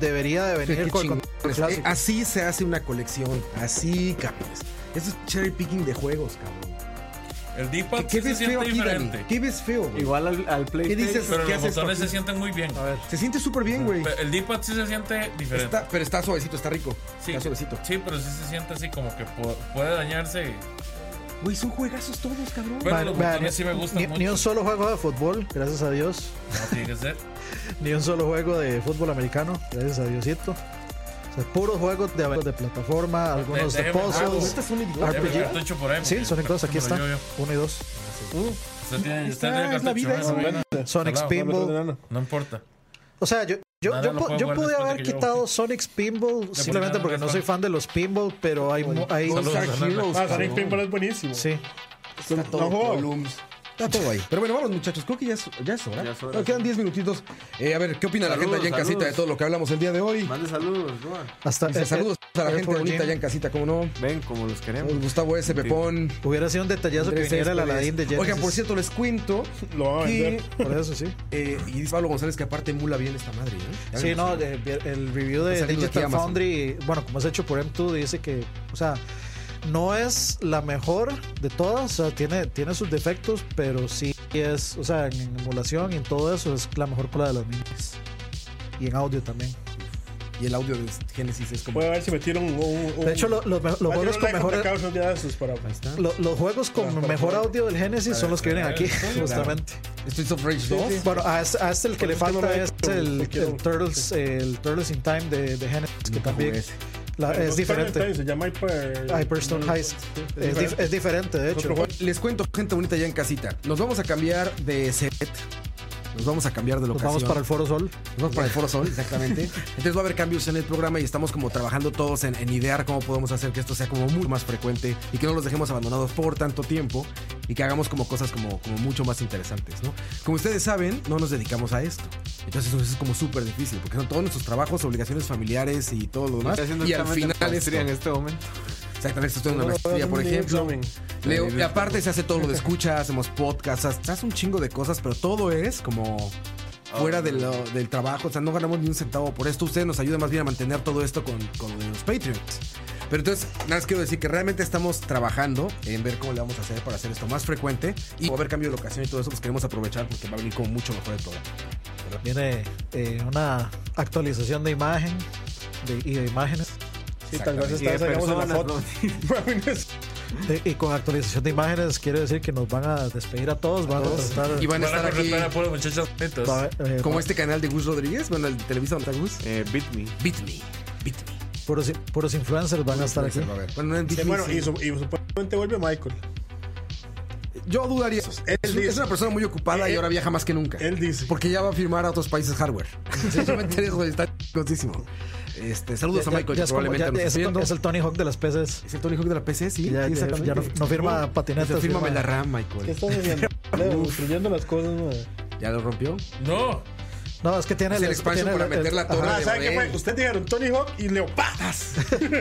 Speaker 2: debería de
Speaker 1: Qué
Speaker 2: venir con el
Speaker 1: chingones.
Speaker 2: control
Speaker 1: Eh,
Speaker 2: clásico.
Speaker 1: así se hace una colección. Así, cabrón. Esto es cherry picking de juegos, cabrón.
Speaker 4: El
Speaker 1: ¿Qué,
Speaker 4: D-pad
Speaker 1: qué
Speaker 4: sí se
Speaker 1: ves feo
Speaker 4: siente
Speaker 1: aquí, Dani?
Speaker 4: diferente.
Speaker 1: ¿Qué ves feo, güey?
Speaker 5: Igual al, al PlayStation.
Speaker 1: dices?
Speaker 4: Pero
Speaker 1: ¿Qué
Speaker 4: los
Speaker 1: haces,
Speaker 4: botones se
Speaker 1: papi?
Speaker 4: sienten muy bien.
Speaker 2: A ver,
Speaker 1: Se siente súper bien, güey.
Speaker 4: Pe- El D-pad sí se siente diferente.
Speaker 1: Está- pero está suavecito, está rico.
Speaker 4: Sí,
Speaker 1: Está suavecito.
Speaker 4: sí, pero sí se siente así como que po- puede dañarse.
Speaker 1: Güey, son juegazos todos, cabrón.
Speaker 4: Pero
Speaker 2: vale,
Speaker 4: los
Speaker 2: vean,
Speaker 4: botones sí me gustan
Speaker 2: ni,
Speaker 4: mucho.
Speaker 2: ni un solo juego de fútbol, gracias a Dios.
Speaker 4: No tiene que ser.
Speaker 2: Ni un solo juego de fútbol americano, gracias a Diosito. O sea, puros juegos de, de plataforma, algunos de,
Speaker 4: déjeme- ah,
Speaker 1: Ah,
Speaker 2: pozos.
Speaker 1: estas son idiotas.
Speaker 4: Déjeme el
Speaker 2: RPG.
Speaker 4: cartucho por ahí.
Speaker 2: Sí,
Speaker 4: porque
Speaker 2: Sonic 2, aquí
Speaker 4: me lo
Speaker 2: está.
Speaker 4: llevo yo.
Speaker 2: 1 y 2.
Speaker 3: Ah,
Speaker 4: Usted tiene, usted tiene el
Speaker 3: es la
Speaker 4: cartucho,
Speaker 3: vida
Speaker 4: no,
Speaker 3: esa,
Speaker 4: no,
Speaker 3: ¿verdad?
Speaker 2: Sonic
Speaker 4: Salado.
Speaker 2: Pinball.
Speaker 3: Nano.
Speaker 4: No importa.
Speaker 2: O sea, yo, yo,
Speaker 4: Nada,
Speaker 2: yo,
Speaker 4: lo
Speaker 2: po-
Speaker 4: puedo
Speaker 2: yo
Speaker 4: jugar
Speaker 2: pude
Speaker 4: después de
Speaker 2: haber
Speaker 4: que yo-
Speaker 2: quitado Sonic's Pinball
Speaker 4: nada,
Speaker 2: simplemente porque no
Speaker 4: después.
Speaker 2: soy fan de los pinball, pero hay, mu- hay
Speaker 1: All
Speaker 4: Saludos,
Speaker 1: Star
Speaker 4: Fernando.
Speaker 1: Heroes,
Speaker 3: Ah,
Speaker 1: cabrón.
Speaker 3: Sonic Pinball es buenísimo.
Speaker 2: sí.
Speaker 1: Está todo
Speaker 3: No juego.
Speaker 1: Columns. Está todo ahí. Pero bueno, vamos muchachos, creo que ya es, ya es hora.
Speaker 5: Ya es hora,
Speaker 1: Bueno,
Speaker 5: sí.
Speaker 1: quedan 10 minutitos. Eh, a ver, ¿qué opina la
Speaker 5: Saludos,
Speaker 1: gente allá en
Speaker 5: saludos.
Speaker 1: casita de todo lo que hablamos el día de hoy?
Speaker 5: Mande saludos, Roa.
Speaker 2: Hasta
Speaker 1: Dice,
Speaker 2: eh,
Speaker 1: saludos
Speaker 2: eh,
Speaker 1: a la
Speaker 2: eh,
Speaker 1: gente
Speaker 2: por
Speaker 1: bonita
Speaker 2: Jim.
Speaker 1: allá en casita, ¿cómo no?
Speaker 5: Ven como los queremos.
Speaker 1: Gustavo S. Pepón.
Speaker 2: Hubiera sido un detallazo que
Speaker 1: Andrés
Speaker 2: viniera el
Speaker 1: Céspedes.
Speaker 2: Aladín de Genesis.
Speaker 1: Oigan, por cierto, les cuento
Speaker 3: Lo van a
Speaker 1: que...
Speaker 3: vender.
Speaker 2: Por eso, sí.
Speaker 1: eh, y dice Pablo González que aparte mula bien esta madre, ¿eh?
Speaker 2: Sí, no, eh, el review
Speaker 1: Está
Speaker 2: de
Speaker 1: saliendo aquí
Speaker 2: Digital
Speaker 1: Amazon.
Speaker 2: Foundry, bueno, como es hecho por M2, dice que, o sea, no es la mejor de todas, o sea, tiene, tiene sus defectos, pero sí es, o sea, en emulación y en todo eso es la mejor cola de las minis. Y en audio también.
Speaker 1: Y el audio de Génesis es como...
Speaker 3: Voy a ver si metieron un. un- un-
Speaker 2: De hecho, lo- lo- los
Speaker 3: Ah, tiene
Speaker 2: juegos
Speaker 3: un
Speaker 2: con
Speaker 3: like on the
Speaker 2: mejor,
Speaker 3: couch, un día de esos para-
Speaker 2: lo- los juegos con mejor audio del Genesis son los que vienen aquí, justamente.
Speaker 1: Streets of Rage 2.
Speaker 2: Bueno, a este, a este el que le
Speaker 3: Por eso es que
Speaker 2: falta
Speaker 3: no me
Speaker 2: es
Speaker 3: meto,
Speaker 2: el,
Speaker 3: porque
Speaker 2: el
Speaker 3: no-
Speaker 2: Turtles, el Turtles in Time de, de Genesis, que también
Speaker 1: ese.
Speaker 2: la-
Speaker 3: Los
Speaker 2: Ah, es diferente.
Speaker 3: Time, Se llama Hyper.
Speaker 2: Hyperstone Heist. Es, dif- es diferente, de hecho.
Speaker 3: Otro juego.
Speaker 1: Les cuento, gente bonita allá en casita. Nos vamos a cambiar de set. Nos vamos a cambiar de
Speaker 2: Nos
Speaker 1: locación.
Speaker 2: vamos para el Foro Sol.
Speaker 1: Nos vamos para el Foro Sol, exactamente. Entonces va a haber cambios en el programa y estamos como trabajando todos en, en idear cómo podemos hacer que esto sea como mucho más frecuente y que no los dejemos abandonados por tanto tiempo y que hagamos como cosas como, como mucho más interesantes, ¿no? Como ustedes saben, no nos dedicamos a esto. Entonces eso es como súper difícil porque son todos nuestros trabajos, obligaciones familiares y todo lo demás.
Speaker 5: Estoy haciendo
Speaker 1: Y al
Speaker 5: examen de
Speaker 1: final
Speaker 5: maestría en
Speaker 1: esto.
Speaker 5: este momento.
Speaker 1: Exactamente, estoy estudiando una
Speaker 3: Voy
Speaker 1: maestría,
Speaker 3: a hacer
Speaker 1: por
Speaker 3: un
Speaker 1: ejemplo.
Speaker 3: examen.
Speaker 1: Leo, y aparte se hace todo lo de escucha, hacemos podcasts, se hace un chingo de cosas, pero todo es como fuera de lo- del trabajo, o sea, no ganamos ni un centavo por esto. Ustedes nos ayudan más bien a mantener todo esto con, con lo de los Patreons. Pero entonces, nada más quiero decir que realmente estamos trabajando en ver cómo le vamos a hacer para hacer esto más frecuente y va a haber cambio de locación y todo eso, pues queremos aprovechar porque va a venir como mucho mejor el programa.
Speaker 2: Viene eh, una actualización de imagen de- y de imágenes.
Speaker 3: Sí, tal vez
Speaker 5: Y de
Speaker 3: está, salgamos en la
Speaker 5: personas,
Speaker 3: foto. Mames.
Speaker 2: De- y con actualización de imágenes quiere decir que nos van a despedir a todos. Van a contratar.
Speaker 1: Y van a
Speaker 4: Van a
Speaker 1: estar aquí,
Speaker 4: contratar a puros muchachos bonitos.
Speaker 2: pa- eh,
Speaker 1: como este canal de Gus Rodríguez, bueno, el de Televisa donde está Gus.
Speaker 5: Eh, beat me.
Speaker 1: Beat Me, Beat Me.
Speaker 2: puros, puros influencers van a estar aquí.
Speaker 1: Va a haber. Bueno, no en Beat
Speaker 3: Sí,
Speaker 1: Me,
Speaker 3: Bueno,
Speaker 1: sí.
Speaker 3: y su- y supuestamente vuelve Michael.
Speaker 1: Ah, Yo dudaría. Es,
Speaker 3: Él
Speaker 1: es
Speaker 3: dice.
Speaker 1: una persona muy ocupada y ahora viaja más que nunca.
Speaker 3: Él dice.
Speaker 1: Porque ya va a firmar a otros países
Speaker 3: <laughs>
Speaker 1: hardware. Sí, yo me enteré, güey, está chingosísimo. Este, saludos
Speaker 2: Ya-
Speaker 1: a
Speaker 2: ya-
Speaker 1: Michael,
Speaker 2: ya
Speaker 1: que
Speaker 2: es como-
Speaker 1: probablemente
Speaker 2: ya-
Speaker 1: nos
Speaker 2: es,
Speaker 1: esté viendo.
Speaker 2: es el Tony Hawk de las PCs.
Speaker 1: ¿Es el Tony Hawk de la PC, sí.
Speaker 2: Ya,
Speaker 1: sí,
Speaker 2: ya-
Speaker 1: exactamente.
Speaker 2: ya no, no firma patinetas.
Speaker 1: Este, fírmame
Speaker 2: firma-
Speaker 1: la RAM, Michael.
Speaker 3: ¿Qué estás haciendo? Leo, destruyendo las cosas, madre.
Speaker 1: ¿Ya lo rompió?
Speaker 4: No,
Speaker 2: No, es que tiene
Speaker 1: Es el expansion
Speaker 2: tiene
Speaker 1: para meter la
Speaker 2: ajá,
Speaker 1: torre.
Speaker 3: Ah,
Speaker 1: de
Speaker 3: ¿saben qué
Speaker 1: Babel.
Speaker 3: fue? Ustedes dijeron Tony Hawk y Leo
Speaker 2: <laughs>
Speaker 3: ¡Patas!
Speaker 1: Pero de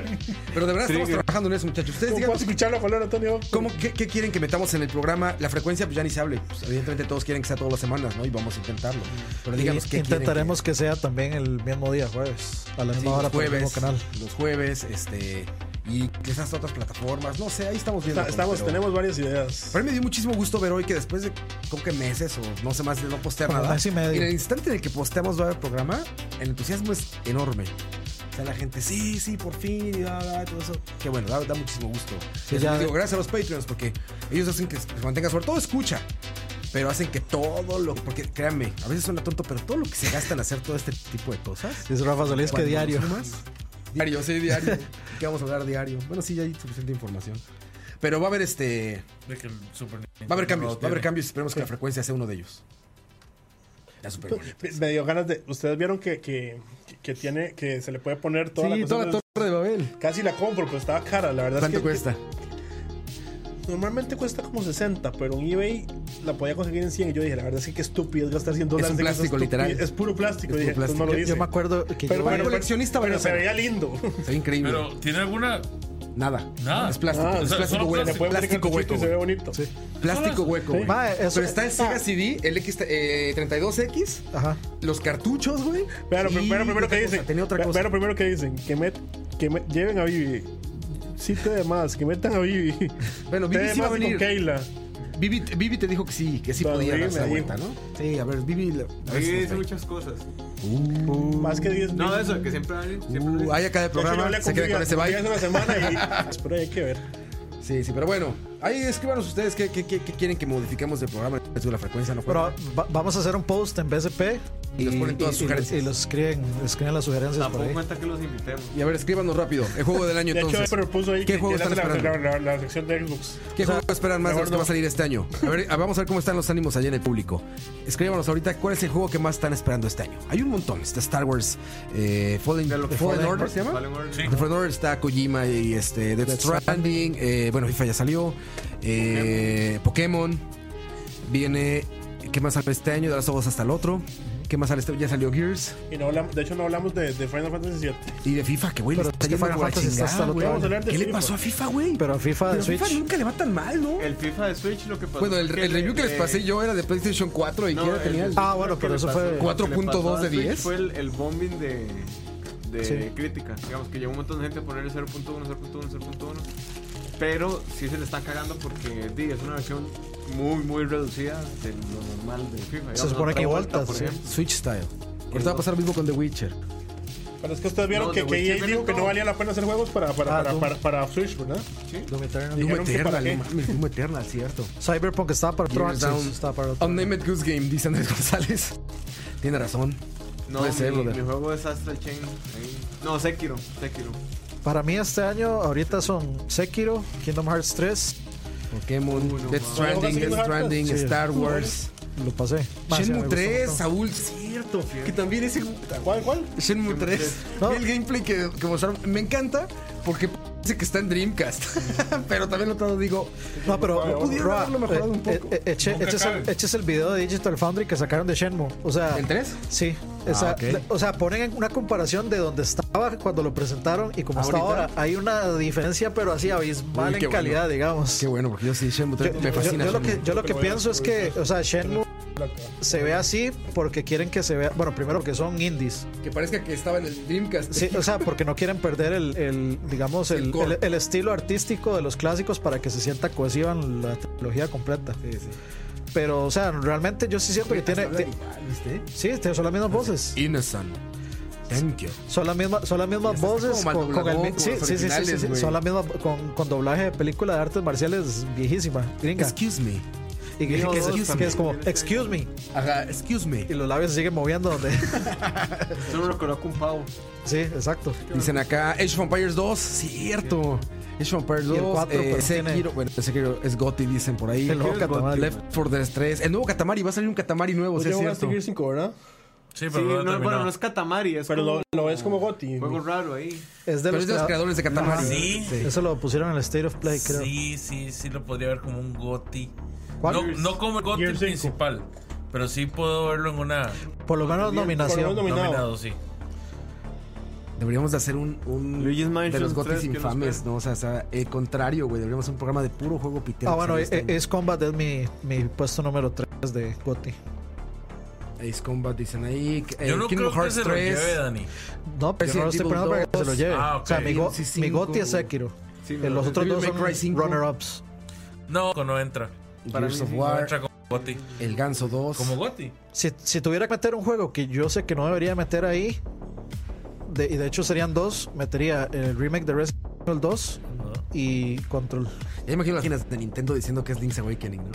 Speaker 1: verdad estamos
Speaker 5: Trigger.
Speaker 1: trabajando en eso, muchachos. Ustedes
Speaker 3: ¿Cómo
Speaker 1: digan
Speaker 3: puedo escuchar la palabra Tony Hawk?
Speaker 1: ¿Cómo, qué, qué quieren que metamos en el programa? La frecuencia, pues ya ni se hable. Pues, evidentemente todos quieren que sea todas las semanas, ¿no? Y vamos a intentarlo. Pero díganos qué
Speaker 2: y
Speaker 1: quieren
Speaker 2: intentaremos que... sea también el mismo día, jueves. A la
Speaker 1: Sí,
Speaker 2: misma
Speaker 1: los
Speaker 2: hora por el mismo
Speaker 1: jueves,
Speaker 2: canal.
Speaker 1: los jueves, este, y esas otras plataformas, no sé, ahí estamos viendo.
Speaker 3: Está-
Speaker 1: cómo,
Speaker 3: Estamos,
Speaker 1: pero-
Speaker 3: tenemos varias ideas.
Speaker 1: Pero a mí me dio muchísimo gusto ver hoy que después de, creo que meses o no sé más de no postear
Speaker 2: Como
Speaker 1: nada,
Speaker 2: mes y medio.
Speaker 1: en el instante en el que posteamos va el programa, el entusiasmo es enorme. O sea, la gente, sí, sí, por fin, y da, da, todo eso. Que bueno, da, da muchísimo gusto.
Speaker 2: Sí,
Speaker 1: Eso
Speaker 2: ya-
Speaker 1: les digo, gracias a los Patreons porque ellos hacen que se mantenga, sobre todo escucha. Pero hacen que todo lo. Porque créanme, a veces suena tonto, pero todo lo que se gasta en hacer todo este tipo de cosas.
Speaker 2: Dice Rafa Solís que
Speaker 1: Cuando
Speaker 2: diario.
Speaker 1: nos sumas. Diario, sí,
Speaker 2: <laughs>
Speaker 1: diario. ¿Qué vamos a hablar diario? Bueno, sí, ya hay suficiente información. Pero va a haber este.
Speaker 4: de que el Super
Speaker 1: Va
Speaker 4: Nintendo
Speaker 1: a haber cambios,
Speaker 4: no
Speaker 1: va a haber
Speaker 4: tiene.
Speaker 1: cambios. Esperemos que la frecuencia sea uno de ellos. La super bonita.
Speaker 3: Me dio ganas de. Ustedes vieron que, que, que tiene, que se le puede poner toda la
Speaker 1: Sí,
Speaker 3: cosa
Speaker 1: toda la
Speaker 3: de-
Speaker 1: torre de Babel.
Speaker 3: Casi la compro, pero estaba cara, la verdad. es
Speaker 1: ¿Cuánto
Speaker 3: que-
Speaker 1: cuesta?
Speaker 3: Normalmente cuesta como 60, pero en eBay la podía conseguir en 100. Y yo dije, la verdad es que qué estúpido es gastar 100 dólares.
Speaker 1: un
Speaker 3: en esa
Speaker 1: plástico,
Speaker 3: estupidez.
Speaker 1: literal.
Speaker 3: Es puro plástico.
Speaker 1: Es
Speaker 3: dije,
Speaker 1: puro
Speaker 3: entonces pues, no lo
Speaker 1: plástico.
Speaker 3: hice.
Speaker 2: Yo me acuerdo que
Speaker 3: Pero
Speaker 2: yo-
Speaker 1: Para
Speaker 3: bueno,
Speaker 1: coleccionista vale
Speaker 3: pero
Speaker 1: la
Speaker 3: se
Speaker 1: pena. <laughs>
Speaker 3: veía lindo.
Speaker 1: Está increíble.
Speaker 4: Pero tiene alguna.
Speaker 1: nada.
Speaker 4: Nada.
Speaker 1: Es plástico.
Speaker 3: Ah,
Speaker 1: es
Speaker 4: o sea,
Speaker 1: plástico
Speaker 4: solo
Speaker 1: hueco.
Speaker 4: plástico.
Speaker 3: Puede
Speaker 1: Plástico hueco.
Speaker 3: Y se ve bonito.
Speaker 2: Sí.
Speaker 1: Plástico
Speaker 4: Solo-
Speaker 1: hueco,
Speaker 3: Sí.
Speaker 1: güey.
Speaker 2: Ma, eso-
Speaker 1: Pero está el Sega CD, el X, eh, 32X,
Speaker 2: Ajá.
Speaker 1: los cartuchos, güey.
Speaker 3: Pero,
Speaker 1: Y
Speaker 3: pero
Speaker 1: otra
Speaker 3: primero que
Speaker 1: cosa,
Speaker 3: dicen.
Speaker 1: Tenía otra
Speaker 3: pe-
Speaker 1: cosa.
Speaker 3: Pero primero que dicen. Que, met- que me- lleven a Vivi. Sí, te demás. Que metan a Vivi.
Speaker 1: <laughs> Bueno,
Speaker 3: Te
Speaker 1: Vivi sí va a
Speaker 3: demás con
Speaker 1: venir.
Speaker 3: Keila.
Speaker 1: Vivi, Vivi te dijo que sí, que sí
Speaker 3: Don
Speaker 1: podía
Speaker 3: Vivi
Speaker 1: darse
Speaker 3: me
Speaker 1: la vuelta,
Speaker 3: dijo.
Speaker 1: ¿no? Sí, a ver, Vivi. la- a ver
Speaker 5: Ahí
Speaker 1: si nos Uh.
Speaker 5: dice
Speaker 1: ve.
Speaker 5: muchas cosas.
Speaker 4: Uh.
Speaker 3: Más que 10
Speaker 5: No,
Speaker 3: mil.
Speaker 5: eso, que siempre hay. Siempre hay.
Speaker 1: Uh, hay acá de
Speaker 3: De hecho, yo
Speaker 1: programa,
Speaker 3: hablé
Speaker 1: se queda
Speaker 3: Vivi
Speaker 1: con ese
Speaker 3: hace
Speaker 1: baile.
Speaker 3: una semana
Speaker 1: <laughs>
Speaker 3: y. <laughs> Pero hay que ver.
Speaker 1: Sí, sí, pero bueno, ahí escríbanos ustedes qué, qué- qué- qué quieren que modifiquemos del programa. Es de la frecuencia, no
Speaker 2: Pero
Speaker 1: juega.
Speaker 2: va- vamos a hacer un post en BSP.
Speaker 1: Y nos ponen todas
Speaker 2: y- y los-
Speaker 1: sugerencias.
Speaker 2: Y los escriben, escriben las sugerencias por
Speaker 5: Tampoco
Speaker 2: ahí.
Speaker 5: cuenta que los invitemos.
Speaker 1: Y a ver, escríbanos rápido. El juego del año
Speaker 3: De hecho,
Speaker 1: entonces.
Speaker 3: pero puso ahí
Speaker 1: ¿Qué
Speaker 3: que
Speaker 1: juego
Speaker 3: él
Speaker 1: están
Speaker 3: hace la,
Speaker 1: esperando?
Speaker 3: la- la- la sección de Xbox.
Speaker 1: ¿Qué juego esperan más de
Speaker 3: mejor
Speaker 1: los que
Speaker 3: no.
Speaker 1: va a salir este año? A ver, a- vamos a ver cómo están los ánimos allá en el público. Escríbanos ahorita cuál es el juego que más están esperando este año. Hay un montón. Está Star Wars, eh, Fallen, Fallen Order, ¿se llama?
Speaker 5: Fallen Order.
Speaker 4: Sí.
Speaker 1: The Front Runner está Kojima y este Death Stranding, eh, bueno FIFA ya salió, eh, Pokémon. Viene. ¿Qué más sale este año? De las obras hasta el otro. ¿Qué más sale este? Ya salió Gears.
Speaker 3: Y no hablamos, de hecho, no hablamos de, de Final Fantasy VII.
Speaker 1: Y de FIFA, que güey, le
Speaker 2: Pero
Speaker 1: está
Speaker 2: es que
Speaker 1: yendo
Speaker 2: Final
Speaker 1: como la
Speaker 2: Fantasy está
Speaker 1: chingada,
Speaker 2: hasta el
Speaker 1: güey.
Speaker 2: otro
Speaker 3: Vamos a hablar de
Speaker 1: ¿Qué le
Speaker 3: FIFA.
Speaker 1: pasó a FIFA, güey?
Speaker 2: Pero a FIFA de
Speaker 1: Pero FIFA
Speaker 2: Switch.
Speaker 1: nunca le va tan mal, ¿no?
Speaker 5: El FIFA de Switch lo que pasó.
Speaker 1: Bueno, el,
Speaker 5: es
Speaker 1: el review que les
Speaker 5: le-
Speaker 1: pasé yo era de PlayStation 4 y
Speaker 5: No,
Speaker 1: que ya tenía
Speaker 5: el-
Speaker 1: el-
Speaker 2: Ah, bueno, pero eso fue.
Speaker 1: 4.2 de
Speaker 5: Le pasó
Speaker 1: 10.
Speaker 5: a Switch Fue el, el bombing de, de
Speaker 2: Sí.
Speaker 5: crítica. Digamos que llegó un montón de gente a ponerle 0.1, 0.1, 0.1. Pero sí se le está cagando porque di, es una versión muy, muy reducida de lo normal de FIFA.
Speaker 2: Se
Speaker 5: Digamos,
Speaker 2: supone que
Speaker 5: otra
Speaker 2: vueltas.
Speaker 5: por
Speaker 2: sí.
Speaker 5: ejemplo.
Speaker 1: Switch Style. Ahorita va a pasar lo mismo con The Witcher.
Speaker 3: Pero es que ustedes vieron
Speaker 5: No,
Speaker 3: que,
Speaker 5: de
Speaker 3: que
Speaker 5: Witcher
Speaker 3: EA dijo
Speaker 5: viene
Speaker 3: que no
Speaker 5: todo.
Speaker 3: valía la pena hacer juegos para, para,
Speaker 2: Ah,
Speaker 3: para,
Speaker 2: tú.
Speaker 3: para, para Switch, ¿verdad?
Speaker 2: Doom Eternal.
Speaker 1: Doom
Speaker 3: Dijeron que para
Speaker 1: Eternal,
Speaker 3: qué.
Speaker 1: no mames, Doom Eternal, cierto.
Speaker 2: Cyberpunk estaba para otro
Speaker 1: Gears
Speaker 2: Axis,
Speaker 1: Down.
Speaker 2: estaba para otro.
Speaker 1: Unnamed Goose Game, dice Andrés González. <laughs> Tiene razón.
Speaker 5: No,
Speaker 1: Puede
Speaker 5: mi,
Speaker 1: ser, brother.
Speaker 5: mi juego es Astral Chain. ahí. No, Sekiro. Sekiro.
Speaker 2: Para mí este año ahorita son Sekiro, Kingdom Hearts 3,
Speaker 1: Pokémon,
Speaker 5: no,
Speaker 1: Death
Speaker 5: mames.
Speaker 1: Stranding,
Speaker 3: ¿Juegas
Speaker 1: Death
Speaker 3: Kingdom
Speaker 1: Stranding,
Speaker 2: Hearts? Sí.
Speaker 1: Star Wars,
Speaker 2: lo pasé. Más, ya me
Speaker 1: Shenmue
Speaker 2: gustó
Speaker 1: 3,
Speaker 2: mucho.
Speaker 1: Saúl, cierto. Que también ese
Speaker 3: ¿Cuál, cuál?
Speaker 1: Shenmue 3.
Speaker 2: No.
Speaker 1: Vi el gameplay que, que mostraron. Me encanta porque dice que está en Dreamcast. <laughs> pero también lo todo digo.
Speaker 2: No, pero
Speaker 1: No pudieron
Speaker 2: Roa,
Speaker 1: haberlo mejorado un
Speaker 2: eh,
Speaker 1: poco.
Speaker 2: eh, eh, eche-
Speaker 3: Nunca
Speaker 2: eches el-
Speaker 3: cabe.
Speaker 2: eches el video de Digital Foundry que sacaron de Shenmue. O sea,
Speaker 1: ¿El 3?
Speaker 2: Sí, o sea,
Speaker 1: Ah, ok.
Speaker 2: le- o sea, ponen en una comparación de donde estaba cuando lo presentaron y como está
Speaker 1: ¿Ahorita?
Speaker 2: ahora. Hay una diferencia, pero así abismal
Speaker 1: Uy, qué
Speaker 2: en calidad,
Speaker 1: bueno.
Speaker 2: digamos.
Speaker 1: Qué bueno, porque yo sí, Shenmue 3 me fascina.
Speaker 2: yo lo que,
Speaker 1: Shenmue.
Speaker 2: yo lo que pienso es que, o sea, Shenmue se ve así porque quieren que se vea, bueno, primero porque son indies,
Speaker 1: Que parezca que estaba en el Dreamcast.
Speaker 2: Sí, o sea, porque no quieren perder el, el, digamos,
Speaker 1: El
Speaker 2: el,
Speaker 1: core.
Speaker 2: el- el estilo artístico de los clásicos para que se sienta cohesiva en la trilogía completa.
Speaker 1: Sí, sí.
Speaker 2: Pero, o sea, realmente yo sí siento que tiene...
Speaker 1: Habla
Speaker 2: ti-
Speaker 1: igual, ¿viste?
Speaker 2: sí, te- son las mismas voces.
Speaker 1: Innocent. Thank you.
Speaker 2: Son, las mismas son las mismas
Speaker 1: está
Speaker 2: voces
Speaker 1: como
Speaker 2: con, con el...
Speaker 1: dobladón,
Speaker 2: mi-
Speaker 1: como
Speaker 2: Sí,
Speaker 1: los
Speaker 2: sí, sí, sí, sí,
Speaker 1: originales,
Speaker 2: sí,
Speaker 1: güey.
Speaker 2: Son las mismas con, con doblaje de película de artes marciales viejísima, gringa.
Speaker 1: Excuse me.
Speaker 2: y que,
Speaker 1: Dios,
Speaker 2: que es- que
Speaker 1: también.
Speaker 2: es como, excuse me.
Speaker 1: Ajá, excuse me.
Speaker 2: Y los labios se siguen moviendo donde... <laughs>
Speaker 5: Solo lo coloco un pavo.
Speaker 2: sí, exacto.
Speaker 1: Dicen acá Age of Empires 2, cierto. Age of Empires
Speaker 2: Y
Speaker 1: 2,
Speaker 2: el cuatro,
Speaker 1: eh,
Speaker 2: pero no
Speaker 1: Sekiro,
Speaker 2: tiene-
Speaker 1: bueno, Sekiro es Gotti dicen por ahí.
Speaker 2: El nuevo Katamari.
Speaker 1: Left 4 Dead 3, el nuevo Katamari, va a salir un Katamari nuevo,
Speaker 3: Pues
Speaker 1: sí
Speaker 3: ya
Speaker 1: es
Speaker 3: jugaste
Speaker 1: cierto.
Speaker 3: Gear 5, ¿verdad?
Speaker 4: Sí, pero
Speaker 5: Sí,
Speaker 4: no, lo he
Speaker 5: no, bueno,
Speaker 4: terminado.
Speaker 5: no es Katamari, es
Speaker 3: Pero
Speaker 5: como
Speaker 3: lo, lo ves como Gotti.
Speaker 5: un juego raro ahí.
Speaker 2: Es de
Speaker 1: Pero
Speaker 2: los
Speaker 1: es de los
Speaker 2: crea-
Speaker 1: creadores de Katamari.
Speaker 4: Sí.
Speaker 2: Eso lo pusieron en el State of Play, creo.
Speaker 4: Sí, sí, sí lo podría ver como un goti.
Speaker 2: ¿Cuál?
Speaker 4: No, no como el goti
Speaker 3: Gears cinco.
Speaker 4: principal, pero sí puedo verlo en una
Speaker 2: Por lo menos
Speaker 3: por lo
Speaker 2: nominación.
Speaker 3: menos Nominado.
Speaker 4: nominado, sí.
Speaker 1: Deberíamos de hacer un, un
Speaker 5: Luigi's
Speaker 1: de
Speaker 5: Mansion
Speaker 1: los gotis
Speaker 5: 3, ¿qué nos
Speaker 1: infames, ¿no? O sea, o sea, el contrario, güey. Deberíamos hacer un programa de puro juego pitero.
Speaker 2: Ah,
Speaker 1: que
Speaker 2: bueno,
Speaker 1: sale este
Speaker 2: eh,
Speaker 1: año.
Speaker 2: Ace Combat es mi, mi puesto número 3 de GOTY.
Speaker 1: Este, Ace Combat dicen ahí. que-
Speaker 4: Yo
Speaker 1: eh,
Speaker 4: no
Speaker 1: Kingdom
Speaker 4: creo que
Speaker 1: Hearts
Speaker 4: se lo
Speaker 1: 3.
Speaker 4: lleve, Dani.
Speaker 2: No, pero no
Speaker 1: Resident
Speaker 2: lo estoy
Speaker 1: Evil
Speaker 2: poniendo para que se lo
Speaker 1: 2.
Speaker 2: lleve.
Speaker 4: Ah,
Speaker 2: O sea,
Speaker 4: ok.
Speaker 2: mi, go-
Speaker 1: DMC5.
Speaker 2: mi GOTY es Sekiro.
Speaker 5: Sí,
Speaker 2: Eh, los otros
Speaker 1: Devil
Speaker 2: dos
Speaker 1: May Cry
Speaker 2: son
Speaker 1: 5.
Speaker 2: runner-ups.
Speaker 4: No, no entra.
Speaker 5: Para
Speaker 1: Gears
Speaker 5: mí
Speaker 1: of
Speaker 5: sí,
Speaker 4: No
Speaker 1: War.
Speaker 4: entra como goti.
Speaker 1: El Ganso 2.
Speaker 4: Como goti.
Speaker 2: Si, si tuviera que meter un juego que yo sé que no debería meter ahí, de- y de hecho serían dos, metería el remake de Resident Evil 2 y Control.
Speaker 1: Ya imagino las páginas de Nintendo diciendo que es Link's Awakening, ¿no?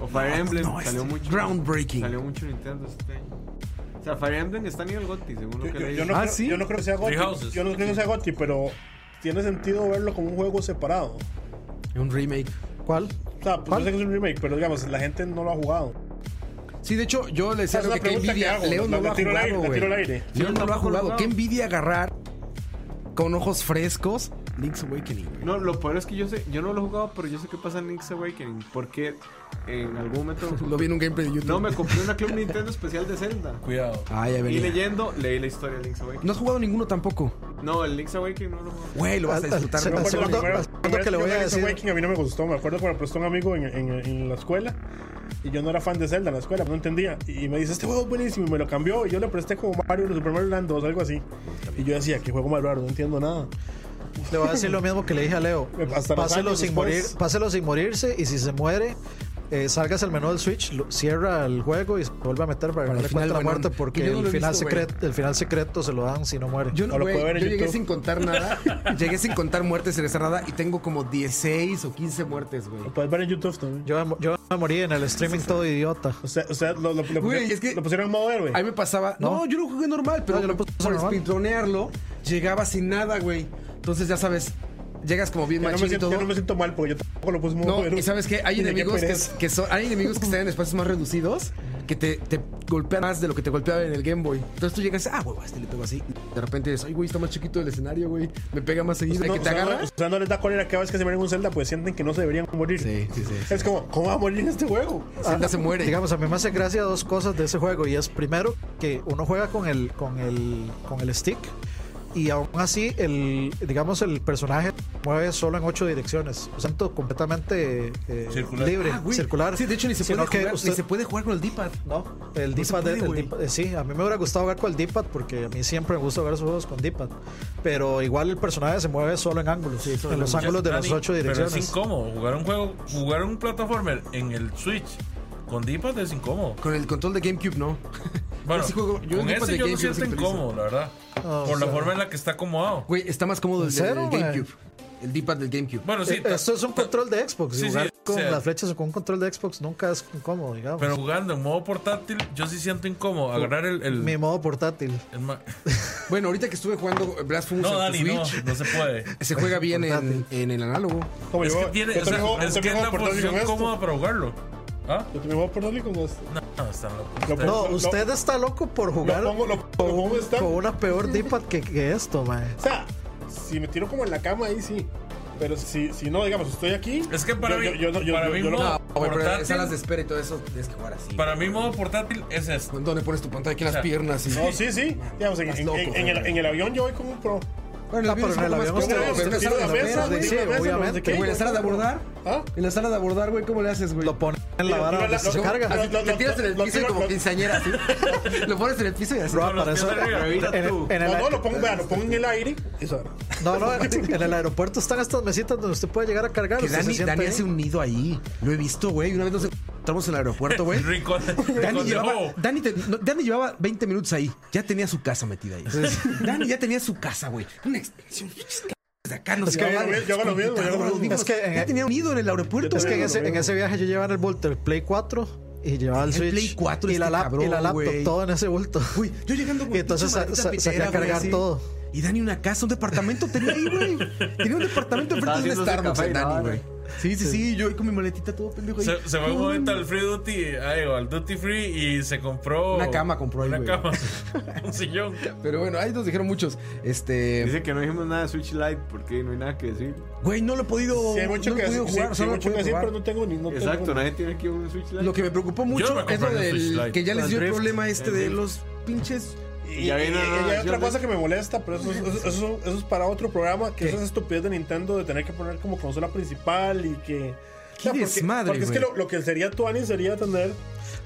Speaker 5: O Fire Emblem
Speaker 1: no,
Speaker 5: salió
Speaker 1: este-
Speaker 5: mucho.
Speaker 1: groundbreaking.
Speaker 5: Salió mucho Nintendo este año. O sea, Fire Emblem está a nivel Gotti, según
Speaker 3: Yo,
Speaker 5: lo que
Speaker 3: yo-
Speaker 5: leí.
Speaker 3: yo no
Speaker 1: Ah,
Speaker 3: creo,
Speaker 1: ¿sí?
Speaker 3: yo no creo que sea
Speaker 4: Three
Speaker 3: Gotti.
Speaker 4: Houses.
Speaker 3: Yo no creo que sea Gotti, pero tiene sentido verlo como un juego separado.
Speaker 1: Un remake.
Speaker 2: ¿Cuál?
Speaker 3: O sea, pues
Speaker 2: ¿Cuál?
Speaker 3: yo sé que es un remake, pero digamos, la gente no lo ha jugado.
Speaker 1: Sí, de hecho, yo le decía
Speaker 3: Esa es
Speaker 1: algo
Speaker 3: la
Speaker 1: que qué
Speaker 3: pregunta que
Speaker 1: envidia.
Speaker 3: hago,
Speaker 1: Leo
Speaker 3: la-
Speaker 1: no
Speaker 3: la
Speaker 1: lo ha
Speaker 3: tiro al aire,
Speaker 1: jugado,
Speaker 3: la
Speaker 1: güey.
Speaker 3: tiro al aire.
Speaker 1: Leo no lo ha
Speaker 5: tampoco lo he
Speaker 1: jugado. Qué
Speaker 5: jugado.
Speaker 1: envidia agarrar con ojos frescos Link's Awakening, güey.
Speaker 5: No, lo peor es que yo sé, yo no lo he jugado, pero yo sé qué pasa en Link's Awakening. Porque en algún momento.
Speaker 1: Lo vi en un gameplay de YouTube.
Speaker 5: no, me compré una Club Nintendo especial de Zelda.
Speaker 4: Cuidado.
Speaker 1: Ay, ya
Speaker 5: Y
Speaker 1: venía.
Speaker 5: leyendo, leí la historia de Link's Awakening.
Speaker 1: No has jugado ninguno tampoco.
Speaker 5: No, el Link's Awakening no lo he jugado.
Speaker 1: Güey, lo vas a
Speaker 2: Al- al-
Speaker 1: disfrutar.
Speaker 2: se-
Speaker 1: ¿no?
Speaker 3: Me acuerdo
Speaker 2: al-
Speaker 3: la
Speaker 2: segundo-
Speaker 3: primera-
Speaker 2: segundo
Speaker 3: primera vez
Speaker 2: que le voy
Speaker 3: jugué
Speaker 2: a
Speaker 3: Link's
Speaker 2: decir-
Speaker 3: Awakening a mí no me gustó. Me acuerdo que me lo prestó un amigo en, en- en la escuela. Y yo no era fan de Zelda en la escuela, no entendía. Y me dice, este juego es buenísimo. Y me lo cambió. Y yo le presté como Mario en Super Mario Land 2, algo así. Y yo decía, qué juego más raro, no entiendo nada.
Speaker 2: Le voy a decir lo mismo que le dije
Speaker 1: <laughs>
Speaker 2: a Leo.
Speaker 3: Hasta los
Speaker 2: Páselo
Speaker 3: años
Speaker 2: sin, morir,
Speaker 3: después.
Speaker 2: páselo sin morirse y si se muere, eh, salgas al menú del Switch, lo- cierra el juego y se vuelve a meter para que
Speaker 1: el
Speaker 2: no le
Speaker 1: final
Speaker 2: cuente la
Speaker 1: buenón.
Speaker 2: muerte
Speaker 1: Y
Speaker 2: porque
Speaker 1: yo no
Speaker 2: el,
Speaker 1: lo he
Speaker 2: final
Speaker 1: visto,
Speaker 2: secreto, el final secreto se lo dan si no muere.
Speaker 1: Yo no,
Speaker 3: O lo
Speaker 1: güey,
Speaker 3: puede ver en
Speaker 1: yo llegué
Speaker 3: YouTube.
Speaker 1: sin contar nada. llegué sin contar muertes sin rezar nada y tengo como 16 o 15 muertes, güey.
Speaker 3: Lo puedes ver en YouTube también.
Speaker 2: Yo, me- yo me morí en el streaming todo idiota.
Speaker 3: O sea, o sea, lo, lo- lo
Speaker 1: Güey,
Speaker 3: pusieron,
Speaker 1: es que-
Speaker 3: lo pusieron en modo héroe.
Speaker 1: A mí me pasaba. No,
Speaker 2: No.
Speaker 1: yo lo jugué normal, pero
Speaker 2: No, yo lo
Speaker 1: por
Speaker 2: puse normal.
Speaker 1: speedronearlo, llegaba sin nada, güey. Entonces ya sabes, llegas como bien
Speaker 3: Yo no, me
Speaker 1: machín y
Speaker 3: siento, yo
Speaker 1: todo.
Speaker 3: no me siento mal porque yo tampoco lo puse muy
Speaker 1: No,
Speaker 3: bueno.
Speaker 1: y sabes que hay
Speaker 3: Y le qué
Speaker 1: enemigos que,
Speaker 3: pereza.
Speaker 1: que son- hay enemigos que están en espacios más reducidos que te, te golpean más de lo que te golpeaba en el Game Boy. Entonces tú llegas, ah, huevo, a este le pego así. Y de repente dices, ay, güey, está más chiquito el escenario, güey. Me pega más seguido.
Speaker 3: No,
Speaker 1: que
Speaker 3: o
Speaker 1: te
Speaker 3: sea,
Speaker 1: agarra.
Speaker 3: no- o sea, no les da cólera cada vez que se ven en un Zelda, pues sienten que no se deberían morir.
Speaker 1: Sí, sí, sí. sí.
Speaker 3: Es como, ¿cómo va a morir en este juego?
Speaker 1: Zelda se muere.
Speaker 2: Digamos, a mí me hace gracia dos cosas de ese juego. Y es primero que uno juega con el, con el, con el stick. Y aún así, el, digamos, el personaje mueve solo en ocho direcciones. Por tanto, completamente eh,
Speaker 4: Circular.
Speaker 2: libre,
Speaker 1: Ah, güey.
Speaker 2: circular.
Speaker 1: Sí, de hecho ni se,
Speaker 2: Sino
Speaker 1: puede
Speaker 2: que
Speaker 1: jugar,
Speaker 2: usted-
Speaker 1: ni se puede jugar con el D-pad.
Speaker 2: No,
Speaker 1: No
Speaker 2: el
Speaker 1: se
Speaker 2: D-pad,
Speaker 1: puede,
Speaker 2: el
Speaker 1: güey.
Speaker 2: D-pad, eh, sí, a mí me hubiera gustado jugar con el D-pad porque a mí siempre me gusta jugar esos juegos con D-pad. Pero igual el personaje se mueve solo en ángulos, en los ángulos de las
Speaker 4: Dani,
Speaker 2: ocho
Speaker 4: Pero es
Speaker 2: direcciones.
Speaker 4: incómodo. Jugar un juego, jugar un platformer en el Switch con D-pad es incómodo.
Speaker 1: Con el control de GameCube, no. <laughs>
Speaker 4: Bueno,
Speaker 1: sí juego- yo
Speaker 4: con
Speaker 1: el D-pad de
Speaker 4: ese yo
Speaker 1: GameCube
Speaker 4: lo siento
Speaker 1: sí lo utilizo.
Speaker 4: incómodo, la verdad.
Speaker 2: Ah,
Speaker 4: por
Speaker 2: o
Speaker 4: la
Speaker 2: sea.
Speaker 4: forma en la que está acomodado.
Speaker 1: Güey, está más cómodo el,
Speaker 2: ¿En
Speaker 1: de-
Speaker 2: serio,
Speaker 1: del
Speaker 2: güey?
Speaker 1: GameCube. El D-pad del GameCube.
Speaker 4: Bueno, sí.
Speaker 2: Eh,
Speaker 4: ta-
Speaker 2: Esto es un
Speaker 4: ta-
Speaker 2: control de Xbox.
Speaker 4: Sí, sí,
Speaker 2: jugar
Speaker 4: o
Speaker 2: con
Speaker 4: sea-
Speaker 2: las flechas o con un control de Xbox nunca es incómodo, digamos.
Speaker 4: Pero jugando en modo portátil, yo sí siento incómodo. Agarrar el. el-
Speaker 2: Mi modo portátil.
Speaker 4: el ma- <laughs>
Speaker 1: Bueno, ahorita que estuve jugando Blasphemous
Speaker 4: no,
Speaker 1: en tu
Speaker 4: Dani, no,
Speaker 1: Switch,
Speaker 4: no se puede.
Speaker 1: se juega bien en, en el análogo.
Speaker 3: Como
Speaker 4: Es
Speaker 3: yo,
Speaker 4: que tiene.
Speaker 3: yo
Speaker 4: o sea,
Speaker 3: también juego-
Speaker 4: es
Speaker 3: yo
Speaker 4: que
Speaker 3: también
Speaker 4: es la
Speaker 3: juego por Dolly con
Speaker 4: posición
Speaker 3: esto.
Speaker 4: cómoda para jugarlo. ¿Ah?
Speaker 3: Yo también juego por Dolly con esto.
Speaker 4: No, no, están locos.
Speaker 3: Lo
Speaker 4: ustedes.
Speaker 2: No,
Speaker 3: lo-
Speaker 2: usted está loco por jugar
Speaker 3: Lo pongo, lo, lo pongo en stand.
Speaker 2: con una peor D-pad que, que esto, man.
Speaker 3: O sea, si me tiro como en la cama, ahí sí. Pero si, si no, digamos, estoy aquí.
Speaker 4: Es que para
Speaker 3: yo-
Speaker 4: mí.
Speaker 3: yo- yo no- yo-
Speaker 4: para
Speaker 3: yo-
Speaker 4: mí,
Speaker 3: yo lo-
Speaker 4: modo
Speaker 1: No, güey, pero en
Speaker 4: portátil-
Speaker 1: salas de espera y todo eso tienes que jugar así.
Speaker 4: Para mí, modo portátil es este.
Speaker 1: ¿Con ¿Dónde pones tu pantalla aquí en las
Speaker 4: O sea,
Speaker 1: piernas? Y...
Speaker 3: No, sí, sí. Digamos, en,
Speaker 1: Estás
Speaker 3: en-
Speaker 1: loco,
Speaker 3: en- en el,
Speaker 1: güey.
Speaker 3: en el avión yo voy con un pro.
Speaker 1: Bueno,
Speaker 2: Ah, pero en el avión
Speaker 3: usted-
Speaker 1: usted,
Speaker 3: usted
Speaker 1: en la
Speaker 3: tira
Speaker 1: sala de
Speaker 3: la mesa,
Speaker 1: abordar, güey.
Speaker 2: Sí,
Speaker 3: tira la mesa,
Speaker 2: obviamente.
Speaker 3: no sé
Speaker 1: Güey, en la sala de abordar.
Speaker 3: ¿Ah?
Speaker 1: En la sala de abordar, güey, ¿cómo le haces, güey?
Speaker 2: Lo ponen en la
Speaker 3: Lo-
Speaker 2: vara
Speaker 3: lo-
Speaker 2: donde
Speaker 3: lo-
Speaker 2: se
Speaker 3: lo-
Speaker 2: carga.
Speaker 1: Así,
Speaker 3: lo-
Speaker 1: te
Speaker 3: lo-
Speaker 1: tiras en el
Speaker 3: lo-
Speaker 1: piso y
Speaker 3: lo-
Speaker 1: como
Speaker 3: lo-
Speaker 1: quinceañera,
Speaker 3: <laughs>
Speaker 1: así. lo pones en el piso y así.
Speaker 2: Roa, para
Speaker 4: los
Speaker 2: eso-
Speaker 4: pies arriba.
Speaker 5: Revita
Speaker 2: en el-
Speaker 5: tú.
Speaker 2: en el-
Speaker 3: No, no, lo pongo, vea, lo pongo en el aire. Eso.
Speaker 2: No, no, <laughs> en en el aeropuerto están estas mesitas donde usted puede llegar a cargar.
Speaker 1: Que
Speaker 2: usted
Speaker 1: Dani,
Speaker 2: se sienta
Speaker 1: Dani
Speaker 2: ahí.
Speaker 1: hace un nido ahí. Lo he visto, güey. Una vez nos encontramos en el aeropuerto,
Speaker 2: <laughs>
Speaker 1: güey.
Speaker 4: Rincón.
Speaker 1: Dani
Speaker 4: rincón de
Speaker 1: llevaba,
Speaker 4: juego.
Speaker 1: Dani, te- no, Dani llevaba 20 minutos ahí. Ya tenía su casa metida ahí. Dani ya tenía su casa, güey. Una extensión. De acá nos
Speaker 3: que
Speaker 1: llevaban
Speaker 3: yo hago lo- yo hago lo mismo, yo hago lo
Speaker 1: computadoras,
Speaker 3: mismo.
Speaker 1: los
Speaker 2: Es que,
Speaker 1: mismos.
Speaker 2: eh,
Speaker 1: ya tenía un nido en el aeropuerto.
Speaker 2: Es que en
Speaker 1: güey.
Speaker 2: ese, en ese viaje yo llevaba en el bulto el Play 4 y llevaba el,
Speaker 1: El
Speaker 2: Switch.
Speaker 1: Play 4
Speaker 2: y, la
Speaker 1: este
Speaker 2: lap- y la
Speaker 1: cabrón,
Speaker 2: laptop,
Speaker 1: güey.
Speaker 2: todo en ese bulto.
Speaker 1: Uy, yo llegando con
Speaker 2: Y entonces
Speaker 1: pinche
Speaker 2: sa-
Speaker 1: maletita
Speaker 2: sa-
Speaker 1: pitera,
Speaker 2: saqué a
Speaker 1: güey,
Speaker 2: cargar
Speaker 1: así.
Speaker 2: todo.
Speaker 1: Y Dani una casa, un departamento tenía ahí, güey. Tenía un
Speaker 2: <laughs>
Speaker 1: departamento enfrente de un
Speaker 5: haciéndose
Speaker 1: Starbucks,
Speaker 5: café
Speaker 1: el
Speaker 5: y nada,
Speaker 1: Dani, güey. Sí, sí, sí, yo ahí con mi maletita todo pendejo ahí.
Speaker 4: Se, se fue un
Speaker 1: No,
Speaker 4: momento
Speaker 1: no.
Speaker 4: al Free Duty, ay, o al Duty Free y se compró.
Speaker 1: Una cama compró ahí,
Speaker 4: Una
Speaker 1: güey. <laughs>
Speaker 4: cama. <laughs> un sillón.
Speaker 1: Pero bueno, ahí nos dijeron muchos. Este,
Speaker 5: Dice que no dijimos nada de Switch Lite porque no hay nada que decir.
Speaker 1: güey, no lo he podido,
Speaker 3: Sí, hay mucho
Speaker 1: no lo
Speaker 3: que
Speaker 1: he
Speaker 3: decir,
Speaker 1: podido jugar,
Speaker 3: sí, sí,
Speaker 1: solo lo he
Speaker 3: mucho que
Speaker 1: podido
Speaker 3: decir,
Speaker 1: jugar.
Speaker 3: pero no tengo ni. No tengo
Speaker 5: Exacto,
Speaker 3: ni-
Speaker 5: nadie tiene aquí un Switch Lite.
Speaker 1: Lo que me preocupó
Speaker 4: Yo
Speaker 1: mucho
Speaker 4: no me
Speaker 1: es lo
Speaker 4: compré el Switch
Speaker 1: del
Speaker 4: Lite.
Speaker 1: que ya les
Speaker 2: El
Speaker 1: dio el
Speaker 2: Drift.
Speaker 1: problema este
Speaker 5: El
Speaker 1: de
Speaker 5: Drift.
Speaker 1: los pinches.
Speaker 3: Y,
Speaker 5: Y ya
Speaker 3: y- y
Speaker 5: viene la
Speaker 3: hay otra
Speaker 5: versión de-
Speaker 3: cosa que me molesta, pero eso, eso- eso- eso- eso es para otro programa, que
Speaker 1: ¿Qué?
Speaker 3: es esa estupidez de Nintendo de tener que poner como consola principal y que...
Speaker 1: Qué
Speaker 3: porque-
Speaker 1: desmadre,
Speaker 3: Porque, es que
Speaker 1: güey.
Speaker 3: lo, lo que sería Tuani sería tener...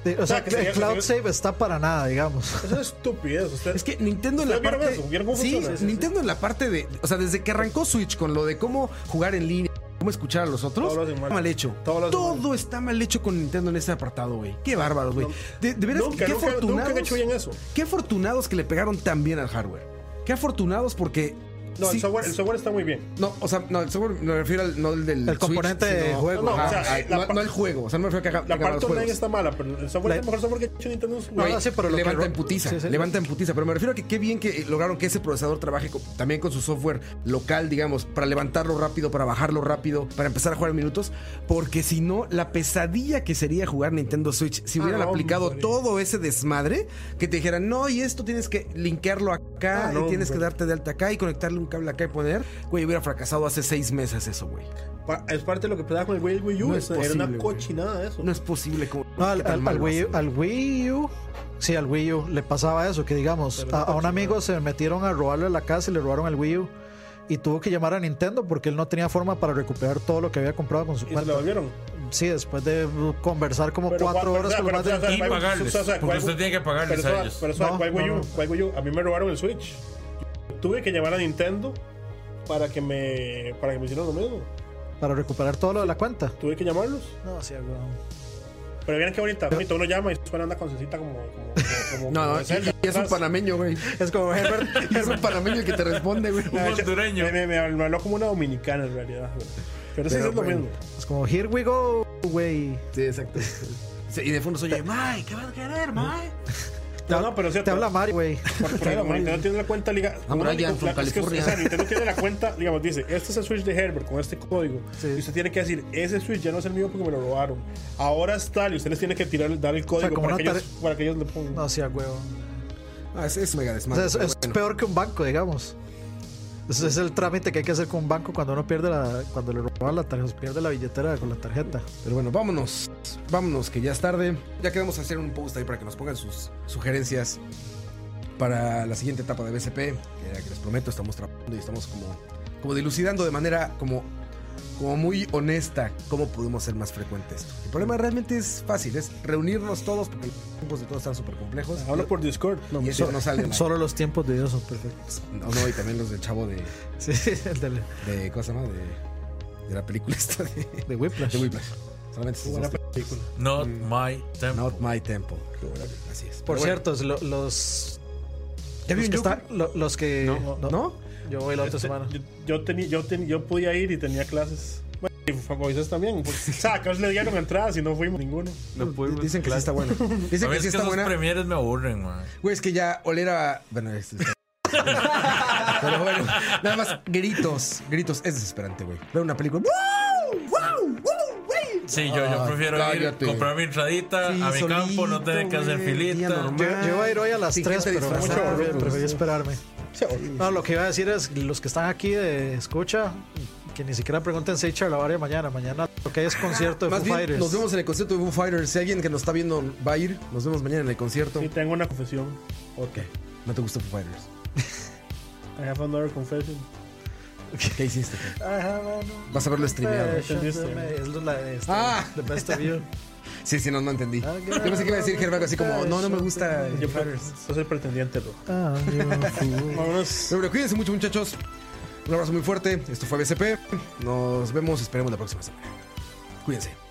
Speaker 2: De- o sea,
Speaker 3: que sería-
Speaker 2: el Cloud
Speaker 3: sería-
Speaker 2: Save está para
Speaker 1: <laughs>
Speaker 2: nada, digamos.
Speaker 3: Esa es estupidez. Usted,
Speaker 1: Es que Nintendo en la
Speaker 3: ¿Ustedes vieron
Speaker 1: parte.
Speaker 3: eso? ¿Vieron cómo
Speaker 1: sí,
Speaker 3: funciona? Sí, sí,
Speaker 1: Nintendo en la parte de. O sea, desde que arrancó Switch con lo de cómo jugar en línea, cómo escuchar a los otros,
Speaker 3: Todo lo hacen
Speaker 1: está
Speaker 3: mal.
Speaker 1: mal hecho.
Speaker 3: Todo lo hacen
Speaker 1: Todo está mal hecho con Nintendo en ese apartado, güey. Qué bárbaros, güey. De, de veras,
Speaker 3: nunca,
Speaker 1: qué
Speaker 3: nunca,
Speaker 1: afortunados.
Speaker 3: nunca han hecho bien eso.
Speaker 1: Qué afortunados que le pegaron tan bien al hardware. Qué afortunados porque.
Speaker 3: No,
Speaker 1: sí-
Speaker 3: el, software, el software está muy bien.
Speaker 1: No, o sea, no, el software me refiero al, no el del
Speaker 2: El
Speaker 1: Switch,
Speaker 2: componente de
Speaker 1: sino-
Speaker 2: juego.
Speaker 1: Ajá,
Speaker 3: No, o sea,
Speaker 1: ay,
Speaker 3: la
Speaker 1: no-
Speaker 3: par-
Speaker 1: no el juego. O sea, no me refiero a que haga-
Speaker 3: La
Speaker 1: que haga
Speaker 3: parte
Speaker 1: los
Speaker 3: online
Speaker 1: juegos.
Speaker 3: está mala, pero el software
Speaker 2: La-
Speaker 3: es el mejor software que ha hecho Nintendo en su
Speaker 2: No,
Speaker 3: vida.
Speaker 2: no sé, pero lo que
Speaker 1: levanta
Speaker 2: ro-
Speaker 1: en putiza,
Speaker 2: sí, sí.
Speaker 1: levanta en putiza. Pero me refiero a que qué bien que eh, lograron que ese procesador trabaje co- también con su software local, digamos, para levantarlo rápido, para bajarlo rápido, para empezar a jugar en minutos. Porque si no, la pesadilla que sería jugar Nintendo Switch, si hubieran
Speaker 2: Ah,
Speaker 3: no,
Speaker 1: aplicado
Speaker 3: hombre.
Speaker 1: todo ese desmadre, que te dijeran, no, y esto tienes que linkearlo acá,
Speaker 3: Ah, no,
Speaker 1: y tienes que
Speaker 3: hombre.
Speaker 1: darte de alta acá, y conectarle un cable acá y poner, güey, hubiera fracasado hace seis meses eso, güey.
Speaker 3: Pa- Es parte de lo que pasaba con el Wii, el Wii U.
Speaker 1: No
Speaker 3: es-
Speaker 1: es
Speaker 3: era
Speaker 1: posible,
Speaker 3: una
Speaker 1: güey.
Speaker 3: cochinada eso.
Speaker 1: No es posible. Como,
Speaker 2: No, al,
Speaker 1: ¿qué tan
Speaker 2: al-
Speaker 1: mal
Speaker 2: al
Speaker 1: lo
Speaker 2: Wii,
Speaker 1: hacen?
Speaker 2: U- al Wii U. Sí, al Wii U le pasaba eso, que digamos, a, a un amigo se metieron a robarle la casa y le robaron el Wii U. Y tuvo que llamar a Nintendo porque él no tenía forma para recuperar todo lo que había comprado con su
Speaker 3: Y se
Speaker 2: cuenta.
Speaker 3: lo volvieron.
Speaker 2: Sí, después de uh, conversar como
Speaker 3: Pero,
Speaker 2: cuatro
Speaker 3: pero,
Speaker 2: horas
Speaker 3: pero,
Speaker 2: con los más
Speaker 3: pero,
Speaker 2: de
Speaker 3: pero,
Speaker 4: Y
Speaker 3: pero,
Speaker 4: pagarles,
Speaker 3: pero, pero,
Speaker 4: porque
Speaker 3: pero,
Speaker 4: usted tiene que pagarles
Speaker 3: pero,
Speaker 4: a
Speaker 3: suave,
Speaker 4: ellos.
Speaker 3: Pero suave,
Speaker 2: No,
Speaker 3: ¿cuál Wii
Speaker 2: no,
Speaker 3: U?
Speaker 2: no.
Speaker 3: ¿Cuál Wii U? A mí me robaron el Switch. Tuve que llamar a Nintendo para que me para que me hicieran lo mismo.
Speaker 2: para recuperar todo lo de la cuenta.
Speaker 3: Tuve que llamarlos.
Speaker 2: No, sí, weón.
Speaker 3: Pero vieron qué bonita, bonito. Uno llama y suena una concecita como como
Speaker 2: <laughs>
Speaker 3: como,
Speaker 1: No,
Speaker 3: como
Speaker 1: no,
Speaker 3: de
Speaker 1: y-
Speaker 3: Zelda,
Speaker 1: y es un
Speaker 3: ¿sabes?
Speaker 1: panameño, güey.
Speaker 2: Es
Speaker 1: <laughs>
Speaker 2: como Herbert.
Speaker 1: Y es un panameño el que te responde, güey.
Speaker 4: Un
Speaker 3: Me-
Speaker 4: hondureño.
Speaker 3: Me, me, me habló como una dominicana en realidad. güey. Pero sí
Speaker 1: Pero
Speaker 3: es lo
Speaker 1: bueno.
Speaker 3: mismo.
Speaker 2: Es como, here we go, güey.
Speaker 1: Sí, exacto. Sí, y de fondo soy oye, Mike, ¿qué vas a querer, Mike?
Speaker 2: Te,
Speaker 3: No, no, pero es cierto.
Speaker 2: te habla Mario, güey.
Speaker 3: Por, por ejemplo, Nintendo tiene la cuenta liga,
Speaker 6: Ah,
Speaker 3: una
Speaker 6: Brian,
Speaker 3: liga-
Speaker 6: from
Speaker 3: la- es que, o sea,
Speaker 6: California.
Speaker 3: Nintendo tiene la cuenta, digamos, dice, este es el Switch de Herbert con este código.
Speaker 2: Sí.
Speaker 3: Y usted tiene que decir, ese Switch ya no es el mío porque me lo robaron. Ahora es tal y usted les tiene que tirar, dar el código
Speaker 2: como
Speaker 3: para, que
Speaker 2: una
Speaker 3: ellos, para que ellos le pongan.
Speaker 2: No, sí, a huevo.
Speaker 1: Ah, es, es mega
Speaker 2: O
Speaker 1: desmadre.
Speaker 2: sea,
Speaker 1: pero
Speaker 2: es, es
Speaker 1: bueno.
Speaker 2: peor que un banco, digamos. Ese es el trámite que hay que hacer con un banco cuando uno pierde la, cuando le roban la tarjeta, pierde la billetera con la tarjeta.
Speaker 1: Pero bueno, vámonos. Vámonos, que ya es tarde. Ya queremos hacer un post ahí para que nos pongan sus sugerencias para la siguiente etapa de BCP. Que, ya que les prometo, estamos trabajando y estamos como, como dilucidando de manera como, como muy honesta cómo podemos ser más frecuentes. El problema realmente es fácil, es reunirnos todos porque los tiempos de todos están súper complejos.
Speaker 3: Hablo por Discord.
Speaker 1: y eso no
Speaker 2: <laughs>
Speaker 1: sale mal.
Speaker 2: Solo los tiempos de Dios son perfectos. <laughs>
Speaker 1: No, no, y también los del chavo de,
Speaker 2: Sí, el de,
Speaker 1: de ¿cómo se llama? De, de la película <laughs> esta de,
Speaker 2: de Whiplash.
Speaker 1: de Whiplash. Solamente esos
Speaker 3: Buena
Speaker 1: dos
Speaker 3: película.
Speaker 4: Not
Speaker 1: Mm.
Speaker 4: my tempo.
Speaker 1: Not my tempo. Así es.
Speaker 2: Por
Speaker 1: Pero bueno.
Speaker 2: cierto, lo- los.
Speaker 1: ¿Ya vio
Speaker 2: los que,
Speaker 1: Joker?
Speaker 2: están- lo- los que. No.
Speaker 1: ¿No?
Speaker 2: Yo voy la otra
Speaker 3: Este,
Speaker 2: semana.
Speaker 3: yo, yo tenía, yo, tenía- yo podía ir y tenía clases. Bueno, y Facoises también. Porque, o sea, a Carlos le dieron entradas y no fuimos ninguno.
Speaker 5: No pudimos.
Speaker 1: Dicen que sí
Speaker 5: Claro.
Speaker 1: está buena.
Speaker 4: A
Speaker 1: Dicen
Speaker 4: mí
Speaker 1: que
Speaker 4: es
Speaker 1: sí
Speaker 4: que
Speaker 1: está
Speaker 4: esos
Speaker 1: buena.
Speaker 4: premieres me aburren, man.
Speaker 1: Güey, es que ya olera. Bueno, es- es- Pero bueno, nada más gritos, gritos. Es desesperante, güey. Ver una película. ¡Wow! ¡Wow! ¡Wow! güey!
Speaker 4: Sí, yo, yo
Speaker 1: Ay,
Speaker 4: prefiero
Speaker 1: Ah, cállate.
Speaker 4: ir, comprar mi entradita
Speaker 1: Sí,
Speaker 4: a mi
Speaker 1: solito,
Speaker 4: campo, no tener que hacer
Speaker 1: güey, día
Speaker 4: filita.
Speaker 1: normal.
Speaker 2: Yo, yo iba a ir hoy a las
Speaker 1: Sin
Speaker 2: 3,
Speaker 1: gente
Speaker 2: pero
Speaker 1: disfrazada,
Speaker 2: ah,
Speaker 1: güey,
Speaker 2: preferí
Speaker 1: sí.
Speaker 2: esperarme. No, lo que iba a decir es los que están aquí de escucha, que ni siquiera pregunten si hay charlavaria mañana. Mañana lo que hay es concierto de
Speaker 1: Más
Speaker 2: Foo
Speaker 1: bien,
Speaker 2: Fighters.
Speaker 1: nos vemos en el concierto de Foo Fighters. Si alguien que nos está viendo va a ir, nos vemos mañana en el concierto.
Speaker 3: Y tengo una confesión.
Speaker 1: Ok. No te gusta Foo Fighters.
Speaker 3: I have another confession.
Speaker 1: ¿Qué hiciste?
Speaker 2: Ajá, bueno.
Speaker 1: Vas a verlo streameado.
Speaker 2: Entendiste. Es la de este,
Speaker 1: Ah.
Speaker 2: The Best of You.
Speaker 1: Sí, sí, no, no entendí. Yo pensé que iba a decir Germán algo así como, no, no me gusta Foo
Speaker 3: Yo
Speaker 1: Fighters.
Speaker 3: yo soy pretendiente, bro.
Speaker 2: Ah, you fool.
Speaker 3: Vámonos.
Speaker 1: Pero bueno, cuídense mucho, muchachos. Un abrazo muy fuerte. Esto fue BCP. Nos vemos, esperemos la próxima semana. Cuídense.